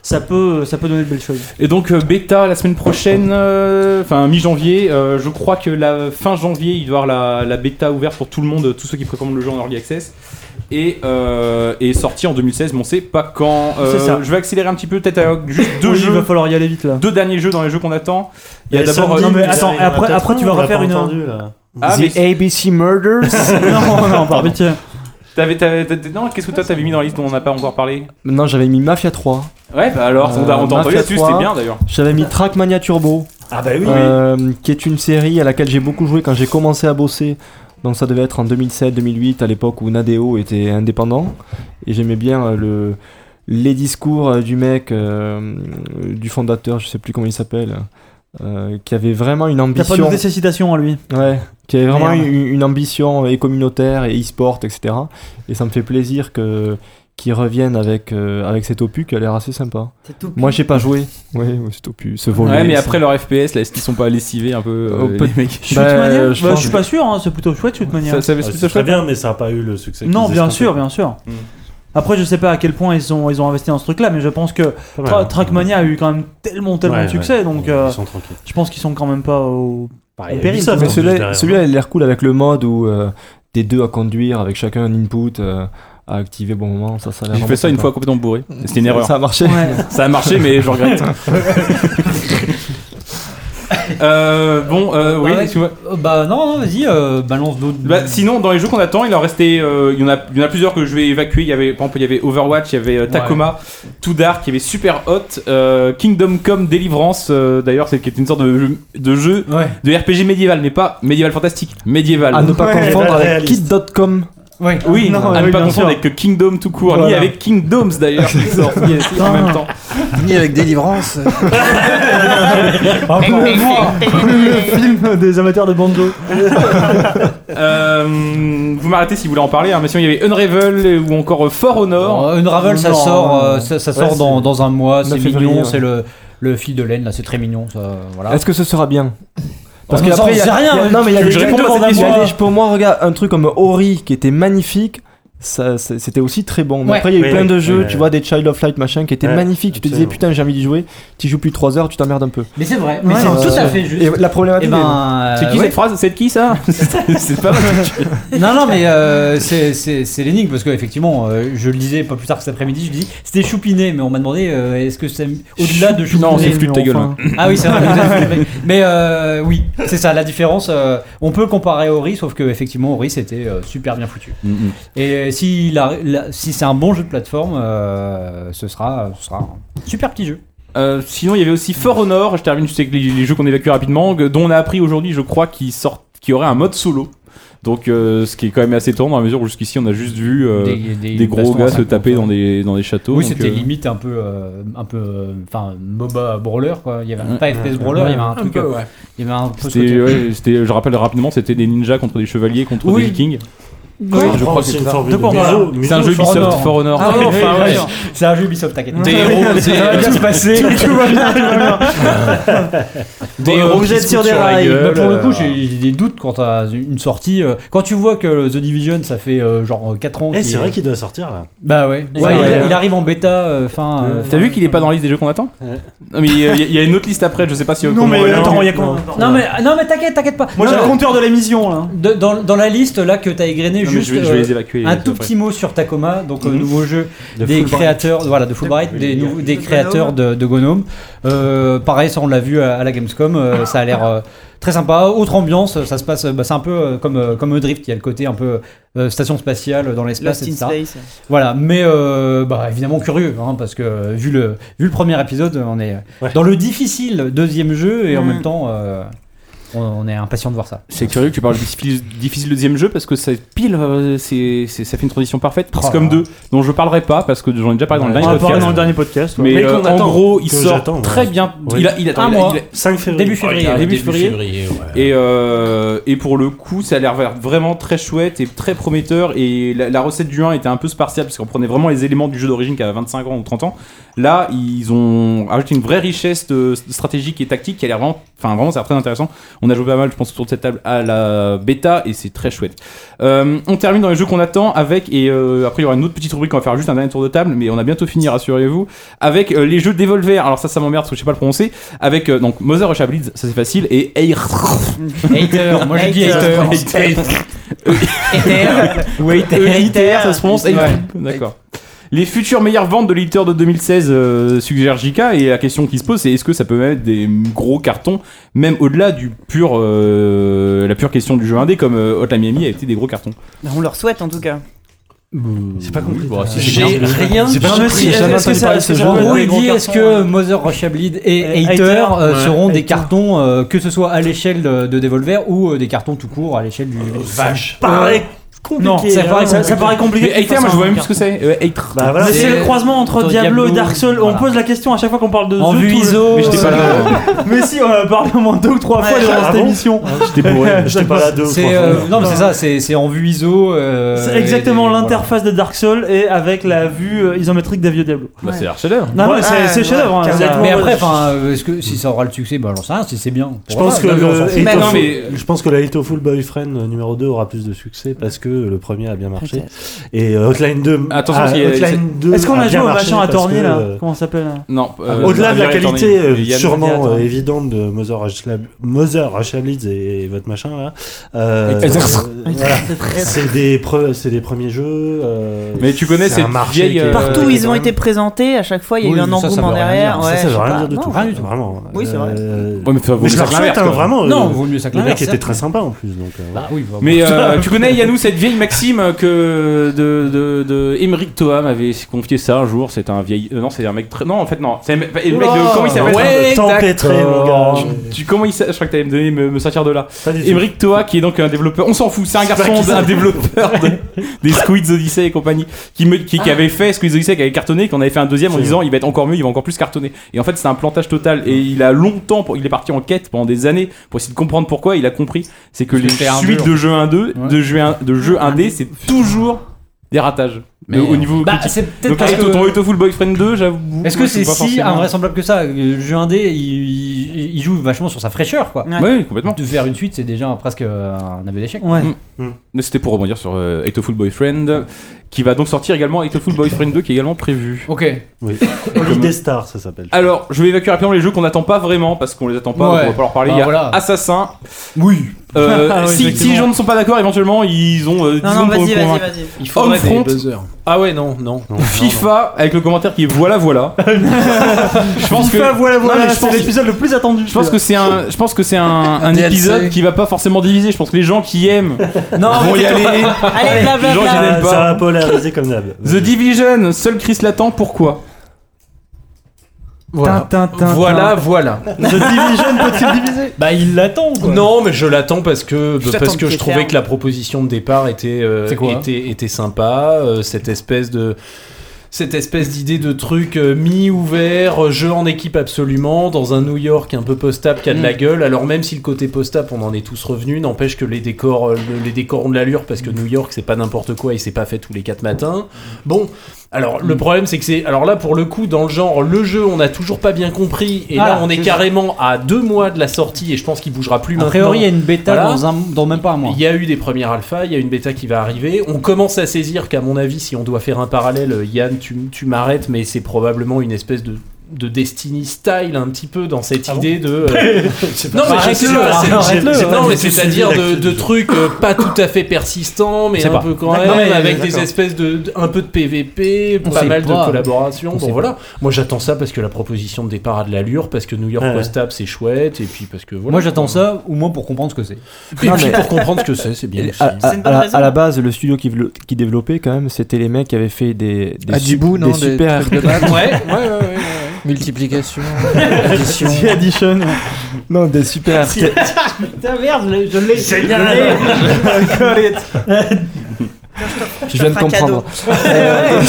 Speaker 2: ça peut ça peut donner de belles choses.
Speaker 1: Et donc euh, bêta la semaine prochaine, euh, enfin mi-janvier. euh, je crois que la fin janvier, il doit y avoir la, la bêta ouverte pour tout le monde, tous ceux qui précommandent le jeu en early access. Et, euh, et sorti en 2016, mais on sait pas quand. Euh,
Speaker 2: C'est ça.
Speaker 1: Je vais accélérer un petit peu, peut-être avec juste deux
Speaker 2: Oui,
Speaker 1: jeux.
Speaker 2: il va falloir y aller vite là.
Speaker 1: deux derniers jeux dans les jeux qu'on attend. Il y a
Speaker 7: Et
Speaker 1: d'abord. euh,
Speaker 7: samedi,
Speaker 2: non, mais
Speaker 7: vous
Speaker 2: attends,
Speaker 7: avez- on a
Speaker 2: après-
Speaker 7: peut-être
Speaker 2: après, tu
Speaker 7: un,
Speaker 2: vas
Speaker 7: on l'a
Speaker 2: refaire
Speaker 7: pas
Speaker 2: une-
Speaker 7: entendu, là.
Speaker 1: Ah, mais
Speaker 4: ABC Murders
Speaker 3: (laughs)
Speaker 2: non, non, par pitié.
Speaker 1: t'avais, t'avais- t'avais- non, qu'est-ce que toi t'avais mis dans la liste dont on n'a pas encore parlé
Speaker 6: Maintenant, j'avais mis Mafia 3.
Speaker 1: Ouais, bah alors, on t'a- on t'a
Speaker 6: Euh,
Speaker 1: entendu
Speaker 6: Mafia
Speaker 1: là-dessus,
Speaker 6: 3.
Speaker 1: c'était bien d'ailleurs.
Speaker 6: J'avais mis Trackmania Turbo,
Speaker 7: Ah bah oui, oui.
Speaker 6: euh, qui est une série à laquelle j'ai beaucoup joué quand j'ai commencé à bosser. Donc ça devait être en 2007-2008, à l'époque où Nadeo était indépendant. Et j'aimais bien euh, le, les discours euh, du mec, euh, du fondateur, je sais plus comment il s'appelle. euh, qui avait vraiment une
Speaker 2: T'as pas
Speaker 6: ambition.
Speaker 2: noté ses citations à
Speaker 3: Bah,
Speaker 2: lui.
Speaker 6: Ouais, qui avait vraiment
Speaker 2: Merde.
Speaker 6: une, une ambition et communautaire et e-sport, etc. Et ça me fait plaisir que qu'ils reviennent avec euh, avec cet opus qui a l'air assez sympa.
Speaker 5: Topu.
Speaker 6: Moi, j'ai pas joué. Ouais, ouais, cet opus, ce volet.
Speaker 1: Ouais, mais
Speaker 6: ça.
Speaker 1: après leur FPS, là, est-ce qu'ils sont pas lessivés un peu euh,
Speaker 6: Oh, peut-
Speaker 1: les mecs (laughs) Ah,
Speaker 6: Bah,
Speaker 2: Shootmania
Speaker 6: je
Speaker 2: Bah,
Speaker 6: pense
Speaker 2: je suis pas sûr, hein, c'est plutôt chouette Shootmania.
Speaker 1: Ça- ça avait
Speaker 7: Ouais,
Speaker 1: plutôt
Speaker 7: c'est très
Speaker 1: chouette.
Speaker 7: bien, mais ça n'a pas eu le succès.
Speaker 2: Non,
Speaker 7: qu'ils
Speaker 2: bien
Speaker 7: escompaient.
Speaker 2: sûr, bien sûr.
Speaker 1: Mm.
Speaker 2: Après, je sais pas à quel point ils ont, ils ont investi dans ce truc-là, mais je pense que
Speaker 7: Pas mal,
Speaker 2: Tra-
Speaker 7: hein.
Speaker 2: Trackmania a eu quand même tellement, tellement
Speaker 7: Ouais,
Speaker 2: de succès,
Speaker 7: ouais.
Speaker 2: donc
Speaker 7: Ils
Speaker 2: euh,
Speaker 7: sont tranquilles.
Speaker 2: je pense qu'ils sont quand même pas au,
Speaker 7: Pareil,
Speaker 2: au péril. quoi.
Speaker 7: Ubisoft,
Speaker 6: Mais
Speaker 7: Attends, juste
Speaker 6: celui-là,
Speaker 7: derrière.
Speaker 6: celui-là, il a l'air cool avec le mode où euh, t'es deux à conduire avec chacun un input euh, à activer au bon moment. Ça, ça a l'air
Speaker 1: J'ai
Speaker 6: vraiment
Speaker 1: fait ça une
Speaker 6: sympa.
Speaker 1: fois complètement bourré. (laughs) C'était une
Speaker 6: Ça-
Speaker 1: erreur.
Speaker 6: Ça a marché.
Speaker 2: Ouais.
Speaker 1: (laughs) Ça a marché, mais je (laughs) regrette. Euh, bon, euh, oui,
Speaker 3: Ah ouais.
Speaker 1: tu vois.
Speaker 3: Euh, Bah non, non, vas-y, euh, balance d'autres.
Speaker 1: Bah, sinon, dans les jeux qu'on attend, il en restait. euh, il, y en a, il y en a plusieurs que je vais évacuer. Il y avait, par exemple, il y avait Overwatch, il y avait euh, Tacoma, Too Dark, il y avait Super Hot, euh, Kingdom Come Deliverance. euh, D'ailleurs, c'est qui est une sorte de jeu, de jeu
Speaker 3: Ouais.
Speaker 1: de RPG médiéval, mais pas médiéval fantastique, médiéval.
Speaker 6: À ne pas
Speaker 7: Ouais,
Speaker 6: confondre
Speaker 7: bah,
Speaker 6: avec
Speaker 7: réaliste.
Speaker 6: kid.com.
Speaker 3: Ouais.
Speaker 1: oui,
Speaker 3: Ah, Non,
Speaker 1: à ne
Speaker 3: oui,
Speaker 1: pas
Speaker 3: bien
Speaker 1: confondre
Speaker 3: sûr.
Speaker 1: avec Kingdom tout court, ni
Speaker 3: Voilà.
Speaker 1: avec Kingdoms
Speaker 3: (laughs)
Speaker 1: d'ailleurs, qui sort aussi en même temps.
Speaker 11: Ni avec délivrance.
Speaker 3: Encore une fois.
Speaker 2: le film des amateurs de banjo.
Speaker 1: Euh, vous m'arrêtez si vous voulez en parler, hein, mais sinon il y avait Unravel euh, ou encore euh, For Honor.
Speaker 3: Euh, Unravel, ça
Speaker 2: Non.
Speaker 3: sort, euh, ça, ça sort
Speaker 6: Ouais,
Speaker 3: dans,
Speaker 6: c'est-
Speaker 3: dans un mois, c'est
Speaker 6: 9 février,
Speaker 3: mignon,
Speaker 6: ouais.
Speaker 3: c'est le, le fil de laine, là, c'est très mignon. Ça, voilà.
Speaker 6: Est-ce que ce sera bien Parce
Speaker 3: On
Speaker 6: que
Speaker 3: nous en
Speaker 6: après, il y a-
Speaker 3: sait rien,
Speaker 6: il y a-
Speaker 3: hein,
Speaker 6: non, mais il y a
Speaker 3: tu
Speaker 6: des
Speaker 3: veux
Speaker 6: jeux
Speaker 3: répondre
Speaker 6: comme-
Speaker 3: à cette
Speaker 6: il y a
Speaker 3: question.
Speaker 6: des- Pour moi, regarde, un truc comme Ori qui était magnifique. Ça, c'est- c'était aussi très bon. Mais
Speaker 3: Ouais.
Speaker 6: après, il y a eu
Speaker 7: Oui,
Speaker 6: plein
Speaker 7: oui,
Speaker 6: de
Speaker 7: oui,
Speaker 6: jeux,
Speaker 7: oui.
Speaker 6: tu vois, des Child of Light machin qui étaient
Speaker 7: Ouais,
Speaker 6: magnifiques. Tu te disais,
Speaker 7: absolument.
Speaker 6: putain, j'ai envie d'y jouer. Tu joues plus de 3 heures, tu t'emmerdes un peu.
Speaker 3: Mais c'est vrai, mais
Speaker 2: Ouais,
Speaker 3: c'est
Speaker 2: euh,
Speaker 3: tout à fait juste.
Speaker 6: Et la
Speaker 3: Eh
Speaker 6: problématique,
Speaker 3: ben,
Speaker 6: est-
Speaker 3: euh,
Speaker 1: C'est qui
Speaker 3: ouais.
Speaker 1: cette phrase C'est de qui ça C'est pas mal.
Speaker 3: Non, non, mais euh, c'est- c'est c'est l'énigme parce que effectivement, euh, je le disais pas plus tard que cet après-midi, je dis c'était choupiné, mais on m'a demandé euh, est-ce que c'est au-delà de choupiné.
Speaker 1: Non, c'est flûte ta gueule. hein.
Speaker 3: Ah oui, c'est vrai. vous avez
Speaker 1: (laughs)
Speaker 3: fait le mec. mais euh, oui, c'est ça la différence. euh, on peut comparer Ori, sauf que effectivement, Ori c'était euh, super bien foutu.
Speaker 1: Mhm.
Speaker 3: Et si, la- la- si c'est un bon jeu de plateforme, euh, ce, sera, ce sera un super petit jeu.
Speaker 1: Euh, sinon, il y avait aussi For Honor. Je termine juste avec les, les jeux qu'on évacue rapidement, que- dont on a appris aujourd'hui, je crois, qu'il sort, qu'il y aurait un mode solo. Donc, euh, ce qui est quand même assez étonnant dans la mesure où jusqu'ici on a juste vu euh, des, gros
Speaker 3: bastons à
Speaker 1: gars se
Speaker 3: cinq
Speaker 1: taper
Speaker 3: contre
Speaker 1: dans des, dans des châteaux.
Speaker 3: Oui,
Speaker 1: donc,
Speaker 3: c'était
Speaker 1: euh,
Speaker 3: limite un peu, euh, un peu, euh, enfin MOBA brawler quoi. Il y avait
Speaker 1: Ouais.
Speaker 3: pas FPS brawler, il y avait un, truc, euh, il y avait un peu. ce
Speaker 1: c'était-
Speaker 3: côté-
Speaker 1: ouais, c'était- je rappelle rapidement, c'était des ninjas contre des chevaliers contre
Speaker 3: Oui.
Speaker 1: des vikings.
Speaker 7: On
Speaker 1: je
Speaker 7: prend
Speaker 1: crois que
Speaker 7: aussi
Speaker 1: c'est
Speaker 7: une
Speaker 1: ça.
Speaker 7: formule
Speaker 2: De quoi on
Speaker 7: Muso,
Speaker 2: parle
Speaker 7: Muso,
Speaker 1: C'est un jeu
Speaker 7: For Honor.
Speaker 1: Ubisoft, For Honor.
Speaker 3: Ah oui, (laughs)
Speaker 1: Enfin, ouais.
Speaker 3: C'est un jeu Ubisoft, t'inquiète.
Speaker 8: Des
Speaker 1: (laughs)
Speaker 8: héros, des,
Speaker 3: Ça va bien se (laughs) passer. (laughs)
Speaker 8: des
Speaker 3: Bon,
Speaker 8: héros
Speaker 3: vous
Speaker 8: qui
Speaker 3: êtes
Speaker 8: se
Speaker 3: sur
Speaker 8: foutent
Speaker 3: des
Speaker 8: la
Speaker 3: rails.
Speaker 8: gueule,
Speaker 3: Bah, pour le coup,
Speaker 8: euh,
Speaker 3: j'ai j'ai des doutes quant à une sortie. euh, Quand tu vois que The Division, ça fait euh, genre 4 ans.
Speaker 7: Eh,
Speaker 3: qu'il
Speaker 7: c'est
Speaker 3: est-
Speaker 7: vrai qu'il doit sortir là.
Speaker 3: Bah ouais. Ouais,
Speaker 1: Ouais,
Speaker 3: il,
Speaker 1: ouais.
Speaker 3: il arrive en bêta euh, fin. euh,
Speaker 1: T'as vu qu'il est pas dans la liste des jeux qu'on attend
Speaker 7: Ouais.
Speaker 1: Non, mais il y, a- il y a une autre liste après, je sais pas si.
Speaker 2: Non, mais
Speaker 1: comment-
Speaker 2: attends, il y a quoi
Speaker 3: Non mais ah, non mais t'inquiète, t'inquiète pas.
Speaker 2: Moi
Speaker 3: Non,
Speaker 2: j'ai le
Speaker 3: non,
Speaker 2: compteur de l'émission là.
Speaker 3: de- dans, dans la liste là que t'as égrené,
Speaker 1: Non, mais
Speaker 3: juste
Speaker 1: je, vais, je vais
Speaker 3: euh,
Speaker 1: les évacuer.
Speaker 3: un
Speaker 1: les
Speaker 3: tout
Speaker 1: autres
Speaker 3: petit mot sur Tacoma, donc le
Speaker 1: Mhm.
Speaker 3: nouveau jeu
Speaker 7: De
Speaker 3: des
Speaker 7: Fulbright.
Speaker 3: créateurs, voilà, de Fulbright, des, nouveaux- des créateurs de, de Gnome. Euh, pareil, ça on l'a vu à, à la Gamescom, euh, ça a l'air euh, très sympa. Autre ambiance, ça se passe, bah, c'est un peu euh, comme euh, comme Drift, il y a le côté un peu euh, station spatiale dans l'espace,
Speaker 5: Lost in
Speaker 3: etc.
Speaker 5: Space.
Speaker 3: Voilà, mais euh, bah, évidemment curieux, hein, parce que euh, vu le vu le premier épisode, on est
Speaker 7: Ouais.
Speaker 3: dans le difficile deuxième jeu et en
Speaker 5: Mm.
Speaker 3: même temps. euh, on- on est impatient de voir ça.
Speaker 1: C'est curieux que tu parles difficile, difficile deuxième jeu parce que c'est pile, euh, c'est, c'est- ça fait une transition parfaite.
Speaker 3: Oh
Speaker 1: C'est comme
Speaker 3: là.
Speaker 1: deux dont je parlerai pas parce que j'en ai déjà parlé dans le
Speaker 7: Ouais,
Speaker 2: On
Speaker 1: dernier
Speaker 2: en a parlé
Speaker 1: podcast.
Speaker 2: dans le dernier podcast. ouais.
Speaker 1: Mais,
Speaker 7: Mais
Speaker 1: euh,
Speaker 7: qu'on
Speaker 1: en
Speaker 7: attend.
Speaker 1: gros, il
Speaker 7: Que
Speaker 1: sort
Speaker 7: j'attends, ouais.
Speaker 1: très bien.
Speaker 7: Oui.
Speaker 1: Il a, il attend,
Speaker 3: Un
Speaker 1: il a-
Speaker 3: mois.
Speaker 1: il a-
Speaker 7: 5 février.
Speaker 3: Début
Speaker 8: Ouais,
Speaker 3: février.
Speaker 1: début février.
Speaker 8: ouais.
Speaker 1: et, euh, et pour le coup, ça a l'air vraiment très chouette et très prometteur. Et la, la recette du 1 était un peu spartiate parce qu'on prenait vraiment les éléments du jeu d'origine qui a 25 ans ou 30 ans. Là, ils ont ajouté une vraie richesse de- stratégique et tactique qui a l'air vraiment, enfin vraiment, ça a l'air très intéressant. On a joué pas mal, je pense, autour de cette table à la bêta et c'est très chouette. Euh, on termine dans les jeux qu'on attend avec, et euh, après il y aura une autre petite rubrique, on va faire juste un dernier tour de table, mais on a bientôt fini, rassurez-vous, avec euh, les jeux d'Evolver. Alors ça, ça m'emmerde parce que je sais pas le prononcer. Avec euh, donc Mother Russia Blitz, ça c'est facile, et Air.
Speaker 3: Hater, moi je dis hater.
Speaker 1: E Hater, ça se prononce Air. D'accord. Les futures meilleures ventes de l'éditeur de 2016 euh, suggère JK, et la question qui se pose c'est est-ce que ça peut même être des gros cartons, même au-delà du pur, euh, la pure question du jeu indé, comme euh, Hotline Miami a été des gros cartons.
Speaker 5: Bah, On leur souhaite en tout cas.
Speaker 7: J'ai pas compris.
Speaker 6: bah,
Speaker 1: Bon,
Speaker 3: Euh,
Speaker 1: si c'est
Speaker 8: J'ai
Speaker 1: bien.
Speaker 8: rien
Speaker 2: pas
Speaker 8: compris.
Speaker 2: compris. si,
Speaker 8: J'ai
Speaker 2: est-ce
Speaker 8: jamais
Speaker 2: que
Speaker 8: entendu
Speaker 2: ça-
Speaker 8: parler de
Speaker 2: est-ce
Speaker 8: ce
Speaker 2: que
Speaker 8: jeu.
Speaker 2: ça-
Speaker 3: En gros,
Speaker 2: Ouais,
Speaker 3: il
Speaker 2: gros
Speaker 3: dit
Speaker 2: carton,
Speaker 3: est-ce que
Speaker 2: ouais.
Speaker 3: Mother Russia Bleed
Speaker 2: Euh,
Speaker 3: et Hater,
Speaker 2: Hater,
Speaker 3: euh,
Speaker 8: ouais.
Speaker 3: seront des
Speaker 2: Hater.
Speaker 3: cartons, euh, que ce soit à l'échelle de, de Devolver ou euh, des cartons tout court à l'échelle du.
Speaker 8: Vache.
Speaker 7: Pareil
Speaker 5: compliqué.
Speaker 2: Non, ça
Speaker 5: hein.
Speaker 2: paraît- Ah, ça- ça paraît compliqué.
Speaker 1: Hater, moi, je vois même plus ce que c'est. Euh, hater.
Speaker 7: Bah,
Speaker 2: Mais c'est le croisement entre Diablo et Dark Souls. On pose la question à chaque fois qu'on parle de
Speaker 1: En
Speaker 2: jeu,
Speaker 1: vue
Speaker 2: tout le-
Speaker 1: ISO, Mais j'étais pas là.
Speaker 2: mais si, on en a parlé au moins deux ou trois fois durant cette émission.
Speaker 7: J'étais bourré, (laughs) j'étais pas là deux ou
Speaker 3: C'est,
Speaker 7: trois
Speaker 3: euh,
Speaker 7: fois.
Speaker 3: non, mais c'est ça, c'est c'est en vue ISO. euh,
Speaker 2: C'est
Speaker 3: et-
Speaker 2: exactement
Speaker 3: et-
Speaker 2: l'interface de Dark Souls et avec la vue euh, isométrique des vieux Diablo.
Speaker 1: Bah, c'est un chef-d'œuvre.
Speaker 2: Non, mais c'est-
Speaker 5: Ouais,
Speaker 2: c'est
Speaker 5: ouais,
Speaker 2: chef-d'œuvre. hein,
Speaker 5: carrément.
Speaker 2: ça-
Speaker 3: Mais après, enfin, euh, est-ce que si ça aura le succès, bah j'en sais rien, si c'est bien.
Speaker 7: Je pense, que le Hateful-
Speaker 5: Mais non,
Speaker 1: mais-
Speaker 7: je pense que la Hateful Boyfriend euh, numéro 2 aura plus de succès parce que le premier a bien marché. Et euh, Hotline 2.
Speaker 1: Attention,
Speaker 7: ah,
Speaker 1: parce qu'il y a-
Speaker 7: Hotline 2
Speaker 2: Est-ce qu'on a joué
Speaker 7: bien
Speaker 2: au
Speaker 7: marché
Speaker 2: machin à
Speaker 7: parce
Speaker 2: tourner
Speaker 7: que,
Speaker 2: là
Speaker 7: euh,
Speaker 2: Comment ça s'appelle là
Speaker 1: Non. euh,
Speaker 7: Au-delà de la
Speaker 1: Javier Tornillo.
Speaker 7: qualité euh,
Speaker 1: Et Yann-
Speaker 7: sûrement
Speaker 2: Yann-
Speaker 7: euh, évidente de Mother Rush Lab- Mother Russia Blitz et, et votre machin là, euh,
Speaker 1: Et-
Speaker 7: euh,
Speaker 5: (laughs) Oui,
Speaker 7: voilà.
Speaker 5: c'est très-
Speaker 7: c'est des pre- c'est des premiers jeux. euh,
Speaker 1: Mais tu connais
Speaker 7: c'est un
Speaker 1: cette
Speaker 7: marché
Speaker 1: vieille,
Speaker 7: qui est-
Speaker 1: euh,
Speaker 5: Partout où
Speaker 7: qui est
Speaker 5: ils ont
Speaker 7: quand même-
Speaker 5: été présentés, à chaque fois il y a
Speaker 7: Oui,
Speaker 5: eu un
Speaker 7: mais ça, ça
Speaker 5: engouement
Speaker 7: veut rien
Speaker 5: derrière.
Speaker 7: dire.
Speaker 5: ouais,
Speaker 7: ça, ça
Speaker 5: je
Speaker 7: veut
Speaker 5: sais
Speaker 7: rien
Speaker 5: pas.
Speaker 7: dire du
Speaker 5: Non,
Speaker 7: tout.
Speaker 5: ouais.
Speaker 7: Rien du tout, vraiment.
Speaker 5: Oui, c'est vrai.
Speaker 1: Ouais,
Speaker 7: Euh,
Speaker 1: mais enfin, vaut
Speaker 7: mais
Speaker 1: mieux
Speaker 7: je
Speaker 1: ça
Speaker 7: la
Speaker 1: que l'inverse,
Speaker 7: rejette, hein,
Speaker 1: quoi.
Speaker 7: vraiment.
Speaker 3: Non,
Speaker 7: euh,
Speaker 3: vaut mieux ça que
Speaker 7: Le mec
Speaker 3: l'inverse,
Speaker 7: était
Speaker 3: certes.
Speaker 7: très
Speaker 5: hein.
Speaker 7: sympa en plus, donc. euh,
Speaker 3: Bah oui, bah,
Speaker 1: Mais euh, tu connais Yannou cette vieille maxime euh, que de de, de Émeric Toham avait confié ça un jour. C'est un vieil euh, non c'est un mec très non en fait non c'est un mec- le mec de comment il s'appelle
Speaker 7: Ouais,
Speaker 1: Tempête,
Speaker 7: tempêtré, mon gars.
Speaker 1: Tu, comment il s'appelle Je crois que t'allais me donner me, me sortir de là.
Speaker 7: Pas du tout.
Speaker 1: Émeric Toa qui est donc un développeur. On s'en fout. C'est un
Speaker 7: pas
Speaker 1: garçon,
Speaker 7: qui
Speaker 1: un développeur de- des Squids Odyssey et compagnie qui me-
Speaker 3: Ah.
Speaker 1: qui, qui avait fait Squids Odyssey qui avait cartonné, qu'on avait fait un deuxième en
Speaker 7: C'est
Speaker 1: disant il va être encore mieux, il va encore plus cartonner. Et en fait c'est un plantage total. Et il a longtemps pour- il est parti en quête pendant des années pour essayer de comprendre pourquoi. Il a compris c'est que les
Speaker 8: c'était un
Speaker 1: suites
Speaker 8: mur.
Speaker 1: de jeux 1-2 de jeux un- de jeux 1D c'est toujours des ratages. Mais au niveau
Speaker 3: Bah,
Speaker 1: critique.
Speaker 3: c'est peut-être
Speaker 1: Donc
Speaker 3: parce
Speaker 1: avec ton
Speaker 3: que.
Speaker 1: Full Boyfriend 2, j'avoue.
Speaker 3: Est-ce que
Speaker 1: moi, je
Speaker 3: c'est
Speaker 1: suis pas
Speaker 3: si
Speaker 1: forcément-
Speaker 3: invraisemblable que ça Le jeu indé, il, il- il joue vachement sur sa fraîcheur, quoi.
Speaker 5: Ouais.
Speaker 1: Oui, complètement.
Speaker 3: De faire une suite, c'est déjà un- presque euh, un aveu d'échec.
Speaker 2: Ouais.
Speaker 1: Mais c'était pour rebondir sur euh, Ectoful Boyfriend, qui va donc sortir également Ectoful Boyfriend 2, qui est également prévu.
Speaker 8: Ok.
Speaker 7: Oui. Holiday Star, ça s'appelle.
Speaker 1: Alors, je vais évacuer rapidement les jeux qu'on n'attend pas vraiment, parce qu'on les attend pas,
Speaker 8: Ouais.
Speaker 1: donc on va pas leur parler.
Speaker 8: Bah,
Speaker 3: ah,
Speaker 1: Il y a
Speaker 8: voilà.
Speaker 1: Assassin.
Speaker 3: Oui.
Speaker 1: Euh,
Speaker 2: Ah oui,
Speaker 1: si, si
Speaker 2: effectivement.
Speaker 1: les gens ne sont pas d'accord, éventuellement, ils ont euh, 10
Speaker 5: Non, non,
Speaker 1: secondes pour
Speaker 5: vas-y,
Speaker 1: me
Speaker 5: vas-y,
Speaker 1: convaincre.
Speaker 5: vas-y.
Speaker 8: Il faudrait des
Speaker 1: Homefront.
Speaker 8: buzzers. Ah ouais, non, non.
Speaker 7: Non, non, non.
Speaker 1: FIFA, avec le commentaire qui est voilà, voilà. je pense que.
Speaker 2: FIFA, voilà,
Speaker 1: Non,
Speaker 2: voilà,
Speaker 1: mais je
Speaker 2: c'est
Speaker 1: pense-
Speaker 2: l'épisode le plus attendu.
Speaker 1: Je pense que c'est un, je pense que c'est un,
Speaker 5: (laughs)
Speaker 1: un
Speaker 11: DLC.
Speaker 1: épisode qui va pas forcément diviser. Je pense que les gens qui aiment
Speaker 3: Non,
Speaker 1: vont y aller.
Speaker 7: (laughs)
Speaker 1: Les
Speaker 5: Allez,
Speaker 1: gens qui
Speaker 5: blablabla.
Speaker 1: n'aiment
Speaker 7: Ça
Speaker 1: pas.
Speaker 7: va polariser comme d'hab.
Speaker 1: The Division, seul Chris l'attend, pourquoi
Speaker 8: Voilà. Voilà, voilà.
Speaker 3: Bah, il l'attend, quoi.
Speaker 8: Non, mais je l'attends parce que
Speaker 5: Je t'attends
Speaker 8: parce que
Speaker 5: de
Speaker 8: je
Speaker 5: pied
Speaker 8: trouvais
Speaker 5: ferme.
Speaker 8: que la proposition de départ était euh,
Speaker 3: C'est quoi
Speaker 8: était était sympa, euh, cette espèce de cette espèce d'idée de truc euh, mi-ouvert, euh, jeu en équipe absolument, dans un New York un peu post-up qui a de
Speaker 5: Mm.
Speaker 8: la gueule. Alors même si le côté post-up, on en est tous revenus, n'empêche que les décors, euh, le- les décors ont de l'allure parce que New York, c'est pas n'importe quoi et c'est pas fait tous les quatre matins. Bon, alors
Speaker 3: Mm.
Speaker 8: le problème c'est que c'est, alors là pour le coup, dans le genre le jeu, on n'a toujours pas bien compris et là
Speaker 3: Ah,
Speaker 8: on est
Speaker 3: c'est-
Speaker 8: carrément à deux mois de la sortie et je pense qu'il bougera plus
Speaker 3: A
Speaker 8: maintenant.
Speaker 3: priori, il y a une bêta
Speaker 8: Voilà.
Speaker 3: dans, un, dans même pas un mois.
Speaker 8: Il y a eu des premières alphas, il y a une bêta qui va arriver. On commence à saisir qu'à mon avis, si on doit faire un parallèle, euh, Yann, tu, tu m'arrêtes, mais c'est probablement une espèce de de Destiny style un petit peu dans cette
Speaker 3: Ah
Speaker 8: idée de euh, non mais
Speaker 3: (laughs)
Speaker 8: je sais
Speaker 3: Arrête-le,
Speaker 8: pas, c'est-
Speaker 3: arrête-le,
Speaker 8: c'est- non
Speaker 7: arrête-le.
Speaker 8: mais c'est-à-dire
Speaker 7: C'est
Speaker 8: de,
Speaker 7: du
Speaker 8: de trucs euh, pas tout à fait persistants mais
Speaker 3: sait
Speaker 8: un
Speaker 3: pas.
Speaker 8: peu quand
Speaker 3: D'accord.
Speaker 8: même
Speaker 3: Non, mais,
Speaker 8: avec des
Speaker 3: d'accord.
Speaker 8: espèces de de- un peu de PVP
Speaker 3: On
Speaker 8: pas
Speaker 3: sait
Speaker 8: mal
Speaker 3: pas.
Speaker 8: de collaboration
Speaker 3: sait
Speaker 8: bon
Speaker 3: pas.
Speaker 8: voilà moi j'attends ça parce que la proposition de départ a de l'allure parce que New York
Speaker 7: Ouais.
Speaker 8: post-up c'est chouette et puis parce que voilà
Speaker 3: Moi, j'attends ça, au moins pour comprendre ce que c'est.
Speaker 8: et
Speaker 6: Non,
Speaker 8: puis
Speaker 6: mais-
Speaker 8: pour comprendre ce que c'est c'est bien aussi.
Speaker 6: À, à-
Speaker 5: C'est une
Speaker 6: à
Speaker 5: bonne
Speaker 6: la-
Speaker 5: raison.
Speaker 6: à la base, le studio qui, vlo- qui développait, quand même, c'était les mecs qui avaient fait des,
Speaker 8: Ah,
Speaker 6: des, su-
Speaker 11: Adibou, non
Speaker 6: des super
Speaker 11: trucs de balle.
Speaker 8: Bah, ouais, ouais, ouais, ouais.
Speaker 11: Multiplication.
Speaker 6: The Edition. (laughs) Non, des
Speaker 8: (laughs)
Speaker 6: super arca-
Speaker 3: Putain, merde, je l'ai. C'est bien.
Speaker 6: Je viens de
Speaker 5: t'offre un
Speaker 6: comprendre. Euh,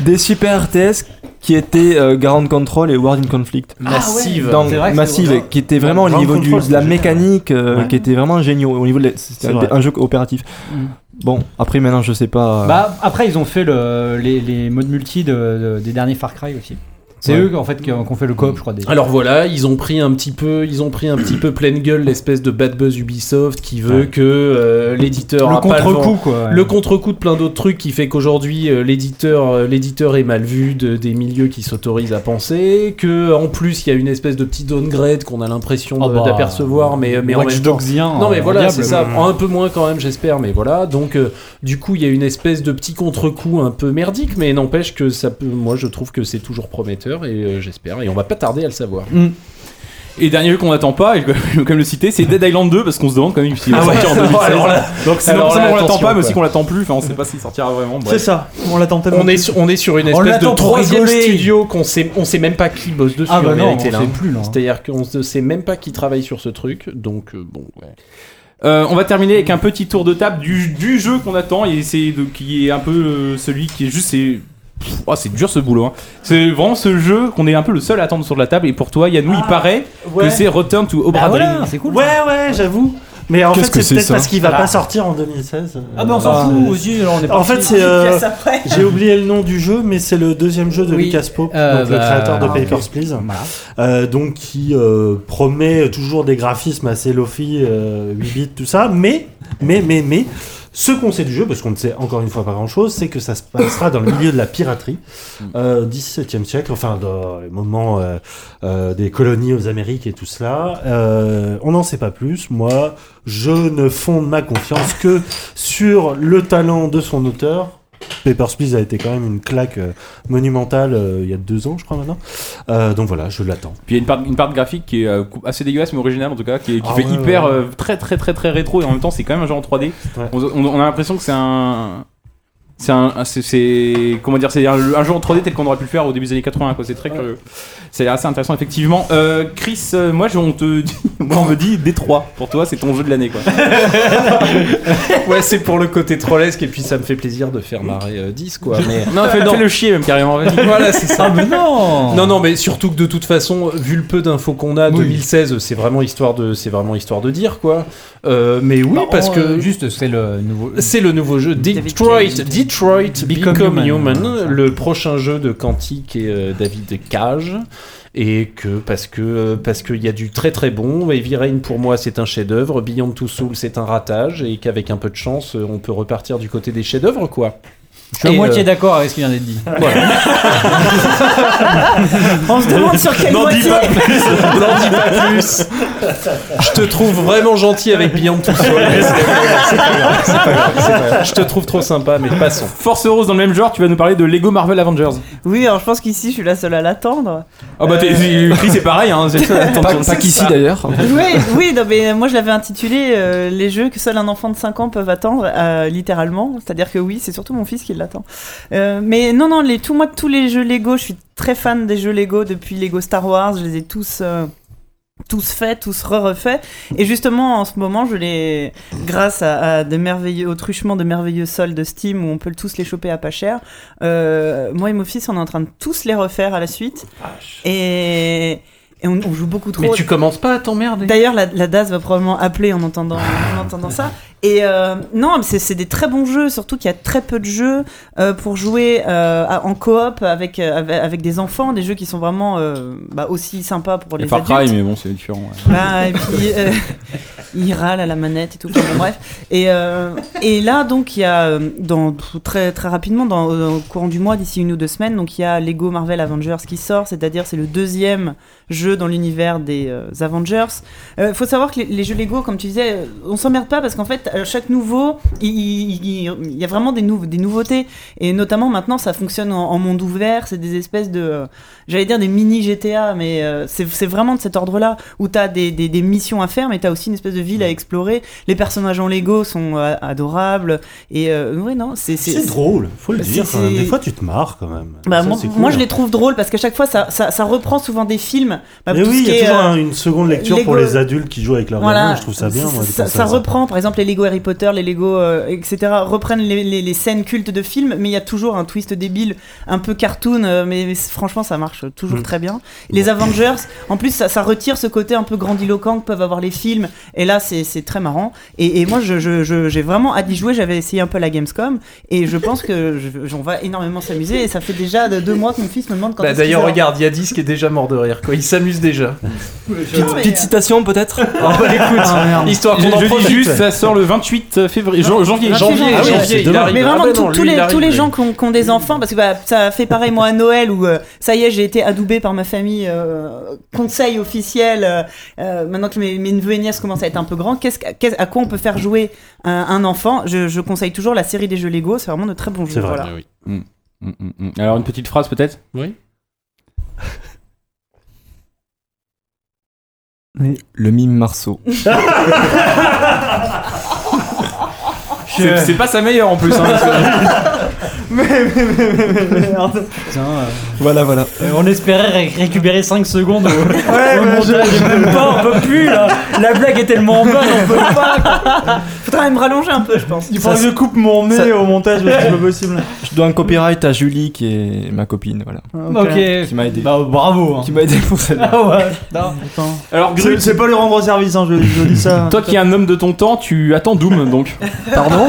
Speaker 6: des super RTS qui étaient euh, Ground Control et World in Conflict.
Speaker 8: Massive.
Speaker 6: Donc,
Speaker 3: C'est vrai que c'est
Speaker 6: massive,
Speaker 8: hein.
Speaker 3: vrai.
Speaker 6: qui était vraiment au
Speaker 7: Ground
Speaker 6: niveau du,
Speaker 7: Control,
Speaker 6: de la
Speaker 7: c'est
Speaker 6: mécanique, euh,
Speaker 7: Ouais.
Speaker 6: qui était vraiment géniaux. Au niveau de la- c'était
Speaker 7: C'est
Speaker 6: un,
Speaker 7: vrai.
Speaker 6: un jeu coopératif. Bon, après maintenant, je sais pas. euh,
Speaker 3: Bah, après, ils ont fait le, les, les modes multi de- de- des derniers Far Cry aussi. C'est
Speaker 6: Ouais.
Speaker 3: eux, en fait, qui ont qui ont fait le coop, je crois. Déjà.
Speaker 8: Alors voilà, ils ont pris un petit peu, ils ont pris un petit peu pleine gueule l'espèce de bad buzz Ubisoft qui veut que euh, l'éditeur
Speaker 3: le
Speaker 8: a pas le vent.
Speaker 3: contre-coup, quoi.
Speaker 8: Le contre-coup de plein d'autres trucs qui fait qu'aujourd'hui euh, l'éditeur euh, l'éditeur est mal vu de, des milieux qui s'autorisent à penser, que en plus il y a une espèce de petit downgrade qu'on a l'impression
Speaker 3: Oh,
Speaker 8: de-
Speaker 3: bah.
Speaker 8: d'apercevoir, mais mais en même temps Non mais voilà, c'est ça. Un peu moins quand même, j'espère. Mais voilà, donc euh, du coup, il y a une espèce de petit contre-coup un peu merdique, mais n'empêche que ça peut. Moi, je trouve que c'est toujours prometteur et euh, j'espère. Et on va pas tarder à le savoir.
Speaker 1: Et dernier jeu qu'on n'attend pas, et je vais quand même le citer, c'est Dead Island 2 parce qu'on se demande quand même s'il va
Speaker 8: Ah ouais,
Speaker 1: sortir en 2016.
Speaker 8: alors là-
Speaker 1: Donc c'est non
Speaker 8: alors là,
Speaker 1: seulement on l'attend
Speaker 8: attention,
Speaker 1: pas, mais aussi
Speaker 8: quoi.
Speaker 1: qu'on l'attend plus. Enfin, on sait pas s'il sortira vraiment. bref.
Speaker 2: c'est ça. On l'attend tellement.
Speaker 8: On est sur, on est sur une
Speaker 3: On
Speaker 8: espèce
Speaker 3: l'attend
Speaker 8: de
Speaker 3: pour
Speaker 8: troisième
Speaker 3: rigoler.
Speaker 8: studio qu'on sait on sait même pas qui bosse dessus.
Speaker 3: Ah bah
Speaker 8: en
Speaker 3: non, on
Speaker 8: vérité, là.
Speaker 3: sait plus, là.
Speaker 8: C'est-à-dire qu'on ne sait même pas qui travaille sur ce truc. Donc euh, bon. ouais.
Speaker 1: Euh, on va terminer avec un petit tour de table du, du jeu qu'on attend et c'est de- qui est un peu euh, celui qui est juste c'est Pff, oh, c'est dur ce boulot. hein. C'est vraiment ce jeu qu'on est un peu le seul à attendre sur la table et pour toi Yannou il paraît
Speaker 7: ouais.
Speaker 1: que c'est Return to
Speaker 3: Bah
Speaker 8: bah,
Speaker 1: Obra Dinn.
Speaker 7: c'est cool. Ouais,
Speaker 2: hein.
Speaker 7: ouais, j'avoue. Mais en fait,
Speaker 1: Qu'est-ce que
Speaker 7: c'est
Speaker 1: c'est,
Speaker 7: peut-être
Speaker 1: ça
Speaker 7: parce qu'il va
Speaker 1: Ah.
Speaker 7: pas sortir en 2016.
Speaker 3: Ah, bah, on s'en fout, aux yeux, on est pas
Speaker 7: En fait,
Speaker 3: dessus.
Speaker 7: c'est. euh,
Speaker 3: Pièce après.
Speaker 7: J'ai oublié le nom du jeu, mais c'est le deuxième jeu de
Speaker 3: Oui.
Speaker 7: Lucas Pope,
Speaker 3: Euh,
Speaker 7: donc le
Speaker 3: bah,
Speaker 7: créateur de
Speaker 3: ah, ok.
Speaker 7: Papers, Please. Euh, donc, qui euh, promet toujours des graphismes assez lofi, euh, 8 bits, tout ça. Mais, mais, mais, mais. Ce qu'on sait du jeu, parce qu'on ne sait encore une fois pas grand chose, c'est que ça se passera dans le milieu de la piraterie, euh, 17e siècle, enfin dans les moments euh, euh, des colonies aux Amériques et tout cela. Euh, on n'en sait pas plus. Moi, je ne fonde ma confiance que sur le talent de son auteur. Papers, Please a été quand même une claque euh, monumentale euh, il y a deux ans, je crois maintenant. Euh, donc voilà, je l'attends.
Speaker 1: Puis il y a une part, une part graphique qui est euh, cou- assez dégueulasse mais originale en tout cas, qui, est- qui
Speaker 7: Ah
Speaker 1: fait
Speaker 7: ouais,
Speaker 1: hyper
Speaker 7: ouais.
Speaker 1: euh, très très très très rétro et en même temps c'est quand même un jeu en 3D.
Speaker 7: Ouais.
Speaker 1: On, on- on a l'impression que c'est un c'est un un- c'est- c'est comment dire c'est un, un jeu en 3D tel qu'on aurait pu le faire au début des années 80 quoi. C'est très curieux. C'est assez intéressant effectivement. Euh, Chris, euh, moi je, on te dit, (laughs) moi on me dit Détroit pour toi c'est ton jeu de l'année quoi.
Speaker 8: ouais, c'est pour le côté trollesque et puis ça me fait plaisir de faire marrer euh, 10 quoi. Mais...
Speaker 1: Non, fais- fais le chier même carrément. vas-y.
Speaker 8: Voilà, c'est ça.
Speaker 1: Ah, mais non
Speaker 8: Non, non, mais surtout que de toute façon, vu le peu d'infos qu'on a, 2016, c'est vraiment histoire de, c'est vraiment histoire de dire quoi. Euh, mais oui,
Speaker 3: Bah,
Speaker 8: parce
Speaker 3: on,
Speaker 8: que
Speaker 3: euh, juste, c'est le nouveau.
Speaker 8: c'est le nouveau jeu Detroit, Detroit Become, Human, le prochain jeu de Quantique et euh, David Cage. Et que parce que euh, parce qu'il y a du très très bon, Heavy Rain pour moi c'est un chef-d'œuvre, Beyond Two Souls c'est un ratage et qu'avec un peu de chance euh, on peut repartir du côté des chefs-d'œuvre quoi.
Speaker 3: Je suis à
Speaker 8: Et,
Speaker 3: moitié
Speaker 8: euh,
Speaker 3: d'accord avec ce qui vient d'être dit.
Speaker 5: On se demande sur quelle
Speaker 8: N'en dis
Speaker 5: moitié.
Speaker 8: pas plus. N'en dis pas plus. Je te trouve vraiment gentil avec Beyond Two Souls. mais c'est- c'est pas grave, c'est pas grave, c'est pas grave. Je te trouve trop sympa, mais passons.
Speaker 1: Force Rose dans le même genre, tu vas nous parler de Lego Marvel Avengers.
Speaker 5: Oui, alors je pense qu'ici je suis la seule à l'attendre.
Speaker 1: Ah bah t'es-
Speaker 5: Euh.
Speaker 1: Chris c'est pareil hein. c'est- attends,
Speaker 6: Pas,
Speaker 1: on sait
Speaker 6: pas qu'ici
Speaker 1: ça.
Speaker 6: d'ailleurs.
Speaker 5: oui, (laughs) oui non, mais moi je l'avais intitulé euh, Les jeux que seul un enfant de 5 ans peuvent attendre, euh, littéralement. C'est-à-dire que oui, c'est surtout mon fils qui l'attend. Euh, mais non, non, les, tout, moi, tous les jeux Lego, je suis très fan des jeux Lego depuis Lego Star Wars, je les ai tous. euh, tous faits, tous re-refaits. Et justement, en ce moment, je les, grâce à, à de merveilleux, au truchement de merveilleux soldes de Steam où on peut tous les choper à pas cher, euh, moi et mon fils, on est en train de tous les refaire à la suite. Et, et on, on joue beaucoup trop.
Speaker 8: Mais tu commences pas à t'emmerder.
Speaker 5: D'ailleurs, la, la DAS va probablement appeler en entendant, en entendant ça. Et euh, non, mais c'est- c'est des très bons jeux, surtout qu'il y a très peu de jeux euh, pour jouer euh, à- en coop avec, euh, avec, avec des enfants, des jeux qui sont vraiment euh, bah, aussi sympas pour
Speaker 1: Et
Speaker 5: les
Speaker 1: Far
Speaker 5: adultes.
Speaker 1: Cry mais bon c'est différent. ouais.
Speaker 5: Bah, et puis, euh, il râle à la manette et tout. Enfin, bon, bref. Et, euh, et là, donc, il y a, euh, dans, très, très rapidement, dans, dans- au courant du mois, d'ici une ou deux semaines, donc il y a Lego Marvel Avengers qui sort, c'est-à-dire c'est le deuxième jeu dans l'univers des euh, Avengers. Il faut savoir que les, les jeux Lego, comme tu disais, euh, on s'emmerde pas parce qu'en fait, à chaque nouveau, il- il il- il y a vraiment des, nou- des nouveautés. Et notamment maintenant, ça fonctionne en, en monde ouvert, c'est des espèces de... euh, j'allais dire des mini GTA, mais euh, c'est c'est vraiment de cet ordre-là, où t'as des, des, des missions à faire, mais t'as aussi une espèce de ville à explorer. Les personnages en Lego sont euh, adorables, et euh, ouais, non, c'est...
Speaker 7: C'est drôle, faut le
Speaker 5: c'est-
Speaker 7: dire. quand même.
Speaker 5: c'est-
Speaker 7: Des fois, tu te marres quand même.
Speaker 5: Bah,
Speaker 7: Ça,
Speaker 5: moi,
Speaker 7: c'est cool.
Speaker 5: moi, je les trouve drôles parce qu'à chaque fois ça, ça, ça reprend souvent des films. Bah,
Speaker 7: Mais
Speaker 5: tout
Speaker 7: Eh oui,
Speaker 5: ce
Speaker 7: il
Speaker 5: qui
Speaker 7: y a
Speaker 5: est,
Speaker 7: toujours
Speaker 5: euh,
Speaker 7: un- une seconde lecture pour
Speaker 5: Lego-
Speaker 7: les adultes qui jouent avec leurs gamins. Je trouve ça bien. moi, de
Speaker 5: ça,
Speaker 7: penser
Speaker 5: ça
Speaker 7: à
Speaker 5: reprend, par exemple, les Lego Harry Potter, les Lego, euh, etc., reprennent les, les- les scènes cultes de films, mais il y a toujours un twist débile, un peu cartoon, euh, mais, mais c'est- franchement, ça marche toujours
Speaker 7: Mm.
Speaker 5: très bien. Les Avengers, en plus, ça, ça retire ce côté un peu grandiloquent que peuvent avoir les films, et là, c'est c'est très marrant. Et, et moi, je- je- je- j'ai vraiment hâte d'y jouer, j'avais essayé un peu la Gamescom, et je pense que je- j'en vais énormément s'amuser, et ça fait déjà de- deux mois que mon fils me demande quand
Speaker 8: Bah,
Speaker 5: est-ce qu'il
Speaker 8: D'ailleurs,
Speaker 5: sort.
Speaker 8: regarde, il y a 10 qui est déjà mort de rire, quoi. Il s'amuse déjà.
Speaker 6: Petite, petite
Speaker 5: euh,
Speaker 6: citation peut-être
Speaker 8: Ah, bah, écoute, histoire
Speaker 1: Je,
Speaker 8: qu'on en
Speaker 1: je dis
Speaker 8: profite.
Speaker 1: juste, ça sort le 28 février, jan- janvier. ah
Speaker 5: 28
Speaker 8: janvier,
Speaker 5: janvier,
Speaker 8: janvier,
Speaker 5: ouais.
Speaker 8: il arrive.
Speaker 5: Mais vraiment,
Speaker 8: Ah ben
Speaker 5: tous-
Speaker 8: non,
Speaker 5: tous
Speaker 8: lui,
Speaker 5: les,
Speaker 8: il arrive,
Speaker 5: tous les
Speaker 8: lui.
Speaker 5: gens qui ont, qui ont des enfants, parce que bah, ça a fait pareil, moi, à Noël, où euh, ça y est, j'ai été adoubé par ma famille, euh, conseil officiel. euh, euh, maintenant que mes, mes neveux et nièces commencent à être un peu grands, qu'est-ce, qu'a- qu'est-ce- à quoi on peut faire jouer un, un enfant je, je conseille toujours la série des jeux Lego, c'est vraiment de très bons jeux.
Speaker 7: C'est vrai.
Speaker 5: voilà.
Speaker 1: Mm, mm, mm. Alors une petite phrase peut-être
Speaker 6: Le mime
Speaker 1: (laughs)
Speaker 6: Marceau.
Speaker 1: C'est c'est pas sa meilleure en plus. (laughs) hein, parce que-
Speaker 3: Putain, euh,
Speaker 6: Voilà, voilà.
Speaker 3: euh, on espérait ré- récupérer 5 secondes au, au
Speaker 4: ouais,
Speaker 3: montage, et même pas, on peut peut plus là. La blague est tellement bonne, on peut pas.
Speaker 5: Faudra même rallonger un peu, je pense.
Speaker 2: Il faudrait que je coupe mon nez
Speaker 6: ça-
Speaker 2: au montage, mais c'est pas possible.
Speaker 6: Je dois un copyright à Julie qui est ma copine, voilà.
Speaker 3: Ok.
Speaker 6: Qui m'a aidé.
Speaker 3: Bah, bravo. hein.
Speaker 6: Qui m'a aidé pour
Speaker 3: (laughs)
Speaker 6: celle-là.
Speaker 3: Ah ouais. Non.
Speaker 1: Alors, Gru,
Speaker 2: C'est- C'est pas lui rendre service, hein, je, je dis ça.
Speaker 1: (laughs) toi qui es un homme de ton temps, tu attends Doom (laughs) donc. Pardon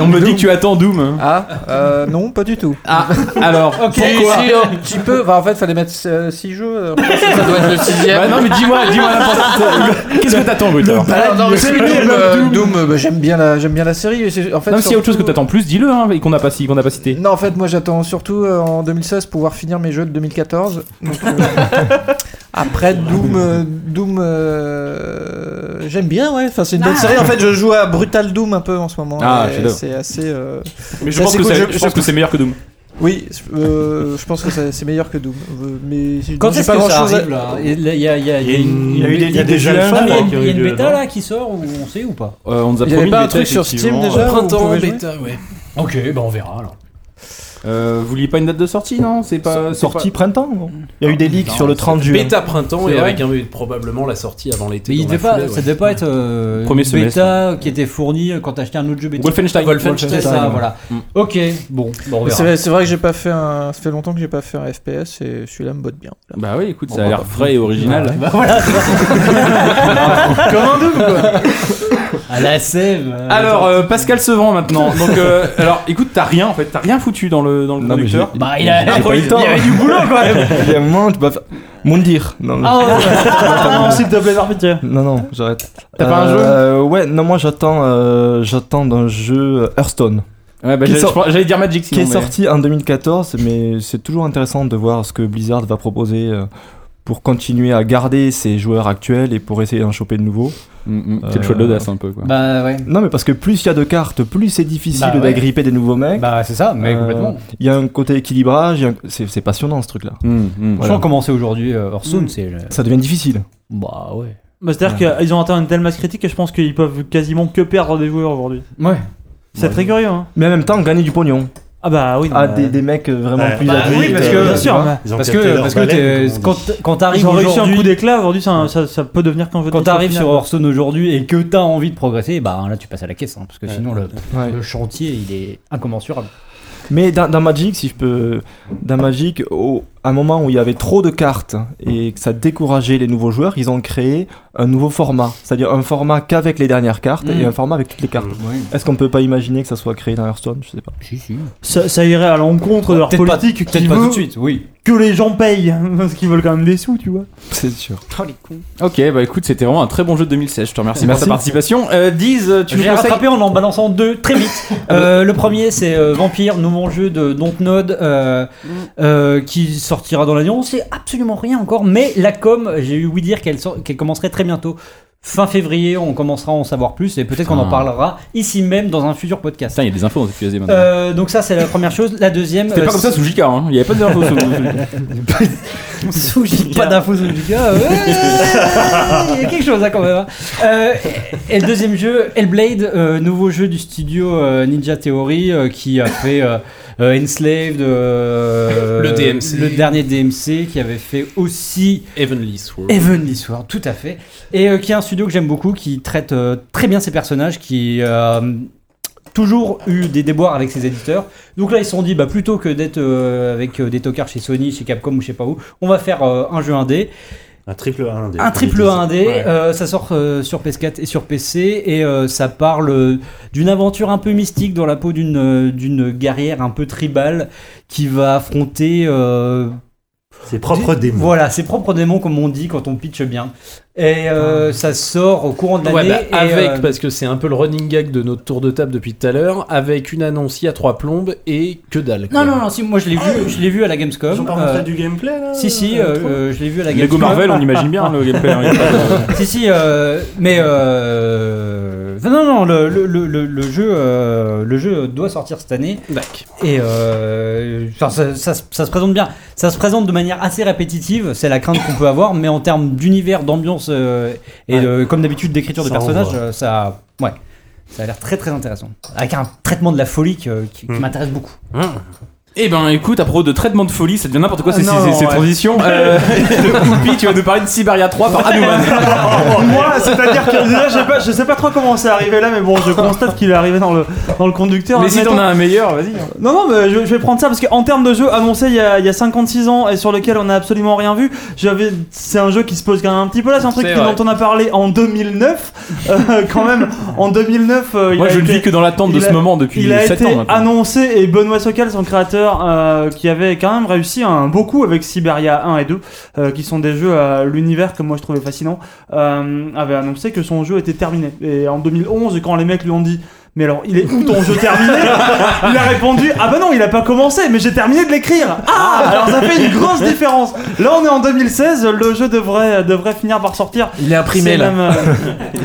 Speaker 1: On me dit que tu attends Doom.
Speaker 11: Ah, euh, non, pas du tout.
Speaker 1: Ah, alors, pourquoi
Speaker 11: Si, si, un petit peu. Bah, en fait, fallait mettre 6 jeux. euh, ça doit être le sixième.
Speaker 1: Bah non, mais dis-moi, dis-moi (laughs) n'importe Qu'est-ce que t'attends, Gru alors
Speaker 11: Ah, non, mais c'est Doom, euh, Doom, euh, bah, j'aime bien la, j'aime bien la série. et c'est- En fait,
Speaker 1: Non, mais s'il y a autre chose que
Speaker 11: surtout-
Speaker 1: t'attends plus, dis-le, hein, et qu'on n'a pas, si- qu'on n'a pas cité.
Speaker 11: Non, en fait, moi j'attends surtout euh, en 2016 pouvoir finir mes jeux de 2014. Donc, euh, (laughs) après Doom, euh, Doom, euh, j'aime bien, ouais. Enfin, c'est une bonne
Speaker 7: Ah.
Speaker 11: série. En fait, je joue à Brutal Doom un peu en ce moment.
Speaker 1: Ah,
Speaker 11: et
Speaker 1: chef-d'œuvre.
Speaker 11: c'est assez. euh,
Speaker 1: Mais je
Speaker 11: Ça,
Speaker 1: pense
Speaker 11: c'est
Speaker 1: que
Speaker 11: cool,
Speaker 1: c'est-
Speaker 11: je-
Speaker 1: je
Speaker 11: je
Speaker 1: pense que c'est meilleur que Doom.
Speaker 11: Oui, euh, je pense que ça- c'est meilleur que Doom. Euh, Mais
Speaker 3: Quand
Speaker 11: j'ai
Speaker 3: est-ce
Speaker 11: pas
Speaker 3: que ça
Speaker 11: grand-chose à-
Speaker 3: arrive là Il y a, il y a- il y a une.
Speaker 7: il y a eu des-
Speaker 3: il y a
Speaker 7: des
Speaker 3: déjà
Speaker 7: jeunes,
Speaker 3: le fan,
Speaker 7: je crois,
Speaker 3: Il y a une- il y a une
Speaker 7: qui ont eu
Speaker 3: bêta
Speaker 7: de-
Speaker 3: là qui sort ou on sait ou pas
Speaker 1: Euh, on nous a
Speaker 11: Il y avait
Speaker 1: promis
Speaker 11: pas
Speaker 1: une
Speaker 11: un
Speaker 1: bêta,
Speaker 11: truc sur Steam
Speaker 1: effectivement.
Speaker 11: déjà où vous
Speaker 8: Printemps,
Speaker 11: pouvez jouer
Speaker 8: bêta, ouais.
Speaker 3: Ok, bah on verra alors.
Speaker 1: Euh, vous vouliez pas une date de sortie, non C'est pas
Speaker 4: Sortie printemps. gros. Il y a eu des leaks sur le 30 juin.
Speaker 8: Bêta printemps
Speaker 1: C'est
Speaker 8: et
Speaker 1: vrai.
Speaker 8: avec un- probablement la sortie avant l'été.
Speaker 3: Mais il
Speaker 8: dans la
Speaker 3: devait pas,
Speaker 8: foulée, ouais.
Speaker 3: ça devait pas être euh,
Speaker 1: Premier
Speaker 3: une bêta
Speaker 1: semestre,
Speaker 3: qui était fournie quand t'achetais un autre jeu bêta.
Speaker 1: Wolfenstein.
Speaker 3: C'est ça, voilà.
Speaker 1: Mm.
Speaker 3: Ok, bon, bah, on
Speaker 11: Mais C'est
Speaker 3: verra.
Speaker 11: vrai, c'est vrai que j'ai pas fait un. Ça fait longtemps que j'ai pas fait un FPS et celui-là me botte bien.
Speaker 1: Bah oui, écoute, ça a l'air frais et original.
Speaker 3: À la sève. euh,
Speaker 1: Alors, euh, Pascal Sevran (laughs) maintenant. Donc, euh, alors, écoute, t'as rien en fait, t'as rien foutu dans le, dans le
Speaker 6: Non, mais j'ai-
Speaker 1: conducteur.
Speaker 3: bah il a
Speaker 8: euh,
Speaker 6: J'ai pas eu le temps.
Speaker 3: il y avait du boulot quand même.
Speaker 6: Il y a un moment, tu vas faire- Moundir. Non, non.
Speaker 2: Ah non, s'il te plaît, par pitié.
Speaker 6: Non, non, j'arrête.
Speaker 1: T'as pas un jeu
Speaker 6: euh, Ouais, non, moi j'attends euh, j'attends d'un jeu Hearthstone
Speaker 1: Ouais, bah,
Speaker 6: Qui
Speaker 1: j'ai-
Speaker 6: sort-
Speaker 1: je pense- j'allais dire Magic
Speaker 6: qui
Speaker 1: sinon,
Speaker 6: est
Speaker 1: mais-
Speaker 6: sorti en 2014, mais c'est toujours intéressant de voir ce que Blizzard va proposer euh, pour continuer à garder ses joueurs actuels et pour essayer d'en choper de nouveaux.
Speaker 1: Mm, mm, C'est
Speaker 6: Euh,
Speaker 1: le choix de l'audace un peu quoi.
Speaker 3: Bah ouais.
Speaker 6: Non, mais parce que plus il y a de cartes, plus c'est difficile
Speaker 3: Bah ouais.
Speaker 6: d'agripper des nouveaux mecs.
Speaker 3: Bah c'est ça, mais
Speaker 6: Euh,
Speaker 3: complètement.
Speaker 6: Il y a un côté équilibrage, il y a un- c'est c'est passionnant ce truc-là.
Speaker 1: Mm, mm.
Speaker 6: voilà.
Speaker 3: Franchement, commencer aujourd'hui euh,
Speaker 7: Mm.
Speaker 3: Hearthstone, c'est. le-
Speaker 6: Ça devient difficile.
Speaker 3: Bah ouais.
Speaker 2: Bah, C'est-à-dire qu'ils ont atteint une telle masse critique que je pense qu'ils peuvent quasiment que perdre des joueurs aujourd'hui.
Speaker 3: Ouais.
Speaker 2: C'est très curieux, hein.
Speaker 6: Mais en même temps, gagner du pognon
Speaker 2: Ah bah oui.
Speaker 6: à
Speaker 2: bah,
Speaker 6: des, des mecs euh, vraiment
Speaker 7: Ouais.
Speaker 6: plus
Speaker 7: Bah
Speaker 6: adultes. euh,
Speaker 3: oui, parce que-
Speaker 2: Bien sûr, mais-
Speaker 7: Ils ont
Speaker 3: Parce
Speaker 7: capté
Speaker 3: que,
Speaker 7: leur
Speaker 3: parce que
Speaker 7: baleine,
Speaker 3: t'es-
Speaker 7: comme on
Speaker 3: quand,
Speaker 7: dit.
Speaker 3: quand t'arrives
Speaker 2: ils ont réussi un coup
Speaker 3: aujourd'hui,
Speaker 2: d'éclat, aujourd'hui ça, ça, ça peut devenir qu'un jeu de
Speaker 3: quand
Speaker 2: niche au
Speaker 3: t'arrives
Speaker 2: final.
Speaker 3: sur Hearthstone aujourd'hui et que t'as envie de progresser, bah là tu passes à la caisse, hein, parce que sinon le,
Speaker 6: Ouais.
Speaker 3: le chantier il est incommensurable.
Speaker 6: Mais dans, dans Magic, si je peux, dans Magic, au, à un moment où il y avait trop de cartes et que ça décourageait les nouveaux joueurs, ils ont créé un nouveau format, c'est-à-dire un format qu'avec les dernières cartes
Speaker 3: Mm.
Speaker 6: et un format avec toutes les cartes.
Speaker 3: Oui.
Speaker 6: Est-ce qu'on peut pas imaginer que ça soit créé dans Hearthstone Je sais pas.
Speaker 3: Si si.
Speaker 2: ça, ça irait à l'encontre de leur
Speaker 3: Peut-être pas-
Speaker 2: politique qui
Speaker 3: Peut-être pas
Speaker 2: veut
Speaker 3: tout de suite, oui.
Speaker 2: que les gens payent hein, parce qu'ils veulent quand même des sous, tu vois.
Speaker 6: C'est sûr.
Speaker 1: Ok, bah écoute, c'était vraiment un très bon jeu de 2016. Je te remercie
Speaker 6: Merci.
Speaker 1: pour ta participation. Euh, Diz, euh, tu nous
Speaker 3: J'ai
Speaker 1: conseilles
Speaker 3: rattrapé en en balançant deux
Speaker 1: (laughs)
Speaker 3: très vite. Euh, le premier, c'est euh, Vampire, nouveau jeu de Dontnod euh,
Speaker 1: Mm.
Speaker 3: euh, qui sortira dans l'année. On sait absolument rien encore, mais la com, j'ai eu oui dire qu'elle sort- qu'elle commencerait très bientôt. Fin février, on commencera à en savoir plus et peut-être qu'on en
Speaker 1: Ah.
Speaker 3: parlera ici même dans un futur podcast.
Speaker 1: Putain, il y a des infos dans cette QSD maintenant.
Speaker 3: Euh, donc ça c'est la première chose. La deuxième,
Speaker 1: C'était
Speaker 3: euh,
Speaker 1: pas comme ça sous JK, hein. il y avait pas d'infos (laughs) sous. sous-
Speaker 3: Sous Pas d'infos sous Giga. ouais, Il y a quelque chose là quand même. hein. Euh, et le deuxième jeu, Hellblade, euh, nouveau jeu du studio euh, Ninja Theory euh, qui a fait euh, euh, Enslaved, euh,
Speaker 8: Le DMC.
Speaker 3: le dernier DMC, qui avait fait aussi
Speaker 8: Heavenly Sword.
Speaker 3: Heavenly Sword, tout à fait, et euh, qui est un studio que j'aime beaucoup, qui traite euh, très bien ses personnages, qui a toujours eu des déboires avec ses éditeurs. Donc là, ils se sont dit, bah, plutôt que d'être euh, avec euh, des tocards chez Sony, chez Capcom ou je sais pas où, on va faire euh, un jeu indé.
Speaker 7: Un triple 1 indé.
Speaker 3: Un triple 1 indé,
Speaker 7: Ouais.
Speaker 3: euh, ça sort euh, sur PS4 et sur PC, et euh, ça parle euh, d'une aventure un peu mystique dans la peau d'une euh, d'une guerrière un peu tribale qui va affronter... euh,
Speaker 7: C'est propre
Speaker 3: des-
Speaker 7: démon.
Speaker 3: Voilà, ses propres démons, comme on dit quand on pitch bien. Et euh, ça sort au courant de
Speaker 8: Ouais,
Speaker 3: l'année.
Speaker 8: bah,
Speaker 3: et,
Speaker 8: avec,
Speaker 3: euh,
Speaker 8: parce que c'est un peu le running gag de notre tour de table depuis tout à l'heure, avec une annonce il y a trois plombes et que dalle.
Speaker 3: Non,
Speaker 8: quoi.
Speaker 3: non, non, si, moi je l'ai vu, je l'ai vu à la Gamescom.
Speaker 7: Ah, Ils ont pas
Speaker 3: euh,
Speaker 7: montré du gameplay là
Speaker 3: Si, si,
Speaker 7: euh,
Speaker 3: euh,
Speaker 7: trop
Speaker 3: euh, je l'ai vu à la
Speaker 1: Lego
Speaker 3: Gamescom.
Speaker 1: Marvel, on imagine bien hein, le gameplay. (laughs) hein, il y a pas de-
Speaker 3: si, si, euh, mais. euh, Non, non, non, le, le- le- le- le jeu, euh, le jeu doit sortir cette année.
Speaker 8: Dac.
Speaker 3: Et euh, enfin, ça, ça se- ça se présente bien. Ça se présente de manière assez répétitive, c'est la crainte qu'on peut avoir, mais en termes d'univers, d'ambiance euh, et de- comme d'habitude d'écriture de
Speaker 7: Ça
Speaker 3: personnages,
Speaker 7: envoie.
Speaker 3: euh, ça, ouais, ça a l'air très très intéressant. Avec un traitement de la folie que- qui, qui
Speaker 7: Mm.
Speaker 3: m'intéresse beaucoup.
Speaker 7: Hum.
Speaker 1: Eh ben écoute, à propos de traitement de folie, ça devient n'importe quoi
Speaker 11: Ah
Speaker 1: ces,
Speaker 11: non,
Speaker 1: ces- ces
Speaker 11: ouais.
Speaker 1: transitions.
Speaker 2: (laughs)
Speaker 1: Euh, Oupi, tu vas nous parler de Siberia 3 par Hanuman. Oh,
Speaker 2: Moi, c'est-à-dire que déjà, je sais pas, je sais pas trop comment c'est arrivé là, mais bon, je constate qu'il est arrivé dans le, dans le conducteur.
Speaker 1: Mais si
Speaker 2: Admettons-
Speaker 1: t'en as un meilleur, vas-y.
Speaker 2: Non, non, mais je, je vais prendre ça parce qu'en termes de jeu annoncé il y, a, il y a 56 ans et sur lequel on n'a absolument rien vu, j'avais, c'est un jeu qui se pose quand même un petit peu là. C'est un truc
Speaker 1: C'est
Speaker 2: que-
Speaker 1: vrai.
Speaker 2: dont on a parlé en 2009, euh, quand même. En 2009, euh, il
Speaker 1: Moi,
Speaker 2: a
Speaker 1: je ne
Speaker 2: été-
Speaker 1: vis que dans l'attente de
Speaker 2: il
Speaker 1: ce
Speaker 2: a-
Speaker 1: moment depuis
Speaker 2: Il a
Speaker 1: 7
Speaker 2: été
Speaker 1: ans maintenant.
Speaker 2: annoncé et Benoît Socal, son créateur, euh, qui avait quand même réussi un beau coup avec Siberia 1 et 2, euh, qui sont des jeux à l'univers que moi je trouvais fascinant, euh, avait annoncé que son jeu était terminé. Et en 2011, quand les mecs lui ont dit mais alors, il est où ton jeu terminé Il a répondu Ah bah non, il a pas commencé, mais j'ai terminé de l'écrire Ah Alors ça fait une grosse différence Là, on est en 2016, le jeu devrait, devrait finir par sortir.
Speaker 8: Il est imprimé,
Speaker 2: C'est
Speaker 8: là.
Speaker 2: même, euh,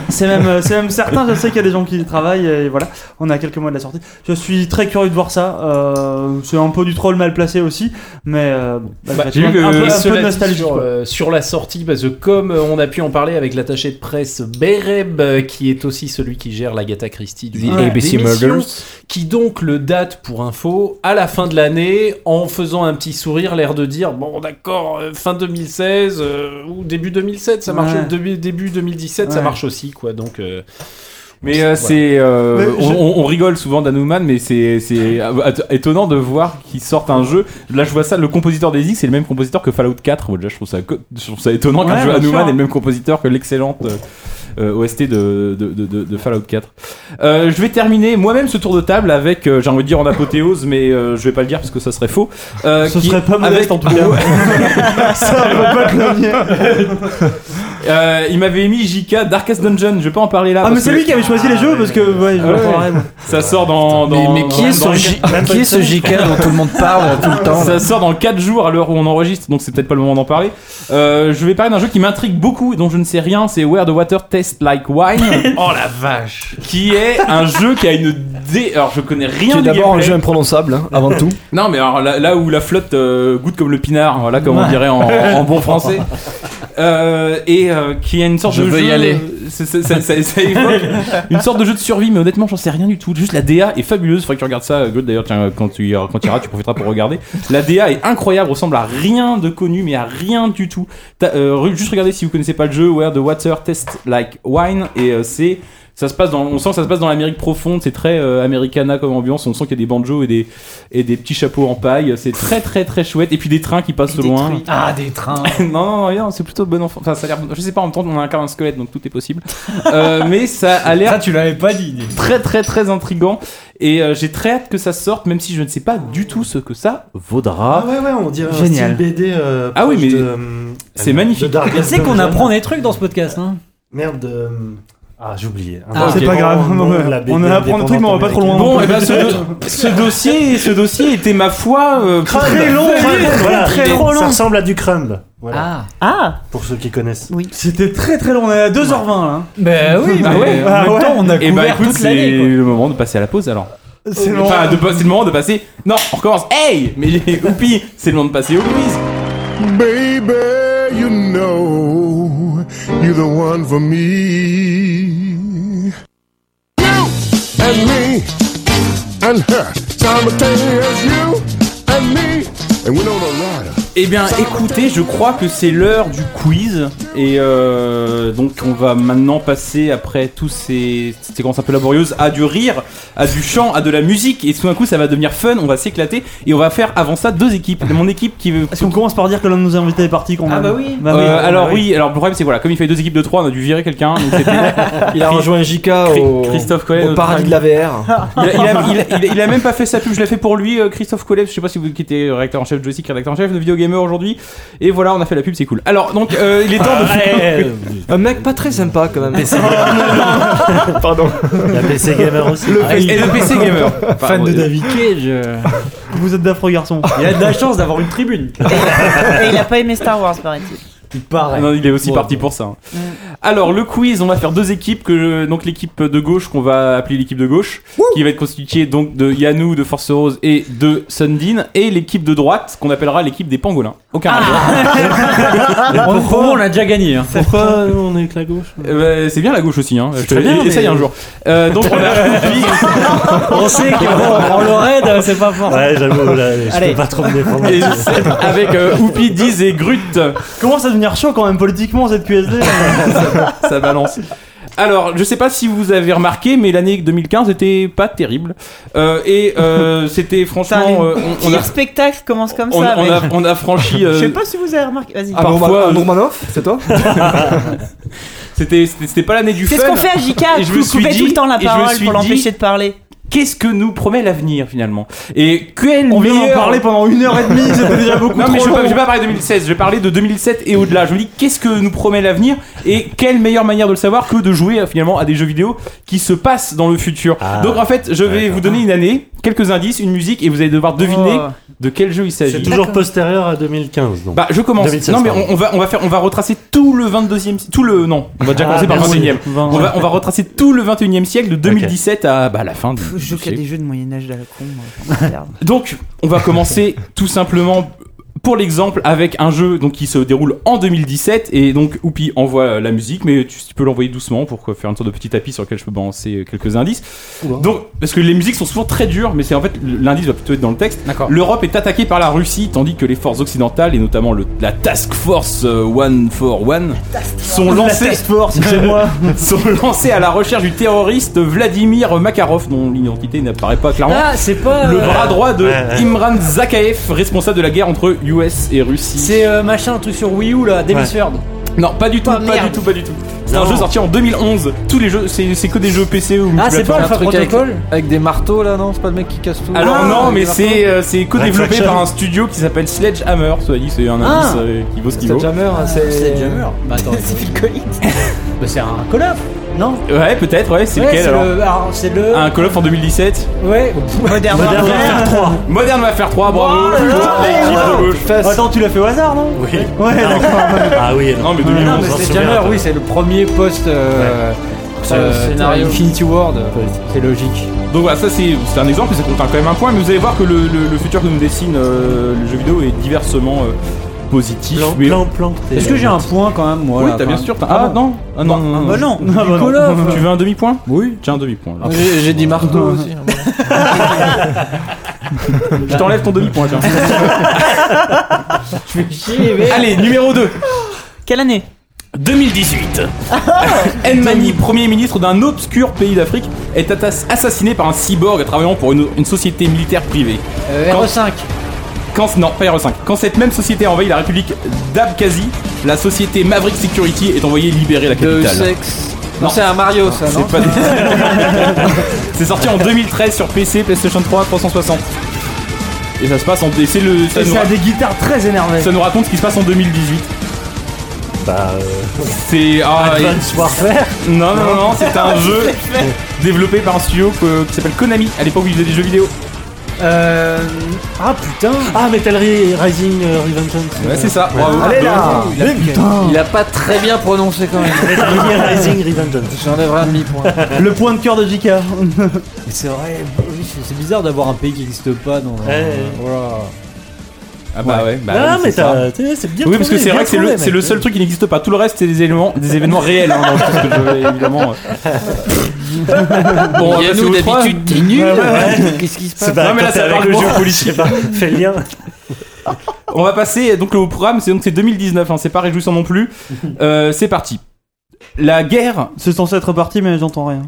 Speaker 2: c'est même, euh, c'est même certain, je sais qu'il y a des gens qui y travaillent, et voilà, on est à quelques mois de la sortie. Je suis très curieux de voir ça, euh, c'est un peu du troll mal placé aussi, mais euh, bon, bah,
Speaker 8: Bah,
Speaker 2: j'ai un, peu- un peu
Speaker 8: cela
Speaker 2: de
Speaker 8: dit,
Speaker 2: nostalgie.
Speaker 8: sur,
Speaker 2: quoi. (laughs)
Speaker 8: euh, sur la sortie, parce que comme euh, on a pu en parler avec l'attaché de presse Bereb, euh, qui est aussi celui qui gère l'Agatha Christie du
Speaker 6: The ABC
Speaker 8: d'émission,
Speaker 6: Murders.
Speaker 8: qui donc le date pour info à la fin de l'année, en faisant un petit sourire, l'air de dire bon d'accord, euh, fin 2016 euh, ou début 2007, ça marche.
Speaker 2: Ouais.
Speaker 8: début- début 2017, ça
Speaker 2: Ouais.
Speaker 8: marche aussi quoi. Donc euh,
Speaker 1: Mais
Speaker 8: voilà.
Speaker 1: euh, c'est, euh,
Speaker 2: Mais
Speaker 1: on,
Speaker 2: je-
Speaker 1: on- on rigole souvent d'Hanuman, mais c'est c'est at- étonnant de voir qu'ils sortent un jeu. Là, je vois ça, le compositeur des X, c'est le même compositeur que Fallout 4. Bon, déjà, je trouve ça, co- je trouve ça étonnant
Speaker 2: Ouais,
Speaker 1: qu'un jeu
Speaker 2: bien sûr.
Speaker 1: Hanuman ait le même compositeur que l'excellente euh, euh, OST de, de, de- de- de Fallout 4. Euh, je vais terminer moi-même ce tour de table avec, euh, j'ai envie de dire en apothéose, mais euh, je vais pas le dire parce que ça serait faux. Euh,
Speaker 2: Ce
Speaker 1: qui-
Speaker 2: serait pas modeste
Speaker 1: avec-
Speaker 2: en tout cas. ça, on peut pas te le nier.
Speaker 1: (laughs) Euh, il m'avait mis JK Darkest Dungeon, je vais pas en parler là.
Speaker 2: Ah, mais
Speaker 1: parce
Speaker 2: c'est
Speaker 1: que-
Speaker 2: lui qui avait choisi les jeux parce que, ouais, je
Speaker 1: Ah ouais.
Speaker 2: comprendrais, moi.
Speaker 1: Ça sort dans. dans
Speaker 11: mais, mais qui est
Speaker 1: dans-
Speaker 11: ce, J-
Speaker 1: dans-
Speaker 11: qui est ce JK dont tout le monde parle tout le temps là
Speaker 1: Ça sort dans 4 jours à l'heure où on enregistre, donc c'est peut-être pas le moment d'en parler. Euh, je vais parler d'un jeu qui m'intrigue beaucoup et dont je ne sais rien, c'est Where the Water Tastes Like Wine,
Speaker 8: (laughs) oh la vache.
Speaker 1: qui est un jeu qui a une dé... Alors je connais rien
Speaker 6: Qui
Speaker 1: du
Speaker 6: est d'abord un
Speaker 1: gameplay.
Speaker 6: jeu imprononçable, hein, avant tout.
Speaker 1: Non mais alors là, là où la flotte euh, goûte comme le pinard, voilà comme on dirait en,
Speaker 8: (laughs)
Speaker 1: en bon français. Euh, et euh, qui a une sorte
Speaker 8: Je
Speaker 1: de
Speaker 8: veux
Speaker 1: jeu,
Speaker 8: y aller.
Speaker 1: Ça, ça- ça- ça-
Speaker 8: (laughs)
Speaker 1: ça évoque une sorte de jeu de survie, mais honnêtement, j'en sais rien du tout. Juste la DA est fabuleuse. Faudrait que tu regardes ça, euh, Gold. D'ailleurs, tiens, quand tu, iras- quand tu iras, tu profiteras pour regarder. La DA est incroyable, ressemble à rien de connu, mais à rien du tout. T'as, euh, re- juste regardez si vous connaissez pas le jeu, Where the Water Tastes Like Wine, et euh, c'est. Ça se passe dans, on sent que ça se passe dans l'Amérique profonde, c'est très euh, Americana comme ambiance, on sent qu'il y a des banjos et des, et des petits chapeaux en paille, c'est très très très chouette, et puis des trains qui passent loin.
Speaker 3: Ah, des trains.
Speaker 1: (laughs) non, non, non, rien, c'est plutôt bon enfant. Enfin, ça a l'air. Je sais pas, en même temps, on incarne un squelette, donc tout est possible. Euh, (laughs) mais ça a
Speaker 3: Ça,
Speaker 1: l'air
Speaker 3: tu l'avais pas dit. Nick.
Speaker 1: très, très, très intrigant. Et euh, j'ai très hâte que ça sorte, même si je ne sais pas du tout ce que ça vaudra.
Speaker 7: Ah ouais, ouais, on dirait
Speaker 2: Génial.
Speaker 7: un style BD. euh,
Speaker 1: Ah oui,
Speaker 7: proche
Speaker 1: mais
Speaker 7: de, euh,
Speaker 1: c'est
Speaker 7: euh,
Speaker 1: magnifique.
Speaker 7: de Darkest
Speaker 3: Tu sais qu'on
Speaker 7: Dungeon.
Speaker 3: apprend des trucs dans ce podcast, hein
Speaker 7: Merde. euh, Ah, j'ai oublié.
Speaker 3: Ah,
Speaker 2: C'est pas grave,
Speaker 7: Nom de la
Speaker 2: on
Speaker 7: BD
Speaker 2: a appris un truc, mais on va pas trop loin.
Speaker 1: Bon, et ben ce, do- ce dossier, ce dossier était ma foi euh,
Speaker 7: Très long, voilà,
Speaker 5: très long.
Speaker 7: Ça ressemble à du crumble. Voilà,
Speaker 3: Ah
Speaker 5: Ah
Speaker 7: pour ceux qui connaissent.
Speaker 2: C'était très très long, on est à 2h20 là.
Speaker 3: Bah oui,
Speaker 1: Ah
Speaker 3: mais
Speaker 1: ouais.
Speaker 3: en même temps, on a
Speaker 1: Et
Speaker 3: couvert
Speaker 1: bah écoute,
Speaker 3: toute
Speaker 1: c'est
Speaker 3: l'année. quoi.
Speaker 1: le moment de passer à la pause alors.
Speaker 2: C'est bon.
Speaker 1: Enfin, de pas- c'est le moment de passer. Non, on recommence. Hey Mais (laughs) oupi, c'est le moment de passer au quiz.
Speaker 10: Baby, you know you're the one for me. You and me and her simultaneous. You and me and Winona Ryder.
Speaker 1: Eh bien, écoutez, je crois que c'est l'heure du quiz. Et euh, donc, on va maintenant passer, après tous ces ces séquences un peu laborieuses, à du rire, à du chant, à de la musique. Et tout d'un coup, ça va devenir fun, on va s'éclater. Et on va faire avant ça deux équipes. Mon équipe qui veut.
Speaker 2: Est-ce qu'on commence par dire que l'un de nos invités est parti quand
Speaker 3: Ah
Speaker 2: même
Speaker 3: bah oui.
Speaker 2: Bah
Speaker 1: Euh, alors oui, alors le problème c'est voilà, comme il fait deux équipes de trois, on a dû virer quelqu'un.
Speaker 6: (laughs)
Speaker 1: donc c'était
Speaker 6: Il a rejoint JK au,
Speaker 1: Chri- Christophe Collet,
Speaker 6: au
Speaker 1: notre
Speaker 6: paradis de la VR.
Speaker 1: Il a, il, a, il a- il a- il a même pas fait sa pub, je l'ai fait pour lui, euh, Christophe Collet, je sais pas si vous qui était euh, rédacteur en chef de joystick, rédacteur en chef de Video Gamer aujourd'hui. Et voilà, on a fait la pub, c'est cool. Alors donc euh, il est temps
Speaker 3: Ah,
Speaker 1: de
Speaker 6: Un mec pas très sympa quand même.
Speaker 7: Pardon. La PC Gamer aussi.
Speaker 1: et le PC Gamer. Enfin,
Speaker 3: (laughs) Fan de
Speaker 1: euh,
Speaker 3: David Cage. euh. Ah,
Speaker 2: Vous êtes d'affreux garçons.
Speaker 3: Il a de la chance d'avoir une tribune.
Speaker 5: Et il a pas aimé Star Wars, paraît-il.
Speaker 3: Il paraît.
Speaker 1: Non, il est aussi
Speaker 3: Ouais.
Speaker 1: parti pour ça. hein.
Speaker 7: Mm.
Speaker 1: Alors, le quiz, on va faire deux équipes. Que je- donc, l'équipe de gauche, qu'on va appeler l'équipe de gauche, qui va être constituée donc de Yanou, de Force Rose et de Sundin. Et l'équipe de droite, qu'on appellera l'équipe des pangolins. Aucun
Speaker 7: Ah.
Speaker 1: rapport.
Speaker 3: On- pour moi, on a déjà gagné. hein.
Speaker 7: Pourquoi nous, on est avec la gauche
Speaker 1: Euh, c'est bien la gauche aussi, hein. Je te
Speaker 7: très bien, mais-
Speaker 1: essaye un jour. Euh, donc on a
Speaker 3: On sait qu'on on le raid, euh, c'est pas fort.
Speaker 7: Ouais, j'avoue, là, je
Speaker 3: Allez.
Speaker 7: peux pas trop me défendre.
Speaker 1: Et c'est avec euh, Oupi, Diz et Grut.
Speaker 2: Commence à devenir chaud quand même politiquement cette QSD.
Speaker 1: (laughs) Ça balance. Alors, je sais pas si vous avez remarqué, mais l'année 2015 était pas terrible. Euh, et euh, c'était
Speaker 5: Putain, les
Speaker 1: franchement, euh, on, on
Speaker 5: pires
Speaker 1: a,
Speaker 5: spectacles commencent comme
Speaker 1: on,
Speaker 5: ça.
Speaker 1: on a,
Speaker 5: mec.
Speaker 1: on a franchi.
Speaker 5: Je
Speaker 1: euh,
Speaker 5: sais pas bah, si vous avez remarqué. Vas-y.
Speaker 1: Ah, parfois, euh,
Speaker 4: c'est toi
Speaker 1: c'était, c'était, c'était pas l'année du fun.
Speaker 5: Qu'est-ce qu'on fait à JK
Speaker 1: Et
Speaker 5: Je vous couper tout le temps la
Speaker 1: et je me
Speaker 5: parole
Speaker 1: suis
Speaker 5: pour
Speaker 1: dit,
Speaker 5: l'empêcher de parler.
Speaker 1: Qu'est-ce que nous promet l'avenir finalement Et quel
Speaker 2: On vient d'en
Speaker 1: meilleur-
Speaker 2: parler pendant une heure et demie,
Speaker 1: (laughs)
Speaker 2: c'était déjà beaucoup
Speaker 1: Non,
Speaker 2: trop
Speaker 1: mais je vais,
Speaker 2: long.
Speaker 1: pas, je vais pas parler de 2016, je vais parler de 2007 et au-delà. Je me dis, qu'est-ce que nous promet l'avenir et quelle meilleure manière de le savoir que de jouer euh, finalement à des jeux vidéo qui se passent dans le futur.
Speaker 7: Ah.
Speaker 1: Donc en fait, je vais vous donner une année, quelques indices, une musique et vous allez devoir deviner
Speaker 5: Oh.
Speaker 1: de quel jeu il
Speaker 7: C'est
Speaker 1: s'agit.
Speaker 7: toujours postérieur à 2015. Donc.
Speaker 1: Bah, je commence.
Speaker 7: 2016,
Speaker 1: non, mais
Speaker 7: pardon.
Speaker 1: on, on va, on va faire, on va retracer tout le 22e, tout le, non, on va déjà
Speaker 7: Ah,
Speaker 1: commencer par le
Speaker 7: merci.
Speaker 1: 21e. On va, on va retracer tout le 21e siècle de 2017 à, bah, la fin du,
Speaker 5: Pff, Je joue
Speaker 1: du
Speaker 5: qu'à des
Speaker 1: siècle.
Speaker 5: jeux de Moyen-Âge de la con. moi, j'en ai marre.
Speaker 1: (laughs) Donc, on va
Speaker 5: (laughs)
Speaker 1: commencer tout simplement pour l'exemple avec un jeu donc qui se déroule en 2017 et donc Oupi envoie euh, la musique mais tu, tu peux l'envoyer doucement pour quoi, faire une sorte de petit tapis sur lequel je peux balancer euh, quelques indices. Donc parce que les musiques sont souvent très dures mais c'est en fait l'indice va plutôt être dans le texte.
Speaker 8: D'accord.
Speaker 1: L'Europe est attaquée par la Russie tandis que les forces occidentales et notamment le- la Task Force euh, 141 sont lancées (laughs) sont lancées à la recherche du terroriste Vladimir Makarov dont l'identité n'apparaît pas clairement
Speaker 3: Ah, c'est pas.
Speaker 1: le
Speaker 3: euh,
Speaker 1: bras droit de
Speaker 7: Ouais, ouais.
Speaker 1: Imran Zakaev, responsable de la guerre entre US et Russie.
Speaker 3: (laughs) C'est euh, machin, un truc sur Wii U là, Devil's Third.
Speaker 1: Non, pas du tout,
Speaker 5: Ah,
Speaker 1: pas
Speaker 5: merde.
Speaker 1: du tout, pas du tout. C'est un
Speaker 7: Non.
Speaker 1: jeu sorti en 2011. Tous les jeux, c'est c'est que des jeux PC ou
Speaker 3: Ah, c'est pas
Speaker 1: multiplateformes.
Speaker 3: Alpha
Speaker 11: truc avec,
Speaker 3: Protocol
Speaker 11: avec des marteaux là, non C'est pas le mec qui casse tout
Speaker 1: Alors
Speaker 11: Ah,
Speaker 1: non,
Speaker 11: avec
Speaker 1: mais
Speaker 11: des marteaux.
Speaker 1: c'est euh, c'est co-développé
Speaker 7: Action.
Speaker 1: par un studio qui s'appelle Sledgehammer, soit dit, c'est un
Speaker 3: Ah.
Speaker 1: indice euh, qui vaut ce qu'il vaut.
Speaker 4: Sledgehammer,
Speaker 11: hein,
Speaker 3: C'est
Speaker 4: c'est.
Speaker 3: Jammer.
Speaker 11: (laughs)
Speaker 3: Bah attends.
Speaker 5: C'est Phil Collins.
Speaker 3: Bah, c'est un Call of Non
Speaker 1: Ouais, peut-être, ouais, c'est
Speaker 3: Ouais,
Speaker 1: lequel alors
Speaker 3: le- alors Ah. C'est le.
Speaker 1: Un Call of en 2017
Speaker 3: Ouais. Oh
Speaker 5: Modern
Speaker 7: Modern
Speaker 5: Warfare.
Speaker 7: Warfare 3.
Speaker 1: Modern Warfare 3, bravo
Speaker 3: là là,
Speaker 1: Putain, l'équipe de gauche.
Speaker 2: Attends, tu l'as fait au hasard, non
Speaker 7: Oui. Non. Ah oui,
Speaker 1: Non, mais
Speaker 3: Non,
Speaker 1: 2011.
Speaker 3: mais
Speaker 7: j'en
Speaker 3: c'est
Speaker 7: souviens,
Speaker 3: Jammer,
Speaker 7: attends.
Speaker 3: oui, c'est le premier post. euh, euh,
Speaker 11: scénario.
Speaker 3: Infinity Ward. C'est logique.
Speaker 1: Donc voilà, ça c'est c'est un exemple, mais ça compte quand même un point. Mais vous allez voir que le, le- le futur que nous dessine euh, le jeu vidéo est diversement euh, positif.
Speaker 7: Plan,
Speaker 1: mais-
Speaker 7: plan, plan. t'es-
Speaker 3: Est-ce que j'ai un point quand même, moi
Speaker 1: Oui,
Speaker 3: là,
Speaker 1: t'as
Speaker 3: quand
Speaker 1: bien
Speaker 3: même
Speaker 1: sûr. t'as- Ah, non Ah non, non, non,
Speaker 5: Bah
Speaker 1: non.
Speaker 5: non.
Speaker 2: Ah, bah non. (laughs)
Speaker 1: Tu veux un demi-point
Speaker 3: Oui.
Speaker 1: J'ai un demi-point. là.
Speaker 11: J'ai j'ai dit marteau
Speaker 3: Ah.
Speaker 11: aussi. hein,
Speaker 1: (laughs) Je t'enlève ton demi-point, tiens.
Speaker 3: (laughs) Je vais chier, mais.
Speaker 1: Allez, numéro 2.
Speaker 5: Quelle année
Speaker 1: 2018.
Speaker 3: Ah.
Speaker 1: Nmani, premier ministre d'un obscur pays d'Afrique, est atta- assassiné par un cyborg travaillant pour une, une société militaire privée.
Speaker 3: Euh,
Speaker 1: Quand-
Speaker 3: RE5.
Speaker 1: Quand, non, pas R5. Quand cette même société a envahi la République d'Abkhazie, la société Maverick Security est envoyée libérer la
Speaker 11: De
Speaker 1: capitale.
Speaker 11: sexe. Non,
Speaker 1: Non.
Speaker 11: c'est un Mario ça, non
Speaker 1: C'est pas des- (laughs) C'est sorti en 2013 sur PC, PlayStation 3, 360. Et ça se passe en. et c'est le. Ça,
Speaker 2: Et
Speaker 1: nous,
Speaker 2: ça a
Speaker 1: ra-
Speaker 2: des guitares très énervées.
Speaker 1: ça nous raconte ce qui se passe en 2018.
Speaker 7: Bah, euh,
Speaker 1: C'est. ah, et-
Speaker 7: Advanced Warfare
Speaker 1: Non, non, non, non, c'est
Speaker 7: (laughs)
Speaker 1: un jeu développé par un studio que- qui s'appelle Konami. À l'époque, où ils faisaient des jeux vidéo.
Speaker 3: Euh. Ah putain
Speaker 7: Ah, Metal Re- Rising euh, Revengeance.
Speaker 1: Ouais, c'est ça. Bravo.
Speaker 4: Allez là
Speaker 11: Il a pas très bien prononcé quand même.
Speaker 7: Metal Gear Rising Revengeance.
Speaker 11: J'enlèverai un demi-point.
Speaker 2: Le point de cœur de JK.
Speaker 3: Mais C'est vrai, oui, c'est- c'est bizarre d'avoir un pays qui n'existe pas dans.
Speaker 7: Ouais.
Speaker 3: Voilà.
Speaker 1: Ah bah ouais. bah
Speaker 7: Ah,
Speaker 1: oui,
Speaker 7: mais
Speaker 1: c'est ça.
Speaker 7: t'as. t'es- C'est bien.
Speaker 1: Oui, parce que
Speaker 7: trouvé,
Speaker 1: c'est
Speaker 7: bien
Speaker 1: vrai que c'est le,
Speaker 7: trouvé,
Speaker 1: c'est
Speaker 7: mec.
Speaker 1: le seul truc qui n'existe pas. Tout le reste, c'est des événements, des événements réels. hein, dans tout ce que je- évidemment. euh. (laughs) Bon, on va
Speaker 3: euh,
Speaker 11: Il y a
Speaker 1: passer
Speaker 11: nous
Speaker 1: au trois.
Speaker 11: d'habitude, t'es nul. Qu'est-ce qui se passe
Speaker 7: C'est pas
Speaker 1: Non, mais là,
Speaker 7: quand t'es
Speaker 1: ça parle
Speaker 7: avec
Speaker 1: de
Speaker 7: moi,
Speaker 1: géopolitique.
Speaker 7: je sais pas, Fais le lien.
Speaker 1: On va passer donc au programme, c'est donc c'est 2019, hein, c'est pas réjouissant non plus. Euh, c'est parti. La guerre,
Speaker 2: C'est censé être parti, mais j'entends rien.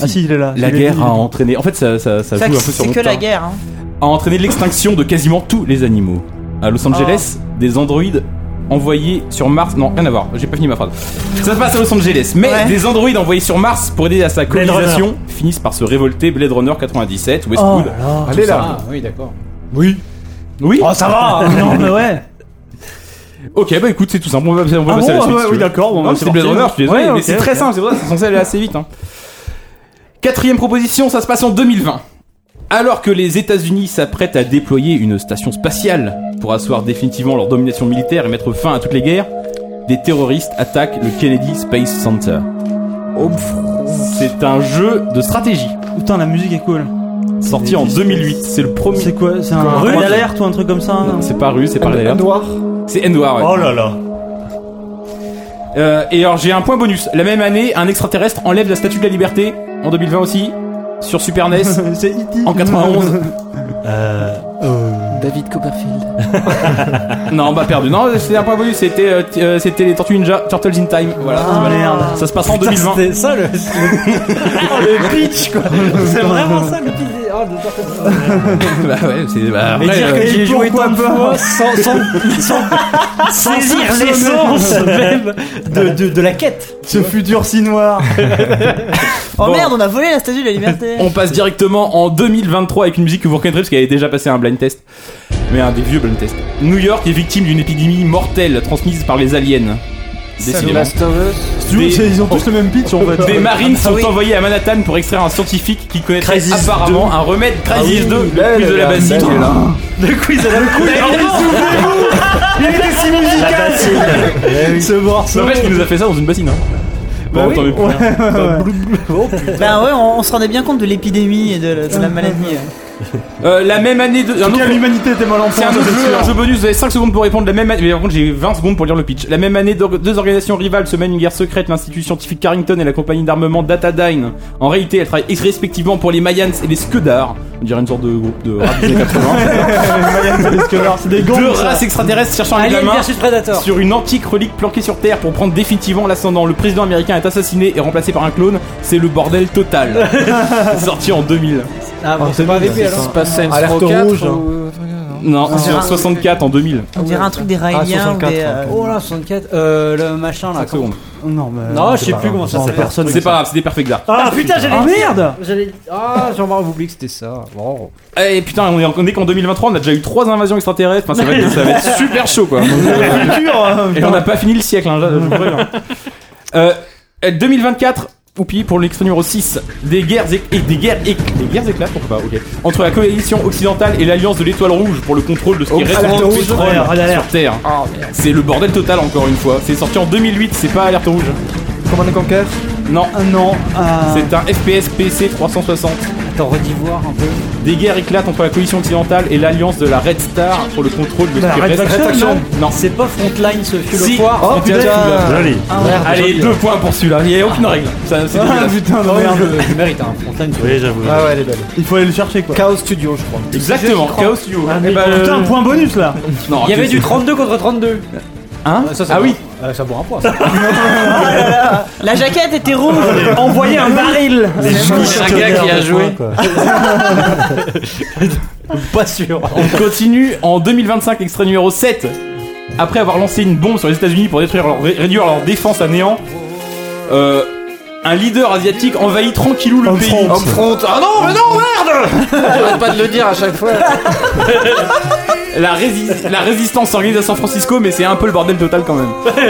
Speaker 2: Ah si, il est là.
Speaker 1: la
Speaker 2: Il est- il
Speaker 1: guerre
Speaker 2: est-
Speaker 1: a entraîné. En fait, ça, ça, ça joue un peu sur
Speaker 5: C'est
Speaker 1: mon
Speaker 5: que
Speaker 1: temps.
Speaker 5: la guerre. hein.
Speaker 1: A entraîné l'extinction de quasiment tous les animaux. À
Speaker 2: Ah.
Speaker 1: Los Angeles, des androïdes envoyés sur Mars. Non, rien à voir. J'ai pas fini ma phrase. Ça se passe à Los Angeles, mais
Speaker 5: Ouais.
Speaker 1: des androïdes envoyés sur Mars pour aider à sa
Speaker 7: Blade
Speaker 1: colonisation finissent par se révolter. Blade Runner 97, Westwood.
Speaker 2: Oh.
Speaker 4: Allez là
Speaker 3: Ah oui, d'accord.
Speaker 1: Oui.
Speaker 3: Oh, ça va
Speaker 2: Ah,
Speaker 1: Ah,
Speaker 2: Non, mais ouais.
Speaker 1: Ok, bah écoute, c'est tout simple. On va, on va
Speaker 2: Ah
Speaker 1: passer à la suite.
Speaker 2: bon, ah ouais,
Speaker 1: si tu
Speaker 2: oui,
Speaker 1: veux.
Speaker 2: d'accord. Bon,
Speaker 1: Non,
Speaker 2: bah,
Speaker 1: mais c'est Blade
Speaker 2: parti.
Speaker 1: Runner, je suis désolé,
Speaker 2: Ouais,
Speaker 1: mais
Speaker 2: ok,
Speaker 1: c'est très
Speaker 2: ok.
Speaker 1: simple, c'est pour ça que c'est censé aller assez vite. hein. Quatrième proposition, ça se passe en 2020. Alors que les États-Unis s'apprêtent à déployer une station spatiale pour asseoir définitivement leur domination militaire et mettre fin à toutes les guerres, des terroristes attaquent le Kennedy Space Center. C'est un jeu de stratégie.
Speaker 2: Putain, la musique est cool.
Speaker 1: Sorti en 2008, c'est le premier.
Speaker 2: C'est quoi C'est un
Speaker 1: Comment-
Speaker 2: rue d'alerte ou un truc comme ça
Speaker 1: Non, C'est pas rue, c'est pas d'ailleurs.
Speaker 4: Noir.
Speaker 1: C'est Endwar, ouais.
Speaker 7: Oh là là.
Speaker 1: Euh, et alors j'ai un point bonus. La même année, un extraterrestre enlève la Statue de la Liberté en 2020 aussi sur Super NES
Speaker 8: (laughs)
Speaker 2: C'est E.T.
Speaker 1: en 91.
Speaker 7: Euh, euh,
Speaker 11: David Copperfield.
Speaker 1: (laughs) non, bah perdu. Non, c'était un point bonus. C'était euh, t- euh, c'était les Tortues Ninja, Turtles in Time. Voilà.
Speaker 2: Ah, merde.
Speaker 1: Ça se passe en
Speaker 3: Putain,
Speaker 1: 2020.
Speaker 3: C'était ça le, le- le pitch quoi. C'est vraiment ça le pitch.
Speaker 1: bah ouais, c'est bah,
Speaker 3: Mais
Speaker 1: après,
Speaker 3: dire que
Speaker 1: euh,
Speaker 3: j'ai joué tant
Speaker 1: (laughs)
Speaker 3: de fois sans, sans, sans, sans saisir l'essence même de, de, de la quête.
Speaker 4: Ce futur si noir.
Speaker 5: Oh
Speaker 1: Bon.
Speaker 5: merde, on a volé la statue de la liberté.
Speaker 1: on passe directement en 2023 avec une musique que vous reconnaîtrez parce qu'elle avait déjà passé un blind test. Mais un des vieux blind tests. New York est victime d'une épidémie mortelle transmise par les aliens. Décidément.
Speaker 11: Last of Us.
Speaker 4: Tu vois,
Speaker 1: Des-
Speaker 4: c'est- Ils ont tous le même pitch en
Speaker 1: (laughs)
Speaker 4: fait.
Speaker 1: Des marines sont envoyés à Manhattan pour extraire un scientifique qui connaît
Speaker 7: Crisis
Speaker 1: apparemment un remède Crisis 2, le
Speaker 4: belle,
Speaker 1: quiz de Ah la
Speaker 4: belle,
Speaker 1: bassine.
Speaker 4: belle, là.
Speaker 3: Le quiz à la
Speaker 1: (laughs)
Speaker 7: la bassine. Eh oui.
Speaker 4: Ce morceau.
Speaker 1: Dommage qu'il nous a fait ça dans une bassine. Hein. Bah Bon,
Speaker 4: oui.
Speaker 1: tant mieux pour rien.
Speaker 5: Bah ouais, on, on se rendait bien compte de l'épidémie et de, la- de la maladie.
Speaker 1: Euh, la même année de. un autre-
Speaker 4: L'humanité était mal en
Speaker 1: C'est
Speaker 4: point,
Speaker 1: un
Speaker 4: ça,
Speaker 1: autre
Speaker 4: c'est
Speaker 1: jeu,
Speaker 4: sûr.
Speaker 1: un jeu bonus, vous avez 5 secondes pour répondre. La même année, mais par contre, j'ai 20 secondes pour lire le pitch. La même année, deux deux organisations rivales se mènent une guerre secrète. L'institut scientifique Carrington et la compagnie d'armement Datadyne. En réalité, elles travaillent respectivement pour les Mayans et les Scuddars. On dirait une sorte de groupe de rap des (laughs) 80.
Speaker 4: Parce que alors, c'est des gants.
Speaker 1: Deux races extraterrestres cherchant un
Speaker 3: Alien
Speaker 1: gamin
Speaker 3: versus Predator.
Speaker 1: sur une antique relique planquée sur Terre pour prendre définitivement l'ascendant. Le président américain est assassiné et remplacé par un clone. C'est le bordel (laughs) total. Sorti en 2000.
Speaker 3: Ah bon, c'est pas arrivé alors.
Speaker 11: C'est pas Saints
Speaker 4: Alerte
Speaker 11: Row 4
Speaker 4: rouge.
Speaker 11: ou- non.
Speaker 1: Non,
Speaker 5: Ah.
Speaker 1: sur 64 en 2000.
Speaker 5: On dirait un truc des Raéliens ou
Speaker 4: 64,
Speaker 5: des. euh,
Speaker 3: Oh là, 64. Euh, le machin là.
Speaker 1: 5 secondes.
Speaker 2: Non, mais. euh,
Speaker 3: Non, je sais plus comment ça s'appelle.
Speaker 1: C'est pas grave, c'est des perfect dark.
Speaker 3: Ah putain, j'allais
Speaker 2: Ah
Speaker 3: le dire.
Speaker 2: merde
Speaker 3: (laughs) J'allais. Ah, Jean-Marc oublie que c'était ça. Bon.
Speaker 1: Eh putain, on est, en- on est qu'en 2023, on a déjà eu 3 invasions extraterrestres. Enfin, ça, va être, ça va être super chaud quoi. Et on n'a pas fini le siècle, hein, là, je vous préviens. Euh, euh, 2024. Oupi pour l'extrait numéro 6 des guerres éc- et des guerres éc- des guerres éclatent pourquoi pas ok entre la coalition occidentale et l'alliance de l'étoile rouge pour le contrôle de ce qui reste
Speaker 4: alerte
Speaker 1: du
Speaker 4: rouge.
Speaker 1: pétrole
Speaker 2: Ouais, alerte.
Speaker 1: sur terre c'est le bordel total encore une fois c'est sorti en 2008 c'est pas alerte rouge
Speaker 4: Command and Conquer.
Speaker 1: non
Speaker 2: Ah non, ah.
Speaker 1: c'est un FPS PC 360
Speaker 3: Attends, redivoir un peu.
Speaker 1: Des guerres éclatent entre la coalition occidentale et l'alliance de la Red Star pour le contrôle de ce qui reste. Non.
Speaker 3: C'est pas Frontline ce fut
Speaker 1: Si.
Speaker 3: le foire.
Speaker 1: Oh,
Speaker 4: putain.
Speaker 1: putain.
Speaker 7: Joli.
Speaker 1: Allez, deux points pour celui-là. Il n'y a aucune règle. Ça, c'est
Speaker 4: Ah
Speaker 1: dégueulasse.
Speaker 4: putain,
Speaker 3: Oh,
Speaker 4: non, merde.
Speaker 3: Je mérite un hein. Frontline.
Speaker 7: Oui, j'avoue.
Speaker 4: Ah ouais, elle est belle. Il faut aller le chercher quoi.
Speaker 11: Chaos Studio, je crois.
Speaker 1: Exactement. Chaos Studio.
Speaker 3: Ah,
Speaker 1: Eh ben,
Speaker 2: Putain, un point bonus là
Speaker 1: non,
Speaker 3: Il y avait
Speaker 1: c'est-
Speaker 3: du 32 contre 32.
Speaker 1: Hein
Speaker 3: Ça, ça
Speaker 1: Ah
Speaker 3: vaut-
Speaker 1: oui.
Speaker 3: euh, ça vaut un point.
Speaker 5: La jaquette était rouge.
Speaker 3: Envoyer un baril.
Speaker 11: C'est un gars qui a joué.
Speaker 3: Pas sûr.
Speaker 1: On continue en 2025, extrait numéro 7. Après avoir lancé une bombe sur les États-Unis pour détruire leur- réduire leur défense à néant, euh, un leader asiatique envahit tranquillou le pays.
Speaker 11: Front. Ah non, mais non, merde J'arrête pas de le dire à chaque fois.
Speaker 1: La, rési- la résistance s'organise à San Francisco, mais c'est un peu le bordel total
Speaker 11: (laughs)
Speaker 1: quand même.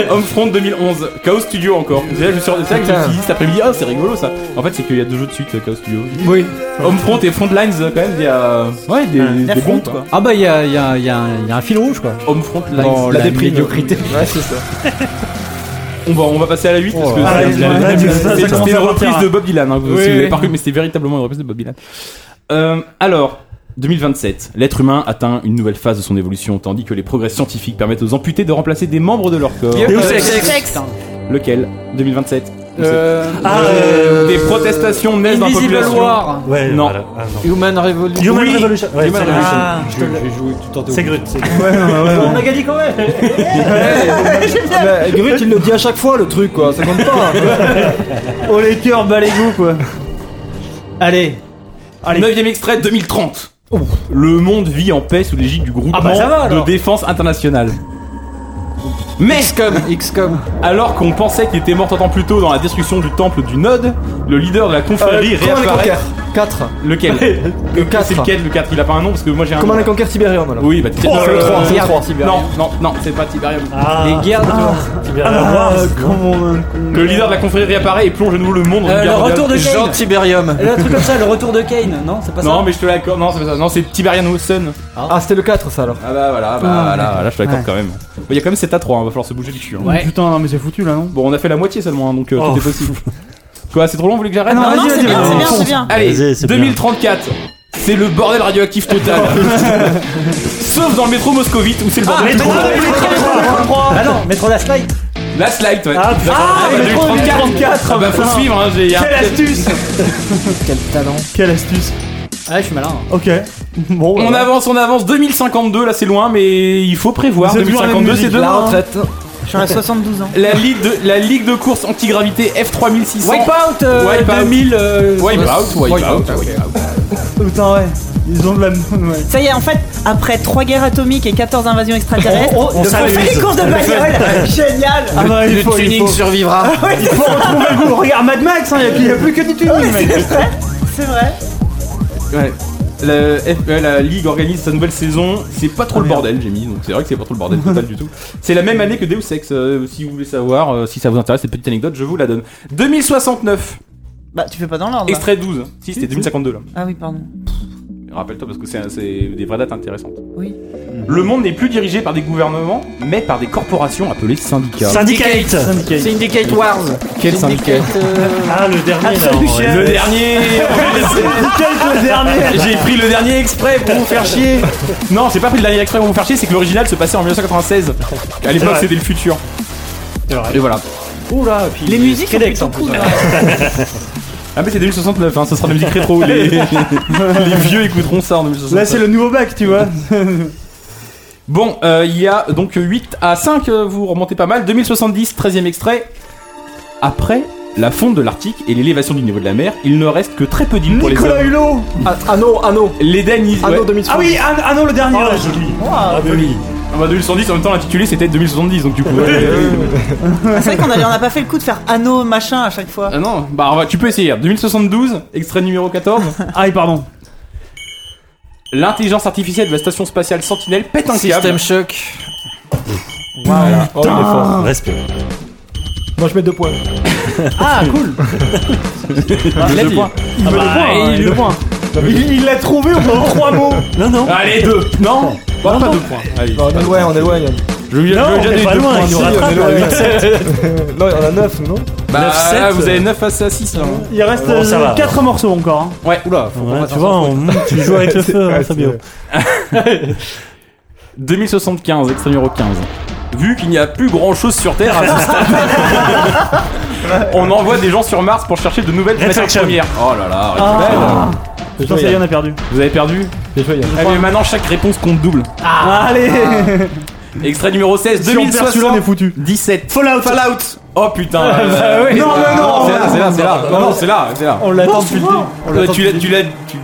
Speaker 1: Homefront 2011, Chaos Studio encore. C'est là que je me suis c'est là que je me suis dit cet après-midi, ah c'est rigolo ça. En fait, c'est qu'il y a deux jeux de suite, euh, Chaos Studio.
Speaker 11: Oui.
Speaker 1: Homefront et Frontlines, euh, quand même, il y a. Ouais, des, des
Speaker 5: affronte,
Speaker 1: bons, quoi.
Speaker 3: Ah bah il y a, il y, a, il y, a un- il y a un fil rouge quoi.
Speaker 1: Homefront Lines.
Speaker 11: Bon,
Speaker 1: la
Speaker 11: la
Speaker 1: déprime.
Speaker 11: médiocrité.
Speaker 4: Ouais, c'est ça.
Speaker 1: On va, on va passer à la 8 parce que
Speaker 4: Ah,
Speaker 1: c'est-
Speaker 4: ouais,
Speaker 1: c'est-
Speaker 4: ouais,
Speaker 1: c'est-
Speaker 4: ça, ça
Speaker 1: c'est-
Speaker 4: commence
Speaker 1: c'était une
Speaker 4: à repartir,
Speaker 1: reprise de Bob Dylan. Hein, que vous-
Speaker 4: Oui,
Speaker 1: si vous l'avez
Speaker 4: oui.
Speaker 1: pas cru, mais c'était véritablement une reprise de Bob Dylan. Euh, alors. 2027, l'être humain atteint une nouvelle phase de son évolution, tandis que les progrès scientifiques permettent aux amputés de remplacer des membres de leur corps. Lequel 2027
Speaker 11: Euh,
Speaker 7: Ah,
Speaker 11: euh,
Speaker 1: Des protestations naissent dans la
Speaker 3: Invisible
Speaker 1: population.
Speaker 3: War.
Speaker 7: Ouais,
Speaker 1: Non.
Speaker 7: voilà. Ah, non.
Speaker 11: Human Revolution.
Speaker 7: Human Revolution. Ouais, c'est Grut.
Speaker 5: Ah,
Speaker 3: Je te l'ai joué tout en
Speaker 7: C'est Grut. c'est Grut.
Speaker 3: On a gagné quand même.
Speaker 4: Bah, Grut, il le dit à chaque fois le truc quoi, ça compte pas.
Speaker 2: Oh les cœurs, bas les goûts quoi Allez
Speaker 1: Neuvième extrait 2030. Le monde vit en paix sous l'égide du groupement
Speaker 3: Ah bah ça va,
Speaker 1: de
Speaker 3: alors.
Speaker 1: défense internationale. Mais
Speaker 11: XCOM. XCOM.
Speaker 1: alors qu'on pensait qu'il était mort tant plus tôt dans la destruction du temple du Node, le leader de la confrérie réapparaît
Speaker 4: 4.
Speaker 1: Lequel
Speaker 4: Le
Speaker 1: C'est
Speaker 4: 4.
Speaker 1: lequel le 4 Il a pas un nom parce que moi j'ai un
Speaker 4: Comment
Speaker 1: nom.
Speaker 4: la conquête Tiberium alors
Speaker 1: Oui, bah tu
Speaker 4: Oh, c'est le
Speaker 3: Euh,
Speaker 4: trois, c'est le trois.
Speaker 1: Non, non, non, c'est pas Tiberium.
Speaker 3: Les guerres de
Speaker 4: Ah, comment
Speaker 1: Le leader de la confrérie réapparaît et plonge à nouveau le monde dans
Speaker 3: Euh,
Speaker 1: une
Speaker 3: le
Speaker 1: guerre
Speaker 3: retour de
Speaker 1: mondiale.
Speaker 3: Kane.
Speaker 11: Jean Tiberium.
Speaker 3: Un truc comme ça, le retour de Kane, non
Speaker 2: Ah,
Speaker 3: C'est pas ça
Speaker 1: Non, mais je te l'accorde. Non, c'est pas ça. Non, c'est Tiberian Wilson.
Speaker 4: Ah, c'était le 4 ça alors.
Speaker 1: Ah bah voilà,
Speaker 4: Ah,
Speaker 1: bah voilà, là je te l'accorde
Speaker 4: ouais.
Speaker 1: quand même. Bah, Il y a quand même 7 à 3, hein, va falloir se bouger du cul. hein.
Speaker 2: Ouais. Putain, non, mais c'est foutu là, non
Speaker 1: Bon, on a fait la moitié seulement, hein, donc euh,
Speaker 2: Oh.
Speaker 1: tout est possible. Quoi, c'est trop long, vous voulez que j'arrête
Speaker 2: Ah non, Non, vas-y, non, vas-y, c'est vas-y, bien, vas-y. c'est bien, c'est bien.
Speaker 1: Allez,
Speaker 2: Vas-y, c'est bien.
Speaker 1: 2034, c'est le bordel radioactif
Speaker 2: (laughs)
Speaker 1: total. Sauf dans le métro moscovite où c'est le bordel
Speaker 3: métro-
Speaker 1: total.
Speaker 3: métro- Ah non, métro Last Light
Speaker 1: La slide, ouais.
Speaker 3: Ah, putain. Ah,
Speaker 1: bah,
Speaker 3: le métro
Speaker 1: 2034.
Speaker 3: 2034,
Speaker 1: Ah, bah faut
Speaker 3: putain.
Speaker 1: suivre, hein, j'ai. y a-
Speaker 3: Quelle
Speaker 2: (laughs)
Speaker 3: astuce
Speaker 11: Quel talent.
Speaker 2: Quelle astuce
Speaker 3: Ah, je suis malin.
Speaker 2: Ok. Bon,
Speaker 1: On avance, on avance. 2052, là c'est loin, mais il faut prévoir.
Speaker 2: C'est toujours la même
Speaker 1: 2052, c'est
Speaker 2: musique.
Speaker 1: demain.
Speaker 2: La
Speaker 1: hein.
Speaker 2: retraite.
Speaker 5: Je suis à 72 ans.
Speaker 1: La ligue de, la ligue de course antigravité F3600.
Speaker 5: Wipeout,
Speaker 3: euh,
Speaker 1: Wipeout.
Speaker 3: 2000, euh,
Speaker 1: Wipeout, Wipeout,
Speaker 3: Wipeout,
Speaker 1: Wipeout.
Speaker 2: Putain, ouais. Ils ont de la. Ouais.
Speaker 5: Ça y est, en fait, après 3 guerres atomiques et 14 invasions extraterrestres,
Speaker 2: On- on- on
Speaker 5: on
Speaker 2: s'amuse.
Speaker 5: fait des courses de bagnole Génial
Speaker 2: Ah bah, il
Speaker 11: le
Speaker 2: faut, il
Speaker 11: tuning
Speaker 2: faut.
Speaker 11: survivra.
Speaker 5: Ah ouais,
Speaker 2: Il faut retrouver le goût. Regarde Mad Max, hein, il n'y a, plus que du tuning, mec.
Speaker 5: C'est vrai, c'est vrai.
Speaker 1: Ouais. La, F- euh, la Ligue organise sa nouvelle saison, c'est pas trop le bordel, j'ai mis, donc c'est vrai que c'est pas trop le bordel total du tout. C'est la même année que Deus Ex, euh, si vous voulez savoir, euh, si ça vous intéresse cette petite anecdote, je vous la donne. 2069,
Speaker 5: Bah, tu fais pas dans l'ordre. là.
Speaker 1: extrait 12, si c'était 2052 là.
Speaker 5: Ah oui, pardon.
Speaker 1: Rappelle-toi parce que c'est c'est des vraies dates intéressantes.
Speaker 5: Oui.
Speaker 1: Le monde n'est plus dirigé par des gouvernements, mais par des corporations appelées syndicats.
Speaker 7: Syndicate
Speaker 11: Syndicate Wars.
Speaker 1: Quel syndicat
Speaker 11: Syndicate, euh,
Speaker 7: Ah, le dernier là. en vrai.
Speaker 1: Le dernier
Speaker 2: le dernier
Speaker 1: J'ai pris le dernier exprès pour vous faire chier Non, j'ai pas pris le dernier exprès pour vous faire chier, c'est que l'original se passait en 1996. À l'époque, c'était le futur. Et voilà.
Speaker 3: Oula, puis.
Speaker 5: Les musiques sont
Speaker 3: Crédex,
Speaker 5: plutôt
Speaker 3: en plus,
Speaker 5: cool.
Speaker 3: ouais.
Speaker 1: Ah, mais c'est 2069, hein, ce sera de la musique rétro. Les, les vieux écouteront ça en 2069.
Speaker 2: Là, c'est le nouveau bac, tu vois.
Speaker 1: Bon, euh, il y a donc 8 à 5, euh, vous remontez pas mal. 2070, 13 e extrait. Après la fonte de l'Arctique et l'élévation du niveau de la mer, il ne reste que très peu d'îles pour les
Speaker 2: Nicolas
Speaker 1: hommes.
Speaker 2: Hulot
Speaker 4: Ah, Anno, Anno
Speaker 1: Les Danis.
Speaker 4: Anno 2060.
Speaker 2: Ah oui, Anne- ah non, le dernier.
Speaker 7: Oh,
Speaker 2: ouais.
Speaker 7: joli.
Speaker 5: Wow.
Speaker 7: Ah, bah oui.
Speaker 1: Ah bah 2070, en même temps, l'intitulé c'était 2070, donc
Speaker 4: (laughs)
Speaker 1: du coup. euh,
Speaker 5: Ah, C'est vrai qu'on a, on a pas fait le coup de faire anneau machin à chaque fois.
Speaker 1: Ah non, bah on va- tu peux essayer. 2072, extrait numéro 14.
Speaker 2: Aïe, Ah pardon.
Speaker 1: (laughs) L'intelligence artificielle de la station spatiale Sentinelle pète un
Speaker 11: System
Speaker 1: câble.
Speaker 11: Shock.
Speaker 7: Oh, il est fort. Respect.
Speaker 4: Moi je mets 2 points.
Speaker 2: Ah, cool.
Speaker 1: Il l'a dit.
Speaker 2: Il me le voit,
Speaker 7: bah,
Speaker 2: hein,
Speaker 7: il
Speaker 2: il le voit. Il il l'a trouvé au bout de trois mots.
Speaker 7: Non, non.
Speaker 1: Allez, deux. Non, Bah, pas deux points. Allez.
Speaker 4: Bah, on est loin, on est loin. Yann.
Speaker 1: Je lui
Speaker 7: Non, on est pas loin.
Speaker 4: Si,
Speaker 7: Il nous
Speaker 4: on est
Speaker 7: rattrape.
Speaker 4: loin, ouais. Non, on a 9, non
Speaker 1: Bah,
Speaker 7: 9-7,
Speaker 1: là, vous avez 9 à hein. 6 là.
Speaker 2: Il reste
Speaker 7: Bon, ça va.
Speaker 2: 4 morceaux encore. hein.
Speaker 1: Ouais, oula.
Speaker 7: Ouais, tu vois, on- tu joues avec le feu, hein,
Speaker 4: Ouais,
Speaker 7: Fabio.
Speaker 4: c'est-
Speaker 1: 2075, extrait numéro 15. Vu qu'il n'y a plus grand chose sur Terre à ce
Speaker 2: (laughs)
Speaker 1: stade, on envoie des gens sur Mars pour chercher de nouvelles matières
Speaker 7: Retraction.
Speaker 1: premières. Oh là là,
Speaker 2: Ah.
Speaker 4: Bien
Speaker 2: Putain,
Speaker 4: joué,
Speaker 2: ça y est, on
Speaker 4: Yann.
Speaker 2: a perdu.
Speaker 1: vous avez perdu
Speaker 4: Bien joué, Yann.
Speaker 1: Ah, mais maintenant chaque réponse compte double. Ah.
Speaker 2: Allez. (laughs)
Speaker 1: Extrait numéro 16,
Speaker 2: Si on perd
Speaker 1: 2060.
Speaker 2: celui-là, on est foutu.
Speaker 1: 17. Fallout. Fallout. Oh putain. Euh,
Speaker 2: Non, bah non, non.
Speaker 1: C'est là, c'est là, c'est là. Non, non, c'est là, c'est là.
Speaker 2: On l'attend depuis le début.
Speaker 1: Euh, tu l'as, tu l'as. tu-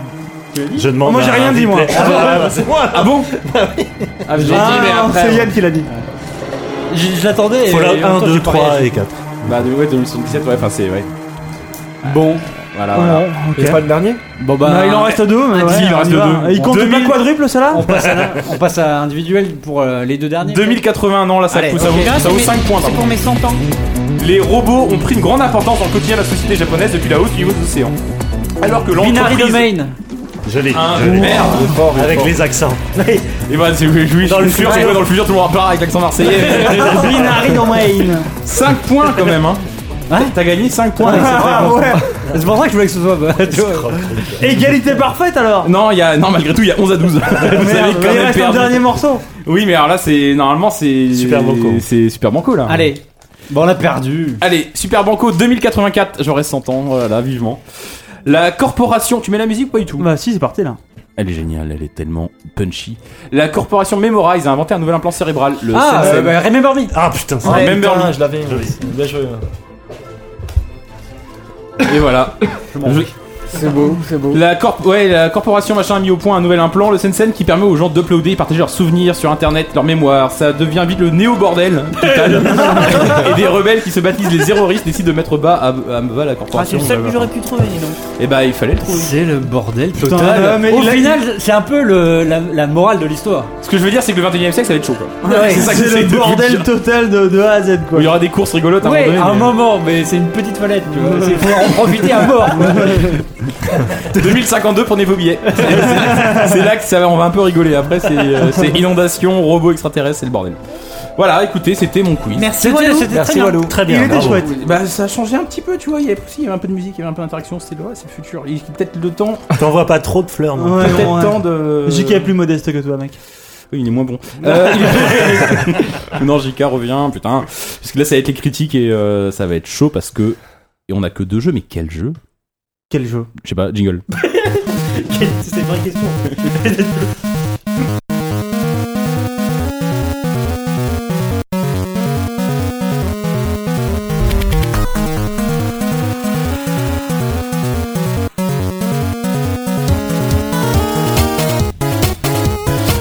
Speaker 7: Je demande.
Speaker 2: Moi, j'ai
Speaker 7: un
Speaker 2: rien dit, moi.
Speaker 7: replay.
Speaker 2: Ah,
Speaker 7: Ah, bah, c'est moi.
Speaker 1: Ah
Speaker 2: (laughs)
Speaker 1: bon Ah, j'ai
Speaker 2: Bah Ah, c'est Yann qui l'a dit.
Speaker 3: Je, je l'attendais. et- et
Speaker 7: Fallout
Speaker 3: en même temps,
Speaker 7: 1, 2,
Speaker 3: j'ai pas
Speaker 7: 3
Speaker 3: réagi.
Speaker 7: et 4.
Speaker 1: Bah ouais, 2077, ouais, enfin c'est ouais.
Speaker 2: Bon.
Speaker 1: Voilà, Ah, voilà.
Speaker 4: C'est pas le dernier
Speaker 1: Bon
Speaker 2: Bah, il en reste deux. mais
Speaker 1: Ah,
Speaker 2: ouais,
Speaker 1: si, il en
Speaker 2: on y
Speaker 1: reste
Speaker 2: va.
Speaker 1: deux.
Speaker 2: Il compte
Speaker 1: 2000.
Speaker 2: pas quadruple, ça là
Speaker 3: On passe, à, on passe à individuel pour euh, les deux derniers.
Speaker 1: 2081 ans, là ça
Speaker 3: Allez,
Speaker 1: coûte, ça
Speaker 3: ok.
Speaker 1: vaut, ça vaut
Speaker 5: Mais
Speaker 1: 5 points.
Speaker 5: C'est
Speaker 1: pardon.
Speaker 5: pour mes 100 ans.
Speaker 1: Les robots ont pris une grande importance dans le quotidien de la société japonaise depuis la hausse du niveau des océans. Alors que
Speaker 3: Binary
Speaker 1: l'entreprise.
Speaker 3: Domain.
Speaker 7: Joli.
Speaker 1: Ah,
Speaker 7: joli.
Speaker 1: merde.
Speaker 7: Avec les accents.
Speaker 1: Et bah, c'est, oui, oui,
Speaker 7: Dans
Speaker 1: je
Speaker 7: le
Speaker 1: suis sûr,
Speaker 7: futur.
Speaker 1: c'est quoi dans le futur, tout le monde en parle avec l'accent marseillais.
Speaker 2: Binary Domain.
Speaker 1: 5 points quand même, hein.
Speaker 3: Ouais.
Speaker 1: T'as gagné 5 points.
Speaker 2: Ah ouais.
Speaker 3: C'est pour ça que je voulais que ce soit. bah, tu vois.
Speaker 2: Égalité parfaite alors.
Speaker 1: Non, il y a... non, malgré tout, il y a 11 à 12. (laughs) Vous avez
Speaker 2: Merde,
Speaker 1: quand
Speaker 2: mais il
Speaker 1: même
Speaker 2: reste un
Speaker 1: perdu.
Speaker 2: dernier morceau.
Speaker 1: Oui, mais alors là, c'est normalement, c'est
Speaker 7: Super Banco.
Speaker 1: C'est Super Banco là.
Speaker 3: Allez. Bon, on l'a perdu.
Speaker 1: Allez, Super Banco 2084. J'aurais 100 ans, voilà, vivement. La corporation, tu mets la musique ou pas du tout
Speaker 2: Bah si, c'est parti là.
Speaker 1: Elle est géniale, elle est tellement punchy. La corporation Memorize a inventé un nouvel implant cérébral, le
Speaker 3: Ah,
Speaker 1: Sensen.
Speaker 3: euh, bah, Remember Me.
Speaker 7: Ah putain, ça.
Speaker 1: Ouais,
Speaker 4: Ouais,
Speaker 1: même
Speaker 4: putain,
Speaker 1: Berlin.
Speaker 4: je l'avais.
Speaker 7: Joli.
Speaker 4: Bien joué.
Speaker 1: Et voilà. Je-
Speaker 11: C'est beau, c'est beau.
Speaker 1: La, corp- ouais, la corporation machin a mis au point un nouvel implant, le Sensen, qui permet aux gens d'uploader et partager leurs souvenirs sur internet, leurs mémoires. Ça devient vite le néo-bordel (laughs) total. et des rebelles qui se baptisent les terroristes décident de mettre bas à, à, à la
Speaker 5: Ah, c'est
Speaker 1: corporation.
Speaker 5: le seul que j'aurais pu trouver, dis donc.
Speaker 1: Et bah il fallait le trouver.
Speaker 3: C'est le bordel
Speaker 1: Putain,
Speaker 3: total.
Speaker 1: euh, mais
Speaker 3: Au
Speaker 1: là,
Speaker 3: final, c'est un peu le- la, la morale de l'histoire.
Speaker 1: Ce que je veux dire, c'est que le 21 e siècle ça va être chaud quoi. (laughs)
Speaker 3: Ouais,
Speaker 1: c'est ça que j'essaie de vous dire.
Speaker 3: total de, de A à Z quoi.
Speaker 1: Il y aura des courses rigolotes à un
Speaker 3: Ouais,
Speaker 1: moment
Speaker 3: à un
Speaker 1: donné, mais-
Speaker 3: moment, mais c'est une petite toilette, tu vois. Il faut en profiter à
Speaker 1: (laughs)
Speaker 3: mort.
Speaker 1: 2052, prenez vos billets. C'est- c'est- C'est là que ça, va- on va un peu rigoler. Après, c'est euh, c'est inondation, robots extraterrestres, c'est le bordel. Voilà, écoutez, c'était mon quiz.
Speaker 5: Merci,
Speaker 3: C'était-
Speaker 5: Walou.
Speaker 3: c'était très bien.
Speaker 7: Très
Speaker 2: Il
Speaker 7: bien.
Speaker 2: était
Speaker 7: bravo.
Speaker 2: chouette.
Speaker 1: Bah ça a changé un petit peu, tu vois. Il y avait, aussi, il y avait un peu de musique, il y avait un peu d'interaction. C'était ouais, c'est le futur. Il peut-être le temps,
Speaker 7: T'envoies pas trop de fleurs, non
Speaker 2: Ouais,
Speaker 1: peut-être
Speaker 2: ouais.
Speaker 1: temps de.
Speaker 2: JK est plus modeste que toi, mec.
Speaker 1: Oui, il est moins bon. Euh, (laughs) il est- non, JK revient, putain. Parce que là, ça va être les critiques et euh, ça va être chaud parce que et on a que deux jeux, mais quel jeu
Speaker 2: Quel jeu
Speaker 1: Je sais pas, jingle.
Speaker 3: C'est une vraie question.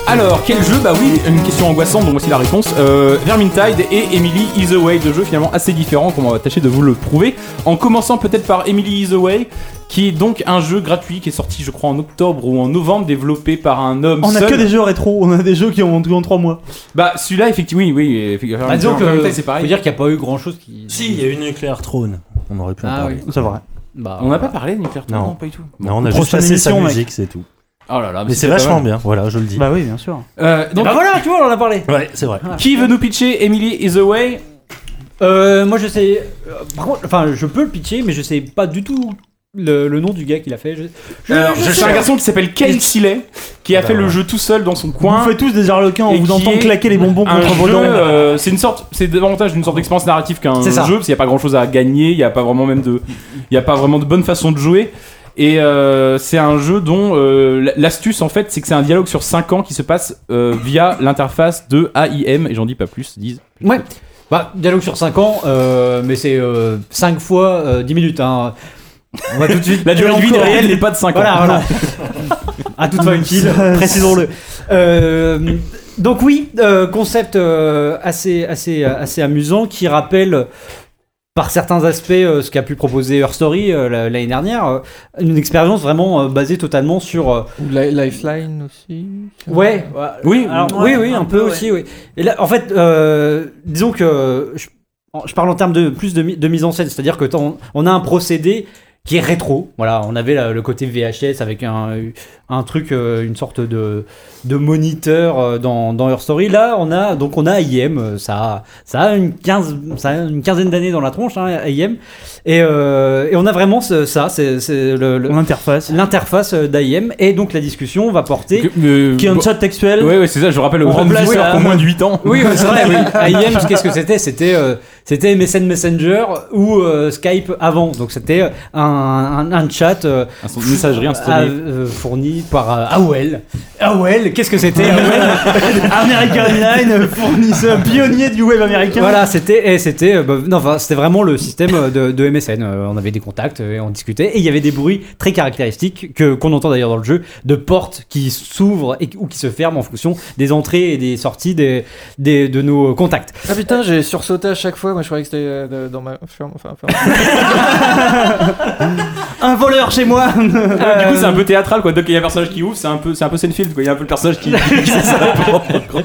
Speaker 1: Alors, quel jeu Bah oui, une question angoissante, donc voici la réponse. Euh, Vermintide et Emily Is Away, deux jeux finalement assez différents qu'on va tâcher de vous le prouver. En commençant peut-être par Emily Is Away, qui est donc un jeu gratuit qui est sorti, je crois, en octobre ou en novembre, développé par un homme
Speaker 2: On a
Speaker 1: seul.
Speaker 2: que des jeux rétro, on a des jeux qui ont en 3 mois.
Speaker 1: Bah celui-là, effectivement, oui, oui. effectivement,
Speaker 3: Bah, disons que
Speaker 1: Vermintide, c'est
Speaker 3: faut
Speaker 1: pareil.
Speaker 3: dire qu'il n'y a pas eu grand chose qui.
Speaker 7: Si, il y a eu Nuclear Throne. On aurait pu en
Speaker 3: Ah
Speaker 7: parler.
Speaker 3: oui.
Speaker 2: C'est vrai.
Speaker 3: Bah,
Speaker 1: On n'a pas parlé de Nuclear Throne,
Speaker 7: Non.
Speaker 1: pas du tout.
Speaker 7: Non, on a juste
Speaker 2: Prochaine
Speaker 7: passé sa
Speaker 2: émission, mec.
Speaker 7: musique, c'est tout.
Speaker 1: Oh là là,
Speaker 7: Mais c'est vachement bien, voilà, je le dis.
Speaker 2: Bah oui, bien sûr.
Speaker 1: Euh, donc,
Speaker 3: Bah voilà, tu vois, on en a parlé.
Speaker 7: Ouais, c'est vrai.
Speaker 1: qui veut nous pitcher Emily Is Away
Speaker 3: Euh, moi je sais. euh, par contre, enfin, je peux le pitcher, mais je sais pas du tout le, le nom du gars qui l'a fait. Je,
Speaker 2: Euh,
Speaker 3: je-
Speaker 1: Alors,
Speaker 3: je
Speaker 1: je-
Speaker 3: sais-
Speaker 1: Euh, C'est un garçon qui s'appelle Kyle Sillet, qui a
Speaker 7: Bah
Speaker 1: fait le
Speaker 7: ouais.
Speaker 1: jeu tout seul dans son
Speaker 2: Vous
Speaker 1: coin.
Speaker 2: faites tous des arlequins, on
Speaker 1: et
Speaker 2: vous
Speaker 1: qui
Speaker 2: entend
Speaker 1: est
Speaker 2: claquer les bonbons
Speaker 1: un
Speaker 2: contre vos
Speaker 1: jeu,
Speaker 2: dents.
Speaker 1: euh, c'est une sorte, c'est davantage une sorte d'expérience narrative qu'un jeu,
Speaker 3: C'est ça.
Speaker 1: parce qu'il n'y a pas grand chose à gagner, il n'y a pas vraiment même de, il n'y a pas vraiment de bonne façon de jouer. Et euh, c'est un jeu dont euh, l- l'astuce en fait, c'est que c'est un dialogue sur 5 ans qui se passe euh, via l'interface de AIM, et j'en dis pas plus, disent.
Speaker 3: Ouais. Bah, dialogue sur 5 ans, euh, mais c'est 5 fois 10 minutes. Hein. On va tout de suite.
Speaker 1: La durée de vie
Speaker 3: Encore.
Speaker 1: réelle n'est pas de 5 ans.
Speaker 3: Voilà, voilà. (laughs) à toute fin (laughs) utile, précisons-le. Euh, donc oui, euh, concept euh, assez, assez, assez amusant qui rappelle par certains aspects euh, ce qu'a pu proposer Her Story euh, la- l'année dernière, euh, une expérience vraiment euh, basée totalement sur... euh,
Speaker 11: Ou li- Lifeline aussi.
Speaker 3: ouais,
Speaker 1: Oui,
Speaker 3: alors,
Speaker 5: ouais,
Speaker 3: oui, oui, un, peu,
Speaker 5: ouais.
Speaker 3: aussi, oui. Et là, en fait, euh, disons que euh, je, en- je parle en termes de plus de, mi- de mise en scène, c'est-à-dire que t'en- on a un procédé qui est rétro. Voilà, on avait la- le côté VHS avec un, un truc, euh, une sorte de, de moniteur euh, dans, dans Her Story. Là, on a donc on a IM, euh, ça, a- ça a une quinze, ça a une quinzaine d'années dans la tronche, hein, IM, et, euh, et on a vraiment ce- ça, c'est c'est le- le-
Speaker 2: On interface.
Speaker 3: l'interface d'IM, et donc la discussion va porter.
Speaker 1: Euh,
Speaker 2: Qui est un
Speaker 1: bon-
Speaker 2: chat textuel.
Speaker 1: Ouais, ouais, c'est ça, je rappelle aux
Speaker 2: On
Speaker 1: jeunes
Speaker 2: remplace
Speaker 1: joueurs
Speaker 2: la-
Speaker 1: qui ont moins de 8 ans.
Speaker 3: Oui, oui, c'est vrai. Oui. IM, qu'est-ce que c'était C'était euh, c'était MSN Messenger ou euh, Skype avant. Donc c'était euh, un, un, un chat euh,
Speaker 1: Un son- messagerie
Speaker 3: à-
Speaker 1: instantanée.
Speaker 3: euh, fourni par euh, AOL. AOL, qu'est-ce que c'était Euh, AOL
Speaker 2: American (laughs) Airlines, fournisseur pionnier du web américain.
Speaker 3: Voilà, c'était et c'était euh, bah, non, enfin, c'était vraiment le système euh, de, de MSN. Euh, on avait des contacts euh, et on discutait et il y avait des bruits très caractéristiques que qu'on entend d'ailleurs dans le jeu de portes qui s'ouvrent et- ou qui se ferment en fonction des entrées et des sorties des, des de nos contacts.
Speaker 11: Ah putain, j'ai sursauté à chaque fois. Moi, je croyais que c'était euh, de- dans ma ferme. Enfin, ferme.
Speaker 2: Un voleur chez moi.
Speaker 1: Du coup, c'est un peu théâtral quoi. Donc, il y a un personnage qui ouvre, c'est un peu, c'est un peu Seinfeld quoi. Il y a un peu le personnage qui. (laughs) qui se rapproche.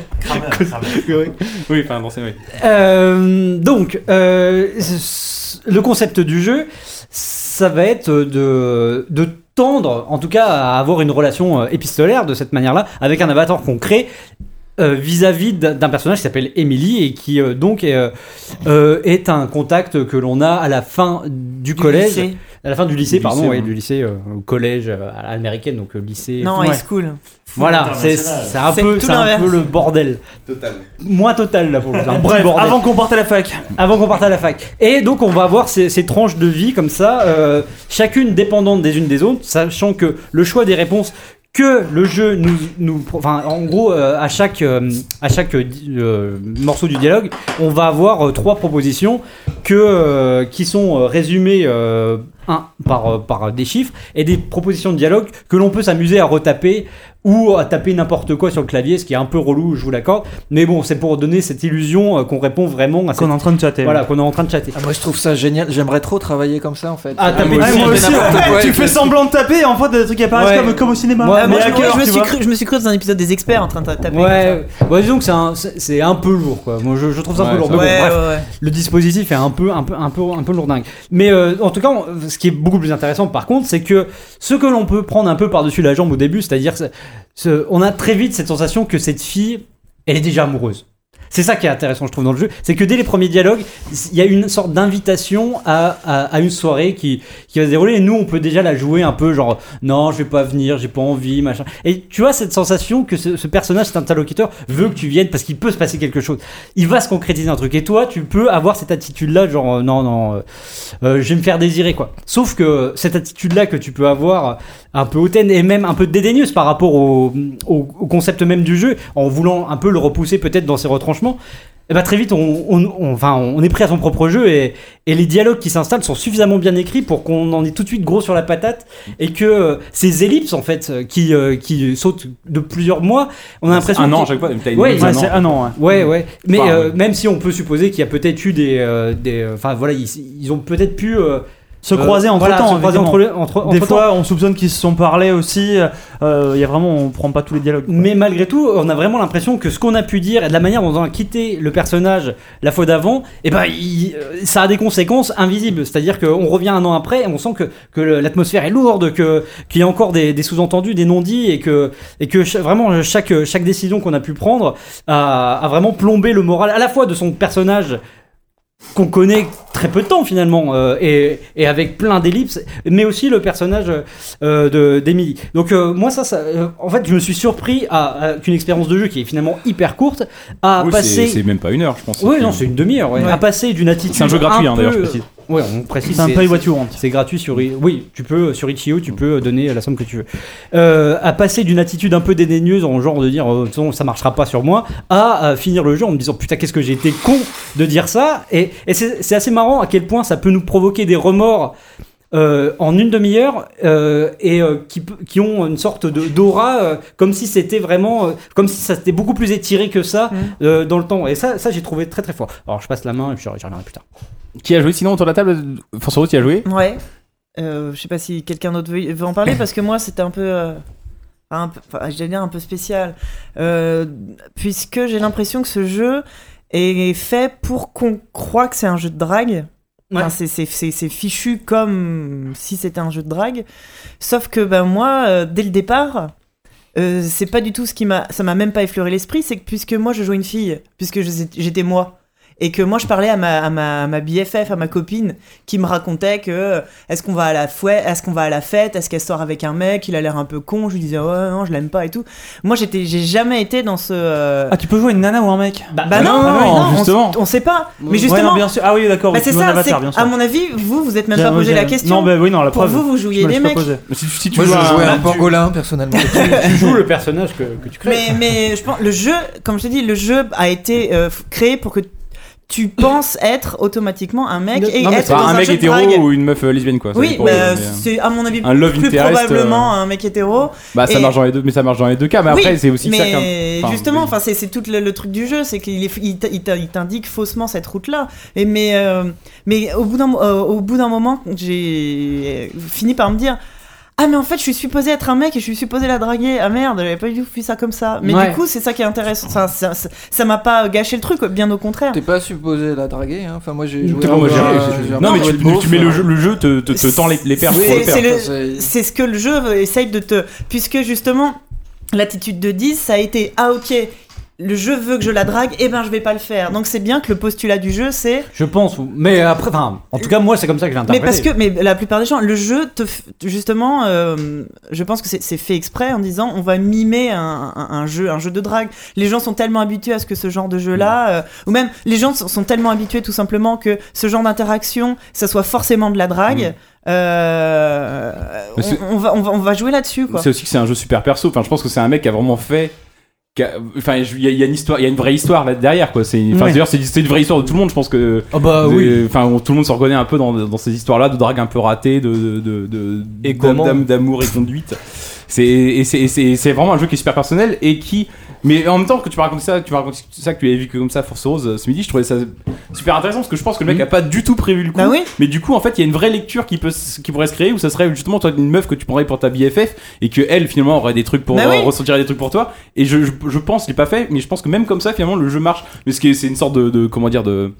Speaker 1: oui, enfin, bon, c'est vrai.
Speaker 3: Euh, donc, euh, c- le concept du jeu, ça va être de, de tendre, en tout cas, à avoir une relation euh, épistolaire de cette manière-là, avec un avatar qu'on crée euh, vis-à-vis d'un d'un personnage qui s'appelle Emily et qui euh, donc est, euh, euh, est un contact que l'on a à la fin du
Speaker 5: Du
Speaker 3: collège,
Speaker 5: lycée.
Speaker 3: à la fin du lycée,
Speaker 1: Du
Speaker 3: pardon,
Speaker 1: lycée,
Speaker 3: ouais,
Speaker 1: ouais.
Speaker 3: du lycée euh, au collège euh, à l'américaine, donc euh, lycée.
Speaker 5: Non,
Speaker 3: Ouais.
Speaker 5: high school.
Speaker 3: Voilà, c'est
Speaker 7: international.
Speaker 3: c'est un
Speaker 5: C'est
Speaker 3: peu,
Speaker 5: tout
Speaker 3: c'est un
Speaker 5: l'inverse.
Speaker 3: peu le bordel. Total. Moins total là pour le coup, un petit
Speaker 2: Bref,
Speaker 3: bordel
Speaker 2: avant qu'on parte à la fac.
Speaker 3: avant qu'on parte à la fac. Et donc on va avoir ces, ces tranches de vie comme ça, euh, chacune dépendante des unes des autres, sachant que le choix des réponses que le jeu nous, nous enfin, en gros, euh, à chaque, euh, à chaque euh, di- euh, morceau du dialogue, on va avoir euh, trois propositions que, euh, qui sont euh, résumées euh, un, par, euh, par des chiffres et des propositions de dialogue que l'on peut s'amuser à retaper ou à taper n'importe quoi sur le clavier, ce qui est un peu relou, je vous l'accorde. Mais bon, c'est pour donner cette illusion euh, qu'on répond vraiment à
Speaker 2: Ah, Qu'on est en train de chatter.
Speaker 3: Voilà, qu'on est en train de chatter.
Speaker 11: moi je trouve ça génial, j'aimerais trop travailler comme ça en fait.
Speaker 3: Ah, t'as mis-
Speaker 11: Ouais,
Speaker 3: Ouais,
Speaker 11: moi
Speaker 3: mais
Speaker 11: aussi,
Speaker 3: n'importe
Speaker 11: ouais.
Speaker 3: quoi,
Speaker 2: hein. tu fais semblant de taper et en fait des trucs apparaissent
Speaker 3: Ouais.
Speaker 2: comme, comme au cinéma.
Speaker 3: Ouais,
Speaker 2: Ah, Mais
Speaker 3: moi,
Speaker 2: à
Speaker 3: je-
Speaker 2: quelle heure,
Speaker 5: Ah, je, me
Speaker 2: tu
Speaker 5: suis
Speaker 2: vois
Speaker 5: cru, je me suis cru dans un épisode des experts en train de taper.
Speaker 3: Ouais, bah, disons que c'est un- c'est c'est un peu lourd quoi. Moi je, je trouve ça un peu
Speaker 5: Ouais,
Speaker 3: lourd.
Speaker 5: ça
Speaker 3: Mais bon,
Speaker 5: va.
Speaker 3: bref,
Speaker 5: Ouais, ouais, ouais.
Speaker 3: Le dispositif est un peu, un peu, un peu, un peu lourdingue. Mais euh, en tout cas, on- ce qui est beaucoup plus intéressant par contre, c'est que ce que l'on peut prendre un peu par-dessus la jambe au début, c'est-à-dire ce- ce- on a très vite cette sensation que cette fille, elle est déjà amoureuse. C'est ça qui est intéressant, je trouve, dans le jeu. C'est que dès les premiers dialogues, il y a une sorte d'invitation à, à- à une soirée qui, qui va se dérouler. Et nous, on peut déjà la jouer un peu genre, non, je vais pas venir, j'ai pas envie, machin. Et tu vois cette sensation que ce, ce personnage, cet interlocuteur, veut que tu viennes parce qu'il peut se passer quelque chose. Il va se concrétiser un truc. Et toi, tu peux avoir cette attitude-là, genre, euh, non, non, euh, euh, je vais me faire désirer, quoi. Sauf que cette attitude-là que tu peux avoir, euh, un peu hautaine et même un peu dédaigneuse par rapport au, au- au concept même du jeu, en voulant un peu le repousser peut-être dans ses retranchements, et bah très vite, on, on, on- enfin, on est pris à son propre jeu et, et les dialogues qui s'installent sont suffisamment bien écrits pour qu'on en est tout de suite gros sur la patate et que euh, ces ellipses en fait euh, qui, euh, qui sautent de plusieurs mois, on a l'impression.
Speaker 1: un an à
Speaker 3: qu'il-
Speaker 1: chaque fois, t'as une
Speaker 3: Ouais,
Speaker 1: ellipse
Speaker 3: ouais,
Speaker 1: d'un an.
Speaker 3: c'est un an,
Speaker 2: ouais.
Speaker 3: Ouais, ouais. Mais
Speaker 1: Enfin,
Speaker 3: euh, même si on peut supposer qu'il y a peut-être eu des. euh, des, euh, Enfin voilà, ils, ils ont peut-être pu. euh,
Speaker 2: se
Speaker 3: euh,
Speaker 2: croiser entre
Speaker 3: voilà,
Speaker 2: temps.
Speaker 3: se croiser
Speaker 2: évidemment.
Speaker 3: entre, le- entre,
Speaker 2: des
Speaker 3: entre temps.
Speaker 2: fois, on soupçonne qu'ils se sont parlé aussi. euh, euh, Il y a vraiment, on prend pas tous les dialogues.
Speaker 3: Mais malgré tout, on a vraiment l'impression que ce qu'on a pu dire et de la manière dont on a quitté le personnage la fois d'avant, eh ben, il- euh, ça a des conséquences invisibles. C'est-à-dire qu'on revient un an après et on sent que, que le- l'atmosphère est lourde, que- qu'il y a encore des, des sous-entendus, des non-dits et que, et que cha- vraiment chaque, chaque décision qu'on a pu prendre a, a vraiment plombé le moral à la fois de son personnage qu'on connaît très peu de temps finalement euh, et, et avec plein d'ellipses mais aussi le personnage euh, de d'Emily donc euh, moi ça, ça euh, en fait je me suis surpris à, à- qu'une expérience de jeu qui est finalement hyper courte à
Speaker 1: Oui, c'est-
Speaker 3: passer
Speaker 1: C'est même pas une heure, je pense.
Speaker 3: oui non c'est une demi-heure ouais.
Speaker 1: Ouais.
Speaker 3: à passer d'une attitude
Speaker 1: C'est un jeu gratuit,
Speaker 3: un
Speaker 1: hein, d'ailleurs,
Speaker 3: peu-
Speaker 1: je précise.
Speaker 3: ouais on précise
Speaker 2: C'est un
Speaker 3: c'est-
Speaker 2: pay what you want.
Speaker 3: c'est gratuit sur i- oui tu peux euh, sur itch.io tu peux euh, donner la somme que tu veux Euh, à passer d'une attitude un peu dédaigneuse en genre de dire euh, de toute façon, ça marchera pas sur moi à euh, finir le jeu en me disant putain qu'est-ce que j'ai été con de dire ça et, et c'est c'est assez marrant à quel point ça peut nous provoquer des remords euh, en une demi-heure euh, et euh, qui, pe- qui ont une sorte de d'aura euh, comme si c'était vraiment euh, comme si ça c'était beaucoup plus étiré que ça euh, dans le temps et ça ça j'ai trouvé très très fort alors je passe la main et puis je reviendrai plus tard
Speaker 1: Qui a joué sinon autour de la table euh, François, tu as joué
Speaker 5: Ouais. Euh, je sais pas si quelqu'un d'autre veut, veut en parler parce que moi c'était un peu, euh, un peu- enfin, j'allais dire un peu spécial, Euh, puisque j'ai l'impression que ce jeu est fait pour qu'on croit que c'est un jeu de drague. Enfin, c'est- c'est- c'est c'est fichu comme si c'était un jeu de drague, sauf que ben moi euh, dès le départ. euh, c'est pas du tout ce qui m'a. Ça m'a même pas effleuré l'esprit, c'est que puisque moi je jouais une fille, puisque je- j'étais moi, et que moi je parlais à ma, à ma, à ma BFF, à ma copine, qui me racontait que euh, est-ce qu'on va à la fouet, est-ce qu'on va à la fête, est-ce qu'elle sort avec un mec, il a l'air un peu con, je lui disais ouais non je l'aime pas et tout. Moi j'étais, j'ai jamais été dans ce. euh,
Speaker 2: Ah, tu peux jouer une nana ou un mec
Speaker 5: bah non,
Speaker 2: Ah oui,
Speaker 5: non, on-
Speaker 1: justement.
Speaker 5: on, sait pas.
Speaker 2: Ouais,
Speaker 5: Mais justement,
Speaker 2: non, bien sûr. Ah oui, d'accord.
Speaker 5: bah,
Speaker 2: oui,
Speaker 5: c'est
Speaker 2: tu joues un
Speaker 5: ça.
Speaker 2: avatar,
Speaker 5: c'est-
Speaker 2: bien sûr.
Speaker 5: à mon avis, vous vous êtes même
Speaker 2: J'ai-
Speaker 5: pas posé
Speaker 2: j'ai-
Speaker 5: la question.
Speaker 2: Non, bah oui, non, la
Speaker 5: Pour
Speaker 2: preuve.
Speaker 5: vous, vous
Speaker 2: Je me
Speaker 5: jouiez
Speaker 2: la
Speaker 5: des
Speaker 2: suis pas
Speaker 5: mecs.
Speaker 2: posée.
Speaker 1: Si, si tu
Speaker 11: Moi
Speaker 1: joues
Speaker 11: je
Speaker 1: à-
Speaker 11: jouais un
Speaker 1: tu-
Speaker 11: pangolin personnellement.
Speaker 3: tu joues le personnage que, que tu crées
Speaker 5: Mais, mais je pense, le jeu, comme je te dis, le jeu a été euh, f- créé pour que tu penses être automatiquement un mec et
Speaker 11: Non, mais
Speaker 5: être
Speaker 11: c'est
Speaker 5: dans
Speaker 1: Enfin, un
Speaker 5: un,
Speaker 1: mec
Speaker 5: jeu de
Speaker 1: hétéro
Speaker 5: drague.
Speaker 1: ou une meuf euh, lesbienne, quoi. ça
Speaker 5: Oui,
Speaker 1: dépend,
Speaker 5: bah,
Speaker 1: mais, euh,
Speaker 5: c'est à mon avis
Speaker 1: un love
Speaker 5: plus
Speaker 1: interest,
Speaker 2: euh.
Speaker 5: probablement un mec hétéro.
Speaker 1: Bah, ça
Speaker 5: et-
Speaker 1: marche dans les deux, mais ça marche dans les deux cas. Mais
Speaker 5: Oui,
Speaker 1: après, c'est aussi ça qu'un-
Speaker 5: mais
Speaker 1: enfin,
Speaker 5: justement,
Speaker 1: oui.
Speaker 5: enfin, c'est c'est tout le, le truc du jeu, c'est qu'il est- il t'a- il t'a- il t'indique faussement cette route-là. Et mais euh, mais au bout d'un mo- euh, au bout d'un moment, j'ai fini par me dire. Ah mais en fait je suis supposé être un mec et je suis supposé la draguer. Ah merde, j'avais pas du tout fait ça comme ça. Mais
Speaker 3: Ouais.
Speaker 5: du coup c'est ça qui est intéressant. Enfin, ça ça- ça m'a pas gâché le truc, bien au contraire.
Speaker 11: T'es pas supposé la draguer, hein. Enfin moi j'ai joué.
Speaker 1: Comment
Speaker 11: à-
Speaker 5: euh,
Speaker 1: j'ai-
Speaker 11: j'ai- j'ai-
Speaker 1: Non, mais
Speaker 11: j'ai-
Speaker 1: tu,
Speaker 11: j'ai-
Speaker 1: tu mets le jeu, le jeu te, te, te tend les, les perches pour le
Speaker 5: C'est-
Speaker 1: faire.
Speaker 5: c'est le-
Speaker 11: C'est-
Speaker 5: c'est ce que le jeu essaye de te. Puisque justement, l'attitude de 10, ça a été Ah, ok, le jeu veut que je la drague, et eh ben je vais pas le faire. Donc c'est bien que le postulat du jeu, c'est.
Speaker 3: Je pense, mais après, enfin, en tout cas, moi, c'est comme ça que j'ai
Speaker 5: Mais
Speaker 3: interprété.
Speaker 5: parce que, mais la plupart des gens, le jeu, te f- justement, euh, je pense que c'est c'est fait exprès en disant on va mimer un, un- un jeu, un jeu de drague. Les gens sont tellement habitués à ce que ce genre de jeu-là, euh, ou même les gens sont, sont tellement habitués tout simplement que ce genre d'interaction, ça soit forcément de la drague. euh,
Speaker 1: Mm. Mais c'est-
Speaker 5: on, on va, on, va, on va jouer là-dessus. quoi.
Speaker 1: C'est aussi que c'est un jeu super perso. Enfin, je pense que c'est un mec qui a vraiment fait. qui a- Enfin, je- il y, a- il y a une histoire, il y a une vraie histoire là derrière, quoi. C'est, enfin,
Speaker 3: Ouais.
Speaker 1: d'ailleurs, c'est, c'est une vraie histoire de tout le monde. Je pense que.
Speaker 5: Oh,
Speaker 3: Ah bah
Speaker 1: vous-
Speaker 3: oui.
Speaker 1: Enfin, on- tout le monde se reconnaît un peu dans, dans ces histoires-là de drague un peu ratée, de de de, de- d'am-
Speaker 6: comment
Speaker 1: d'am- d'amour et conduite. C'est et c'est, et c'est et c'est vraiment un jeu qui est super personnel et qui. Mais en même temps que tu m'as raconté ça, tu m'as raconté ça que tu avais vu comme ça Force Rose euh, ce midi, je trouvais ça super intéressant parce que je pense que le mec a pas du tout prévu le coup.
Speaker 5: Bah oui.
Speaker 1: Mais du coup, en fait, il y a une vraie lecture qui peut s- qui pourrait se créer où ça serait justement toi une meuf que tu prendrais pour ta BFF et que elle finalement aurait des trucs pour
Speaker 5: Bah oui.
Speaker 1: euh, ressentirait des trucs pour toi. Et je, je, je pense, je l'ai pas fait, mais je pense que même comme ça finalement le jeu marche. Mais ce qui est- c'est une sorte de, de- comment dire de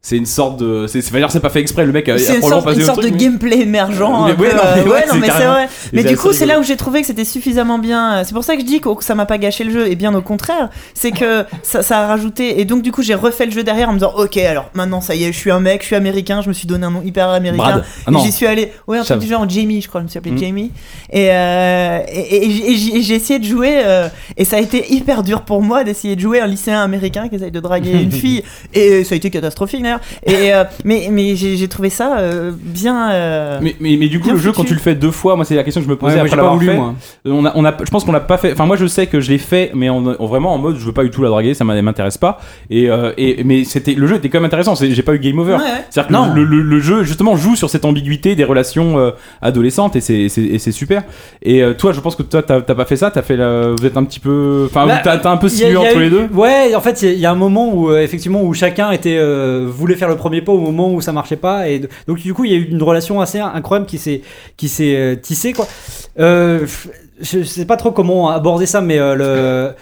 Speaker 1: c'est une sorte de c'est c'est- c'est pas fait exprès le mec a, a
Speaker 5: C'est une
Speaker 1: probablement
Speaker 5: sorte,
Speaker 1: passé
Speaker 5: une
Speaker 1: au
Speaker 5: sorte
Speaker 1: truc,
Speaker 5: de
Speaker 1: mais-
Speaker 5: gameplay émergent.
Speaker 1: Mais
Speaker 5: un peu,
Speaker 1: ouais, non, mais
Speaker 5: euh,
Speaker 1: ouais,
Speaker 5: ouais, non,
Speaker 1: c'est
Speaker 5: mais c'est
Speaker 1: carrément-
Speaker 5: vrai.
Speaker 1: c'est
Speaker 5: Mais du
Speaker 1: assez
Speaker 5: coup, c'est
Speaker 1: rigolo.
Speaker 5: là où j'ai trouvé que c'était suffisamment bien. euh, C'est pour ça que je dis que ça m'a pas gâché le jeu. Et bien au contraire,
Speaker 1: (laughs)
Speaker 5: c'est que ça, ça a rajouté. Et donc, du coup, j'ai refait le jeu derrière en me disant Ok, alors maintenant, ça y est, je suis un mec, je suis américain, je me suis donné un nom hyper américain.
Speaker 1: Brad. Ah non.
Speaker 5: Et J'y suis allé. Ouais, un
Speaker 1: Ça
Speaker 5: truc
Speaker 1: va.
Speaker 5: du genre Jamie, je crois, je me suis appelé
Speaker 1: Mm.
Speaker 5: Jamie. Et, euh, et, et j- et j- et j'ai essayé de jouer. euh, et ça a été hyper dur pour moi d'essayer de jouer un lycéen américain qui essaye de draguer
Speaker 1: (laughs)
Speaker 5: une fille. Et ça a été catastrophique d'ailleurs. Et, euh, mais mais j'ai j'ai trouvé ça euh, bien. euh,
Speaker 1: Mais, mais, mais du coup,
Speaker 5: Bien
Speaker 1: le jeu,
Speaker 5: foutu.
Speaker 1: quand tu le fais deux fois, moi, c'est la question que je me posais
Speaker 3: Ouais, moi,
Speaker 1: après
Speaker 3: j'ai pas
Speaker 1: l'avoir
Speaker 3: voulu,
Speaker 1: fait.
Speaker 3: moi.
Speaker 1: Euh, On a, on a, je pense qu'on l'a pas fait. Enfin, moi, je sais que je l'ai fait, mais en, en- vraiment en mode, je veux pas du tout la draguer, ça m'a- m'intéresse pas. Et, euh, et mais c'était, le jeu était quand même intéressant. c'est- J'ai pas eu game over.
Speaker 5: Ouais, ouais.
Speaker 1: C'est-à-dire que
Speaker 3: Non.
Speaker 1: Le, le- le jeu justement joue sur cette ambiguïté des relations euh, adolescentes et c'est- et c'est et c'est super. Et euh, toi, je pense que toi, t'as t'as pas fait ça. T'as fait, la- vous êtes un petit peu, enfin,
Speaker 3: Bah,
Speaker 1: t'as t'as un peu
Speaker 3: Il y a-
Speaker 1: sinué
Speaker 3: il y a
Speaker 1: entre
Speaker 3: eu-
Speaker 1: les deux.
Speaker 3: Ouais, en fait, il y a- il y, a un moment où euh, effectivement où chacun était euh, voulait faire le premier pas au moment où ça marchait pas, et de- donc du coup il y a eu une relation assez incroyable qui s'est qui s'est euh, tissée quoi. Euh, pff, je, je sais pas trop comment aborder ça, mais euh, le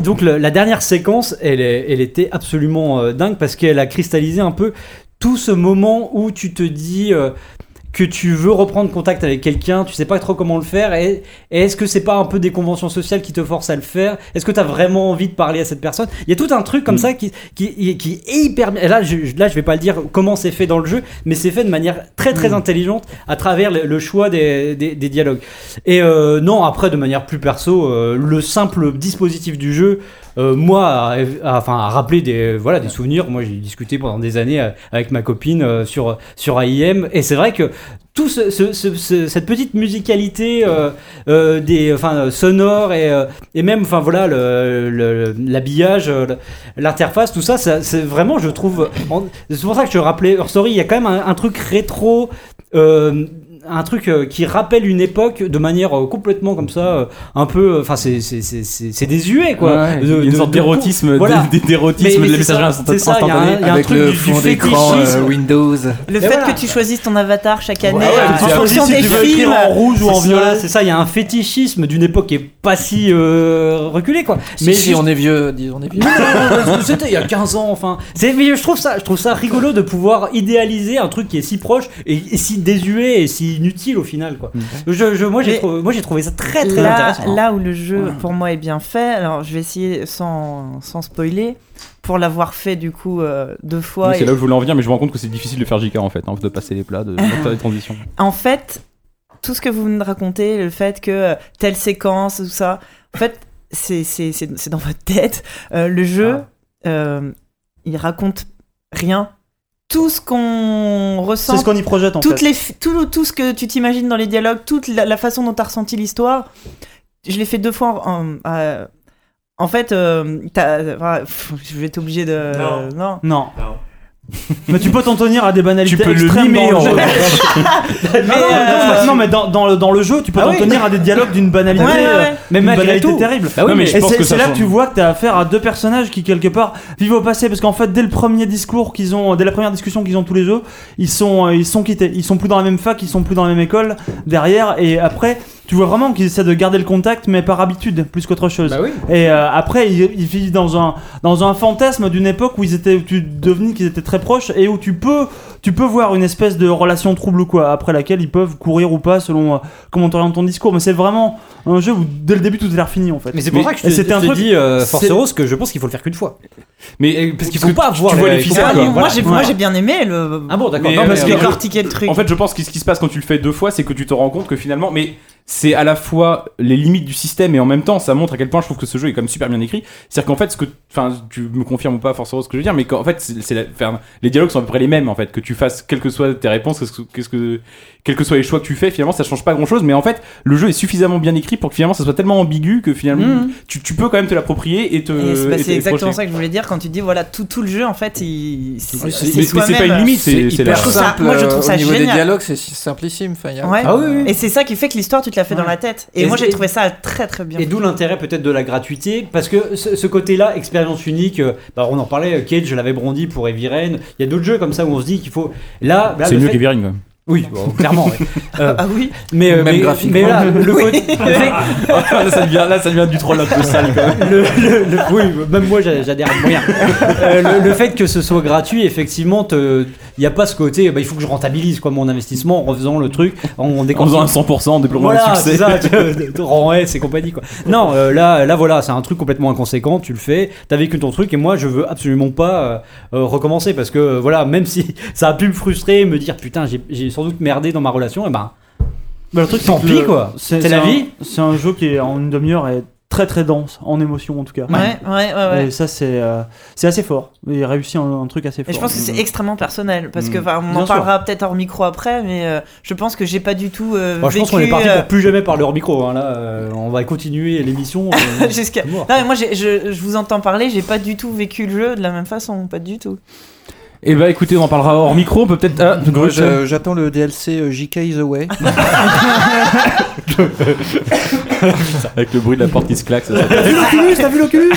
Speaker 3: donc le- la dernière séquence, elle, est- elle était absolument euh, dingue parce qu'elle a cristallisé un peu tout ce moment où tu te dis. euh, que tu veux reprendre contact avec quelqu'un, tu sais pas trop comment le faire, et, et est-ce que c'est pas un peu des conventions sociales qui te forcent à le faire Est-ce que t'as vraiment envie de parler à cette personne Il y a tout un truc comme ça qui, qui, qui est hyper. Et là, je, je- là, je vais pas le dire comment c'est fait dans le jeu, mais c'est fait de manière très très intelligente à travers le, le choix des, des, des dialogues. Et euh, non, après, de manière plus perso, euh, le simple dispositif du jeu. euh, moi, a- a- enfin, à rappeler des voilà des souvenirs. Moi, j'ai discuté pendant des années euh, avec ma copine euh, sur sur AIM, et c'est vrai que tout ce- ce- ce- ce- cette petite musicalité euh, euh, des enfin euh, sonore et, euh, et même enfin voilà le- le- l'habillage euh, le- l'interface tout ça, ça c'est vraiment je trouve en- c'est pour ça que je rappelais Her Story il y a quand même un, un truc rétro euh, un truc euh, qui rappelle une époque de manière euh, complètement comme ça euh, un peu enfin c'est c'est- c'est- c'est c'est désuet quoi
Speaker 1: Ouais,
Speaker 3: De-
Speaker 1: il y a
Speaker 3: de-
Speaker 1: une sorte
Speaker 3: de-
Speaker 1: d'érotisme,
Speaker 3: voilà.
Speaker 1: d'- d'- d'érotisme,
Speaker 3: Mais- mais
Speaker 1: de
Speaker 3: c'est
Speaker 1: la messagerie
Speaker 3: ça, c'est ça, il y a un-
Speaker 1: instantanée.
Speaker 3: il y a un
Speaker 11: Avec
Speaker 3: truc
Speaker 11: le
Speaker 3: du-
Speaker 11: fond
Speaker 3: du
Speaker 11: d'écran euh,
Speaker 3: fétichisme.
Speaker 11: Windows.
Speaker 3: Ah,
Speaker 5: Le fait que tu choisisses ton avatar chaque année euh,
Speaker 3: Ouais,
Speaker 5: en
Speaker 3: tu choisis
Speaker 5: fonction
Speaker 3: si
Speaker 5: des
Speaker 3: tu veux écrire
Speaker 5: films.
Speaker 3: en rouge ou en
Speaker 5: C'est
Speaker 3: violet,
Speaker 5: ça.
Speaker 3: c'est ça. Il y a un fétichisme d'une époque qui est pas si euh, reculée, quoi.
Speaker 11: Mais si
Speaker 3: juste-
Speaker 11: on est vieux, Euh, dis- on est vieux.
Speaker 3: (laughs) Non, non, non, parce que c'était il y a 15 ans, enfin. C'est, mais je trouve ça, je trouve ça rigolo de pouvoir idéaliser un truc qui est si proche et, et si désuet et si inutile au final, quoi. Je, je- moi, j'ai
Speaker 5: Mais-
Speaker 3: trouvé, moi, j'ai trouvé ça très, très
Speaker 5: là,
Speaker 3: intéressant.
Speaker 5: là où le jeu pour moi est bien fait, alors je vais essayer sans, sans spoiler, pour l'avoir fait du coup euh, deux fois.
Speaker 1: Oui, C'est
Speaker 5: et-
Speaker 1: là où je voulais en venir, mais je me rends compte que c'est difficile de faire JK en fait, hein, de passer les plats, de de faire les transitions.
Speaker 5: En fait, tout ce que vous venez de raconter, le fait que euh, telle séquence, tout ça, en fait, c'est c'est- c'est- c'est dans votre tête. Euh, le jeu,
Speaker 3: Ah.
Speaker 5: euh, il raconte rien. Tout ce qu'on ressent
Speaker 3: C'est ce qu'on y projette en
Speaker 5: toutes
Speaker 3: fait.
Speaker 5: les fi- tout, tout ce que tu t'imagines dans les dialogues, toute la, la façon dont t'as ressenti l'histoire, je l'ai fait deux fois. En, en- euh, en fait, euh, t'as- enfin, pff, je vais t'obliger de.
Speaker 8: Non.
Speaker 2: Non.
Speaker 8: Non.
Speaker 2: mais tu peux t'en tenir à des banalités.
Speaker 1: Tu peux le
Speaker 2: extrêmes
Speaker 1: mimer,
Speaker 2: dans
Speaker 1: en
Speaker 2: jeu.
Speaker 1: revanche. (laughs)
Speaker 2: Non, non,
Speaker 5: euh,
Speaker 2: non, non, mais dans, dans le, dans le jeu, tu peux
Speaker 3: Ah
Speaker 2: t'en
Speaker 3: oui.
Speaker 2: tenir à des dialogues d'une banalité,
Speaker 5: Ouais, ouais, ouais.
Speaker 2: euh,
Speaker 3: Mais
Speaker 2: d'une
Speaker 3: malgré
Speaker 2: banalité
Speaker 3: tout.
Speaker 2: terrible.
Speaker 3: Bah oui,
Speaker 1: Non, mais
Speaker 3: mais
Speaker 1: je
Speaker 2: Et
Speaker 1: pense
Speaker 2: c'est
Speaker 1: que
Speaker 2: c'est
Speaker 1: ça
Speaker 2: là que
Speaker 1: change.
Speaker 2: tu vois que t'as affaire à deux personnages qui quelque part vivent au passé parce qu'en fait dès le premier discours qu'ils ont, dès la première discussion qu'ils ont tous les deux, ils sont euh, ils sont quittés, ils sont plus dans la même fac, ils sont plus dans la même école derrière et après tu vois vraiment qu'ils essaient de garder le contact mais par habitude plus qu'autre chose.
Speaker 3: Bah oui.
Speaker 2: Et euh, après ils, ils vivent dans un dans un fantasme d'une époque où ils étaient où tu devenais qu'ils étaient très proches et où tu peux tu peux voir une espèce de relation trouble quoi après laquelle ils peuvent courir ou pas selon euh, comment t'orientes ton discours mais c'est vraiment un jeu où dès le début tout est l'air fini en fait.
Speaker 3: Mais c'est pour ça que je
Speaker 2: et
Speaker 3: te,
Speaker 2: c'était un
Speaker 3: je te
Speaker 2: truc-
Speaker 3: dis, euh, Force
Speaker 2: c'est-
Speaker 3: Rose, que je pense qu'il faut le faire qu'une fois.
Speaker 1: Mais euh, parce qu'il
Speaker 3: faut pas avoir
Speaker 1: tu vois
Speaker 3: les-
Speaker 1: les
Speaker 3: faut
Speaker 1: ficelles,
Speaker 3: pas-
Speaker 5: Ah,
Speaker 1: quoi.
Speaker 5: mais moi, j'ai
Speaker 2: Voilà.
Speaker 5: moi, j'ai bien aimé le.
Speaker 3: Ah bon, d'accord.
Speaker 1: Mais-
Speaker 3: Non, parce
Speaker 1: mais-
Speaker 3: que-
Speaker 1: mais-
Speaker 5: décortiquer le truc.
Speaker 1: En fait, je pense que ce qui se passe quand tu le fais deux fois, c'est que tu te rends compte que finalement, mais c'est à la fois les limites du système et en même temps, ça montre à quel point je trouve que ce jeu est quand même super bien écrit. C'est-à-dire qu'en fait, ce que, enfin, tu me confirmes ou pas forcément ce que je veux dire, mais qu'en fait, c'est c'est la- enfin, les dialogues sont à peu près les mêmes en fait, que tu tu fasses, quelles que soient tes réponses, qu'est-ce que, qu'est-ce que- quels que soient les choix que tu fais, finalement, ça change pas grand-chose. Mais en fait, le jeu est suffisamment bien écrit pour que finalement, ça soit tellement ambigu que finalement,
Speaker 5: Mhm.
Speaker 1: tu, tu peux quand même te l'approprier et te.
Speaker 5: Et c'est bah,
Speaker 1: et te
Speaker 5: c'est exactement
Speaker 1: projeter.
Speaker 5: ça que je voulais dire quand tu dis voilà tout, tout le jeu en fait il
Speaker 1: Oui, c'est- mais- mais c'est
Speaker 5: soi-même.
Speaker 1: pas une limite, c'est- c'est la-
Speaker 5: je trouve ça-
Speaker 11: simple,
Speaker 5: moi je
Speaker 11: euh,
Speaker 5: trouve ça
Speaker 11: au niveau
Speaker 5: génial
Speaker 11: des dialogues, c'est simplissime. Enfin, il y a-
Speaker 5: euh, Ouais. et c'est ça qui fait que l'histoire tu te la fais dans la tête et,
Speaker 3: Et-
Speaker 5: moi j'ai
Speaker 3: et-
Speaker 5: trouvé ça très très bien
Speaker 3: Et d'où l'intérêt peut-être de la gratuité, parce que ce, ce côté-là, expérience unique, euh, bah, on en parlait, euh, Cage, je l'avais brondi pour Eviren, il y a d'autres jeux comme ça où on se dit qu'il faut... Là, là,
Speaker 1: C'est
Speaker 3: le
Speaker 1: mieux
Speaker 3: fait-
Speaker 1: qu'Everine, quand même.
Speaker 3: Oui,
Speaker 1: (laughs)
Speaker 3: bon, clairement. ouais. Euh,
Speaker 5: ah oui
Speaker 3: Mais, euh,
Speaker 11: Même
Speaker 3: mais,
Speaker 11: graphiquement.
Speaker 3: mais là,
Speaker 5: (laughs)
Speaker 3: le
Speaker 5: Oui.
Speaker 3: côté... le (laughs) fait-
Speaker 1: Ah, là, ça devient, là, ça devient du troll un peu sale, quand même.
Speaker 3: le- le- le- oui, même moi j'a- j'adhère à moyen. Euh, le, le fait que ce soit gratuit, effectivement, il n'y a pas ce côté, bah, il faut que je rentabilise quoi, mon investissement en refaisant le truc, en, en
Speaker 1: En faisant
Speaker 3: déconseillant-
Speaker 1: un 100%, en déplorant
Speaker 3: voilà,
Speaker 1: le succès.
Speaker 3: c'est ça, (laughs) tu- de- de- en S et compagnie quoi. Non, euh, là, là voilà, c'est un truc complètement inconséquent. Tu le fais, t'as vécu ton truc et moi je veux absolument pas euh, euh, recommencer parce que euh, voilà, même si (laughs) ça a pu me frustrer, me dire putain j'ai- j'ai sans doute merdé dans ma relation, et ben
Speaker 2: Bah, le truc,
Speaker 3: Tant
Speaker 2: c'est que
Speaker 3: pis,
Speaker 2: le-
Speaker 3: quoi. C'est la
Speaker 2: un-
Speaker 3: vie.
Speaker 2: C'est un jeu qui est en une demi-heure est très très dense en émotion en tout cas.
Speaker 5: ouais ouais ouais, ouais.
Speaker 2: Et ça c'est euh, c'est assez fort. Il réussit un, un truc assez fort. Mmh.
Speaker 5: Et je pense que c'est extrêmement personnel parce que
Speaker 1: Mm.
Speaker 5: enfin, on
Speaker 2: Bien
Speaker 5: en
Speaker 2: sûr.
Speaker 5: parlera peut-être hors micro après, mais euh, je pense que j'ai pas du tout euh,
Speaker 3: Bon, je pense qu'on
Speaker 5: vécu,
Speaker 3: est parti
Speaker 5: euh,
Speaker 3: pour plus jamais parler hors micro. hein. Là, euh, on va continuer l'émission
Speaker 5: (laughs)
Speaker 3: euh,
Speaker 5: jusqu'à.
Speaker 3: c'est mort.
Speaker 5: Non, mais moi j'ai- je, je vous entends parler, j'ai pas du tout vécu le jeu de la même façon, pas du tout. (laughs)
Speaker 1: Et bah, écoutez, on en parlera hors micro, on peut peut-être. Ah,
Speaker 11: Moi,
Speaker 1: Grut,
Speaker 11: je- J'attends le DLC euh, JK is away.
Speaker 1: avec le bruit de la porte qui se claque, ça, ça-
Speaker 11: T'as vu l'Oculus T'as vu l'Oculus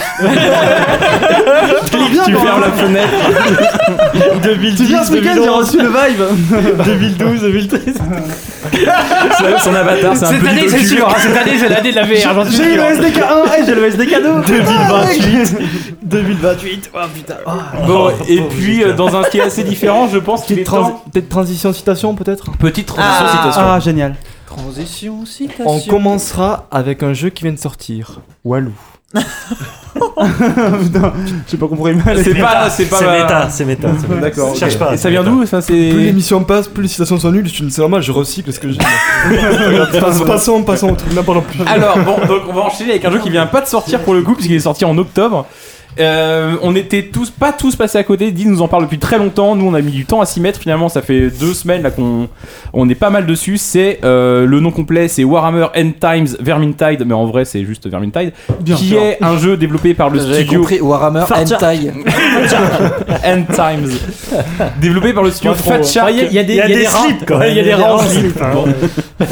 Speaker 1: tu fermes la fenêtre.
Speaker 3: 2010,
Speaker 4: Tu viens ce week-end, j'ai
Speaker 3: 2011,
Speaker 4: reçu le vibe
Speaker 3: 2012, 2013.
Speaker 1: Son- Son avatar, c'est un peu du docu.
Speaker 3: hein, cette année c'est l'année de la VR. j'en suis
Speaker 4: J'ai eu
Speaker 3: sûr.
Speaker 4: le SDK
Speaker 2: Ah,
Speaker 4: 1 et j'ai le SDK 2
Speaker 3: 2028 2028 Oh putain
Speaker 1: Bon, et puis euh, dans un style assez différent, je pense qu'il est
Speaker 4: Petite, trans-
Speaker 1: temps.
Speaker 4: peut-être transition citation peut-être
Speaker 1: Petite
Speaker 5: transition, Ah. citation.
Speaker 2: Ah génial.
Speaker 11: Transition,
Speaker 4: On
Speaker 11: citation.
Speaker 4: commencera avec un jeu qui vient de sortir. Walou.
Speaker 2: Putain, j'ai pas compris. mais-
Speaker 1: C'est pas, c'est pas.
Speaker 7: C'est
Speaker 1: ma-
Speaker 7: méta, c'est méta. c'est
Speaker 1: (laughs)
Speaker 7: méta.
Speaker 1: D'accord. ok.
Speaker 7: Cherche pas,
Speaker 1: Et ça
Speaker 7: c'est
Speaker 1: vient
Speaker 7: méta.
Speaker 1: d'où ça
Speaker 4: Plus
Speaker 1: c'est
Speaker 4: l'émission passe, plus les citations sont nulles. C'est normal, je recycle ce que j'ai. Passe- passons, passons, au truc, n'en parlons plus.
Speaker 1: (laughs) Alors bon, donc on va enchaîner avec un jeu qui vient pas de sortir pour le coup puisqu'il est sorti en octobre. Euh, on était tous, pas tous passés à côté. Dean nous en parle depuis très longtemps. Nous, on a mis du temps à s'y mettre. Finalement, ça fait deux semaines là qu'on on est pas mal dessus. C'est euh, le nom complet, c'est Warhammer End Times Vermintide, mais en vrai, c'est juste Vermintide, qui
Speaker 2: sûr.
Speaker 1: est un jeu développé par le
Speaker 11: J'avais
Speaker 1: studio
Speaker 11: compris Warhammer
Speaker 1: Fartchark.
Speaker 11: Hentai.
Speaker 1: End
Speaker 11: (laughs)
Speaker 1: Times, développé par le studio Fat Shark.
Speaker 3: Il y a des, il y a des rats.
Speaker 7: slips quand
Speaker 3: Ouais,
Speaker 7: même.
Speaker 3: Il y a des rats.
Speaker 7: en slip, hein.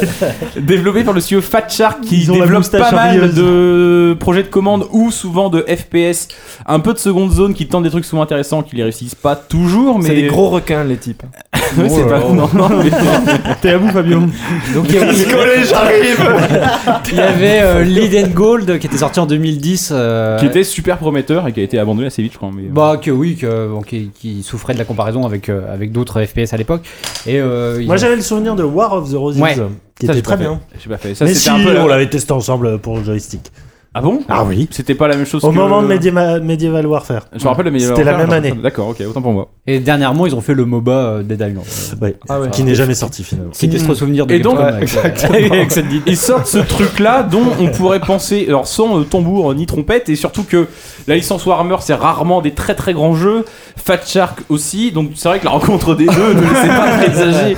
Speaker 1: développé par le studio Fat Shark qui
Speaker 2: Ils ont la
Speaker 1: développe
Speaker 2: moustache
Speaker 1: pas mal
Speaker 2: radieuse.
Speaker 1: de projets de commande ou souvent de FPS, un peu de seconde zone qui tentent des trucs souvent intéressants qui les réussissent pas toujours, mais
Speaker 4: C'est des gros requins, les types.
Speaker 1: (laughs) Ouais, c'est pas non, non,
Speaker 4: (laughs)
Speaker 1: mais- (laughs)
Speaker 2: T'es à bout Fabio.
Speaker 3: Donc il y avait, (laughs) il y avait euh, Lead and Gold qui était sorti en 2010. euh,
Speaker 1: qui était super prometteur et qui a été abandonné assez vite, je crois. Mais...
Speaker 3: Bah que oui, que, bon, qui, qui souffrait de la comparaison avec, euh, avec d'autres FPS à l'époque. Et euh, il-
Speaker 7: Moi j'avais le souvenir de War of the Roses. euh,
Speaker 3: Ouais.
Speaker 7: Qui
Speaker 3: Ça, j'ai
Speaker 7: était
Speaker 3: pas
Speaker 7: très
Speaker 3: fait.
Speaker 7: bien.
Speaker 1: J'ai euh, pas fait. Ça,
Speaker 7: Mais
Speaker 1: c'était
Speaker 7: si,
Speaker 1: un peu. la-
Speaker 7: on l'avait testé ensemble pour le joystick.
Speaker 1: Ah bon
Speaker 7: Ah oui.
Speaker 1: C'était pas la même chose
Speaker 7: Au
Speaker 1: que-
Speaker 7: moment de Medieva- Medieval Warfare.
Speaker 1: Je me rappelle le Medieval
Speaker 7: C'était la
Speaker 1: Warfare,
Speaker 7: même
Speaker 1: je me
Speaker 7: année.
Speaker 1: rappelle. D'accord, ok, autant pour moi.
Speaker 3: et dernièrement, ils ont fait le MOBA euh, Dead Island.
Speaker 7: Ouais.
Speaker 4: Ah ouais.
Speaker 7: Qui n'est jamais sorti finalement.
Speaker 3: Sinistre souvenir de
Speaker 1: Hmm. Et donc,
Speaker 3: Capcom avec, euh, avec cette idée.
Speaker 1: Ils sortent ce truc-là dont on pourrait penser, alors sans euh, tambour ni trompette, et surtout que la licence Warhammer, c'est rarement des très très grands jeux, Fat Shark aussi, donc c'est vrai que la rencontre des deux ne laissait pas présager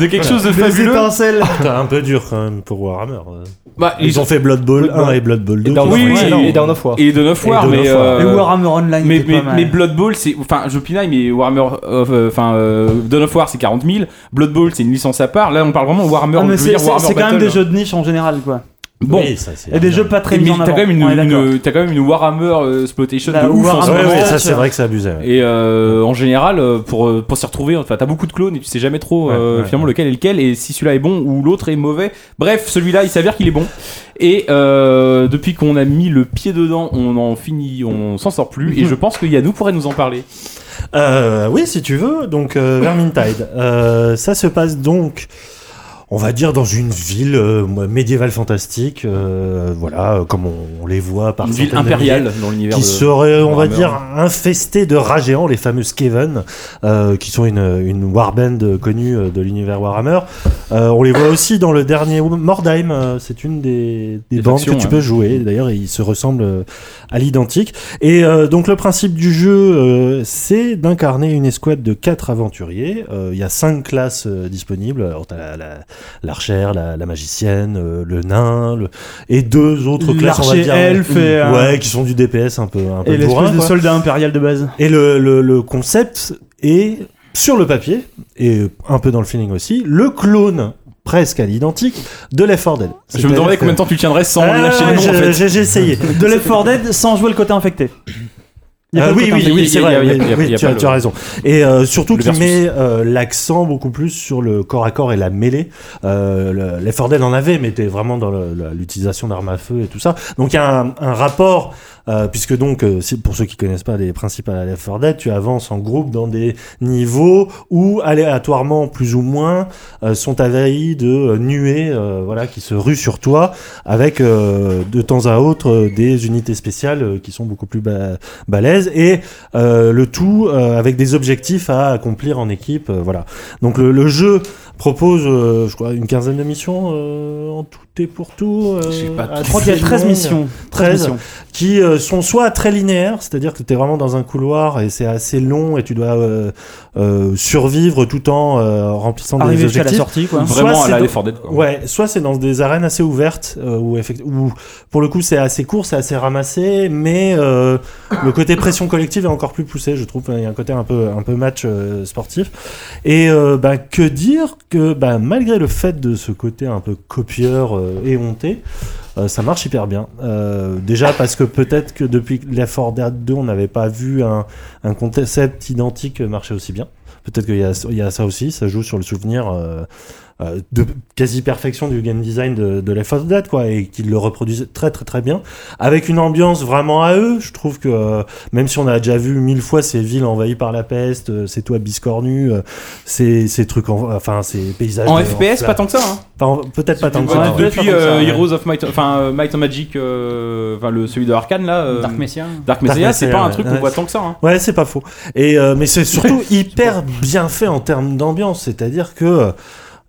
Speaker 1: de quelque chose de fabuleux.
Speaker 7: Ah, T'as un peu dur quand même pour Warhammer.
Speaker 1: Bah,
Speaker 7: Ils ont fait Blood Bowl 1 et Blood Bowl 2.
Speaker 1: Dawn of
Speaker 7: qui sont
Speaker 1: War.
Speaker 7: excellents.
Speaker 1: Oui,
Speaker 4: Et Down of War.
Speaker 1: et Dawn of War,
Speaker 7: Et Dawn
Speaker 1: mais,
Speaker 7: of War.
Speaker 1: euh,
Speaker 2: Et Warhammer Online.
Speaker 1: mais,
Speaker 2: était
Speaker 1: mais,
Speaker 2: pas mal.
Speaker 1: mais Blood Bowl, c'est. Enfin, je pinaille, mais Warhammer. of, euh, Enfin, euh, Dawn of War, c'est 40 000. Blood Bowl, c'est une licence à part. Là, on parle vraiment Warhammer.
Speaker 2: Ah,
Speaker 1: je
Speaker 2: mais
Speaker 1: veux
Speaker 2: c'est
Speaker 1: dire
Speaker 2: c'est-
Speaker 1: Warhammer
Speaker 2: c'est quand même
Speaker 1: Battle. hein.
Speaker 2: des jeux de niche en général quoi.
Speaker 1: Bon,
Speaker 7: Oui, ça, c'est
Speaker 2: Et des
Speaker 7: bien.
Speaker 2: jeux pas très
Speaker 1: mais
Speaker 2: mis en
Speaker 1: t'as
Speaker 2: avant.
Speaker 1: quand même une,
Speaker 2: On est d'accord.
Speaker 1: une- t'as quand même une Warhammer euh, exploitation
Speaker 2: La
Speaker 1: de ouf en ce
Speaker 7: Ouais,
Speaker 2: Warhammer
Speaker 1: moment.
Speaker 7: ouais,
Speaker 2: Battle.
Speaker 7: ça c'est vrai que ça abusait. ouais.
Speaker 1: Et euh, en général, euh, pour, euh, pour s'y retrouver, enfin, t'as beaucoup de clones et tu sais jamais trop
Speaker 7: Ouais,
Speaker 1: euh,
Speaker 7: ouais,
Speaker 1: finalement
Speaker 7: ouais.
Speaker 1: lequel est lequel et si celui-là est bon ou l'autre est mauvais. Bref, celui-là, il s'avère qu'il est bon. Et euh, depuis qu'on a mis le pied dedans, on en finit, on s'en sort plus. Et je pense que Yannou pourrait nous en parler.
Speaker 7: Euh, oui, si tu veux. Donc, euh, Vermintide. Euh, ça se passe donc. on va dire dans une ville euh, médiévale fantastique, euh, voilà, euh, comme on, on les voit par
Speaker 1: Une ville
Speaker 7: certaines
Speaker 1: impériale
Speaker 7: villes,
Speaker 1: dans l'univers
Speaker 7: qui
Speaker 1: de-
Speaker 7: serait, on va
Speaker 1: Warhammer.
Speaker 7: dire, infestée de rats géants, les fameuses Keven, euh, qui sont une, une warband connue euh, de l'univers Warhammer. Euh, on les voit aussi dans le dernier Mordheim, euh, c'est une des, des
Speaker 1: Des
Speaker 7: bandes
Speaker 1: factions,
Speaker 7: que tu
Speaker 2: hein.
Speaker 1: ouais.
Speaker 7: peux jouer. D'ailleurs, ils se ressemblent euh, à l'identique. Et euh, donc, le principe du jeu, euh, c'est d'incarner une escouade de quatre aventuriers. Euh, Il y a cinq classes euh, disponibles. Alors, t'as la- la- l'archère, la, la magicienne, euh, le nain, le- et deux autres classes, on va
Speaker 2: L'archer
Speaker 7: dire.
Speaker 2: elfe et, euh,
Speaker 7: Ouais, qui sont du DPS un peu, un peu
Speaker 2: Et
Speaker 7: bourrin,
Speaker 2: l'espèce de
Speaker 7: quoi.
Speaker 2: soldat impérial de base.
Speaker 7: Et le, le- le concept est, sur le papier, et un peu dans le feeling aussi, le clone presque à l'identique de Left 4
Speaker 1: Je me
Speaker 7: Dead.
Speaker 1: demandais
Speaker 7: C'est-à-dire
Speaker 1: combien de
Speaker 7: que-
Speaker 1: temps tu tiendrais sans
Speaker 7: Ah,
Speaker 1: lâcher le nom
Speaker 7: j'ai-
Speaker 1: en fait.
Speaker 7: j'ai-
Speaker 1: (laughs)
Speaker 7: J'ai essayé.
Speaker 2: De Left 4 Dead sans jouer le côté infecté. Il y a
Speaker 7: Euh,
Speaker 2: pas le
Speaker 7: oui,
Speaker 2: côté
Speaker 7: oui,
Speaker 2: infecté.
Speaker 7: oui, c'est
Speaker 1: il y a-
Speaker 7: vrai.
Speaker 1: il y a- il y
Speaker 7: oui,
Speaker 1: a-
Speaker 7: oui,
Speaker 1: il y a
Speaker 7: tu
Speaker 1: pas
Speaker 7: as
Speaker 1: le-
Speaker 7: tu as raison. Et euh, surtout
Speaker 1: le
Speaker 7: qui
Speaker 1: versus.
Speaker 7: met euh, l'accent beaucoup plus sur le corps à corps et la mêlée. Euh, le- les Fordel en avait, mais était vraiment dans le- le- l'utilisation d'armes à feu et tout ça. Donc il y a un, un rapport. euh, puisque donc, euh, si- pour ceux qui connaissent pas les principes à la Left 4 Dead, tu avances en groupe dans des niveaux où aléatoirement, plus ou moins, euh, sont avahis de euh, nuées, euh, voilà, qui se ruent sur toi, avec euh, de temps à autre euh, des unités spéciales euh, qui sont beaucoup plus ba- balèzes et euh, le tout euh, avec des objectifs à accomplir en équipe, euh, voilà. Donc le, le jeu propose, euh, je crois, une quinzaine de missions euh, en tout et pour tout. euh,
Speaker 1: pas
Speaker 7: à
Speaker 1: tout.
Speaker 2: Je crois qu'il y a 13
Speaker 7: longues.
Speaker 2: missions.
Speaker 7: 13
Speaker 2: missions.
Speaker 7: qui euh, sont soit très linéaires, c'est-à-dire que tu es vraiment dans un couloir et c'est assez long et tu dois euh, euh, survivre tout en euh, remplissant des
Speaker 2: Arrivé jusqu'à la
Speaker 7: objectifs.
Speaker 2: sortie, quoi.
Speaker 7: Soit
Speaker 1: Vraiment à
Speaker 7: c'est
Speaker 1: la
Speaker 7: dans-
Speaker 1: Left 4 Dead, quoi.
Speaker 7: Ouais, soit c'est dans des arènes assez ouvertes euh, où, effect- où pour le coup c'est assez court, c'est assez ramassé, mais euh, le côté pression collective est encore plus poussé, je trouve. Il y a un côté un peu un peu match euh, sportif. Et euh, bah, que dire que bah, malgré le fait de ce côté un peu copieur euh, et honté, euh, ça marche hyper bien. Euh, déjà parce que peut-être que depuis l'effort Dead 2, on n'avait pas vu un, un concept identique marcher aussi bien. Peut-être qu'il y, a- il y a ça aussi, ça joue sur le souvenir euh, euh, de quasi-perfection du game design de, de Left 4 Dead, quoi, et qu'ils le reproduisent très très très bien, avec une ambiance vraiment à eux. Je trouve que, euh, même si on a déjà vu mille fois ces villes envahies par la peste, euh, ces toits biscornus, euh, ces, ces trucs, en- enfin, ces paysages...
Speaker 1: En
Speaker 7: de-
Speaker 1: FPS,
Speaker 7: fla-
Speaker 1: pas tant que ça. hein.
Speaker 7: Enfin, en- Peut-être pas tant que ça.
Speaker 1: Ouais,
Speaker 7: ouais.
Speaker 1: Depuis euh, Heroes of Might, enfin euh, Might and Magic, euh, enfin le celui de Arkane là, euh,
Speaker 3: Dark Messiah.
Speaker 1: Dark Messiah,
Speaker 7: Dark
Speaker 1: c'est
Speaker 7: Messiah,
Speaker 1: pas un
Speaker 7: ouais.
Speaker 1: truc qu'on
Speaker 7: Ouais.
Speaker 1: voit tant que ça. hein.
Speaker 7: Ouais, c'est pas faux. Et euh, mais
Speaker 3: (laughs)
Speaker 7: c'est surtout hyper bien fait en termes d'ambiance, c'est-à-dire que euh,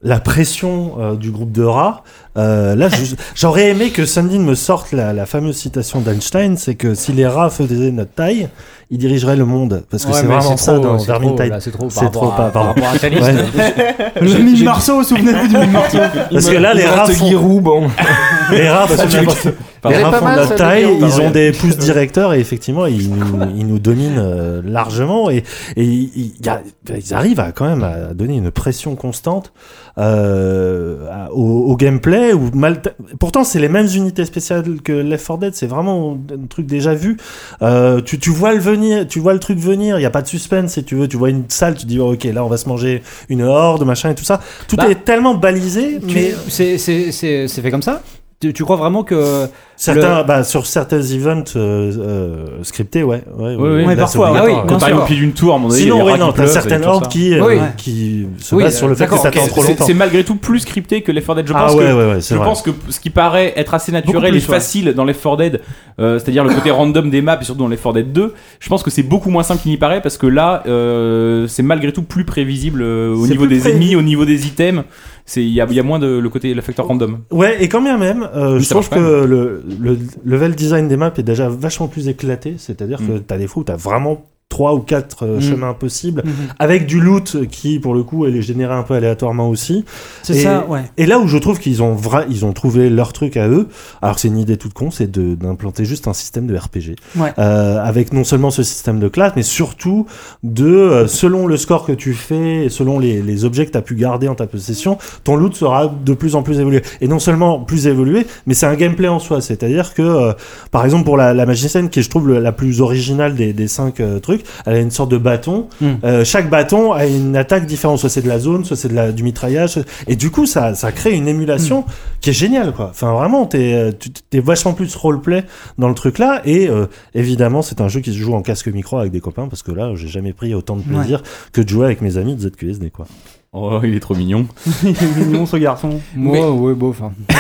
Speaker 7: la pression euh, du groupe de rats. euh,
Speaker 3: (laughs)
Speaker 7: là, je- j'aurais aimé que Sandine me sorte la, la fameuse citation d'Einstein, c'est que si les rats faisaient notre taille, ils dirigeraient le monde. Parce que
Speaker 3: Ouais,
Speaker 7: c'est
Speaker 3: mais
Speaker 7: vraiment ça
Speaker 3: trop,
Speaker 7: dans
Speaker 3: c'est trop,
Speaker 7: Vermintide.
Speaker 3: là, C'est trop,
Speaker 7: C'est trop, pas-
Speaker 3: par
Speaker 7: pardon.
Speaker 3: rapport à Thalys.
Speaker 7: Ouais.
Speaker 2: Le mine Marceau, souvenez-vous du mine Marceau.
Speaker 7: Parce que là, les rats font-
Speaker 6: Guirou, bon.
Speaker 7: (laughs) les rats
Speaker 3: Bah,
Speaker 7: font
Speaker 6: tu-
Speaker 7: n'importe-
Speaker 6: Pardon. C'est
Speaker 7: les rats
Speaker 6: pas
Speaker 7: font de
Speaker 6: mal,
Speaker 7: la
Speaker 6: ça, de
Speaker 7: taille,
Speaker 6: dire.
Speaker 7: ils
Speaker 6: Pardon.
Speaker 7: ont des pouces directeurs et effectivement, ils nous, ils nous dominent euh, largement et, et ils, il y a- bah, ils arrivent à, quand même à donner une pression constante euh, à- au, au gameplay. Ou mal, pourtant, c'est les mêmes unités spéciales que Left 4 Dead, c'est vraiment un truc déjà vu. Euh, tu, tu vois le venir, tu vois le truc venir, il n'y a pas de suspense si tu veux. Tu vois une salle, tu dis oh, ok, là on va se manger une horde, machin et tout ça. Tout
Speaker 3: Bah,
Speaker 7: est tellement balisé,
Speaker 3: Tu-
Speaker 7: mais
Speaker 3: c'est- c'est c'est- c'est fait comme ça tu, tu crois vraiment que.
Speaker 7: Certains, bah, sur certains events euh, euh, scriptés, ouais. Ouais,
Speaker 1: Oui, oui.
Speaker 7: là,
Speaker 1: Ouais,
Speaker 7: c'est
Speaker 2: parfois,
Speaker 7: obligatoire,
Speaker 3: oui,
Speaker 7: ouais.
Speaker 1: Quand
Speaker 3: Bien
Speaker 1: t'arrives
Speaker 3: sûr.
Speaker 1: au pied d'une tour, à mon avis, il y a
Speaker 7: Sinon,
Speaker 1: les
Speaker 7: oui,
Speaker 1: rats
Speaker 7: non,
Speaker 1: qui
Speaker 7: t'as
Speaker 1: pleuvent et
Speaker 7: certaines
Speaker 1: tout ça.
Speaker 7: hordes qui, euh,
Speaker 3: Oui.
Speaker 7: qui se
Speaker 3: Oui,
Speaker 7: basent sur le fait que
Speaker 3: d'accord,
Speaker 7: ça t'attend
Speaker 3: ok.
Speaker 7: trop
Speaker 1: C'est-
Speaker 7: longtemps.
Speaker 1: C'est malgré tout plus scripté que Left 4 Dead. Je
Speaker 7: Ah
Speaker 1: pense
Speaker 7: ouais,
Speaker 1: que
Speaker 7: ouais, ouais, c'est
Speaker 1: je
Speaker 7: vrai.
Speaker 1: pense que ce qui paraît être assez
Speaker 2: Beaucoup
Speaker 1: naturel
Speaker 2: plus,
Speaker 1: et
Speaker 2: ouais.
Speaker 1: facile dans Left 4 Dead, euh, c'est-à-dire
Speaker 7: (coughs)
Speaker 1: le côté random des maps et surtout dans Left 4 Dead 2, je pense que c'est beaucoup moins simple qu'il n'y paraît parce que là, euh, c'est malgré tout plus prévisible euh, au
Speaker 7: C'est
Speaker 1: niveau
Speaker 7: plus
Speaker 1: des
Speaker 7: prévisible.
Speaker 1: ennemis, au niveau des items. C'est- Il y, a- il y a moins de le côté le
Speaker 7: Oh.
Speaker 1: facteur random.
Speaker 7: Ouais, et quand bien même, euh,
Speaker 1: Mais
Speaker 7: je
Speaker 1: ça
Speaker 7: trouve
Speaker 1: marche
Speaker 7: que le, le level design des maps est déjà vachement plus éclaté. C'est-à-dire que
Speaker 1: Mm.
Speaker 7: t'as des fois où t'as vraiment trois ou quatre euh,
Speaker 3: Mm.
Speaker 7: chemins possibles,
Speaker 3: Mhm.
Speaker 1: Mm-hmm.
Speaker 7: avec du loot qui, pour le coup, elle est générée un peu aléatoirement aussi.
Speaker 3: C'est
Speaker 7: Et-
Speaker 3: ça,
Speaker 2: (laughs)
Speaker 3: ouais.
Speaker 7: Et là où je trouve qu'ils ont vra- ils ont trouvé leur truc à eux, alors c'est une idée toute con, c'est de- d'implanter juste un système de RPG.
Speaker 3: Ouais.
Speaker 7: Euh, avec non seulement ce système de classe, mais surtout de, euh, selon le score que tu fais, et selon les, les objets que tu as pu garder en ta possession, ton loot sera de plus en plus évolué. Et non seulement plus évolué, mais c'est un gameplay en soi. C'est-à-dire que, euh, par exemple, pour la, la magicienne, qui est, je trouve, le- la plus originale des, des cinq euh, trucs, elle a une sorte de bâton.
Speaker 3: Mm.
Speaker 7: Euh, chaque bâton a une attaque différente. Soit c'est de la zone, soit c'est de la, du mitraillage. soit- Et du coup, ça, ça crée une émulation qui est géniale, quoi. Enfin, vraiment, t'es, euh, tu- t'es vachement plus roleplay dans le truc-là. Et euh, évidemment, c'est un jeu qui se joue en casque micro avec des copains, parce que là, j'ai jamais pris autant de plaisir que de jouer avec mes amis de ZQSD, quoi.
Speaker 1: Oh, il est trop mignon.
Speaker 2: mignon ce garçon.
Speaker 4: Moi, ouais, bon,
Speaker 3: hein.
Speaker 1: (laughs)
Speaker 4: enfin.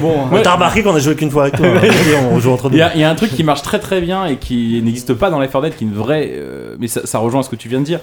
Speaker 7: bon, T'as remarqué qu'on a joué qu'une fois avec toi. hein. on joue entre
Speaker 1: Il
Speaker 7: deux.
Speaker 1: y, a, il y a un truc qui marche très très bien et qui n'existe pas dans l'Effort Dead, qui est une vraie. euh, mais ça, ça rejoint ce que tu viens de dire,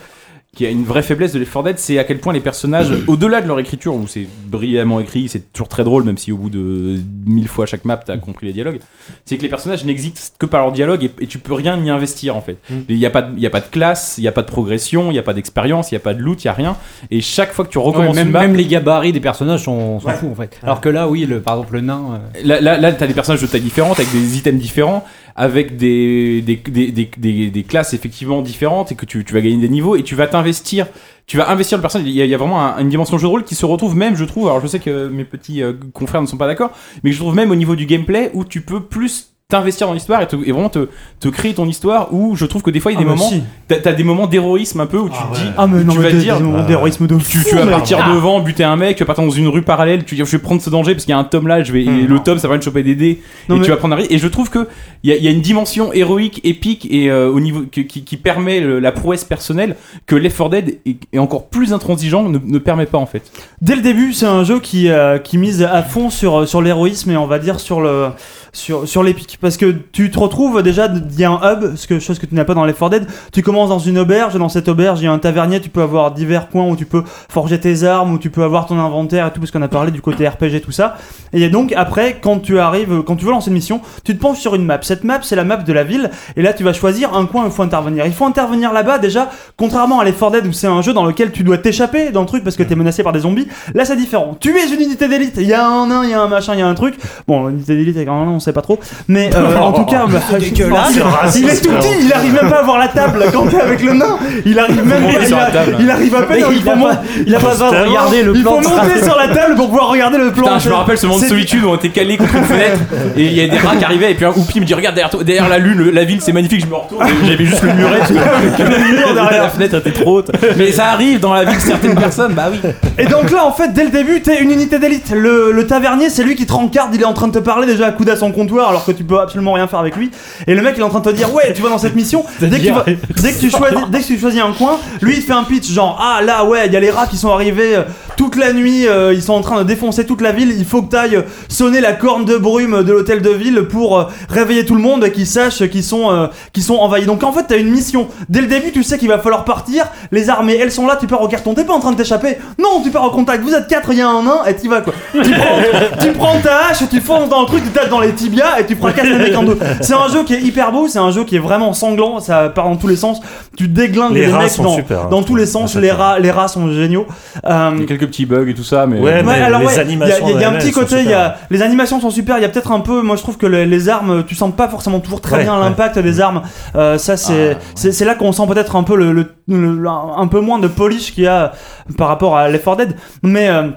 Speaker 1: qui a une vraie faiblesse de l'Effort Dead, c'est à quel point les
Speaker 3: (coughs)
Speaker 1: personnages, au-delà de leur écriture, où c'est brillamment écrit, c'est toujours très drôle, même si au bout de mille fois chaque map, t'as compris les dialogues, c'est que les personnages n'existent que par leur dialogue et, et tu peux rien y investir en fait.
Speaker 3: Mm.
Speaker 1: Il n'y a, pas de- il y a pas de classe, il n'y a pas de progression, il n'y a pas d'expérience, il n'y a pas de loot, il n'y a rien. Et chaque fois que tu recommences
Speaker 3: même,
Speaker 1: une map.
Speaker 3: même les gabarits des personnages, sont- on s'en fout en fait. Alors que là, oui, le, par exemple, le nain. euh,
Speaker 1: Là, là, là, t'as des personnages de taille différente, avec des items différents, avec des, des, des, des, des- des classes effectivement différentes, et que tu, tu vas gagner des niveaux, et tu vas t'investir. Tu vas investir le personnage. Il y a, il y a vraiment un- une dimension jeu de rôle qui se retrouve même, je trouve, alors je sais que mes petits euh, confrères ne sont pas d'accord, mais je trouve même au niveau du gameplay où tu peux plus t'investir dans l'histoire et, te- et vraiment te, te créer ton histoire où je trouve que des fois il y a des
Speaker 2: Ah, mais
Speaker 1: moments
Speaker 2: si.
Speaker 1: t'as t'as des moments d'héroïsme un peu où tu te dis
Speaker 2: Ah, mais non,
Speaker 1: tu
Speaker 2: mais
Speaker 1: vas
Speaker 2: des-
Speaker 1: dire
Speaker 2: des moments
Speaker 1: euh,
Speaker 2: d'héroïsme de
Speaker 1: tu,
Speaker 2: fou,
Speaker 1: tu vas
Speaker 2: merde.
Speaker 1: partir devant buter un mec tu vas partir dans une rue parallèle tu dis je vais prendre ce danger parce qu'il y a un tome là je vais et le tome ça va me choper des dés
Speaker 2: Non,
Speaker 1: et
Speaker 2: mais-
Speaker 1: tu vas prendre un risque et je trouve que il y, a- il y a une dimension héroïque épique et euh, au niveau que- qui, qui permet le- la prouesse personnelle que l'effort dead est, est encore plus intransigeant ne, ne permet pas en fait
Speaker 2: Dès le début, c'est un jeu qui, euh, qui mise à fond sur, sur l'héroïsme et on va dire sur le sur, sur l'épique parce que tu te retrouves déjà il y a un hub ce que chose que tu n'as pas dans les 4 Dead tu commences dans une auberge et dans cette auberge il y a un tavernier tu peux avoir divers coins où tu peux forger tes armes où tu peux avoir ton inventaire et tout parce qu'on a parlé du côté RPG tout ça et donc après quand tu arrives quand tu veux lancer une mission tu te penches sur une map cette map c'est la map de la ville et là tu vas choisir un coin où il faut intervenir il faut intervenir là-bas déjà contrairement à les 4 Dead où c'est un jeu dans lequel tu dois t'échapper dans le truc parce que t'es menacé par des zombies là c'est différent tu es une unité d'élite il y a un nain il y a un machin il y a un truc bon unité d'élite avec un nain on sait pas trop mais euh, en
Speaker 11: (laughs)
Speaker 2: tout cas bah,
Speaker 11: Oh, C'est dégueulasse.
Speaker 2: il est-
Speaker 11: C'est raciste,
Speaker 2: il est tout petit il arrive même pas à voir la table quand t'es avec le nain il arrive même
Speaker 1: monter
Speaker 2: pas
Speaker 1: sur
Speaker 2: il,
Speaker 1: la
Speaker 2: a-
Speaker 1: table.
Speaker 2: il arrive à peine hein.
Speaker 11: Mais
Speaker 2: il,
Speaker 11: il a
Speaker 2: faut mon-
Speaker 11: pas-
Speaker 2: il a pas besoin de regarder le
Speaker 11: plan.
Speaker 2: il faut monter sur la table pour pouvoir regarder le plan
Speaker 1: Putain, je me rappelle ce moment de
Speaker 2: C'est-
Speaker 1: solitude où on était calé contre une (laughs) fenêtre et il y a des rats qui arrivaient et puis un oupi me dit regarde derrière, toi- derrière la lune, le- la ville c'est magnifique, je me retourne et j'avais juste le
Speaker 2: (laughs)
Speaker 1: muret. tu vois. la fenêtre était trop haute. Mais ça arrive dans la vie de certaines personnes, bah oui.
Speaker 2: Et donc là, en fait, dès le début, t'es une unité d'élite. Le, le tavernier, c'est lui qui te rencarde, il est en train de te parler déjà à coude à son comptoir, alors que tu peux absolument rien faire avec lui. Et le mec, il est en train de te dire, ouais, tu vas dans cette mission. Dès que, tu vas- dès, que tu choisis, dès que tu choisis un coin, lui, il te fait un pitch, genre, ah là, ouais, il y a les rats qui sont arrivés euh, toute la nuit, euh, ils sont en train de défoncer toute la ville, il faut que t'ailles euh, sonner la corne de brume de l'hôtel de ville pour euh, réveiller tout le monde et qu'ils sachent qu'ils sont, euh, qu'ils sont envahis. Donc en fait, t'as une mission. Dès le début, tu sais qu'il va falloir partir. Les armées, elles sont là, tu pars au carton. T'es pas en train de t'échapper. Non, tu pars au contact. Vous êtes quatre, il y a un nain et t'y vas quoi.
Speaker 7: (laughs)
Speaker 2: Tu prends, tu prends ta hache, tu fonces dans le truc, tu tapes dans les tibias et tu fracasses les mecs en deux. C'est un jeu qui est hyper beau, c'est un jeu qui est vraiment sanglant. Ça part dans tous les sens. Tu déglingues
Speaker 7: Les
Speaker 2: les,
Speaker 7: rats
Speaker 2: mecs
Speaker 7: sont
Speaker 2: dans,
Speaker 7: super, hein.
Speaker 2: dans tous les sens. Les rats, les rats sont géniaux. Euh,
Speaker 1: Il y a quelques petits bugs et tout ça, mais.
Speaker 7: Ouais,
Speaker 2: Ouais,
Speaker 7: mais
Speaker 2: alors
Speaker 7: les
Speaker 2: ouais, il y a-
Speaker 7: animations
Speaker 2: Il y a,
Speaker 7: en
Speaker 2: un
Speaker 7: elles-mêmes
Speaker 2: petit
Speaker 7: sont
Speaker 2: côté, il y
Speaker 7: super.
Speaker 2: a, les animations sont super. Il y a peut-être un peu, moi je trouve que les, les armes, tu sens pas forcément toujours très
Speaker 7: Ouais,
Speaker 2: bien
Speaker 7: ouais. Mm. Ah,
Speaker 2: l'impact des armes. Euh, ça, c'est c'est c'est là qu'on sent peut-être un peu le, le- le- un peu moins de polish qu'il y a par rapport à l'effort dead. Mais euh,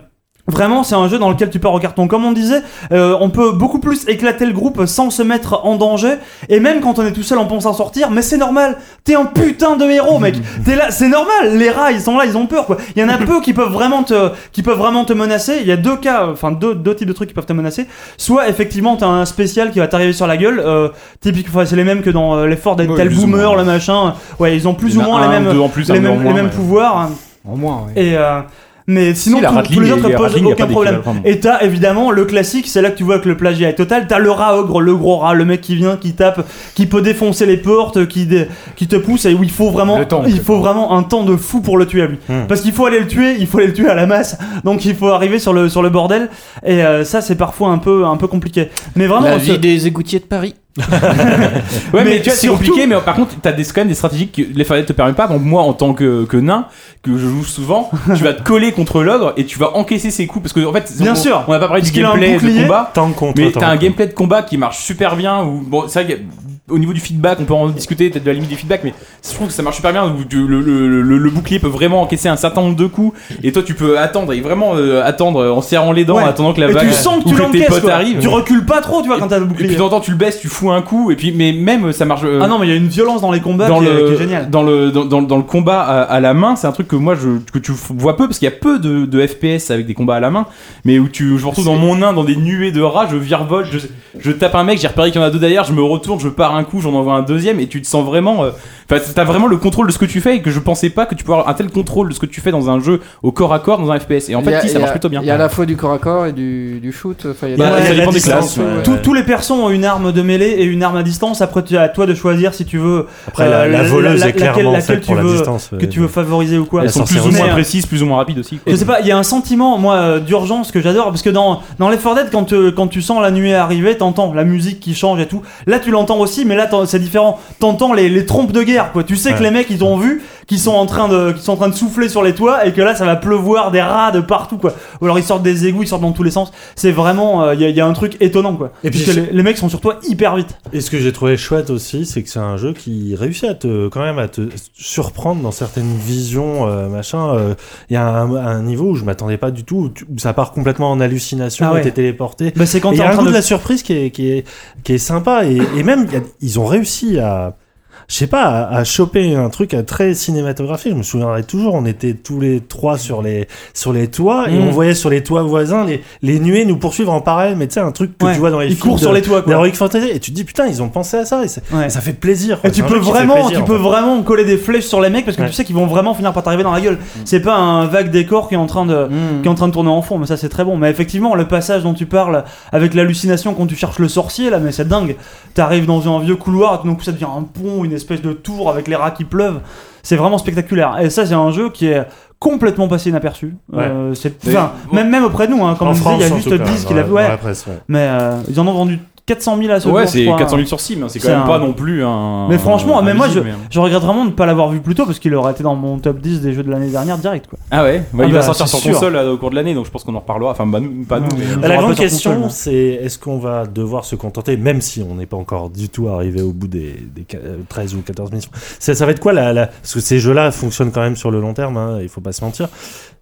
Speaker 2: Vraiment, c'est un jeu dans lequel tu pars au carton. Comme on disait, euh, on peut beaucoup plus éclater le groupe sans se mettre en danger. Et même quand on est tout seul, on pense en sortir. Mais c'est normal. T'es un putain de
Speaker 1: (laughs)
Speaker 2: héros, mec. T'es là, c'est normal. Les rats, ils sont là, ils ont peur, quoi. Il y en a peu qui peuvent vraiment te, qui peuvent vraiment te menacer. Il y a deux cas, enfin deux, deux types de trucs qui peuvent te menacer. Soit effectivement, t'as un spécial qui va t'arriver sur la gueule. Euh, typique, enfin, c'est les mêmes que dans euh, les Ford, t'as le
Speaker 1: plus ou
Speaker 2: boomer,
Speaker 1: moins.
Speaker 2: le machin. Ouais, ils ont plus
Speaker 1: Il y
Speaker 2: ou
Speaker 1: en a
Speaker 2: moins
Speaker 1: un,
Speaker 2: les mêmes,
Speaker 1: deux en plus, un
Speaker 2: les
Speaker 1: deux en
Speaker 2: mêmes, les
Speaker 1: moins,
Speaker 2: mêmes
Speaker 1: ouais.
Speaker 2: pouvoirs.
Speaker 3: En moins, ouais.
Speaker 2: Et euh, mais sinon,
Speaker 1: la
Speaker 2: tous-
Speaker 1: Rattling,
Speaker 2: tous les
Speaker 1: les-
Speaker 2: autres
Speaker 1: les
Speaker 2: posent
Speaker 1: Rattling, y a
Speaker 2: aucun
Speaker 1: pas
Speaker 2: problème.
Speaker 1: d'équivalent,
Speaker 2: Et t'as évidemment le classique, c'est là que tu vois que le plagiat est total. T'as le rat ogre, le gros rat, le mec qui vient, qui tape, qui peut défoncer les portes, qui, dé- qui te pousse et où il faut vraiment,
Speaker 11: Le temps,
Speaker 2: il faut vraiment un temps de fou pour le tuer à lui.
Speaker 7: Hmm.
Speaker 2: Parce qu'il faut aller le tuer, il faut aller le tuer à la masse. Donc il faut arriver sur le, sur le bordel. Et euh, ça, c'est parfois un peu, un peu compliqué. Mais vraiment,
Speaker 8: euh,
Speaker 11: La
Speaker 2: ce-
Speaker 11: vie des égoutiers de Paris.
Speaker 1: Ouais, mais,
Speaker 2: Mais
Speaker 1: tu vois, c'est
Speaker 2: surtout-
Speaker 1: compliqué, mais par contre, t'as des, quand même des stratégies que les ne te permettent pas. Bon, moi, en tant que, que nain, que je joue souvent,
Speaker 2: (laughs)
Speaker 1: tu vas te coller contre l'ogre et tu vas encaisser ses coups. Parce que, en fait,
Speaker 2: Bien
Speaker 1: on-
Speaker 2: sûr.
Speaker 1: on n'a pas parlé
Speaker 2: Parce
Speaker 1: du
Speaker 2: qu'il a un
Speaker 1: gameplay de
Speaker 2: bouclier.
Speaker 1: combat.
Speaker 7: Tant contre.
Speaker 1: Mais
Speaker 7: tant
Speaker 1: t'as un
Speaker 7: contre.
Speaker 1: gameplay de combat qui marche super bien. Où, bon, c'est vrai qu'au niveau du feedback, on peut en discuter peut-être de la limite du feedback, mais je trouve que ça marche super bien. Où tu- le, le- le- le bouclier peut vraiment encaisser un certain nombre de coups, et toi tu peux attendre et vraiment euh, attendre euh, en serrant les dents,
Speaker 2: Ouais.
Speaker 1: en attendant que la
Speaker 2: et
Speaker 1: vague
Speaker 2: tu sens que
Speaker 1: ou
Speaker 2: tu
Speaker 1: tes
Speaker 2: l'encaisses.
Speaker 1: potes
Speaker 2: quoi.
Speaker 1: arrivent.
Speaker 2: Tu recules pas trop, tu vois, quand t'as le
Speaker 1: Et puis
Speaker 2: bouclier.
Speaker 1: t'entends, tu le baisses, tu fous un coup, et puis mais même ça marche. euh,
Speaker 2: Ah non, mais il y a une violence dans les combats
Speaker 1: dans
Speaker 2: qui, est-
Speaker 1: le,
Speaker 2: qui est géniale.
Speaker 1: Dans le, dans, dans- dans le combat à, à la main, c'est un truc que moi je, que tu vois peu parce qu'il y a peu de, de FPS avec des combats à la main, mais où tu, je me retrouve dans mon nain, dans des nuées de rats, je virevolte, je, je tape un mec, j'ai repéré qu'il y en a deux derrière, je me retourne, je pars un un coup, j'en envoie un deuxième, et tu te sens vraiment. euh, Enfin, t'as vraiment le contrôle de ce que tu fais, et que je pensais pas que tu pouvais avoir un tel contrôle de ce que tu fais dans un jeu au corps à corps, dans un FPS. Et en
Speaker 12: Il y
Speaker 1: fait,
Speaker 12: a-
Speaker 1: si,
Speaker 12: il y
Speaker 1: ça
Speaker 12: a-
Speaker 1: marche plutôt bien.
Speaker 12: Il y a à la fois du corps à corps et du, du shoot. Enfin, il y a
Speaker 2: Bah,
Speaker 12: des-
Speaker 2: ça dépend des
Speaker 12: distances,
Speaker 2: classes, Tous- tous les persos ont une arme de mêlée et une arme à distance. Après, tu- à toi de choisir si tu veux.
Speaker 7: Après, la- la voleuse est
Speaker 2: laquelle-
Speaker 7: clairement
Speaker 2: laquelle
Speaker 7: faite
Speaker 2: tu
Speaker 7: pour la
Speaker 2: veux-
Speaker 7: distance,
Speaker 2: Que
Speaker 7: ouais,
Speaker 2: tu veux
Speaker 7: ouais.
Speaker 2: favoriser ou quoi.
Speaker 1: Elles sont plus ou moins
Speaker 2: Mais, euh,
Speaker 1: précises, plus ou moins rapides aussi.
Speaker 2: Je sais pas, il y a un sentiment, moi, euh, d'urgence que j'adore, parce que dans, dans Left 4 Dead, quand, te- quand tu sens la nuée arriver, t'entends la musique qui change et tout. Là, tu l'entends aussi, mais là, t'en- c'est différent. T'entends les, les trompes de guerre, quoi. Tu sais que
Speaker 7: Ouais.
Speaker 2: les mecs, ils t'ont vu, qu'ils sont, en train de- qu'ils sont en train de souffler sur les toits, et que là, ça va pleuvoir des rats de partout, quoi. Ou alors, ils sortent des égouts, ils sortent dans tous les sens. C'est vraiment, euh, il y, a- il y a un truc étonnant, quoi.
Speaker 7: Et puis-
Speaker 2: Parce que les, les mecs sont sur toi hyper vite.
Speaker 7: Et ce que j'ai trouvé chouette aussi, c'est que c'est un jeu qui réussit à te, quand même à te surprendre dans certaines visions, euh, machin. Euh, Il y a un, un niveau où je m'attendais pas du tout, où, tu- où ça part complètement en hallucination,
Speaker 2: Ah
Speaker 7: où
Speaker 2: ouais.
Speaker 7: t'es téléporté.
Speaker 2: Bah, c'est quand
Speaker 7: Et il y
Speaker 2: t'es en
Speaker 7: a un
Speaker 2: train
Speaker 7: goût de...
Speaker 2: de-
Speaker 7: la surprise qui est, qui est, qui est sympa. Et, et même, il y a- ils ont réussi à, je sais pas, à, à choper un truc à très cinématographique. Je me souviendrai toujours, on était tous les trois sur les, sur les toits et
Speaker 2: Mm.
Speaker 7: on voyait sur les toits voisins les, les nuées nous poursuivre en parallèle. Mais tu sais, un truc que
Speaker 2: Ouais.
Speaker 7: tu vois dans les
Speaker 2: Ils
Speaker 7: films
Speaker 2: courent
Speaker 7: de-
Speaker 2: sur les toits, quoi.
Speaker 7: d'Heroic Fantasy. Et tu te dis, putain, ils ont pensé à ça. Et, c'est- et ça fait plaisir. quoi.
Speaker 2: Et tu
Speaker 7: C'est un
Speaker 2: peux
Speaker 7: jeu qui fait
Speaker 2: vraiment,
Speaker 7: plaisir,
Speaker 2: tu
Speaker 7: en
Speaker 2: peux
Speaker 7: fait.
Speaker 2: vraiment coller des flèches sur les mecs parce que
Speaker 7: Ouais. Mm.
Speaker 2: tu sais qu'ils vont vraiment finir par t'arriver dans la gueule. C'est pas un vague décor qui est en train de, qui est en train de tourner en fond, mais ça c'est très bon. Mais effectivement, le passage dont tu parles avec l'hallucination quand tu cherches le sorcier là, mais c'est dingue. T'arrives dans un vieux couloir, et tout d'un coup ça devient un pont, une espèce de tour avec les rats qui pleuvent. C'est vraiment spectaculaire. Et ça, c'est un jeu qui est complètement passé inaperçu. Euh, c'est, enfin, même, même auprès de nous, hein, quand
Speaker 7: En
Speaker 2: on disait, il y a
Speaker 7: France, en
Speaker 2: juste
Speaker 7: tout cas,
Speaker 2: 10
Speaker 7: dans
Speaker 2: qu'il
Speaker 7: la-
Speaker 2: a.
Speaker 7: dans
Speaker 2: ouais.
Speaker 7: la presse, ouais.
Speaker 2: Mais euh, ils en ont vendu 400 000 à ce
Speaker 1: Ouais,
Speaker 2: jour, je
Speaker 1: c'est
Speaker 2: crois.
Speaker 1: 400 000 sur 6, mais c'est quand même
Speaker 2: un-
Speaker 1: pas non plus un.
Speaker 2: mais franchement,
Speaker 1: un
Speaker 2: mais moi je,
Speaker 1: visible, mais-
Speaker 2: je regrette vraiment de ne pas l'avoir vu plus tôt parce qu'il aurait été dans mon top 10 des jeux de l'année dernière direct quoi.
Speaker 1: Ah ouais, Ouais,
Speaker 2: Ah
Speaker 1: il
Speaker 2: bah,
Speaker 1: va sortir
Speaker 2: c'est
Speaker 1: sur
Speaker 2: sûr.
Speaker 1: console euh, au cours de l'année, donc je pense qu'on en reparlera. Enfin, bah, nous- pas nous. (laughs) mais-
Speaker 7: La grande question, c'est est-ce qu'on va devoir se contenter, même si on n'est pas encore du tout arrivé au bout des, des qu- euh, 13 ou 14 missions Ça, ça va être quoi la, la- Parce que ces jeux-là fonctionnent quand même sur le long terme, hein, il faut pas se mentir.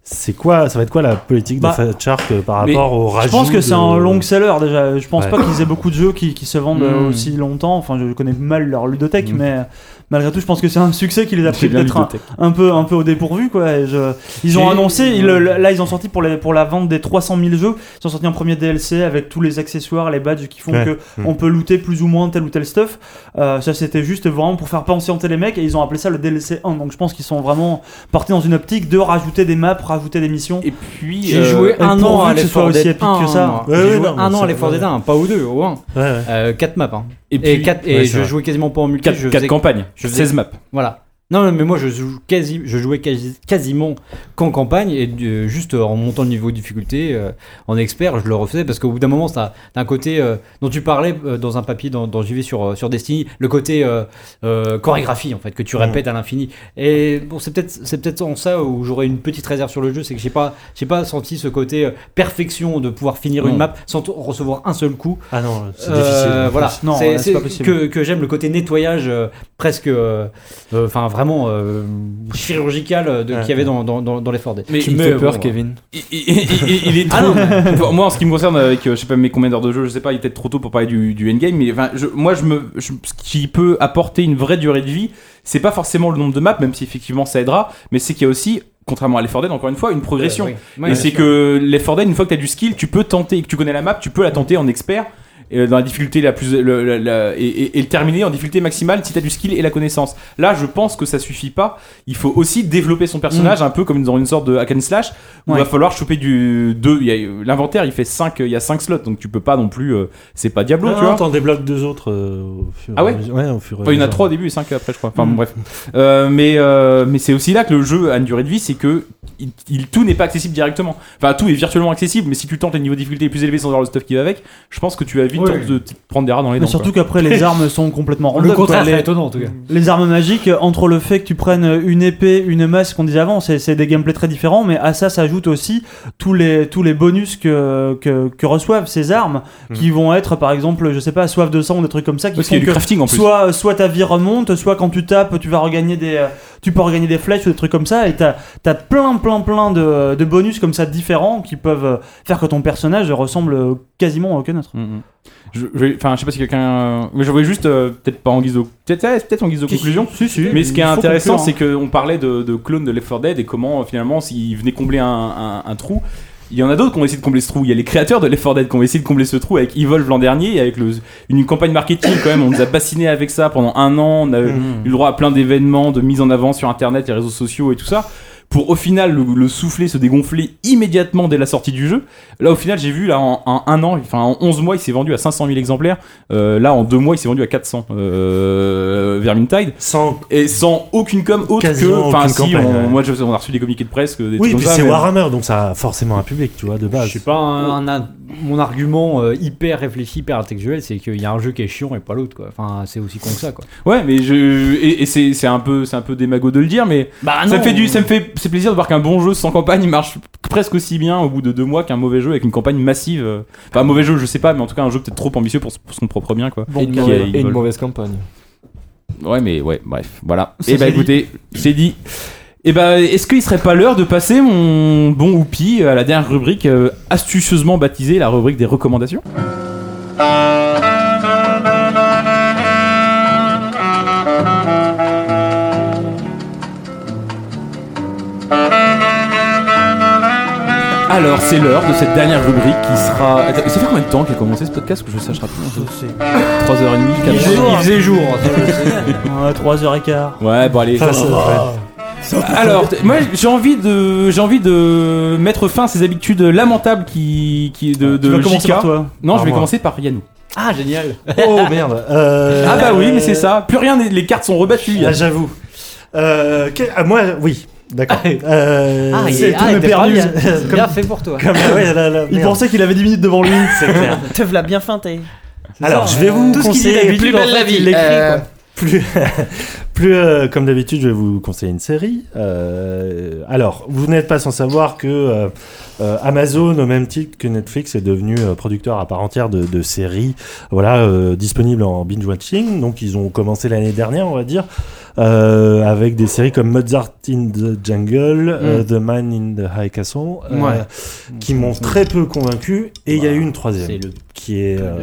Speaker 7: C'est quoi Ça va être quoi la politique
Speaker 2: Bah,
Speaker 7: de Fat Shark euh, par rapport au
Speaker 2: Je
Speaker 7: rajout
Speaker 2: pense que c'est
Speaker 7: de-
Speaker 2: un long seller déjà. Je pense
Speaker 7: euh, Ouais.
Speaker 2: pas qu'ils aient beaucoup de jeux qui, qui se vendent euh,
Speaker 7: Mm.
Speaker 2: aussi longtemps. Enfin, je connais mal leur
Speaker 7: Hmm.
Speaker 2: ludothèque, mais euh, malgré tout, je pense que c'est un succès qui
Speaker 1: (laughs)
Speaker 2: les a
Speaker 1: C'est
Speaker 2: pris
Speaker 1: bien
Speaker 2: peut-être un,
Speaker 1: ludothèque.
Speaker 2: un peu, un peu au dépourvu quoi. Et je- ils ont
Speaker 1: Et-
Speaker 2: annoncé, ils- là ils ont sorti pour, les- pour la vente des 300 000 jeux. Ils ont sorti un premier DLC avec tous les accessoires, les badges qui font
Speaker 7: Ouais.
Speaker 2: que
Speaker 7: Mm.
Speaker 2: on peut looter plus ou moins tel ou tel stuff. Euh, ça c'était juste vraiment pour faire penser les mecs et ils ont appelé ça le DLC 1. Donc je pense qu'ils sont vraiment partis dans une optique de rajouter des maps, rajouter des missions.
Speaker 1: Et puis
Speaker 3: J'ai joué un an à
Speaker 2: que ce
Speaker 3: Left
Speaker 2: soit
Speaker 3: 4
Speaker 2: aussi
Speaker 3: Dead
Speaker 2: épique
Speaker 3: 1.
Speaker 2: que ça.
Speaker 3: moi. J'ai joué hein. un an à Left 4 Dead 1, pas au 2, au 1.
Speaker 7: Ouais, ouais.
Speaker 3: 4 maps. hein.
Speaker 1: Et
Speaker 3: Et,
Speaker 1: puis-
Speaker 3: quatre-
Speaker 1: Ouais,
Speaker 3: et
Speaker 1: c'est
Speaker 3: je
Speaker 1: vrai.
Speaker 3: jouais quasiment pas en multi.
Speaker 1: Quatre-
Speaker 3: je
Speaker 1: quatre
Speaker 3: faisais-
Speaker 1: campagnes, 16 maps.
Speaker 3: Voilà. Non, non, mais moi je, joue quasi, je jouais quasi- quasiment qu'en campagne et euh, juste euh, en montant le niveau de difficulté euh, en expert, je le refaisais parce qu'au bout d'un moment, ça d'un côté euh, dont tu parlais euh, dans un papier dans, dans JV sur, euh, sur Destiny, le côté euh, euh, chorégraphie en fait que tu répètes à l'infini. Et bon, c'est peut-être c'est peut-être en ça où j'aurais une petite réserve sur le jeu, c'est que j'ai pas j'ai pas senti ce côté euh, perfection de pouvoir finir une
Speaker 7: Non.
Speaker 3: map sans t- recevoir un seul coup.
Speaker 7: Ah non, c'est
Speaker 3: Euh,
Speaker 7: difficile.
Speaker 3: Voilà,
Speaker 2: Non,
Speaker 3: c'est
Speaker 2: ouais, c'est
Speaker 3: c'est
Speaker 2: pas possible.
Speaker 3: que, que j'aime le côté nettoyage euh, presque, euh, euh, enfin vraiment euh, chirurgical euh, de- qu'il y avait dans, dans, dans, dans les Ford.
Speaker 1: Il, il- il- il est
Speaker 3: Ah
Speaker 1: trop-
Speaker 3: non, mais-
Speaker 1: Enfin, moi, en ce qui me concerne, avec euh, je sais pas mes combien d'heures de jeu, je sais pas, il est peut-être trop tôt pour parler du, du endgame, mais enfin, je- moi, je me, je- ce qui peut apporter une vraie durée de vie, c'est pas forcément le nombre de maps, même si effectivement ça aidera, mais c'est qu'il y a aussi. Contrairement à l'effort Dead, encore une fois, une progression.
Speaker 3: Euh, oui. Ouais,
Speaker 1: et
Speaker 3: bien
Speaker 1: c'est
Speaker 3: sûr.
Speaker 1: que l'effort Dead, une fois que tu as du skill, tu peux tenter, et que tu connais la map, tu peux la tenter en expert, euh, dans la difficulté la plus. le- le- la- et, et- et le terminer en difficulté maximale si tu as du skill et la connaissance. Là, je pense que ça suffit pas. Il faut aussi développer son
Speaker 3: Mm.
Speaker 1: personnage, un peu comme dans une sorte de hack and slash, où il
Speaker 2: Ouais.
Speaker 1: va falloir choper du. deux- il y a- L'inventaire, il fait 5, il y a 5 slots, donc tu peux pas non plus. euh, c'est pas Diablo,
Speaker 7: Non,
Speaker 1: tu vois.
Speaker 7: t'en débloques deux autres euh, au fur
Speaker 1: Ah
Speaker 7: et
Speaker 1: ouais
Speaker 7: à mesure. Ouais, au fur et à
Speaker 1: Enfin, il y en a
Speaker 7: mesure.
Speaker 1: trois au début et cinq après, je crois.
Speaker 2: Mm.
Speaker 1: Enfin, bon, bref. Euh, mais euh, mais c'est aussi là que le jeu a une durée de vie, c'est que il, il- tout n'est pas accessible directement. Enfin, tout est virtuellement accessible, mais si tu tentes les niveaux de difficulté les plus élevés sans avoir le stuff qui va avec, je pense que tu vas vite
Speaker 2: Oui.
Speaker 1: tenter de te prendre des rats dans les dents.
Speaker 2: Mais surtout
Speaker 1: quoi.
Speaker 2: qu'après les armes sont complètement random.
Speaker 3: Le contraire
Speaker 2: quoi.
Speaker 3: serait
Speaker 2: les,
Speaker 3: étonnant, en tout cas.
Speaker 2: les armes magiques, euh, entre le fait que tu prennes euh, une épée, une masse qu'on disait avant, c'est c'est des gameplays très différents, mais à ça s'ajoutent aussi tous les, tous les bonus que, que, que reçoivent ces armes, qui vont être par exemple, je sais pas, soif de sang ou des trucs comme ça. Qui
Speaker 1: Parce qu'il y a
Speaker 2: font
Speaker 1: Hmm. du
Speaker 2: que
Speaker 1: crafting, en plus.
Speaker 2: Soit, euh, soit ta vie remonte, soit quand tu tapes, tu vas regagner des, euh, tu peux regagner des flèches ou des trucs comme ça, et t'as as plein, plein, plein de, de bonus comme ça différents qui peuvent euh, faire que ton personnage ressemble euh, quasiment à aucun autre.
Speaker 1: Mm, Je, je vais- enfin, je sais pas si quelqu'un. Mais je voulais juste, euh, peut-être pas en guise de. Peut-être ouais, peut-être en guise de conclusion. mais ce qui est
Speaker 2: il faut
Speaker 1: intéressant,
Speaker 2: conclure, hein.
Speaker 1: euh, c'est qu'on parlait de, de clones de Left 4 Dead et comment finalement, s'ils venaient combler un, un- un trou. Il y en a d'autres qui ont essayé de combler ce trou. Il y a les créateurs de l'effort Dead qui ont essayé de combler ce trou avec Evolve l'an dernier et avec le- une campagne marketing quand même. On nous a bassiné avec ça pendant un an. On a eu
Speaker 7: Mhm.
Speaker 1: le droit à plein d'événements, de mise en avant sur Internet, les réseaux sociaux et tout ça. Pour au final le, le souffler, se dégonfler immédiatement dès la sortie du jeu. Là au final j'ai vu là en, en un an, enfin en 11 mois il s'est vendu à 500 000 exemplaires. Euh, là en deux mois il s'est vendu à 400 euh, Vermintide.
Speaker 7: Sans...
Speaker 1: Et sans aucune com autre que...
Speaker 7: Quasiment
Speaker 1: Enfin
Speaker 7: aucune
Speaker 1: si,
Speaker 7: campagne,
Speaker 1: on-
Speaker 7: ouais.
Speaker 1: moi je- on a reçu des communiqués de presse. que Des trucs
Speaker 7: Oui,
Speaker 1: comme
Speaker 7: puis
Speaker 1: ça,
Speaker 7: c'est
Speaker 1: mais-
Speaker 7: Warhammer, donc ça a forcément un public, tu vois, de base.
Speaker 1: Je suis pas
Speaker 3: un- un- mon argument euh, hyper réfléchi, hyper intellectuel, c'est qu'il y a un jeu qui est chiant et pas l'autre. quoi. Enfin, c'est aussi con que ça. Quoi.
Speaker 1: Ouais, mais je et, et c'est c'est un peu c'est un peu démago de le dire, mais
Speaker 3: Bah
Speaker 1: ça
Speaker 3: non.
Speaker 1: me fait du ça me fait c'est plaisir de voir qu'un bon jeu sans campagne marche presque aussi bien au bout de deux mois qu'un mauvais jeu avec une campagne massive. euh. Enfin, un mauvais jeu, je sais pas, mais en tout cas un jeu peut-être trop ambitieux pour, s- pour son propre bien quoi.
Speaker 6: et, une
Speaker 3: euh,
Speaker 1: Qui
Speaker 6: mauvaise,
Speaker 1: est-
Speaker 6: et une mauvaise campagne.
Speaker 1: Ouais, mais ouais, bref, voilà.
Speaker 6: Ça,
Speaker 1: Et bah
Speaker 6: c'est dit.
Speaker 1: écoutez, c'est dit. Et bah, est-ce qu'il serait pas l'heure de passer mon bon oupi à la dernière rubrique euh, astucieusement baptisée la rubrique des recommandations Alors, c'est l'heure de cette dernière rubrique qui sera. Attends, Ça fait combien de temps qu'a commencé ce podcast que je sache rapidement 3h30,
Speaker 2: hein.
Speaker 1: 4h.
Speaker 2: jour. Ouais, 3h15.
Speaker 1: Ouais, bon allez.
Speaker 2: Ça,
Speaker 1: ça-
Speaker 2: ça,
Speaker 1: ouais. Alors, t- moi j'ai envie de j'ai envie de mettre fin à ces habitudes lamentables qui qui de de
Speaker 2: vas commencer
Speaker 1: JK.
Speaker 2: par toi.
Speaker 1: Non,
Speaker 2: Par
Speaker 1: je vais
Speaker 2: moi.
Speaker 1: commencer par Yannou.
Speaker 3: Ah, génial
Speaker 7: Oh merde (laughs) Euh,
Speaker 1: Ah bah oui, mais c'est ça. Plus rien, n'est- les cartes sont rebattues.
Speaker 7: Ah, j'avoue. Euh, quel- ah, moi, oui. D'accord. Euh,
Speaker 3: Ah, il-
Speaker 7: c'est
Speaker 3: ah,
Speaker 7: tout
Speaker 3: il
Speaker 7: me
Speaker 3: était
Speaker 7: perdu.
Speaker 3: pas bien.
Speaker 7: (laughs) Comme-
Speaker 3: Bien fait pour toi.
Speaker 7: comme- ouais, là, là,
Speaker 5: Il
Speaker 7: merde.
Speaker 5: pensait
Speaker 6: qu'il avait 10 minutes devant lui.
Speaker 7: (laughs) C'est clair.
Speaker 5: Te v'là bien feinté.
Speaker 7: Alors, je vais vous
Speaker 5: Tout ce qu'il dit
Speaker 7: conseiller.
Speaker 5: d'habitude, Plus en belle fait, la vie, il l'écrit, euh, quoi.
Speaker 7: Plus, (laughs) plus euh, comme d'habitude, je vais vous conseiller une série. Euh, alors, vous n'êtes pas sans savoir que euh, euh, Amazon, au même titre que Netflix, est devenu euh, producteur à part entière de, de séries, voilà, euh, disponibles en binge watching. Donc, ils ont commencé l'année dernière, on va dire, euh, avec des séries comme Mozart in the Jungle,
Speaker 11: Mm.
Speaker 7: euh, The Man in the High Castle, euh,
Speaker 6: Ouais.
Speaker 7: qui m'ont très peu convaincu. Et il y a eu une troisième
Speaker 6: Mm. Bah, C'est le
Speaker 7: qui est euh,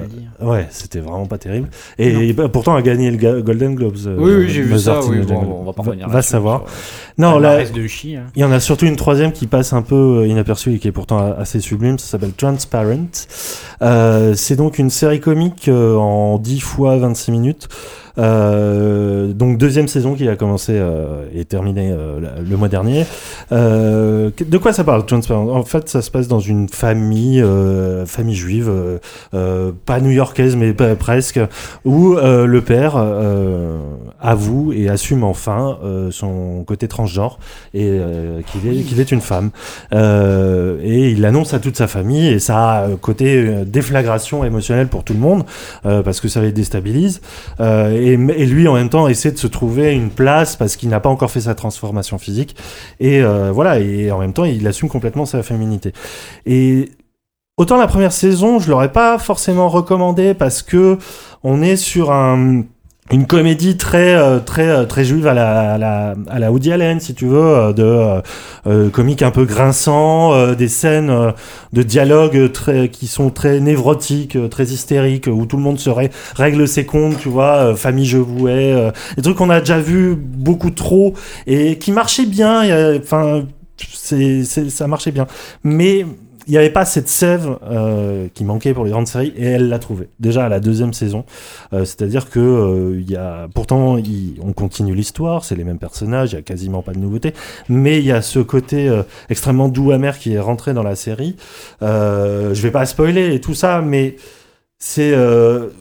Speaker 7: ouais c'était vraiment pas terrible et bah, pourtant a gagné le Ga- Golden Globes euh,
Speaker 11: Oui, oui, j'ai vu
Speaker 7: Mozart
Speaker 11: ça,
Speaker 7: in
Speaker 11: oui,
Speaker 7: the
Speaker 11: bon,
Speaker 7: Jungle.
Speaker 11: on va pas
Speaker 7: va,
Speaker 11: revenir
Speaker 7: va
Speaker 11: là-dessus,
Speaker 7: savoir
Speaker 11: sur, euh,
Speaker 7: non là
Speaker 11: palmarès de chi, hein.
Speaker 7: il y en a surtout une troisième qui passe un peu euh, inaperçue et qui est pourtant a- assez sublime ça s'appelle Transparent Euh, c'est donc une série comique euh, en 10 fois 26 minutes Euh, donc deuxième saison qui a commencé euh, et terminée euh, la- le mois dernier Euh, que- de quoi ça parle Transparent en fait ça se passe dans une famille euh, famille juive euh, euh, pas new-yorkaise mais pas- presque où euh, le père euh, avoue et assume enfin euh, son côté transgenre et euh, qu'il est, qu'il est une femme Euh, et il l'annonce à toute sa famille et ça a un côté euh, déflagration émotionnelle pour tout le monde euh, parce que ça les déstabilise Euh, et, et lui en même temps essaie de se trouver une place parce qu'il n'a pas encore fait sa transformation physique et euh, voilà et en même temps il assume complètement sa féminité et Autant la première saison, je l'aurais pas forcément recommandé parce que on est sur un- une comédie très euh, très euh, très juive à la à la, à la Woody Allen si tu veux euh, de euh, euh, comique un peu grinçant euh, des scènes euh, de dialogue très qui sont très névrotiques euh, très hystériques où tout le monde se ré- règle ses comptes tu vois euh, famille je vous hais euh, des trucs qu'on a déjà vu beaucoup trop et qui marchaient bien il y a- enfin c'est c'est- ça marchait bien mais il n'y avait pas cette sève euh, qui manquait pour les grandes séries et elle l'a trouvée déjà à la deuxième saison Euh, c'est-à-dire que euh, il y a pourtant il- on continue l'histoire c'est les mêmes personnages il y a quasiment pas de nouveauté mais il y a ce côté euh, extrêmement doux amer qui est rentré dans la série euh, je vais pas spoiler et tout ça mais c'est euh,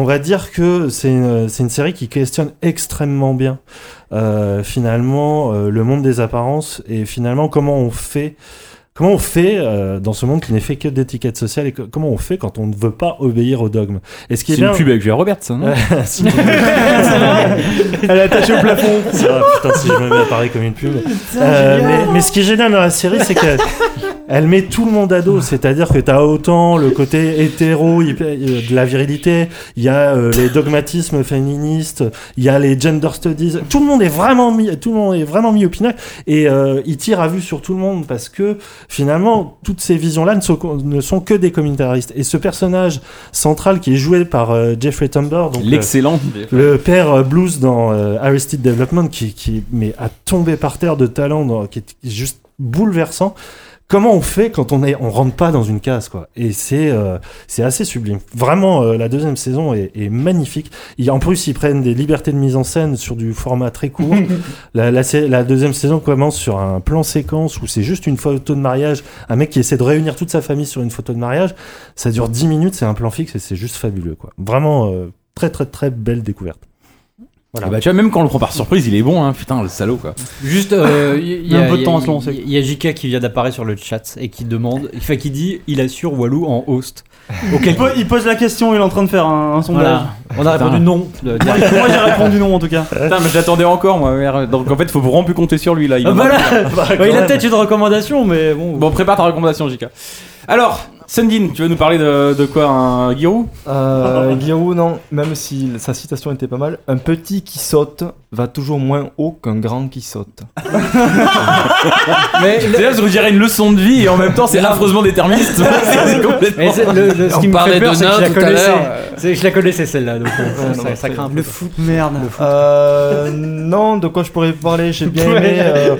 Speaker 7: on va dire que c'est une, c'est une série qui questionne extrêmement bien euh, finalement euh, le monde des apparences et finalement comment on fait comment on fait euh, dans ce monde qui n'est fait que d'étiquettes sociales et que- comment on fait quand on ne veut pas obéir aux dogmes. Et ce qui est
Speaker 1: C'est une
Speaker 7: bien-
Speaker 1: pub avec Julia Roberts, hein. ça, non
Speaker 7: C'est une pub.
Speaker 1: Elle est attachée au plafond.
Speaker 7: Ah, putain, si je me mets à parler comme une pub.
Speaker 1: Putain,
Speaker 7: Euh,
Speaker 1: génial.
Speaker 7: mais, mais ce qui est génial dans la série, c'est qu'elle elle met tout le monde à dos. C'est-à-dire que t'as autant le côté hétéro hyper- euh, de la virilité, il y a euh, les dogmatismes féministes, il y a les gender studies. Tout le monde est vraiment mis, tout le monde est vraiment mis au pinacle et euh, il tire à vue sur tout le monde parce que finalement toutes ces visions-là ne sont, ne sont que des communautaristes. Et ce personnage central qui est joué par euh, Jeffrey Tambor, donc euh,
Speaker 1: L'excellent.
Speaker 7: le père euh, Blues dans euh, Aristide Development qui, qui mais a tombé par terre de talent, dans- qui est juste bouleversant. comment on fait quand on est, on rentre pas dans une case, quoi. Et c'est, euh, c'est assez sublime. Vraiment, euh, la deuxième saison est, est magnifique. Ils- en plus, ils prennent des libertés de mise en scène sur du format très court. la, la sé- la deuxième saison commence sur un plan séquence où c'est juste une photo de mariage. Un mec qui essaie de réunir toute sa famille sur une photo de mariage. Ça dure 10 minutes, c'est un plan fixe et c'est juste fabuleux, quoi. Vraiment, euh, très, très, très belle découverte.
Speaker 1: Ah bah, tu vois, même quand on le prend par surprise, il est bon, hein, putain, le salaud quoi.
Speaker 3: Juste, euh, il y, a- il y a- Il y a JK qui vient d'apparaître sur le chat et qui demande, enfin qui dit, il assure Walou en host.
Speaker 2: Il, po- il pose la question, il est en train de faire un, un sondage.
Speaker 3: Voilà. On a répondu non.
Speaker 2: (laughs) Moi
Speaker 6: Ah,
Speaker 2: j'ai répondu non en tout cas.
Speaker 1: Putain, mais j'attendais encore, moi. merde. Donc en fait, faut vraiment plus compter sur lui là. Il,
Speaker 2: Ah,
Speaker 1: en a
Speaker 2: voilà.
Speaker 1: plus, là.
Speaker 2: Bah, il a peut-être
Speaker 3: une recommandation, mais bon.
Speaker 1: Bon, prépare ta recommandation, JK. Alors, Sundin, tu vas nous parler de, de quoi Un Giroud
Speaker 6: Euh, Giroud, non, même si sa citation était pas mal, un petit qui saute va toujours moins haut qu'un grand qui saute.
Speaker 1: (laughs) Mais c'est là parce qu'on dirait une leçon de vie et en même temps c'est affreusement (laughs) déterministe. C'est- c'est complètement-
Speaker 3: Mais c'est- le- le- ce qui me fait peur, c'est que je la connaissais.
Speaker 6: l'heure.
Speaker 3: C'est- Je la connaissais celle-là, donc euh,
Speaker 6: Ouais,
Speaker 3: ça,
Speaker 6: non,
Speaker 3: ça
Speaker 6: c'est-
Speaker 3: craint. un peu.
Speaker 6: le
Speaker 3: foot, merde.
Speaker 6: Euh, non, de quoi je pourrais parler J'ai bien aimé euh,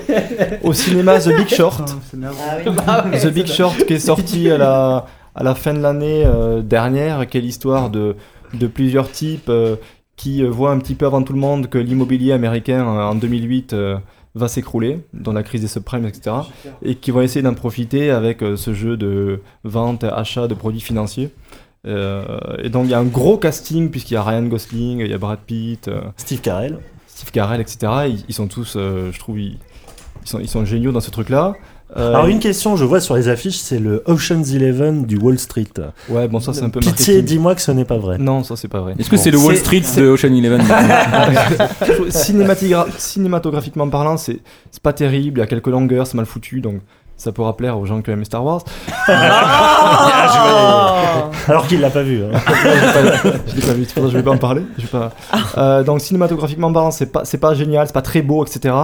Speaker 6: au cinéma The Big Short. The Big Short qui est sorti à la, à la fin de l'année euh, dernière, qui est l'histoire de, de plusieurs types euh, qui euh, voient un petit peu avant tout le monde que l'immobilier américain euh, en 2008 euh, va s'écrouler dans la crise des subprimes, etc. Et qui vont essayer d'en profiter avec euh, ce jeu de vente, achat de produits financiers. Euh, et donc il y a un gros casting puisqu'il y a Ryan Gosling, il y a Brad Pitt, euh,
Speaker 7: Steve Carell,
Speaker 6: Steve Carell, etc. Ils, ils sont tous, euh, je trouve, ils, ils sont, ils sont géniaux dans ce truc-là. Euh,
Speaker 7: Alors une question, je vois sur les affiches, c'est le Ocean's Eleven du Wall Street.
Speaker 6: Ouais, bon ça c'est un peu
Speaker 7: Pitié,
Speaker 6: marketing.
Speaker 7: dis-moi que ce n'est pas vrai. (laughs)
Speaker 6: Non, ça c'est pas vrai.
Speaker 1: Est-ce que c'est le Wall Street de Ocean Eleven
Speaker 6: Cinématigra- Cinématographiquement parlant, c'est c'est pas terrible, il y a quelques longueurs, c'est mal foutu, donc ça pourra plaire aux gens qui aiment Star Wars.
Speaker 5: Oh.
Speaker 7: Alors qu'il l'a pas vu.
Speaker 6: (laughs)
Speaker 7: hein.
Speaker 6: je l'ai pas vu, c'est pour ça que je vais pas en parler. Je vais pas...
Speaker 3: Ah.
Speaker 6: Euh, donc cinématographiquement parlant, c'est pas c'est pas génial, c'est pas très beau, etc.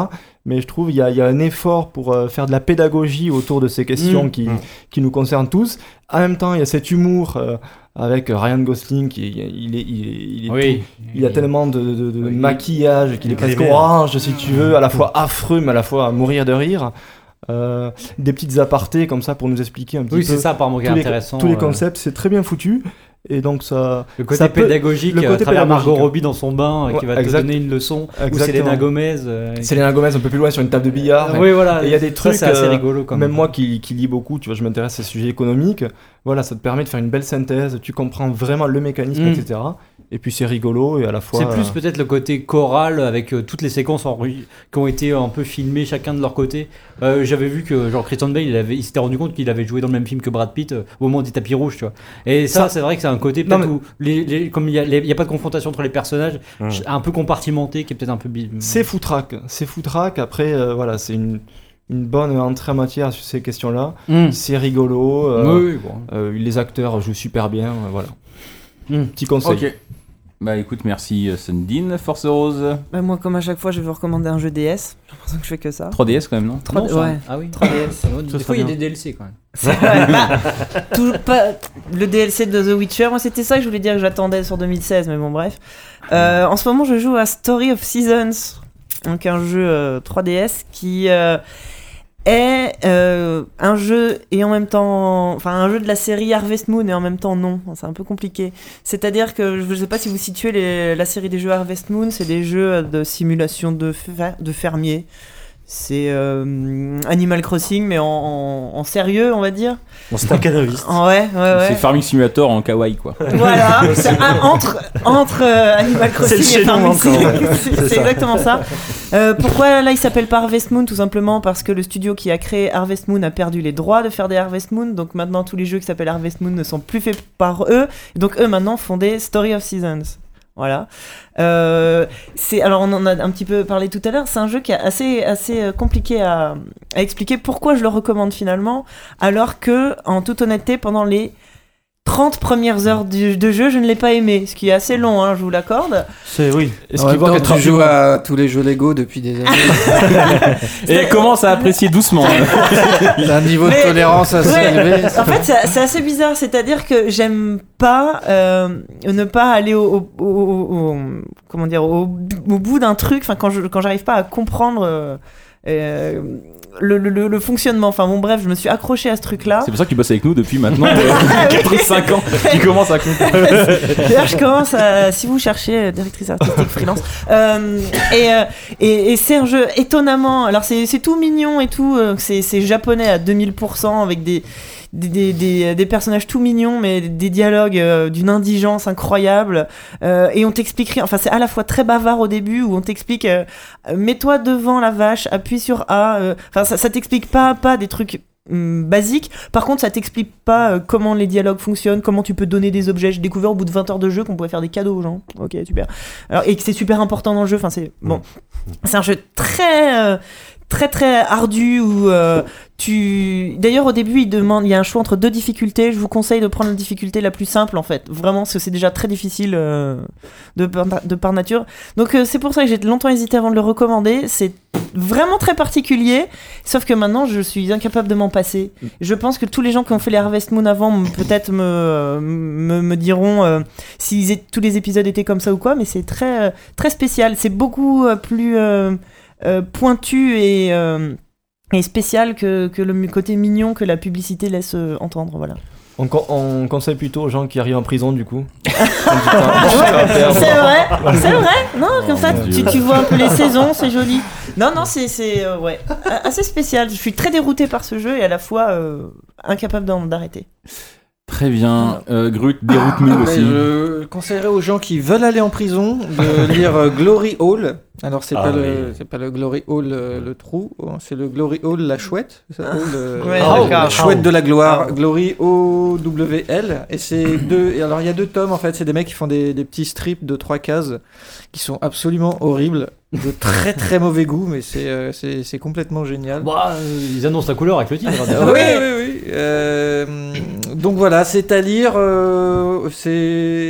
Speaker 6: Mais je trouve il y a, il y a un effort pour euh, faire de la pédagogie autour de ces questions
Speaker 3: Mmh.
Speaker 4: Mm.
Speaker 6: qui qui nous concernent tous. En même temps, il y a cet humour. euh, avec Ryan Gosling, qui est- il, est, il, est- il, est
Speaker 3: Oui.
Speaker 6: tout- il a tellement de, de-
Speaker 8: euh,
Speaker 6: de maquillage qu'il est presque
Speaker 4: Grimaire.
Speaker 6: orange, si tu veux, à la fois affreux, mais à la fois à mourir de rire. Euh, des petites apartés comme ça pour nous expliquer un petit
Speaker 3: Oui,
Speaker 6: peu
Speaker 3: c'est ça, par manque
Speaker 6: tous les-
Speaker 3: intéressant,
Speaker 6: tous les
Speaker 3: euh.
Speaker 6: concepts, c'est très bien foutu. Et donc ça.
Speaker 3: Le côté
Speaker 6: ça peut-
Speaker 3: pédagogique,
Speaker 6: le
Speaker 3: euh, à
Speaker 6: côté
Speaker 3: travers
Speaker 6: pédagogique.
Speaker 3: Margot Robbie dans son bain, euh, qui
Speaker 6: Ouais,
Speaker 3: va te
Speaker 6: exact-
Speaker 3: donner une leçon. Ou
Speaker 6: Exactement.
Speaker 3: Selena Gomez. euh,
Speaker 6: Selena Gomez un peu plus loin sur une table de billard.
Speaker 3: Oui, voilà.
Speaker 6: Et il y a des
Speaker 3: Ça,
Speaker 6: trucs. euh,
Speaker 3: c'est assez rigolo, quand
Speaker 6: Même
Speaker 3: même.
Speaker 6: moi qui, qui lis beaucoup, tu vois, je m'intéresse à ces sujets économiques. Voilà, ça te permet de faire une belle synthèse. Tu comprends vraiment le mécanisme,
Speaker 3: Mm.
Speaker 6: etc. Et puis c'est rigolo et à la fois.
Speaker 3: C'est plus
Speaker 6: euh,
Speaker 3: peut-être le côté choral avec euh, toutes les séquences en rue qui ont été un peu filmées chacun de leur côté. Euh, J'avais vu que genre Christian Bale, il, avait- il s'était rendu compte qu'il avait joué dans le même film que Brad Pitt euh, au moment du tapis rouge, tu vois. Et ça,
Speaker 6: Ça-
Speaker 3: c'est vrai que c'est un côté
Speaker 6: Non,
Speaker 3: peut-être où les, les- comme il n'y a, les- il y a pas de confrontation entre les personnages,
Speaker 6: Mm.
Speaker 3: un peu compartimenté, qui est peut-être un peu bi-
Speaker 6: C'est foutraque, c'est foutraque. Après, euh, voilà, c'est une, une bonne entrée en matière sur ces questions-là.
Speaker 3: Mm.
Speaker 6: C'est rigolo. euh,
Speaker 3: Oui, oui, bon.
Speaker 6: euh, les acteurs jouent super bien. euh, voilà.
Speaker 3: Hmm.
Speaker 6: Petit conseil.
Speaker 1: Ok. Bah écoute, merci euh, Sundin, Force Rose.
Speaker 5: Bah, moi, comme à chaque fois, je vais vous recommander un jeu DS. J'ai l'impression que je fais que ça.
Speaker 1: 3DS quand même, non
Speaker 5: 3D,
Speaker 1: Non, ça.
Speaker 5: ouais.
Speaker 3: Ah oui.
Speaker 5: 3DS.
Speaker 3: Des Ça fois, serait il y a bien. des DLC, quand même.
Speaker 5: C'est vrai. (laughs) Bah, tout- pas- le DLC de The Witcher, moi, c'était ça que je voulais dire que j'attendais sur 2016, mais bon, bref. Euh, en ce moment, je joue à Story of Seasons, donc un jeu euh, 3DS qui. euh, est euh, un jeu et en même temps, enfin un jeu de la série Harvest Moon et en même temps non, c'est un peu compliqué. C'est-à-dire que je ne sais pas si vous situez les- la série des jeux Harvest Moon, c'est des jeux de simulation de, fer- de fermiers. C'est euh, Animal Crossing mais en, en- en sérieux, on va dire.
Speaker 7: On staccanoviste.
Speaker 11: Ah.
Speaker 5: Ah Ouais, ouais, ouais.
Speaker 1: C'est Farming Simulator en
Speaker 11: (laughs)
Speaker 1: kawaii quoi.
Speaker 5: Voilà,
Speaker 1: (laughs)
Speaker 5: c'est un- entre, entre euh,
Speaker 1: C'est
Speaker 5: Animal
Speaker 1: le
Speaker 5: Crossing et
Speaker 1: chaînon
Speaker 5: Farming
Speaker 1: encore, ouais.
Speaker 5: Sim. C'est-
Speaker 1: (laughs) C'est
Speaker 5: C'est
Speaker 1: ça.
Speaker 5: exactement ça. Euh, pourquoi là il s'appelle pas Harvest Moon Tout simplement parce que le studio qui a créé Harvest Moon a perdu les droits de faire des Harvest Moon. Donc maintenant tous les jeux qui s'appellent Harvest Moon ne sont plus faits par eux. Donc eux maintenant font des Story of Seasons. Voilà. Euh, c'est alors on en a un petit peu parlé tout à l'heure. C'est un jeu qui est assez assez euh, compliqué à, à expliquer. Pourquoi je le recommande finalement Alors que en toute honnêteté, pendant les 30 premières heures du- de jeu, je ne l'ai pas aimé, ce qui est assez long, hein, je vous l'accorde.
Speaker 2: C'est oui.
Speaker 12: Est-ce qu'il va tu joues à tous les jeux Lego depuis des années
Speaker 1: Et elle commence à
Speaker 11: (laughs)
Speaker 1: apprécier doucement.
Speaker 12: T'as un niveau
Speaker 5: Mais-
Speaker 12: de tolérance assez
Speaker 5: Ouais.
Speaker 12: élevé.
Speaker 5: En fait, c'est- c'est assez bizarre. C'est-à-dire que j'aime pas euh, ne pas aller au, au- au- au- comment dire au, au bout d'un truc. Enfin, quand je quand j'arrive pas à comprendre. euh, euh, le, le- le- le fonctionnement. Enfin bon, bref, je me suis accroché à ce truc-là.
Speaker 1: C'est pour ça que tu bosses avec nous depuis
Speaker 11: (laughs)
Speaker 1: maintenant (laughs) euh, 4-5 ans. Tu commences à
Speaker 5: D'ailleurs, je commence à. Si vous cherchez euh, directrice artistique freelance. Euh, et, euh, et, et c'est un jeu étonnamment. Alors, c'est c'est tout mignon et tout. euh, C'est c'est japonais à 2000% avec des. Des, des, des- des personnages tout mignons mais des dialogues euh, d'une indigence incroyable Euh, et on t'expliquerait enfin c'est à la fois très bavard au début où on t'explique euh, mets-toi devant la vache appuie sur A euh, enfin ça, ça t'explique pas à pas des trucs hum, basique. Par contre, ça t'explique pas euh, comment les dialogues fonctionnent, comment tu peux donner des objets. J'ai découvert au bout de 20 heures de jeu qu'on pouvait faire des cadeaux aux gens. Ok, super. Alors, et que c'est super important dans le jeu. Enfin, c'est bon. C'est un jeu très. euh, très très ardu où euh, tu d'ailleurs au début il demande il y a un choix entre deux difficultés je vous conseille de prendre la difficulté la plus simple en fait vraiment parce que c'est déjà très difficile euh, de, par, de par nature donc euh, c'est pour ça que j'ai longtemps hésité avant de le recommander c'est vraiment très particulier sauf que maintenant je suis incapable de m'en passer je pense que tous les gens qui ont fait les Harvest Moon avant m- peut-être me, euh, me, me diront euh, si tous les épisodes étaient comme ça ou quoi mais c'est très euh, très spécial c'est beaucoup euh, plus euh, euh, pointu et, euh, et spécial que, que le mi- côté mignon que la publicité laisse euh, entendre. Voilà.
Speaker 6: On, con- on conseille plutôt aux gens qui arrivent en prison, du
Speaker 5: (laughs)
Speaker 6: coup.
Speaker 5: Ouais, c'est
Speaker 6: (laughs)
Speaker 5: vrai, c'est vrai. Non, comme ça,
Speaker 6: Oh, mon
Speaker 5: tu,
Speaker 6: Dieu.
Speaker 5: tu vois un
Speaker 6: (laughs)
Speaker 5: peu les saisons, c'est joli. Non, non, c'est c'est, euh, ouais, a- assez spécial. Je suis très déroutée par ce jeu et à la fois euh, incapable d'en- d'arrêter.
Speaker 1: Très bien. Euh, Grut, déroute-nous
Speaker 11: Ah, Mais
Speaker 1: aussi.
Speaker 11: Je conseillerais aux gens qui veulent aller en prison
Speaker 1: (laughs)
Speaker 11: de lire euh, Glory Hall. Alors c'est
Speaker 1: Ah
Speaker 11: pas
Speaker 1: oui.
Speaker 11: le c'est pas le Glory Hall euh, le trou, oh, c'est le Glory Hall la chouette. c'est ça, Hall, euh,
Speaker 5: Ah. Ouais,
Speaker 11: la
Speaker 5: d'accord.
Speaker 11: chouette
Speaker 5: Ah.
Speaker 11: de la gloire. Glory O W L. Et c'est deux. Et alors il y a deux tomes en fait. C'est des mecs qui font des, des petits strips de trois cases qui sont absolument horribles, de très très mauvais goût, mais c'est euh, c'est c'est complètement génial.
Speaker 3: Bah, euh, Ils annoncent la couleur avec le titre. hein.
Speaker 11: (laughs) Euh, oui, oui, oui. Euh, donc voilà, c'est à lire. euh, c'est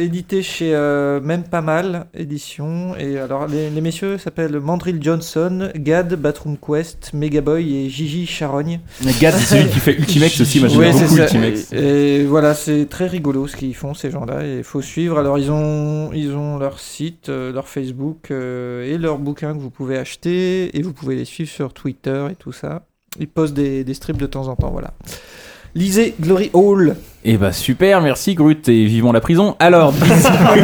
Speaker 11: édité chez euh, même pas mal édition. Et alors les, les messieurs s'appellent Mandrill Johnson, Gad Batroom Quest, Megaboy et Gigi Charogne.
Speaker 1: Mais Gad, c'est celui qui fait Ultimex aussi, moi, j'aime
Speaker 11: Ouais, c'est
Speaker 1: beaucoup
Speaker 11: ça.
Speaker 1: Ultimex.
Speaker 11: Et, et voilà, c'est très rigolo ce qu'ils font ces gens-là. Et il faut suivre. Alors ils ont ils ont leur site, euh, leur Facebook euh, et leur bouquin que vous pouvez acheter et vous pouvez les suivre sur Twitter et tout ça. Ils postent des, des strips de temps en temps, voilà. Lisez Glory Hall.
Speaker 1: Eh bah super, merci Grut et vivons la prison. Alors, (laughs)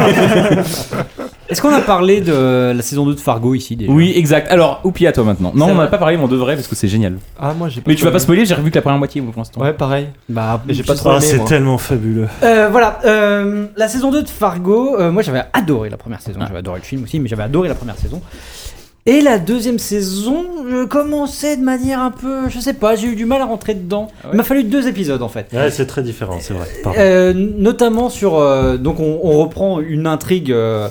Speaker 3: Est-ce qu'on a parlé de la saison 2 de Fargo ici déjà
Speaker 1: oui, exact. Alors, Oupi à toi maintenant. Non,
Speaker 3: C'est
Speaker 1: on n'a
Speaker 3: vrai.
Speaker 1: pas parlé, mais on devrait parce que c'est génial.
Speaker 6: Ah, moi j'ai pas
Speaker 1: Mais tu vas
Speaker 6: trouvé.
Speaker 1: pas spoiler, j'ai revu que la première moitié moi, pour l'instant.
Speaker 6: Ouais, pareil.
Speaker 3: Bah,
Speaker 6: j'ai pas
Speaker 7: putain,
Speaker 6: trop aimé,
Speaker 7: c'est
Speaker 6: moi.
Speaker 7: tellement fabuleux.
Speaker 3: Euh, voilà, euh, la saison 2 de Fargo, euh, moi j'avais adoré la première saison, j'avais adoré le film aussi, mais j'avais adoré la première saison. Et la deuxième saison, je commençais de manière un peu, je sais pas, j'ai eu du mal à rentrer dedans. Il m'a fallu deux épisodes en fait.
Speaker 7: Ouais, c'est très différent, c'est vrai. Pardon.
Speaker 3: Euh, notamment sur. euh, donc, on, on reprend une intrigue euh,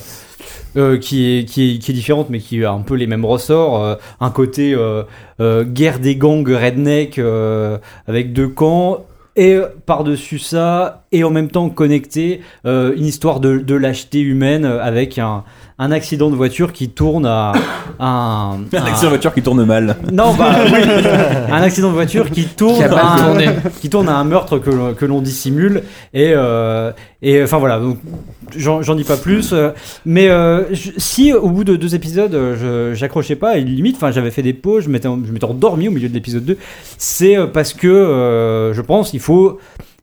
Speaker 3: euh, qui, est, qui, est, qui est différente, mais qui a un peu les mêmes ressorts. euh, un côté euh, euh, guerre des gangs redneck euh, avec deux camps. Et euh, par-dessus ça, et en même temps connecté, euh, une histoire de, de lâcheté humaine euh, avec un, un accident de voiture qui tourne à, à un.
Speaker 1: (laughs) Un accident de voiture qui tourne mal.
Speaker 3: (laughs) Non, bah oui. un accident de voiture qui tourne,
Speaker 1: Qui a mal
Speaker 3: à, un-
Speaker 1: tourné.
Speaker 3: qui tourne à un meurtre que, l'on- que l'on dissimule. Et, euh, et enfin voilà, donc j'en j'en dis pas plus. euh, Mais euh, je- si au bout de deux épisodes, euh, je- j'accrochais pas, et limite, enfin j'avais fait des pauses, je m'étais je m'étais endormi au milieu de l'épisode 2, c'est euh, parce que euh, je pense il faut.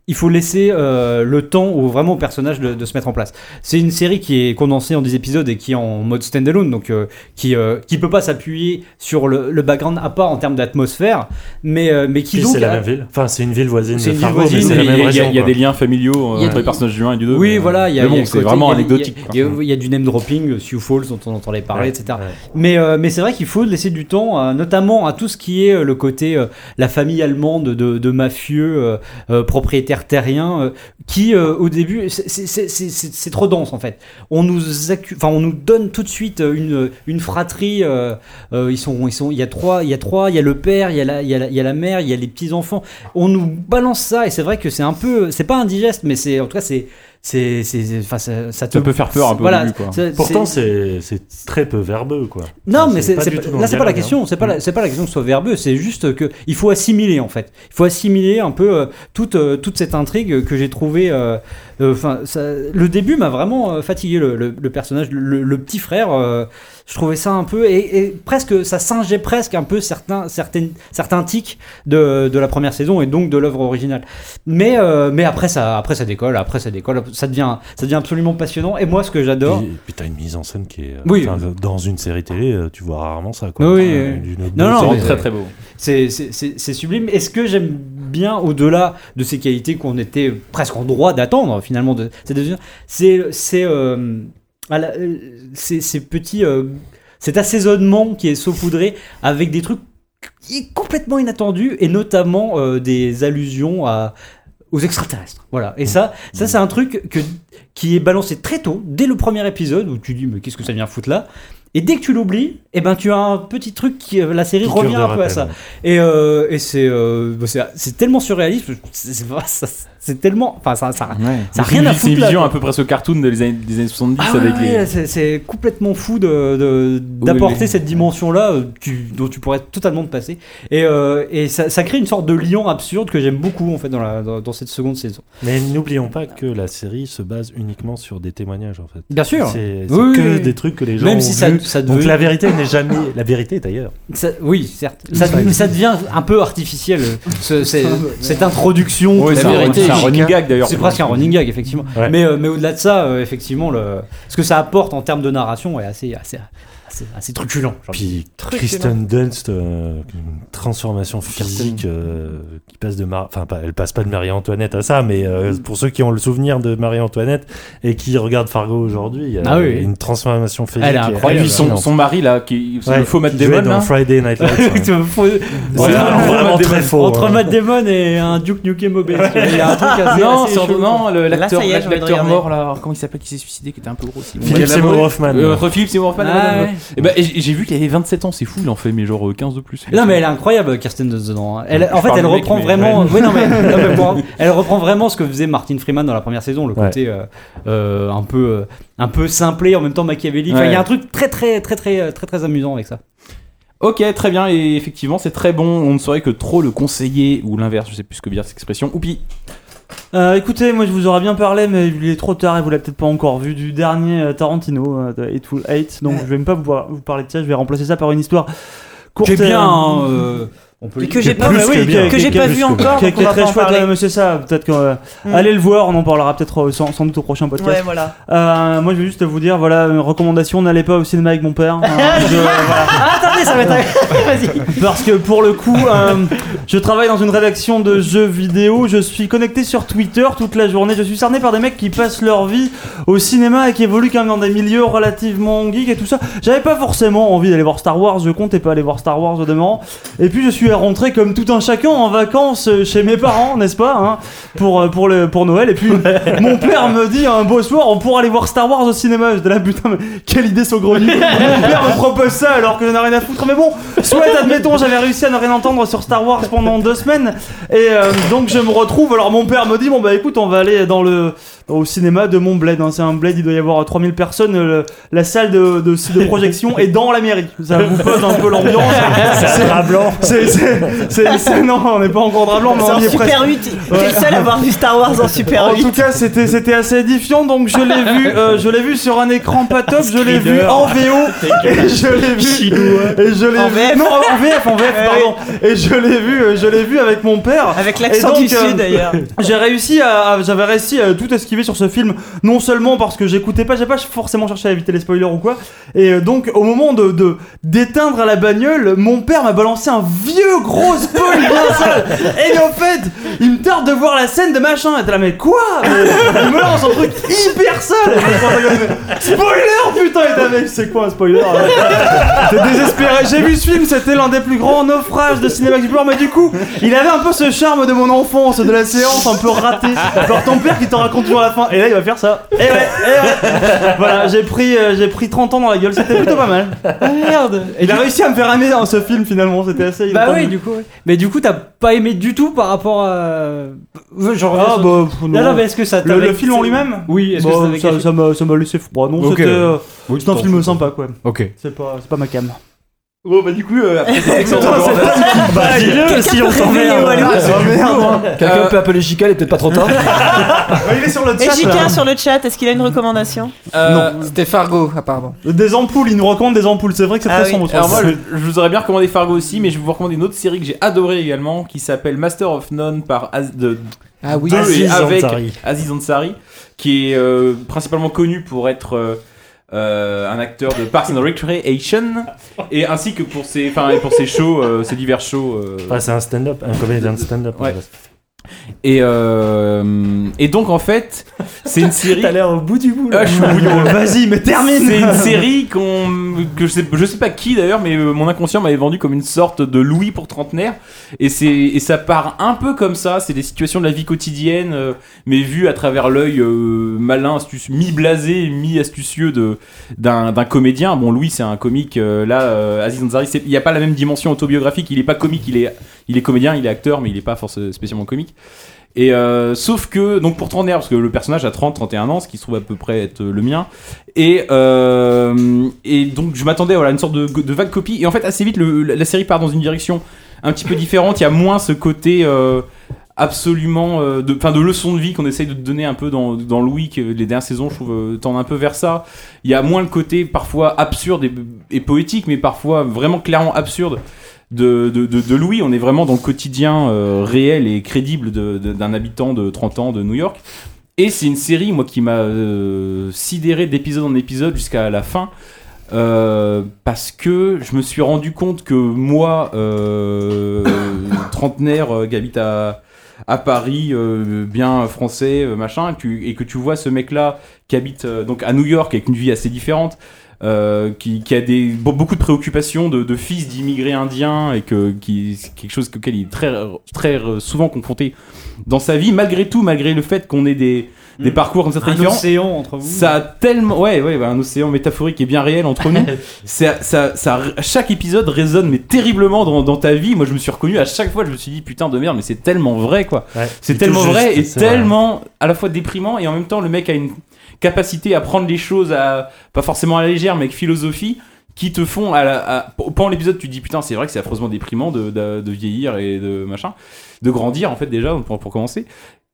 Speaker 3: Il faut laisser euh, le temps au, vraiment au personnage de, de se mettre en place. C'est une série qui est condensée en 10 épisodes et qui est en mode standalone, donc euh, qui euh, qui peut pas s'appuyer sur le, le background à part en termes d'atmosphère, mais euh, mais qui
Speaker 7: Puis
Speaker 3: donc
Speaker 7: c'est la
Speaker 3: a-
Speaker 7: même ville. Enfin, c'est une ville voisine
Speaker 3: C'est
Speaker 7: de
Speaker 3: une
Speaker 7: Fargo,
Speaker 3: ville
Speaker 7: mais
Speaker 3: voisine,
Speaker 7: c'est la
Speaker 3: mais
Speaker 7: même
Speaker 3: il y a-
Speaker 7: région.
Speaker 1: Il y a
Speaker 7: quoi.
Speaker 1: des liens familiaux euh,
Speaker 3: Il y a
Speaker 1: entre les
Speaker 3: des-
Speaker 1: personnages du 1 et du 2.
Speaker 3: Oui, voilà, il y a,
Speaker 1: mais
Speaker 3: il y a
Speaker 1: bon,
Speaker 3: le
Speaker 1: c'est
Speaker 3: côté-
Speaker 1: vraiment
Speaker 3: il y a-
Speaker 1: anecdotique.
Speaker 3: Il y, a- il y a du name dropping, euh, Sioux Falls dont on entendait parler,
Speaker 1: Ouais,
Speaker 3: etc. Mais, euh, mais c'est vrai qu'il faut laisser du temps, à- notamment à tout ce qui est euh, le côté euh, la famille allemande de, de mafieux, euh, euh, propriétaires terriens, euh, qui euh, au début, c'est- c'est- c'est c'est- c'est- c'est trop dense en fait. On nous, accu- enfin, on nous donne tout de suite euh, une, une fratrie. euh, euh, ils sont, ils sont, il y a trois, il y a trois, il y a le père, il y a la, il y a la, il y a la mère, il y a les petits enfants. On nous balance ça et c'est vrai que c'est un peu, c'est pas indigeste, mais c'est en tout cas c'est c'est, c'est, c'est- enfin, ça, ça, te-
Speaker 1: peut faire peur un peu au
Speaker 3: Voilà,
Speaker 1: début, quoi.
Speaker 3: c'est-
Speaker 7: Pourtant,
Speaker 3: c'est-
Speaker 7: c'est c'est très peu verbeux, quoi.
Speaker 3: non,
Speaker 7: Enfin,
Speaker 3: mais c'est,
Speaker 7: pas
Speaker 3: c'est
Speaker 7: du
Speaker 3: pas-
Speaker 7: tout dans
Speaker 3: là,
Speaker 7: le
Speaker 3: c'est pas la
Speaker 7: dialogue,
Speaker 3: question.
Speaker 7: hein.
Speaker 3: C'est pas, la, c'est pas la question que ce soit verbeux. C'est juste que il faut assimiler en fait. Il faut assimiler un peu euh, toute euh, toute cette intrigue que j'ai trouvée. euh, euh, Enfin, ça- le début m'a vraiment euh, fatigué. Le, le- le personnage, le, le petit frère. euh, je trouvais ça un peu et, et presque ça singeait presque un peu certains certaines certains tics de, de la première saison et donc de l'œuvre originale. Mais euh, mais après ça après ça décolle, après ça décolle, ça devient ça devient absolument passionnant et moi ce que j'adore
Speaker 7: Puis, puis t'as une mise en scène qui est. euh,
Speaker 3: Oui.
Speaker 7: enfin, Dans une série télé, euh, tu vois rarement ça. Quoi.
Speaker 3: Oui,
Speaker 7: Euh,
Speaker 3: oui.
Speaker 7: d'une-
Speaker 3: Non,
Speaker 7: d'une
Speaker 3: non,
Speaker 7: série
Speaker 3: mais-
Speaker 7: très très beau.
Speaker 3: C'est- C'est c'est- c'est sublime. Est-ce que j'aime bien, au-delà de ces qualités qu'on était presque en droit d'attendre, finalement, de cette deuxième- c'est c'est, euh, à la- euh, ces ces petits. euh, cet assaisonnement qui est saupoudré avec des trucs complètement inattendus et notamment euh, des allusions à aux extraterrestres. Voilà. Et ça, ça c'est un truc que, qui est balancé très tôt, dès le premier épisode, où tu dis mais qu'est-ce que ça vient foutre là Et dès que tu l'oublies, eh ben tu as un petit truc qui euh, la série
Speaker 7: Piqûre
Speaker 3: revient
Speaker 7: de
Speaker 3: un peu à
Speaker 7: rappel,
Speaker 3: ça.
Speaker 7: ouais.
Speaker 3: Et, euh, et c'est euh, bah, c'est- c'est tellement surréaliste, c'est- c'est pas- ça- c'est tellement, enfin ça ça, ça a
Speaker 1: C'est
Speaker 3: rien à
Speaker 1: une- C'est
Speaker 3: foutre
Speaker 1: une
Speaker 3: là.
Speaker 1: vision un peu presque cartoon des années, des années 70
Speaker 3: Ah
Speaker 1: avec
Speaker 3: ouais,
Speaker 1: les.
Speaker 3: ouais, c'est- C'est complètement fou de- de- d'apporter
Speaker 1: mais-
Speaker 3: cette dimension-là euh, tu- dont tu pourrais totalement te passer. Et, euh, et ça, ça crée une sorte de lien absurde que j'aime beaucoup en fait dans, la- dans- dans cette seconde saison.
Speaker 7: Mais n'oublions pas que la série se base uniquement sur des témoignages en fait.
Speaker 3: Bien sûr.
Speaker 7: C'est c'est
Speaker 3: Oui,
Speaker 7: que
Speaker 3: oui.
Speaker 7: des trucs que les gens
Speaker 3: Même
Speaker 7: ont
Speaker 3: si ça-
Speaker 7: vus.
Speaker 3: ça
Speaker 7: Donc
Speaker 3: devait-
Speaker 7: la vérité n'est jamais la vérité d'ailleurs.
Speaker 3: Ça- oui, certes. Ça, ça devient un peu artificiel, euh,
Speaker 1: (laughs)
Speaker 3: ce- c'est- cette introduction.
Speaker 1: Ouais, c'est
Speaker 3: tout ça.
Speaker 1: un- c'est un running gag, d'ailleurs.
Speaker 3: C'est presque un running gag, effectivement.
Speaker 1: Ouais.
Speaker 3: Mais, euh, mais au-delà de ça, euh, effectivement, le, ce que ça apporte en termes de narration est assez, assez, assez, assez truculent. j'ai envie de
Speaker 7: Puis
Speaker 3: dire.
Speaker 7: Kristen Dunst, euh, une transformation physique euh, qui passe de Mar- enfin pas- elle passe pas de Marie-Antoinette à ça, mais euh,
Speaker 3: Mm.
Speaker 7: pour ceux qui ont le souvenir de Marie-Antoinette et qui regardent Fargo aujourd'hui, il y a
Speaker 1: Ah oui.
Speaker 7: une transformation physique.
Speaker 1: Elle est incroyable. Et puis son- son mari, là, qui- c'est le faux Matt
Speaker 7: qui jouait
Speaker 1: Damon,
Speaker 3: hein.
Speaker 7: dans
Speaker 1: là.
Speaker 7: Friday
Speaker 3: (laughs)
Speaker 7: Night Lights. ouais.
Speaker 3: C'est faux-
Speaker 1: (laughs)
Speaker 7: Voilà,
Speaker 3: c'est
Speaker 7: vraiment
Speaker 3: entre-
Speaker 7: très faux,
Speaker 1: euh,
Speaker 3: Entre
Speaker 7: hein.
Speaker 3: Matt Damon et un Duke Nukem obèse. Il y a un truc
Speaker 1: (laughs)
Speaker 3: assez,
Speaker 1: non,
Speaker 3: assez
Speaker 1: c'est-
Speaker 3: chelou.
Speaker 1: non, le-
Speaker 5: Là,
Speaker 1: l'acteur
Speaker 5: ça y est, j'ai envie de
Speaker 1: l'acteur
Speaker 5: regarder.
Speaker 1: mort, là, alors, comment il s'appelle, qui s'est suicidé, qui était un peu gros aussi.
Speaker 7: Philippe
Speaker 1: Ouais,
Speaker 7: Seymour
Speaker 1: Labeau.
Speaker 7: Hoffman.
Speaker 1: Euh, re- Philippe Seymour Hoffman.
Speaker 3: Ah,
Speaker 1: madame.
Speaker 3: ouais.
Speaker 1: Eh ben, et j'ai j'ai vu qu'il avait 27 ans, c'est fou, il en fait mais genre euh, 15 de plus.
Speaker 3: Non mais elle est incroyable Kirsten Dunst dedans. hein. Elle,
Speaker 1: Je
Speaker 3: en fait
Speaker 1: parle
Speaker 3: elle
Speaker 1: du mec,
Speaker 3: reprend
Speaker 1: mais-
Speaker 3: vraiment.
Speaker 1: ouais. (laughs)
Speaker 3: Oui, non, mais- non, mais pour- elle reprend vraiment ce que faisait Martin Freeman dans la première saison, le côté euh, euh, un peu euh, un peu simplé en même temps machiavélique. Enfin, Il y a
Speaker 1: Ouais.
Speaker 3: un truc très très très très euh, très très amusant avec ça.
Speaker 1: Ok, très bien, et effectivement, c'est très bon. On ne saurait que trop le conseiller, ou l'inverse, je sais plus ce que veut dire cette expression. Oupi
Speaker 2: Euh, écoutez, moi je vous aurais bien parlé, mais il est trop tard et vous l'avez peut-être pas encore vu du dernier euh, Tarantino, euh, de Hateful Eight, donc je vais même pas vous, par- vous parler de ça, je vais remplacer ça par une histoire courte.
Speaker 3: Qui est bien,
Speaker 2: euh,
Speaker 3: hein, euh, on
Speaker 2: et
Speaker 3: peut le dire. Plus que bien.
Speaker 2: qui-
Speaker 3: Que j'ai
Speaker 2: qui-
Speaker 3: pas
Speaker 2: qui-
Speaker 3: vu encore,
Speaker 2: qui-
Speaker 3: donc
Speaker 2: qui
Speaker 3: on
Speaker 2: est
Speaker 3: va
Speaker 2: très
Speaker 3: pas en
Speaker 2: chouette, hein,
Speaker 3: parler.
Speaker 2: ouais, mais c'est ça, peut-être que. euh,
Speaker 3: Mm.
Speaker 2: Allez le voir, on en parlera peut-être euh, sans, sans doute au prochain podcast.
Speaker 5: Ouais, (laughs) voilà.
Speaker 2: Euh, moi je vais juste vous dire, voilà, une recommandation, n'allez pas au cinéma avec mon
Speaker 3: (laughs)
Speaker 2: père. hein, je- voilà.
Speaker 5: Ah, attendez, ça va être. Vas-y.
Speaker 2: Parce que pour le coup, euh, je travaille dans une rédaction de jeux vidéo, je suis connecté sur Twitter toute la journée, je suis cerné par des mecs qui passent leur vie au cinéma et qui évoluent quand même dans des milieux relativement geeks et tout ça. J'avais pas forcément envie d'aller voir Star Wars, je comptais pas aller voir Star Wars au demeurant. Et puis je suis rentré comme tout un chacun en vacances chez mes parents, n'est-ce pas, hein, pour, euh, pour, le, pour Noël. Et puis mon père me dit un beau soir, on pourra aller voir Star Wars au cinéma. J'étais là, putain, mais quelle idée saugrenue. mon père me propose ça alors que je n'ai rien à foutre. Mais bon, soit admettons, j'avais réussi à ne rien entendre sur Star Wars pendant deux semaines. Et euh, donc je me retrouve. Alors mon père me dit, bon bah écoute, on va aller dans le au cinéma de mon bled. hein. C'est un bled, il doit y avoir 3000 personnes. euh, la salle de, de, de projection est dans la mairie. Ça vous pose un peu l'ambiance.
Speaker 7: C'est un drap blanc.
Speaker 2: C'est, c'est, c'est- c'est- non, on n'est pas encore drap blanc, mais
Speaker 5: C'est
Speaker 2: on
Speaker 5: en
Speaker 2: y est
Speaker 5: Super
Speaker 2: presque.
Speaker 5: 8. T'es le seul à avoir vu Star Wars en Super
Speaker 2: En
Speaker 5: 8.
Speaker 2: tout cas, c'était, c'était assez édifiant, donc je l'ai vu, euh, je l'ai vu sur un écran pas top, je l'ai vu
Speaker 5: Screamer.
Speaker 2: en VO, et je l'ai vu, et je l'ai
Speaker 5: En
Speaker 2: vu-
Speaker 5: VF.
Speaker 2: non, en VF, en VF, pardon, et je l'ai vu, euh, je l'ai vu avec mon père.
Speaker 5: Avec l'accent
Speaker 2: Et donc, euh,
Speaker 5: du Sud, d'ailleurs.
Speaker 2: (laughs) J'ai réussi à, à- j'avais réussi à tout esquiver sur ce film, non seulement parce que j'écoutais pas, j'ai pas forcément cherché à éviter les spoilers ou quoi, et euh, donc au moment de, de d'éteindre la bagnole, mon père m'a balancé un vieux gros spoil bien sale. Et en fait, il me tarde de voir la scène de machin. Et t'es là, mais quoi Mais Il me lance un truc hyper sale. Spoiler, putain, et t'as mais c'est quoi un spoiler hein T'es désespéré. J'ai vu ce film, c'était l'un des plus grands naufrages de cinéma que j'ai pu voir, mais du coup, il avait un peu ce charme de mon enfance, de la séance un peu ratée. Genre ton père qui t'en raconte toujours à la fin, et là il va faire ça. Et ouais, eh ouais. Voilà, j'ai pris, euh, j'ai pris 30 ans dans la gueule, c'était plutôt pas mal. Ah merde Il a réussi à me faire aimer dans ce film finalement, c'était assez.
Speaker 3: Bah oui, du coup. ouais. Mais du coup, t'as pas aimé du tout par rapport à. Genre.
Speaker 2: Ah bah, pff,
Speaker 3: non,
Speaker 2: non.
Speaker 3: non, mais est-ce que ça
Speaker 2: Le,
Speaker 3: t'avait-
Speaker 2: le film en lui-même
Speaker 3: Oui, est-ce que
Speaker 2: Bah,
Speaker 3: ça t'avait
Speaker 2: ça,
Speaker 3: quelque-
Speaker 2: ça m'a, ça m'a laissé froid. Non,
Speaker 3: Ok.
Speaker 2: c'était, euh,
Speaker 3: Oui,
Speaker 2: c'est un
Speaker 3: t'en
Speaker 2: film
Speaker 3: fous,
Speaker 2: sympa, quoi.
Speaker 3: Ok.
Speaker 2: C'est pas, c'est pas ma cam.
Speaker 1: Bon, bah, du coup, euh, après cette excellente
Speaker 4: Putain, c'est
Speaker 1: recommandation-
Speaker 4: pas du- Bah, dis-le, Quelqu'un si peut on s'emmerde. réveiller Walou. Ah, c'est du lourd, hein. Quelqu'un peut
Speaker 1: appeler Chical et peut-être pas trop tard.
Speaker 5: Il est sur
Speaker 2: euh,
Speaker 1: le
Speaker 5: Et
Speaker 1: chat,
Speaker 5: JK
Speaker 1: là.
Speaker 5: sur le chat, est-ce qu'il a une recommandation
Speaker 1: euh,
Speaker 12: Non, c'était Fargo, apparemment.
Speaker 1: Des ampoules, il nous recommande des ampoules. C'est vrai que
Speaker 12: c'est Ah très oui. sombre,
Speaker 1: Alors moi,
Speaker 12: ça.
Speaker 1: je, je vous aurais bien recommandé Fargo aussi, mais je vais vous recommander une autre série que j'ai adorée également, qui s'appelle Master of None par Az- de,
Speaker 12: Ah oui.
Speaker 1: de
Speaker 12: Aziz
Speaker 1: et avec
Speaker 12: Ansari.
Speaker 1: Aziz Ansari, qui est euh, principalement connu pour être euh, euh, un acteur de Parks and Recreation, et ainsi que pour ses, enfin, et pour ses shows, euh, ses divers shows. euh,
Speaker 7: Ah, c'est un stand-up, un comédien de stand-up.
Speaker 1: Ouais. Et, euh, et donc en fait, c'est une série. T'as
Speaker 4: l'air au bout du bout.
Speaker 1: Ah, je suis au bout du bout.
Speaker 4: (laughs) Vas-y, mais termine.
Speaker 1: C'est une série qu'on que je sais, je sais pas qui d'ailleurs, mais euh, mon inconscient m'avait vendu comme une sorte de Louis pour trentenaire. Et c'est et ça part un peu comme ça. C'est des situations de la vie quotidienne, euh, mais vues à travers l'œil euh, malin, astuce, mi-blasé, mi-astucieux de d'un d'un comédien. Bon, Louis c'est un comique. euh, là, euh, Aziz Ansari, c'est- il n'y a pas la même dimension autobiographique. Il est pas comique, il est il est comédien, il est acteur, mais il est pas forcément spécialement comique. Et euh, sauf que, donc pour trentenaire, parce que le personnage a 30, 31 ans, ce qui se trouve à peu près être euh, le mien. Et, euh, et donc je m'attendais voilà, à une sorte de, de vague copie. Et en fait, assez vite, le- la, la série part dans une direction un petit peu différente. Il y a moins ce côté euh, absolument. euh, de, enfin, de leçon de vie qu'on essaye de donner un peu dans, dans Louis, que les dernières saisons, je trouve, euh, tendent un peu vers ça. Il y a moins le côté parfois absurde et, et poétique, mais parfois vraiment clairement absurde de, de, de- de Louis. On est vraiment dans le quotidien euh, réel et crédible de- de- d'un habitant de 30 ans de New York. Et c'est une série, moi, qui m'a euh, sidéré d'épisode en épisode jusqu'à la fin. euh, parce que je me suis rendu compte que moi, euh, (coughs) trentenaire euh, qui habite à, à Paris, euh, bien français, euh, machin, tu- et que tu vois ce mec-là qui habite euh, donc à New York avec une vie assez différente, euh, qui, qui a des, be- beaucoup de préoccupations de, de fils d'immigrés indiens et que qui, c'est quelque chose auquel il est très, très euh, souvent confronté dans sa vie, malgré tout, malgré le fait qu'on ait des, des parcours comme ça très
Speaker 2: Un
Speaker 1: différents.
Speaker 2: océan entre vous.
Speaker 1: Ça a tellement. Ouais, ouais, bah, un océan métaphorique et bien réel entre
Speaker 2: (laughs)
Speaker 1: nous. ça, ça, ça, chaque épisode résonne, mais terriblement dans, dans ta vie. Moi, je me suis reconnu à chaque fois, je me suis dit putain de merde, mais c'est tellement vrai quoi.
Speaker 7: il
Speaker 1: c'est
Speaker 7: est
Speaker 1: tellement
Speaker 7: tout juste,
Speaker 1: vrai et
Speaker 7: c'est vrai.
Speaker 1: tellement à la fois déprimant et en même temps, le mec a une capacité à prendre les choses, à, pas forcément à la légère, mais avec philosophie. Qui te font à la. à- pendant l'épisode, tu te dis putain, c'est vrai que c'est affreusement déprimant de, de- de vieillir et de machin. De grandir, en fait, déjà, pour, pour commencer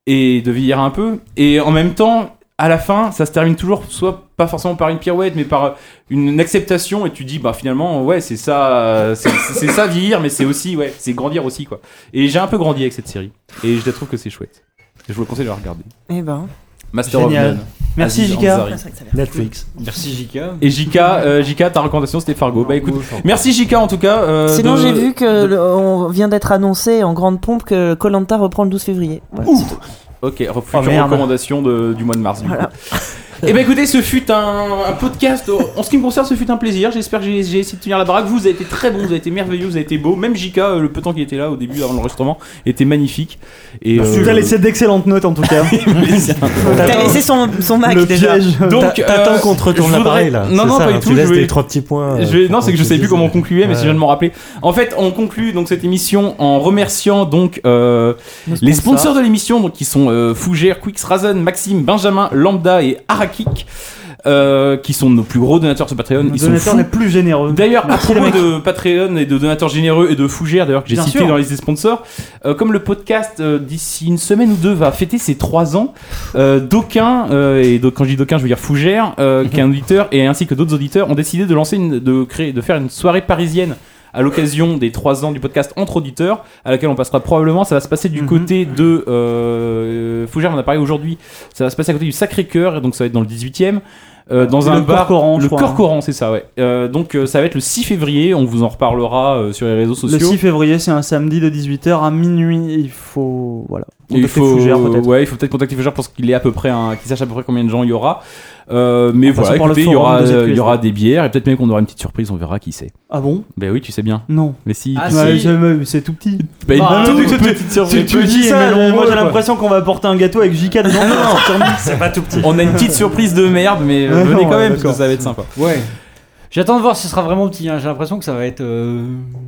Speaker 1: et de vieillir un peu. Et en même temps, à la fin, ça se termine toujours soit pas forcément par une pirouette, mais par une une acceptation. Et tu dis, bah finalement, ouais, c'est ça, euh, c'est c'est ça vieillir, mais c'est aussi, ouais, c'est grandir aussi quoi. Et j'ai un peu grandi avec cette série. Et je la trouve que c'est chouette. Je vous le conseille de la regarder.
Speaker 5: Eh ben.
Speaker 1: Master
Speaker 2: Génial.
Speaker 1: of None.
Speaker 2: Merci,
Speaker 1: Aziz
Speaker 2: JK.
Speaker 1: Ansari.
Speaker 2: Ah, c'est vrai que ça a l'air Netflix. cool. Merci, JK.
Speaker 1: Et JK, euh, JK, ta recommandation c'était Fargo. Bah écoute, merci JK en tout cas. euh,
Speaker 5: Sinon,
Speaker 1: de-
Speaker 5: j'ai vu que le- on vient d'être annoncé en grande pompe que Colanta reprend le 12 février. Voilà, c'est tout.
Speaker 1: Ok, re-
Speaker 5: Oh,
Speaker 1: future
Speaker 5: merde.
Speaker 1: recommandation de- du mois de mars. Du coup. (laughs) Eh ben écoutez, ce fut un, un podcast. En ce qui me concerne, ce fut un plaisir. J'espère que j'ai j'ai essayé de tenir la baraque. Vous, vous avez été très bon, vous avez été merveilleux, vous avez été beau. Même Jika, euh, le peu de temps qu'il était là au début avant l'enregistrement, était magnifique.
Speaker 7: Bah,
Speaker 1: Et euh,
Speaker 2: Tu as laissé d'excellentes notes en tout cas.
Speaker 5: T'as laissé son, son Mac
Speaker 2: Le
Speaker 5: déjà.
Speaker 2: piège.
Speaker 1: Donc,
Speaker 7: T'attends
Speaker 1: euh,
Speaker 7: qu'on te retourne
Speaker 1: je voudrais-
Speaker 7: l'appareil, là,
Speaker 1: Non,
Speaker 7: c'est
Speaker 1: non,
Speaker 7: ça,
Speaker 1: pas
Speaker 7: hein,
Speaker 1: du
Speaker 7: tu
Speaker 1: tout.
Speaker 7: laisses
Speaker 1: je vais-
Speaker 7: des trois petits points, euh,
Speaker 1: Je vais- Non,
Speaker 7: pour
Speaker 1: c'est que je
Speaker 7: qu'on te
Speaker 1: sais plus
Speaker 7: dise.
Speaker 1: comment on concluait, mais
Speaker 7: Ouais.
Speaker 1: si je viens de m'en rappeler. En fait, on conclut donc cette émission en remerciant donc euh, les sponsors de l'émission, donc qui sont euh, Fougère, Quix, Razen, Maxime, Benjamin, Lambda et Arakik. euh, qui sont nos plus gros donateurs sur Patreon. Ils sont
Speaker 2: Donateur
Speaker 1: fous.
Speaker 2: n'est plus généreux.
Speaker 1: D'ailleurs, à
Speaker 2: Merci,
Speaker 1: propos
Speaker 2: les mecs.
Speaker 1: de Patreon et de donateurs généreux et de fougères, d'ailleurs, que j'ai
Speaker 2: Bien
Speaker 1: cité
Speaker 2: sûr.
Speaker 1: dans les sponsors, euh, comme le podcast euh, d'ici une semaine ou deux va fêter ses trois ans, euh, d'aucuns, euh, et d'autres- quand je dis d'aucuns, je veux dire fougères, euh,
Speaker 2: Mhm.
Speaker 1: qu'un auditeur et ainsi que d'autres auditeurs ont décidé de lancer une, de créer, de faire une soirée parisienne à l'occasion des trois ans du podcast entre auditeurs, à laquelle on passera probablement, ça va se passer du
Speaker 2: Mhm.
Speaker 1: côté de euh, Fougères, on a parlé aujourd'hui, ça va se passer à côté du Sacré-Cœur, et donc ça va être dans le 18 e dans
Speaker 2: Le
Speaker 1: un
Speaker 2: Cor
Speaker 1: bar,
Speaker 2: Coran, je
Speaker 1: le
Speaker 2: crois,
Speaker 1: Cor
Speaker 2: hein.
Speaker 1: Coran, c'est ça, ouais. Euh, donc euh, ça va être le 6 février, on vous en reparlera euh, sur les réseaux
Speaker 2: Le
Speaker 1: sociaux.
Speaker 2: 6 février, c'est un samedi de 18h à minuit. Il faut. Voilà.
Speaker 1: Et il
Speaker 2: Contacter
Speaker 1: faut,
Speaker 2: Fougère, peut-être.
Speaker 1: ouais, il faut peut-être contacter Fougère pour qu'il ait à peu près un, qu'il sache à peu près combien de gens il y aura. Euh, mais
Speaker 2: En passant
Speaker 1: voilà,
Speaker 2: par le
Speaker 1: écoutez, il y
Speaker 2: forum
Speaker 1: aura, euh,
Speaker 2: de ZQSD.
Speaker 1: il y aura des bières et peut-être même qu'on aura une petite surprise, on verra qui c'est.
Speaker 2: Ah bon
Speaker 1: Ben oui, tu sais bien.
Speaker 2: Non.
Speaker 1: Mais si.
Speaker 2: Ah,
Speaker 1: tu-
Speaker 2: ouais, c'est- mais c'est tout petit.
Speaker 1: Bah, une
Speaker 2: Ah,
Speaker 1: toute
Speaker 2: non, tu- tu-
Speaker 1: petite surprise.
Speaker 2: tu- tu dis
Speaker 1: Petit,
Speaker 2: ça,
Speaker 1: mais
Speaker 2: mais moi
Speaker 1: nombreux,
Speaker 2: j'ai
Speaker 1: quoi.
Speaker 2: l'impression qu'on va porter un gâteau avec JK dedans.
Speaker 1: c'est pas tout petit. On a une petite surprise de merde, mais euh,
Speaker 2: Ouais,
Speaker 1: venez
Speaker 2: ouais,
Speaker 1: quand même parce que
Speaker 2: d'accord.
Speaker 1: ça va être sympa.
Speaker 3: Ouais. J'attends de voir si ce sera vraiment petit. hein. J'ai l'impression que ça va être euh,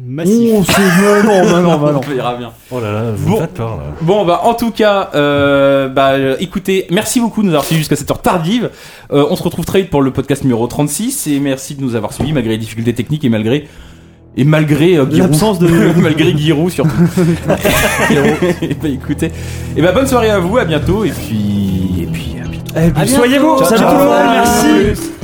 Speaker 3: massif.
Speaker 2: Oh, c'est non, non, non, non.
Speaker 1: Ça ira bien.
Speaker 7: Oh là là, vous
Speaker 1: Bon.
Speaker 7: me faites peur là.
Speaker 1: Bon bah en tout cas, euh, bah euh, écoutez, merci beaucoup de nous avoir suivis jusqu'à cette heure tardive. Euh, on se retrouve très vite pour le podcast numéro 36 et merci de nous avoir suivis malgré les difficultés techniques et malgré Et malgré euh, Giroud.
Speaker 2: L'absence de-
Speaker 1: (laughs) malgré Giroud surtout. et bah écoutez, et bah bonne soirée à vous, à bientôt et puis et puis à bientôt.
Speaker 2: Soyez-vous,
Speaker 1: Ciao,
Speaker 2: salut tout
Speaker 1: ciao.
Speaker 2: le monde, merci.